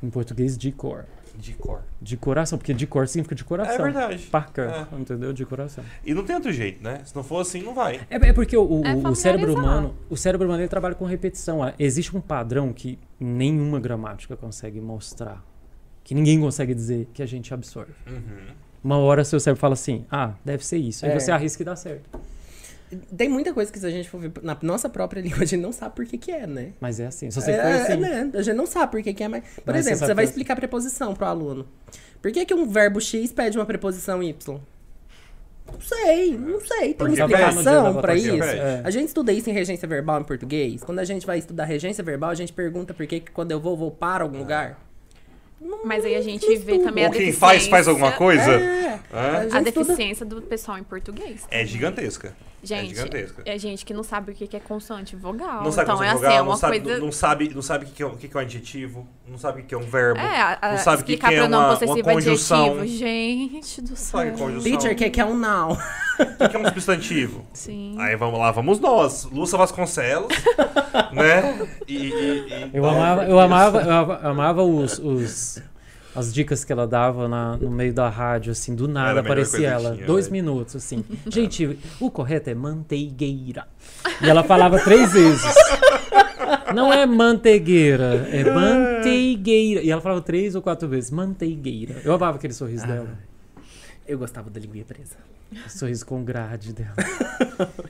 Speaker 2: Em português, de cor.
Speaker 1: De cor.
Speaker 2: De coração, porque de cor significa de coração.
Speaker 1: É verdade. É.
Speaker 2: Par cœur, entendeu? De coração.
Speaker 1: E não tem outro jeito, né? Se não for assim, não vai.
Speaker 2: É, é porque o, o-
Speaker 8: É
Speaker 2: o
Speaker 8: familiarizar.
Speaker 2: cérebro humano, o cérebro humano ele trabalha com repetição. Ah, Existe um padrão que nenhuma gramática consegue mostrar, que ninguém consegue dizer que a gente absorve. Uma hora seu cérebro fala assim, ah, deve ser isso. Aí
Speaker 3: Uhum. É.
Speaker 2: você arrisca e dá certo.
Speaker 3: Tem muita coisa que se a gente for ver na nossa própria *laughs* língua, a gente não sabe por que que é, né?
Speaker 2: Mas é assim. Se você
Speaker 3: é,
Speaker 2: for assim,
Speaker 3: né? A gente não sabe por que que é, mas... Por
Speaker 2: Mas você
Speaker 3: exemplo, você,
Speaker 2: sabe
Speaker 3: vai
Speaker 2: que-
Speaker 3: explicar preposição pro aluno. Por que que um verbo X pede uma preposição Y? Não sei, não sei. Tem
Speaker 1: Porque
Speaker 3: uma
Speaker 1: pede.
Speaker 3: explicação pra
Speaker 1: Porque
Speaker 3: isso?
Speaker 1: pede.
Speaker 2: É.
Speaker 3: A gente estuda isso em regência verbal em português. Quando a gente vai estudar regência verbal, a gente pergunta por que que quando eu vou, eu vou para algum lugar.
Speaker 8: Mas aí a gente
Speaker 3: Não
Speaker 8: vê também a
Speaker 1: Ou quem faz, faz alguma
Speaker 8: deficiência-
Speaker 1: coisa.
Speaker 3: É,
Speaker 1: É,
Speaker 8: A
Speaker 3: gente estuda-
Speaker 8: deficiência do pessoal em português.
Speaker 1: É gigantesca. é
Speaker 8: Gente, é,
Speaker 1: gigantesca.
Speaker 8: gente que não sabe o que que é consoante e vogal.
Speaker 1: Não sabe
Speaker 8: então
Speaker 1: como
Speaker 8: é assim,
Speaker 1: vogal,
Speaker 8: é
Speaker 1: não,
Speaker 8: uma
Speaker 1: sabe,
Speaker 8: coisa.
Speaker 1: não sabe, não sabe o que que é, o que que é um adjetivo, não sabe o que que é um verbo.
Speaker 8: é, a, a
Speaker 1: não sabe o que
Speaker 8: explicar
Speaker 1: que é
Speaker 8: pronome
Speaker 1: uma- uma
Speaker 8: possessivo
Speaker 1: conjunção.
Speaker 8: adjetivo. Gente do céu.
Speaker 1: Sabe conjunção.
Speaker 3: Teacher, o que que é um now? *laughs*
Speaker 1: O que que é um substantivo?
Speaker 8: *laughs* Sim.
Speaker 1: Aí vamos lá, vamos nós. Lúcia
Speaker 8: *laughs*
Speaker 1: Vasconcelos, né? E, e- e-
Speaker 2: eu amava, eu amava, eu ama- eu amava os, os- as dicas que ela dava na- no meio da rádio, assim, do
Speaker 1: Era
Speaker 2: nada
Speaker 1: a melhor
Speaker 2: aparecia
Speaker 1: coisa que
Speaker 2: ela.
Speaker 1: tinha, é.
Speaker 2: dois
Speaker 1: velho. *laughs*
Speaker 2: minutos, assim. Gente, o correto é manteigueira. E ela falava três vezes. Não é mantegueira, é
Speaker 1: Ah.
Speaker 2: manteigueira. E ela falava três ou quatro vezes, manteigueira. Eu amava aquele
Speaker 1: Ah.
Speaker 2: sorriso dela.
Speaker 3: Eu gostava da linguinha presa.
Speaker 2: Sorriso com grade dela.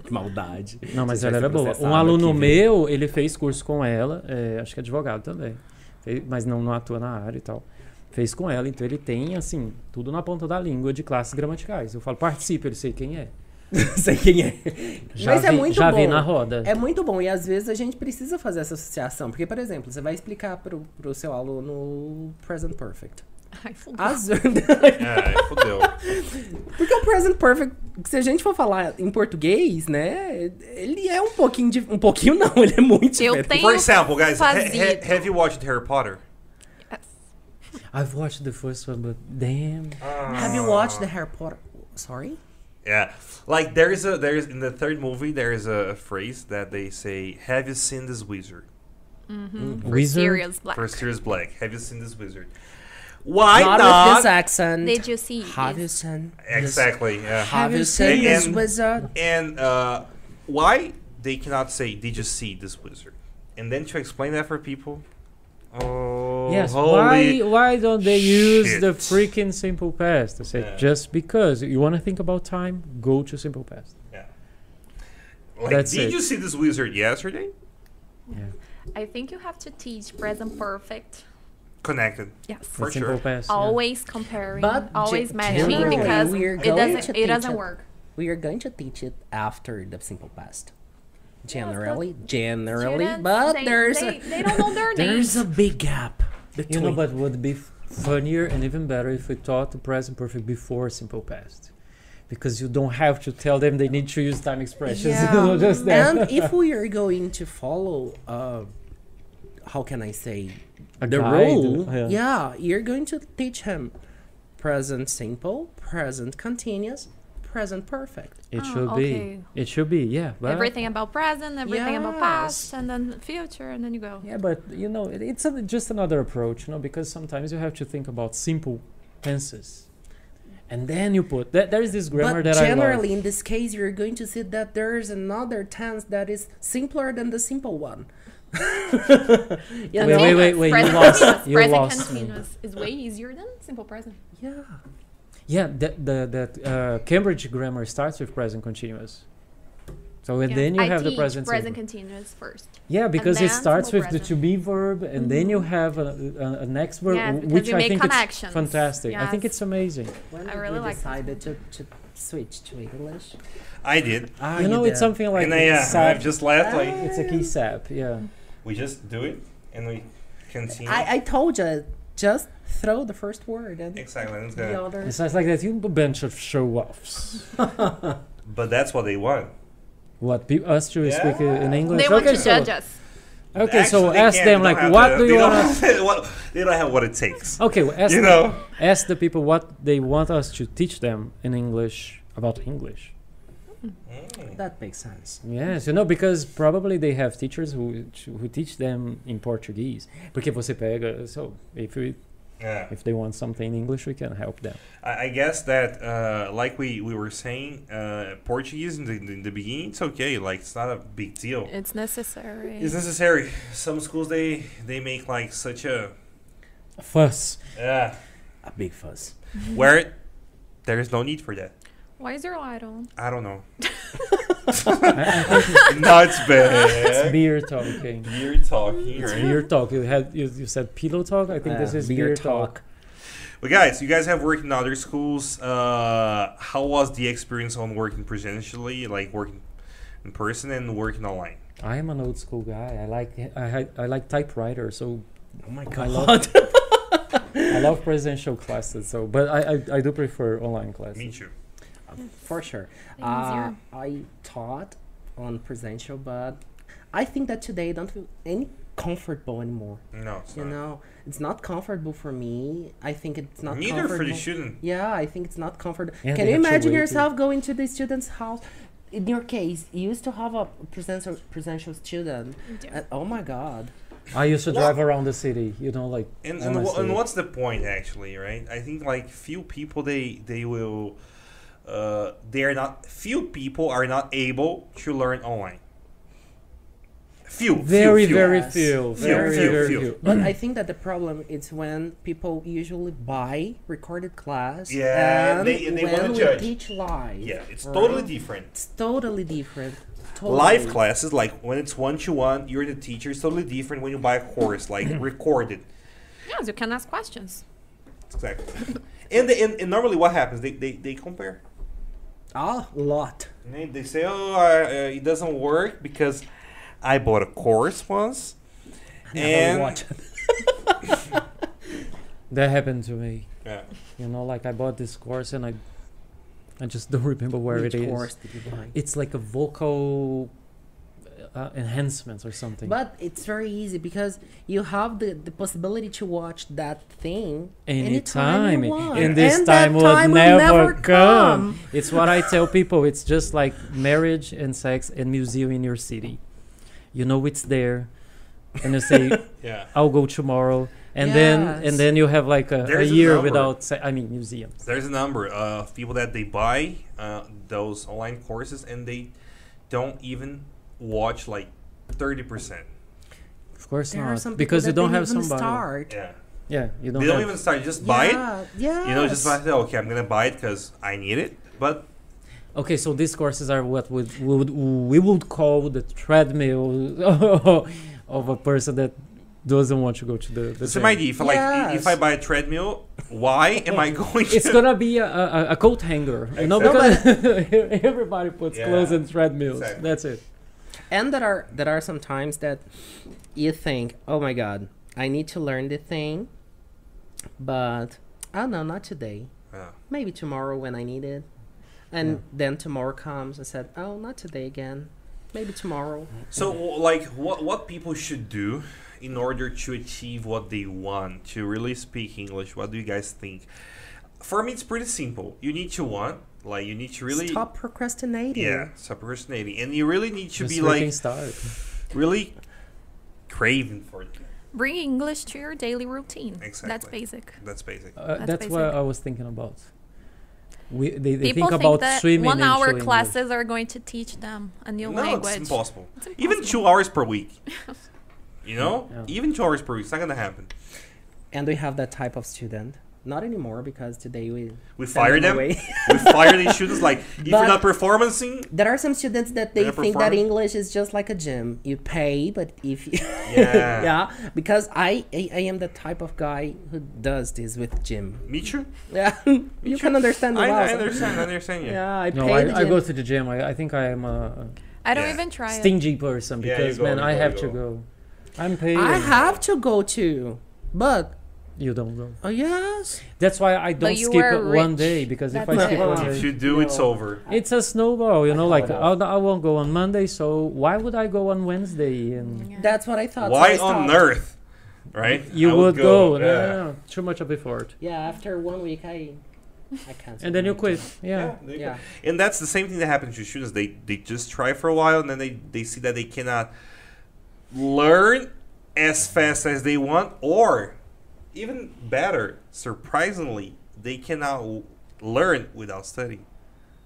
Speaker 3: Que maldade.
Speaker 2: Não, mas
Speaker 3: Você
Speaker 2: ela
Speaker 3: vai
Speaker 2: era
Speaker 3: ser
Speaker 2: boa.
Speaker 3: processado
Speaker 2: Um aluno
Speaker 3: aqui, viu?
Speaker 2: meu, ele fez curso com ela, é, acho que é advogado também, Fe- mas não, não atua na área e tal. Fez com ela, então ele tem, assim, tudo na ponta da língua de classes gramaticais. Eu falo, participe, ele sei quem é.
Speaker 3: sei quem é.
Speaker 2: Já
Speaker 3: Mas
Speaker 2: vi,
Speaker 3: é muito
Speaker 2: já vi
Speaker 3: bom.
Speaker 2: na roda.
Speaker 3: É muito bom, e às vezes a gente precisa fazer essa associação. Porque, por exemplo, você vai explicar pro, pro seu aluno o Present Perfect.
Speaker 8: Ai, fudeu.
Speaker 1: Ah,
Speaker 3: Às vezes-
Speaker 1: É, fodeu.
Speaker 3: *laughs* porque o Present Perfect, se a gente for falar em português, né? Ele é um pouquinho de. Um pouquinho não, ele é muito
Speaker 8: Eu
Speaker 3: diferente.
Speaker 8: tenho
Speaker 1: For example, guys, ha-
Speaker 8: um fazido.
Speaker 1: ha- have you watched Harry Potter?
Speaker 2: I've watched the first one, but damn.
Speaker 3: Have you watched the Harry Potter? Sorry?
Speaker 1: Yeah, like there is a there is in the third movie there is a phrase that they say, "Have you seen this wizard?"
Speaker 8: Uhum.
Speaker 2: Wizard.
Speaker 8: Serious Black.
Speaker 1: For Sirius Black, "Have you seen this wizard?" Why
Speaker 3: Not with this
Speaker 1: not?
Speaker 3: accent.
Speaker 8: Did you see this?
Speaker 3: Havison.
Speaker 1: Exactly. yeah.
Speaker 3: Have you seen
Speaker 1: seen
Speaker 3: this
Speaker 1: this
Speaker 3: wizard?
Speaker 1: And uh, why they cannot say, did you see this wizard? And then to explain that for people. Oh,
Speaker 2: Yes,
Speaker 1: holy.
Speaker 2: why why don't they use the
Speaker 1: shit.
Speaker 2: freaking simple past? They say
Speaker 1: Yeah.
Speaker 2: just because you want to think about time, go to simple past.
Speaker 1: Like,
Speaker 2: that's
Speaker 1: did
Speaker 2: it.
Speaker 1: you see this wizard yesterday?
Speaker 8: I think you have to teach present perfect.
Speaker 1: Connected.
Speaker 8: Yes.
Speaker 1: For
Speaker 2: The simple
Speaker 1: sure.
Speaker 2: past. yeah.
Speaker 8: Always comparing,
Speaker 3: But
Speaker 8: always
Speaker 3: ge-
Speaker 8: matching
Speaker 3: generally,
Speaker 8: because
Speaker 3: we are
Speaker 8: it
Speaker 3: going to
Speaker 8: doesn't
Speaker 3: teach
Speaker 8: it doesn't
Speaker 3: it.
Speaker 8: work.
Speaker 3: We are going to teach it after the simple past. Generally, generally,
Speaker 8: Students,
Speaker 3: but
Speaker 8: they,
Speaker 3: there's
Speaker 8: they,
Speaker 3: a
Speaker 8: they don't know their
Speaker 3: *laughs* there's
Speaker 8: names.
Speaker 3: a big gap
Speaker 2: You
Speaker 3: between.
Speaker 2: know, but would be f- funnier and even better if we taught the present perfect before simple past, because you don't have to tell them they need to use time expressions. *laughs* you know, just that.
Speaker 3: and if we are going to follow, uh, how can I say,
Speaker 2: A
Speaker 3: the
Speaker 2: guide,
Speaker 3: rule?
Speaker 2: yeah.
Speaker 3: Yeah. you're going to teach him present simple, present continuous, present perfect.
Speaker 2: It
Speaker 8: Ah,
Speaker 2: should
Speaker 8: okay.
Speaker 2: be. It should be. Yeah. But
Speaker 8: Everything about present, everything about
Speaker 3: Yes.
Speaker 8: past, and then future, and then you go.
Speaker 2: Yeah, but you know, it, it's a, just another approach, you know, because sometimes you have to think about simple tenses, and then you put. There, there is this grammar
Speaker 3: but
Speaker 2: that I love.
Speaker 3: generally, in this case, you're going to see that there is another tense that is simpler than the simple one. *laughs* yeah,
Speaker 2: Wait, wait, wait, wait, you
Speaker 8: Present
Speaker 2: lost-
Speaker 8: continuous.
Speaker 2: you
Speaker 8: present
Speaker 2: lost me.
Speaker 8: continuous is way easier than simple present.
Speaker 3: yeah.
Speaker 2: Yeah, that the, that uh, Cambridge grammar starts with present continuous. So and
Speaker 8: Yeah.
Speaker 2: then you
Speaker 8: I
Speaker 2: have the
Speaker 8: teach
Speaker 2: present.
Speaker 8: present
Speaker 2: simple.
Speaker 8: continuous first.
Speaker 2: Yeah, because it
Speaker 8: then
Speaker 2: starts
Speaker 8: simple
Speaker 2: with the to
Speaker 8: present.
Speaker 2: be verb, and then you have a, a, a next verb, w-
Speaker 8: Yes, Mm-hmm. because
Speaker 2: which
Speaker 8: you
Speaker 2: I
Speaker 8: make
Speaker 2: think it's
Speaker 8: connections.
Speaker 2: fantastic. I think
Speaker 8: Yes.
Speaker 2: it's amazing.
Speaker 3: When
Speaker 8: I
Speaker 3: did
Speaker 8: really
Speaker 3: you
Speaker 8: like this
Speaker 3: decided to, to switch to English.
Speaker 1: I did.
Speaker 3: Ah,
Speaker 2: you know,
Speaker 3: did.
Speaker 2: it's something like
Speaker 1: and I, uh,
Speaker 2: sap.
Speaker 1: I've just left. Like,
Speaker 2: It's a key sap. Yeah.
Speaker 8: Mm-hmm.
Speaker 1: we just do it and we continue.
Speaker 3: I, I told you, just throw the first word and
Speaker 1: exactly. That's good.
Speaker 3: the other.
Speaker 2: It sounds like that you b- bunch of show
Speaker 8: *laughs*
Speaker 2: offs.
Speaker 1: But that's what they want.
Speaker 2: What pe- us to speak uh, in English?
Speaker 8: They want
Speaker 2: okay,
Speaker 8: to
Speaker 2: so,
Speaker 8: judge us.
Speaker 2: Okay, so
Speaker 1: Actually, they
Speaker 2: ask
Speaker 1: can't.
Speaker 2: them
Speaker 1: They don't
Speaker 2: like,
Speaker 1: have
Speaker 2: what
Speaker 1: the-
Speaker 2: do you Oh,
Speaker 1: they don't *laughs*
Speaker 2: want?
Speaker 1: have- what- They don't have what it takes.
Speaker 2: Okay, well, ask
Speaker 1: You
Speaker 2: the-
Speaker 1: know?
Speaker 2: ask the people what they want us to teach them in English about English.
Speaker 3: That makes sense.
Speaker 2: Yes, you know, because probably they have teachers who who teach them in Portuguese. Porque você pega, so if we,
Speaker 1: Yeah.
Speaker 2: if they want something in English, we can help them.
Speaker 1: I, I guess that, uh, like we, we were saying, uh, Portuguese in the, in the beginning, it's okay. Like, it's not a big deal.
Speaker 8: It's necessary.
Speaker 1: It's necessary. Some schools, they, they make, like, such a...
Speaker 2: Fuss.
Speaker 3: *laughs*
Speaker 1: Uh,
Speaker 3: A big fuss.
Speaker 1: where there is no need for that.
Speaker 8: Why is your light on?
Speaker 1: I don't
Speaker 3: *laughs*
Speaker 1: know. *laughs*
Speaker 2: I- I think
Speaker 1: Not *laughs*
Speaker 2: it's
Speaker 3: *laughs*
Speaker 1: bad.
Speaker 2: beer talking.
Speaker 1: Beer talking,
Speaker 2: It's
Speaker 1: right?
Speaker 2: beer talk. You had you, you said pillow talk. I think this
Speaker 3: Uh,
Speaker 2: is beer, talk.
Speaker 1: But guys, you guys have worked in other schools. Uh, how was the experience on working presentially, like working in person and working online?
Speaker 2: I am an old school guy. I like I had- I like typewriter. So
Speaker 3: Oh my
Speaker 2: I
Speaker 3: god.
Speaker 2: love I love presidential classes. So, but I I, I do prefer online classes.
Speaker 1: Me too.
Speaker 3: For sure.
Speaker 8: Easier.
Speaker 3: Uh, I taught on presential, but I think that today I don't feel any comfortable anymore.
Speaker 1: No, it's
Speaker 3: You
Speaker 1: not.
Speaker 3: know, it's not comfortable for me. I think it's not
Speaker 1: Neither
Speaker 3: comfortable.
Speaker 1: for the student.
Speaker 3: Yeah, I think it's not comfortable.
Speaker 2: Yeah,
Speaker 3: Can
Speaker 2: they
Speaker 3: you
Speaker 2: have to
Speaker 3: imagine
Speaker 2: wait
Speaker 3: yourself going to the student's house? In your case, you used to have a presential, presential student.
Speaker 8: Yeah.
Speaker 3: and- oh my god.
Speaker 2: I used to
Speaker 1: What?
Speaker 2: drive around the city. You know, like
Speaker 1: And, and, wha-
Speaker 2: honestly.
Speaker 1: and what's the point actually, right? I think like few people they they will uh, they are not few people are not able to learn online. Few,
Speaker 2: Very,
Speaker 1: few, few.
Speaker 2: very
Speaker 3: Yes.
Speaker 2: few.
Speaker 1: Few,
Speaker 2: Very,
Speaker 1: few,
Speaker 2: very
Speaker 1: few.
Speaker 2: few.
Speaker 3: But
Speaker 1: *clears throat*
Speaker 3: I think that the problem is when people usually buy recorded class.
Speaker 1: Yeah,
Speaker 3: and
Speaker 1: they- and they
Speaker 3: when
Speaker 1: wanna
Speaker 3: we
Speaker 1: judge.
Speaker 3: teach live.
Speaker 1: Yeah, it's
Speaker 3: right?
Speaker 1: totally different.
Speaker 3: It's totally different. Totally.
Speaker 1: Live classes, like when it's one to one, you're the teacher. It's totally different when you buy a course,
Speaker 2: *clears throat*
Speaker 1: like recorded.
Speaker 8: Yes, you can ask questions.
Speaker 1: Exactly. and, they, and and normally what happens? They they, they compare.
Speaker 3: A lot.
Speaker 1: And They, they say, oh, I, uh, it doesn't work because I bought a course once.
Speaker 3: Never
Speaker 1: And
Speaker 3: watch.
Speaker 2: That happened to me.
Speaker 1: Yeah.
Speaker 2: You know, like I bought this course and I, I just don't remember where
Speaker 3: Which
Speaker 2: it is.
Speaker 3: course did you buy?
Speaker 2: It's like a vocal uh, enhancement or something.
Speaker 3: But it's very easy because you have the, the possibility to watch that thing
Speaker 2: Anytime,
Speaker 3: you want.
Speaker 2: and this
Speaker 3: And that
Speaker 2: time, will,
Speaker 3: time will
Speaker 2: never,
Speaker 3: never
Speaker 2: come.
Speaker 3: come.
Speaker 2: It's what I tell people. It's just like marriage and sex and museum in your city. You know it's there, and you say,
Speaker 3: *laughs*
Speaker 1: Yeah.
Speaker 2: "I'll go tomorrow." And then
Speaker 3: Yes.
Speaker 2: and then you have like a, a
Speaker 1: There's a
Speaker 2: year
Speaker 1: number.
Speaker 2: without se- I mean museums.
Speaker 1: There's a number of people that they buy uh, those online courses and they don't even watch like 30%.
Speaker 2: Of course
Speaker 3: There are some
Speaker 2: not. Because
Speaker 3: people
Speaker 2: you
Speaker 3: that
Speaker 2: don't
Speaker 3: didn't
Speaker 2: have
Speaker 3: even
Speaker 2: somebody.
Speaker 3: Start.
Speaker 1: Yeah.
Speaker 2: Yeah, you don't
Speaker 1: They don't
Speaker 2: have.
Speaker 1: even start, just buy it.
Speaker 3: Yeah.
Speaker 1: You know, just like, okay, I'm gonna buy it because I need it. But
Speaker 2: Okay, so these courses are what would, would we would call the treadmill *laughs* of a person that doesn't want to go to the. the
Speaker 1: it's
Speaker 2: gym.
Speaker 1: my idea. If, I like,
Speaker 3: Yes.
Speaker 1: if I buy a treadmill,
Speaker 2: *laughs*
Speaker 1: why am I going *laughs*
Speaker 2: It's
Speaker 1: to?
Speaker 2: gonna be a, a, a coat hanger, you know,
Speaker 3: Exactly.
Speaker 2: because *laughs* everybody puts
Speaker 1: Yeah.
Speaker 2: clothes and treadmills.
Speaker 1: Exactly.
Speaker 2: That's it.
Speaker 3: And there are there are some times that you think, oh my god, I need to learn the thing, but oh no, not today.
Speaker 1: Yeah.
Speaker 3: Maybe tomorrow when I need it. And then tomorrow comes and said, oh, not today again. Maybe tomorrow.
Speaker 1: So, w- like, what what people should do in order to achieve what they want to really speak English? What do you guys think? For me, it's pretty simple. You need to want, like, you need to really
Speaker 3: Stop procrastinating.
Speaker 1: yeah, stop procrastinating, and you really need to
Speaker 2: Just
Speaker 1: be
Speaker 2: freaking
Speaker 1: like
Speaker 2: start.
Speaker 1: really craving for it.
Speaker 8: Bring English to your daily routine. That's
Speaker 1: Exactly.
Speaker 8: basic.
Speaker 1: That's basic.
Speaker 2: Uh,
Speaker 8: That's
Speaker 2: that's what
Speaker 8: basic.
Speaker 2: I was thinking about. We they, they
Speaker 8: People
Speaker 2: think about
Speaker 8: that
Speaker 2: swimming and
Speaker 8: one-hour
Speaker 2: chewing.
Speaker 8: classes are going to teach them a new
Speaker 1: no,
Speaker 8: language.
Speaker 1: it's impossible.
Speaker 8: It's
Speaker 1: Even
Speaker 8: impossible.
Speaker 1: two hours per week.
Speaker 8: *laughs*
Speaker 1: You know,
Speaker 2: Yeah.
Speaker 1: even two hours per week. It's not gonna happen.
Speaker 3: And we have that type of student. Not anymore because today we
Speaker 1: We
Speaker 3: send
Speaker 1: fire them.
Speaker 3: away.
Speaker 1: we fire these students. Like, if you're
Speaker 3: But-
Speaker 1: not performancing,
Speaker 3: There are some students that they
Speaker 1: They're
Speaker 3: think that
Speaker 1: performing.
Speaker 3: English is just like a gym. You pay, but if you
Speaker 1: Yeah.
Speaker 3: *laughs* yeah, because I, I I am the type of guy who does this with gym. *laughs*
Speaker 1: meet you.
Speaker 3: Yeah, you can understand.
Speaker 1: I,
Speaker 3: the
Speaker 1: I
Speaker 3: laws.
Speaker 1: understand. I understand you.
Speaker 3: Yeah, I
Speaker 2: No,
Speaker 3: pay the
Speaker 2: I, I
Speaker 3: gym.
Speaker 2: go to the gym. I, I think I am a
Speaker 8: I don't
Speaker 1: Yeah.
Speaker 8: even try it.
Speaker 2: stingy person
Speaker 1: Yeah, you
Speaker 2: because
Speaker 1: go,
Speaker 2: man,
Speaker 1: you
Speaker 2: I
Speaker 1: go,
Speaker 2: have
Speaker 1: you
Speaker 2: to
Speaker 1: go.
Speaker 2: go. I'm paid.
Speaker 3: I
Speaker 2: and
Speaker 3: have to go to, but
Speaker 2: You don't go.
Speaker 3: oh yes,
Speaker 2: That's why I don't
Speaker 8: you
Speaker 2: skip
Speaker 8: were
Speaker 2: a- one
Speaker 8: rich.
Speaker 2: day because if
Speaker 8: That's
Speaker 2: I skip
Speaker 3: it.
Speaker 2: one
Speaker 1: If
Speaker 2: day,
Speaker 1: you do, it's
Speaker 3: No.
Speaker 1: over.
Speaker 2: it's a snowball. You know, like
Speaker 3: it
Speaker 2: I, I won't go on Monday, so why would I go on Wednesday? And
Speaker 8: Yeah.
Speaker 3: that's what I thought. so I
Speaker 1: Why on
Speaker 3: stopped.
Speaker 1: earth? Right?
Speaker 2: you
Speaker 1: I
Speaker 2: would go. No,
Speaker 1: Yeah.
Speaker 2: no, no, too much of effort,
Speaker 3: Yeah, after one week, I I can't.
Speaker 2: and then you
Speaker 1: Mm.
Speaker 2: quit. Yeah.
Speaker 1: they-
Speaker 3: Yeah,
Speaker 1: And that's the same thing that happens to students. They they just try for a while and then they, they see that they cannot learn as fast as they want, or even better, surprisingly, they cannot l- learn without
Speaker 8: *gasps*
Speaker 1: studying.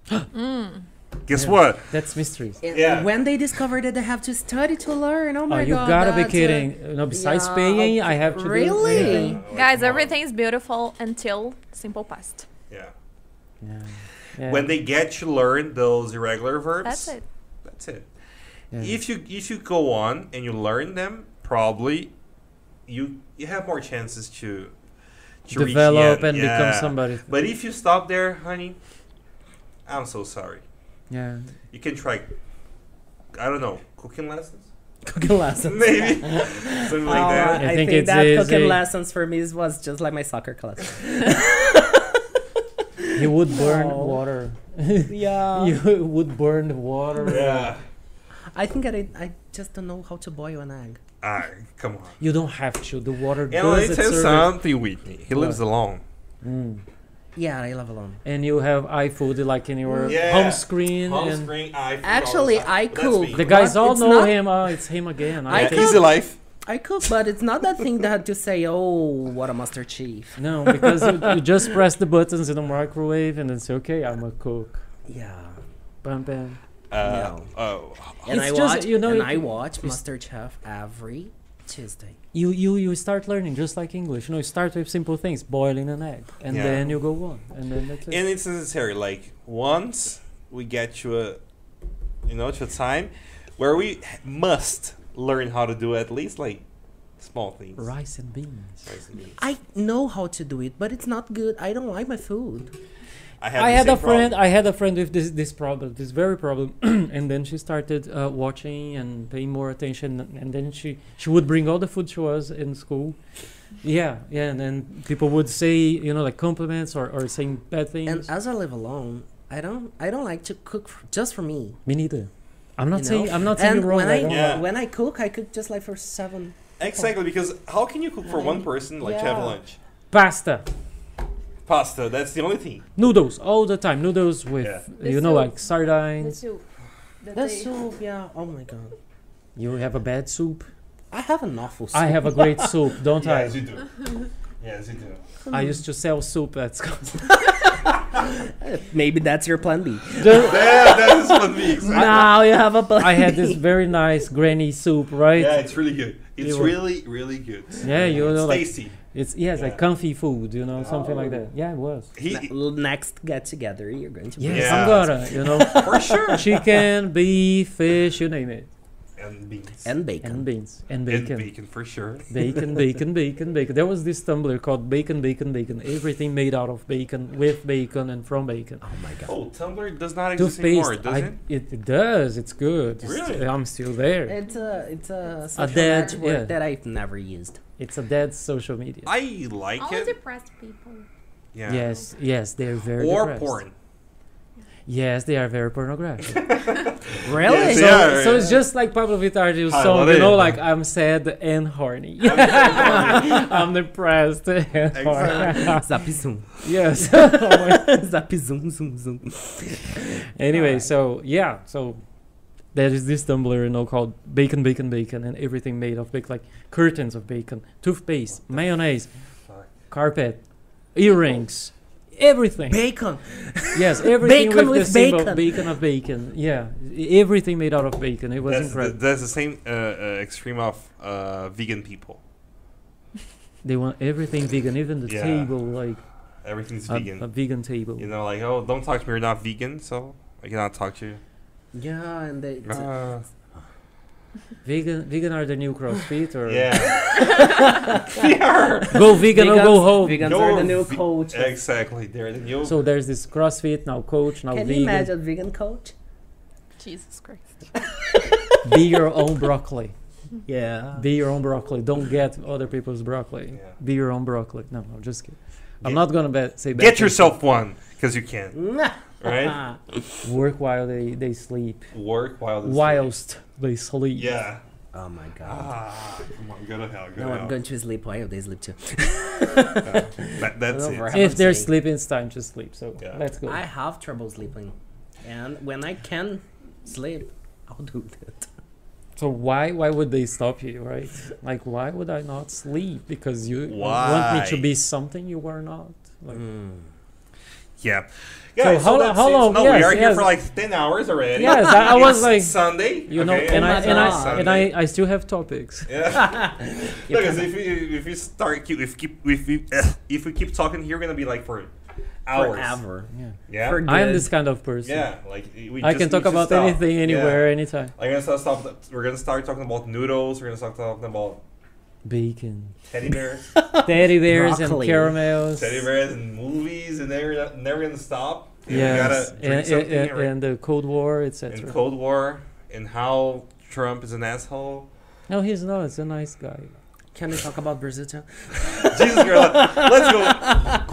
Speaker 8: Mm.
Speaker 1: Guess what?
Speaker 2: that's mysteries.
Speaker 3: And
Speaker 1: Yeah.
Speaker 3: When they discover that they have to study to learn, oh
Speaker 2: Oh,
Speaker 3: my
Speaker 2: you
Speaker 3: god,
Speaker 2: gotta be
Speaker 3: that's, uh,
Speaker 2: kidding. No, besides
Speaker 3: yeah,
Speaker 2: paying, I
Speaker 3: okay.
Speaker 2: have to do-
Speaker 3: Really?
Speaker 2: Yeah.
Speaker 8: Guys, everything is beautiful until simple past.
Speaker 1: Yeah.
Speaker 2: Yeah. Yeah.
Speaker 1: When they get to learn those irregular verbs,
Speaker 8: That's it.
Speaker 1: That's it.
Speaker 2: Yeah.
Speaker 1: If you if you go on and you learn them, probably you you have more chances to, to reach the
Speaker 2: develop
Speaker 1: end.
Speaker 2: and become
Speaker 1: Yeah.
Speaker 2: somebody.
Speaker 1: But if you stop there, honey, I'm so sorry.
Speaker 2: yeah.
Speaker 1: You can try. I don't know cooking
Speaker 2: *laughs*
Speaker 1: lessons,
Speaker 3: Cooking lessons.
Speaker 1: maybe something like
Speaker 2: Oh,
Speaker 1: that.
Speaker 3: Oh, I,
Speaker 2: I
Speaker 3: think,
Speaker 2: think it's
Speaker 3: that
Speaker 2: easy.
Speaker 3: cooking lessons for me was just like my soccer
Speaker 2: *laughs*
Speaker 3: class.
Speaker 2: He would burn
Speaker 3: No.
Speaker 2: *laughs* water.
Speaker 3: yeah.
Speaker 2: you would burn the water.
Speaker 1: Yeah.
Speaker 3: I think I, did- I just don't know how to boil an egg.
Speaker 1: Ah, come on.
Speaker 2: You don't have to. The water
Speaker 1: And let
Speaker 2: does
Speaker 1: me
Speaker 2: its
Speaker 1: tell you
Speaker 2: service.
Speaker 1: something, Whitney. He
Speaker 2: What?
Speaker 1: lives alone.
Speaker 2: Mm.
Speaker 3: Yeah, I love alone.
Speaker 2: And you have iFood like in your
Speaker 1: Yeah.
Speaker 2: home screen.
Speaker 1: Home
Speaker 2: and
Speaker 1: screen, I food all the
Speaker 3: Actually,
Speaker 1: time.
Speaker 3: I
Speaker 1: But that's me.
Speaker 3: cook.
Speaker 2: The guys
Speaker 3: What?
Speaker 2: all
Speaker 3: It's
Speaker 2: know
Speaker 3: not-
Speaker 2: him. Ah, it's him again. I
Speaker 3: I
Speaker 1: Yeah,
Speaker 2: think.
Speaker 1: easy life.
Speaker 3: I cook, but it's not that thing that you say, oh, what a master chief.
Speaker 2: No, because you, you *laughs* just press the buttons in the microwave and then say, okay, I'm a cook.
Speaker 3: Yeah.
Speaker 2: Bam, bam.
Speaker 1: Uh, oh,
Speaker 3: And
Speaker 2: It's
Speaker 3: I
Speaker 2: just,
Speaker 3: watch,
Speaker 2: you know,
Speaker 3: and
Speaker 2: it-
Speaker 3: I watch Master Chef every Tuesday.
Speaker 2: You, you, you start learning just like English. You know, you start with simple things, boiling an egg. And
Speaker 1: Yeah.
Speaker 2: then you go on. And then that's it.
Speaker 1: and it's necessary. Like once we get to a, you know, to a time where we must learn how to do at least like small things.
Speaker 2: Rice and beans.
Speaker 3: I know how to do it, but it's not good. I don't like my food.
Speaker 1: I
Speaker 2: I
Speaker 1: the
Speaker 2: had
Speaker 1: same
Speaker 2: a friend.
Speaker 1: problem.
Speaker 2: I had a friend with this this problem, this very problem, *clears throat* and then she started uh, watching and paying more attention, and then she she would bring all the food she was in school. Yeah, yeah, and then people would say you know like compliments or, or saying bad
Speaker 3: And
Speaker 2: things.
Speaker 3: as I live alone, I don't I don't like to cook f- just for me.
Speaker 2: Me neither. I'm not
Speaker 3: you
Speaker 2: saying
Speaker 3: know?
Speaker 2: I'm not saying
Speaker 3: and
Speaker 2: you're wrong.
Speaker 3: When
Speaker 2: like,
Speaker 3: I,
Speaker 2: oh,
Speaker 1: Yeah.
Speaker 3: when I cook, I cook just like for seven.
Speaker 1: Exactly because how can you cook for one person like to have
Speaker 3: Yeah.
Speaker 1: lunch?
Speaker 2: Pasta,
Speaker 1: Pasta. That's the only thing.
Speaker 2: noodles all the time. Noodles with
Speaker 1: Yeah.
Speaker 2: you know like sardines.
Speaker 3: That's soup, yeah. Oh my god.
Speaker 2: You have a bad soup.
Speaker 3: I have an awful
Speaker 2: I have a great soup, don't
Speaker 1: Yes,
Speaker 2: I?
Speaker 1: you do. Yes, you do.
Speaker 2: I used to sell soup at school.
Speaker 3: Maybe that's your plan B.
Speaker 1: Yeah, that is what makes.
Speaker 3: Now you have a plan
Speaker 2: I had this
Speaker 3: B.
Speaker 2: very nice granny soup, right?
Speaker 1: Yeah, it's really good. It's
Speaker 2: were-
Speaker 1: really, really good.
Speaker 2: Yeah, you
Speaker 1: It's
Speaker 2: know, like
Speaker 1: tasty.
Speaker 2: it's yes, like
Speaker 1: Yeah. Oh.
Speaker 2: comfy food, you know, something like that. Yeah, it was.
Speaker 1: He,
Speaker 3: Ne- Next get together, you're going to.
Speaker 2: Yes,
Speaker 1: Yeah.
Speaker 2: I'm gonna, you know,
Speaker 1: *laughs* for sure.
Speaker 2: chicken, beef, fish, you name it,
Speaker 1: And beans.
Speaker 3: And bacon.
Speaker 2: and beans and
Speaker 1: And
Speaker 2: bacon.
Speaker 1: bacon, for sure.
Speaker 2: Bacon, bacon, bacon, bacon. There was this Tumblr called Bacon, Bacon, Bacon. Everything made out of bacon, with bacon, and from bacon.
Speaker 3: oh my god.
Speaker 1: Oh, Tumblr does not exist anymore,
Speaker 2: Toothpaste.
Speaker 1: does
Speaker 2: I,
Speaker 1: it?
Speaker 2: it? it does. It's good. It's-
Speaker 1: Really?
Speaker 2: I'm still there.
Speaker 3: It's a it's a,
Speaker 2: A
Speaker 3: social
Speaker 2: dead
Speaker 3: network
Speaker 2: yeah.
Speaker 3: that I've never used.
Speaker 2: It's a dead social media.
Speaker 1: I like
Speaker 8: All
Speaker 1: it.
Speaker 8: depressed people.
Speaker 1: Yeah.
Speaker 2: Yes, yes, they're very
Speaker 1: Or
Speaker 2: depressed.
Speaker 1: porn.
Speaker 2: Yes, they are very
Speaker 3: *laughs*
Speaker 2: pornographic.
Speaker 3: Really?
Speaker 1: Yes,
Speaker 2: so,
Speaker 1: they are.
Speaker 2: so it's just like Pablo Vittar's
Speaker 1: I
Speaker 2: song,
Speaker 1: love
Speaker 2: you
Speaker 1: it.
Speaker 2: know, like I'm sad and horny. *laughs* I'm depressed and horny.
Speaker 1: *laughs*
Speaker 3: *laughs* Zap zoom.
Speaker 2: yes.
Speaker 3: *laughs* Oh Zap zoom zoom zoom.
Speaker 2: anyway, so yeah, so there is this Tumblr, you know, called bacon, bacon, bacon, and everything made of bacon, like curtains of bacon, toothpaste, mayonnaise,
Speaker 1: Fuck.
Speaker 2: carpet, earrings, everything.
Speaker 3: Bacon.
Speaker 2: Yes, everything
Speaker 3: Bacon
Speaker 2: with, the
Speaker 3: with
Speaker 2: symbol
Speaker 3: bacon.
Speaker 2: bacon of bacon. Yeah, e- everything made out of bacon. It was
Speaker 1: That's, the,
Speaker 2: incredible.
Speaker 1: that's the same uh, uh, extreme of uh, vegan people.
Speaker 2: they want everything vegan, even the
Speaker 1: Yeah.
Speaker 2: table, like
Speaker 1: Everything's
Speaker 2: a
Speaker 1: vegan.
Speaker 2: a vegan table.
Speaker 1: you know, like, oh, don't talk to me. You're not vegan, so I cannot talk to you.
Speaker 3: Yeah, and they.
Speaker 1: *laughs* Ah.
Speaker 2: Vegan, vegan are the new CrossFit, or
Speaker 1: yeah. *laughs*
Speaker 2: go vegan or go home.
Speaker 3: Vegans
Speaker 1: No,
Speaker 3: are the new
Speaker 1: ve-
Speaker 3: coach.
Speaker 1: Exactly. They're the new.
Speaker 2: So there's this CrossFit now, coach now
Speaker 3: Can you
Speaker 2: vegan.
Speaker 3: imagine vegan *laughs* coach?
Speaker 8: Jesus Christ.
Speaker 2: Be your own broccoli.
Speaker 3: Yeah.
Speaker 2: Be your own broccoli. Don't get other people's broccoli.
Speaker 1: Yeah.
Speaker 2: Be your own broccoli. No, I'm just kidding. I'm
Speaker 1: Get-
Speaker 2: not gonna be- say bad
Speaker 1: Get
Speaker 2: things.
Speaker 1: yourself one, because you can. Right?
Speaker 3: *laughs* Ah,
Speaker 2: Work while they, they sleep,
Speaker 1: Work while this
Speaker 2: whilst they sleep.
Speaker 1: Yeah.
Speaker 3: oh my god.
Speaker 1: Ah, come on, go to hell, go
Speaker 3: No,
Speaker 1: to
Speaker 3: I'm
Speaker 1: hell.
Speaker 3: going to sleep while they sleep too.
Speaker 1: That, that's
Speaker 3: Over.
Speaker 1: it.
Speaker 3: I'm
Speaker 2: If they're
Speaker 3: saying.
Speaker 2: sleeping, it's time to sleep. So
Speaker 1: Yeah.
Speaker 2: let's go.
Speaker 3: I have trouble sleeping, and when I can sleep, I'll do that.
Speaker 2: So why why would they stop you, right? Like why would I not sleep? Because you want me
Speaker 1: Why? Mm.
Speaker 2: to be something you were not. Like,
Speaker 1: Yeah. Guys,
Speaker 2: how-
Speaker 1: that
Speaker 2: how
Speaker 1: seems-
Speaker 2: long-
Speaker 1: No, we
Speaker 2: yes,
Speaker 1: are here
Speaker 2: yes.
Speaker 1: for like 10 hours already.
Speaker 2: Yes,
Speaker 1: *laughs*
Speaker 2: I- I was
Speaker 1: It's
Speaker 2: like-
Speaker 1: Sunday.
Speaker 2: You know,
Speaker 1: okay?
Speaker 2: and I
Speaker 3: It's
Speaker 2: and I
Speaker 1: Sunday.
Speaker 2: and I, I still have topics. *laughs*
Speaker 1: Yeah. *laughs* no, because if we if we start keep if keep if we if we keep talking here, we're gonna be like for hours.
Speaker 3: Forever.
Speaker 1: Yeah.
Speaker 3: For-
Speaker 2: I am
Speaker 3: Good.
Speaker 2: this kind of person.
Speaker 1: yeah. Like we just
Speaker 2: I can
Speaker 1: need
Speaker 2: talk
Speaker 1: to
Speaker 2: about
Speaker 1: stop.
Speaker 2: anything,
Speaker 1: Yeah.
Speaker 2: anywhere, anytime.
Speaker 1: Like, we're gonna start, stop, we're gonna start talking about noodles. We're gonna start talking about
Speaker 2: Bacon, *laughs*
Speaker 1: teddy bears,
Speaker 2: teddy bears, and
Speaker 3: Broccoli.
Speaker 2: caramels.
Speaker 1: teddy bears, and movies, and they're never gonna stop. And we
Speaker 2: Yes,
Speaker 1: gotta
Speaker 2: and,
Speaker 1: drink
Speaker 2: and,
Speaker 1: something
Speaker 2: and,
Speaker 1: and-
Speaker 2: and the Cold War, etc.
Speaker 1: and Cold War and how Trump is an asshole. *laughs*
Speaker 2: No, he's not. He's a nice guy.
Speaker 3: Can we talk about Brazil too?
Speaker 1: Jesus, girl, let's go.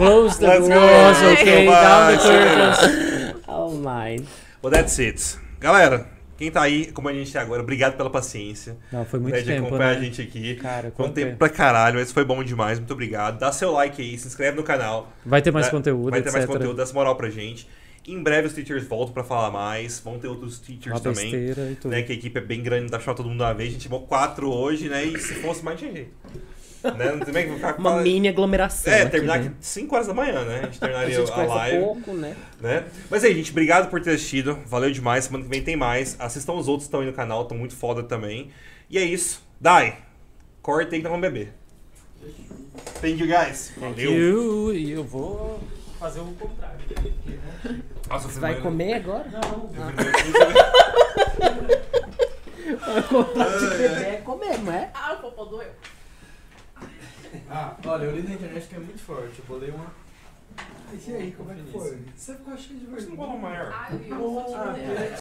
Speaker 2: Close the
Speaker 1: Let's go.
Speaker 2: doors,
Speaker 1: Let's
Speaker 2: okay?
Speaker 1: go,
Speaker 2: Down the
Speaker 1: bye.
Speaker 2: curtains.
Speaker 3: Oh my.
Speaker 1: Well, that's it. Galera, quem tá aí acompanhando a gente até agora, obrigado pela paciência.
Speaker 2: Não, foi muito
Speaker 1: né, de
Speaker 2: tempo,
Speaker 1: acompanhar a
Speaker 2: né?
Speaker 1: gente aqui.
Speaker 2: Cara,
Speaker 1: Foi um
Speaker 2: quanto
Speaker 1: tempo
Speaker 2: tempo.
Speaker 1: pra caralho, mas foi bom demais. Muito obrigado. Dá seu like aí, se inscreve no canal.
Speaker 2: Vai ter mais
Speaker 1: Dá-
Speaker 2: conteúdo,
Speaker 1: Vai ter
Speaker 2: etc.
Speaker 1: mais conteúdo, dá essa moral pra gente. Em breve os teachers voltam pra falar mais. Vão ter outros teachers
Speaker 2: Uma
Speaker 1: também.
Speaker 2: besteira e tudo.
Speaker 1: Né, que a equipe é bem grande, não dá pra chamar todo mundo de uma vez. A gente chamou quatro hoje, né? E se fosse mais, tinha
Speaker 3: *laughs*
Speaker 1: jeito. né? Não tem bem que ficar
Speaker 3: Uma mini aglomeração.
Speaker 1: É,
Speaker 3: aqui,
Speaker 1: terminar
Speaker 3: né?
Speaker 1: aqui 5 horas da manhã, né? A
Speaker 3: *laughs*
Speaker 1: gente
Speaker 3: A
Speaker 1: terminaria
Speaker 3: gente
Speaker 1: a,
Speaker 3: conversa
Speaker 1: live.
Speaker 3: pouco, né?
Speaker 1: né? Mas aí, gente, obrigado por ter assistido. Valeu demais. Semana que vem tem mais. Assistam os outros que estão aí no canal, estão muito foda também. E é isso. Dai, corta aí que nós vamos beber. Thank you guys. Valeu.
Speaker 2: Eu, eu vou fazer o contrário.
Speaker 1: Nossa, você *laughs*
Speaker 3: Vai comer Ah. agora? É comer, não é?
Speaker 8: Ah, o popô doeu.
Speaker 7: Ah, olha, eu li na internet que é muito forte. Eu bolei uma. E aí, como é que foi? Você ficou cheio de vergonha.
Speaker 8: Ai, eu vou te
Speaker 7: Ah,
Speaker 8: dizer.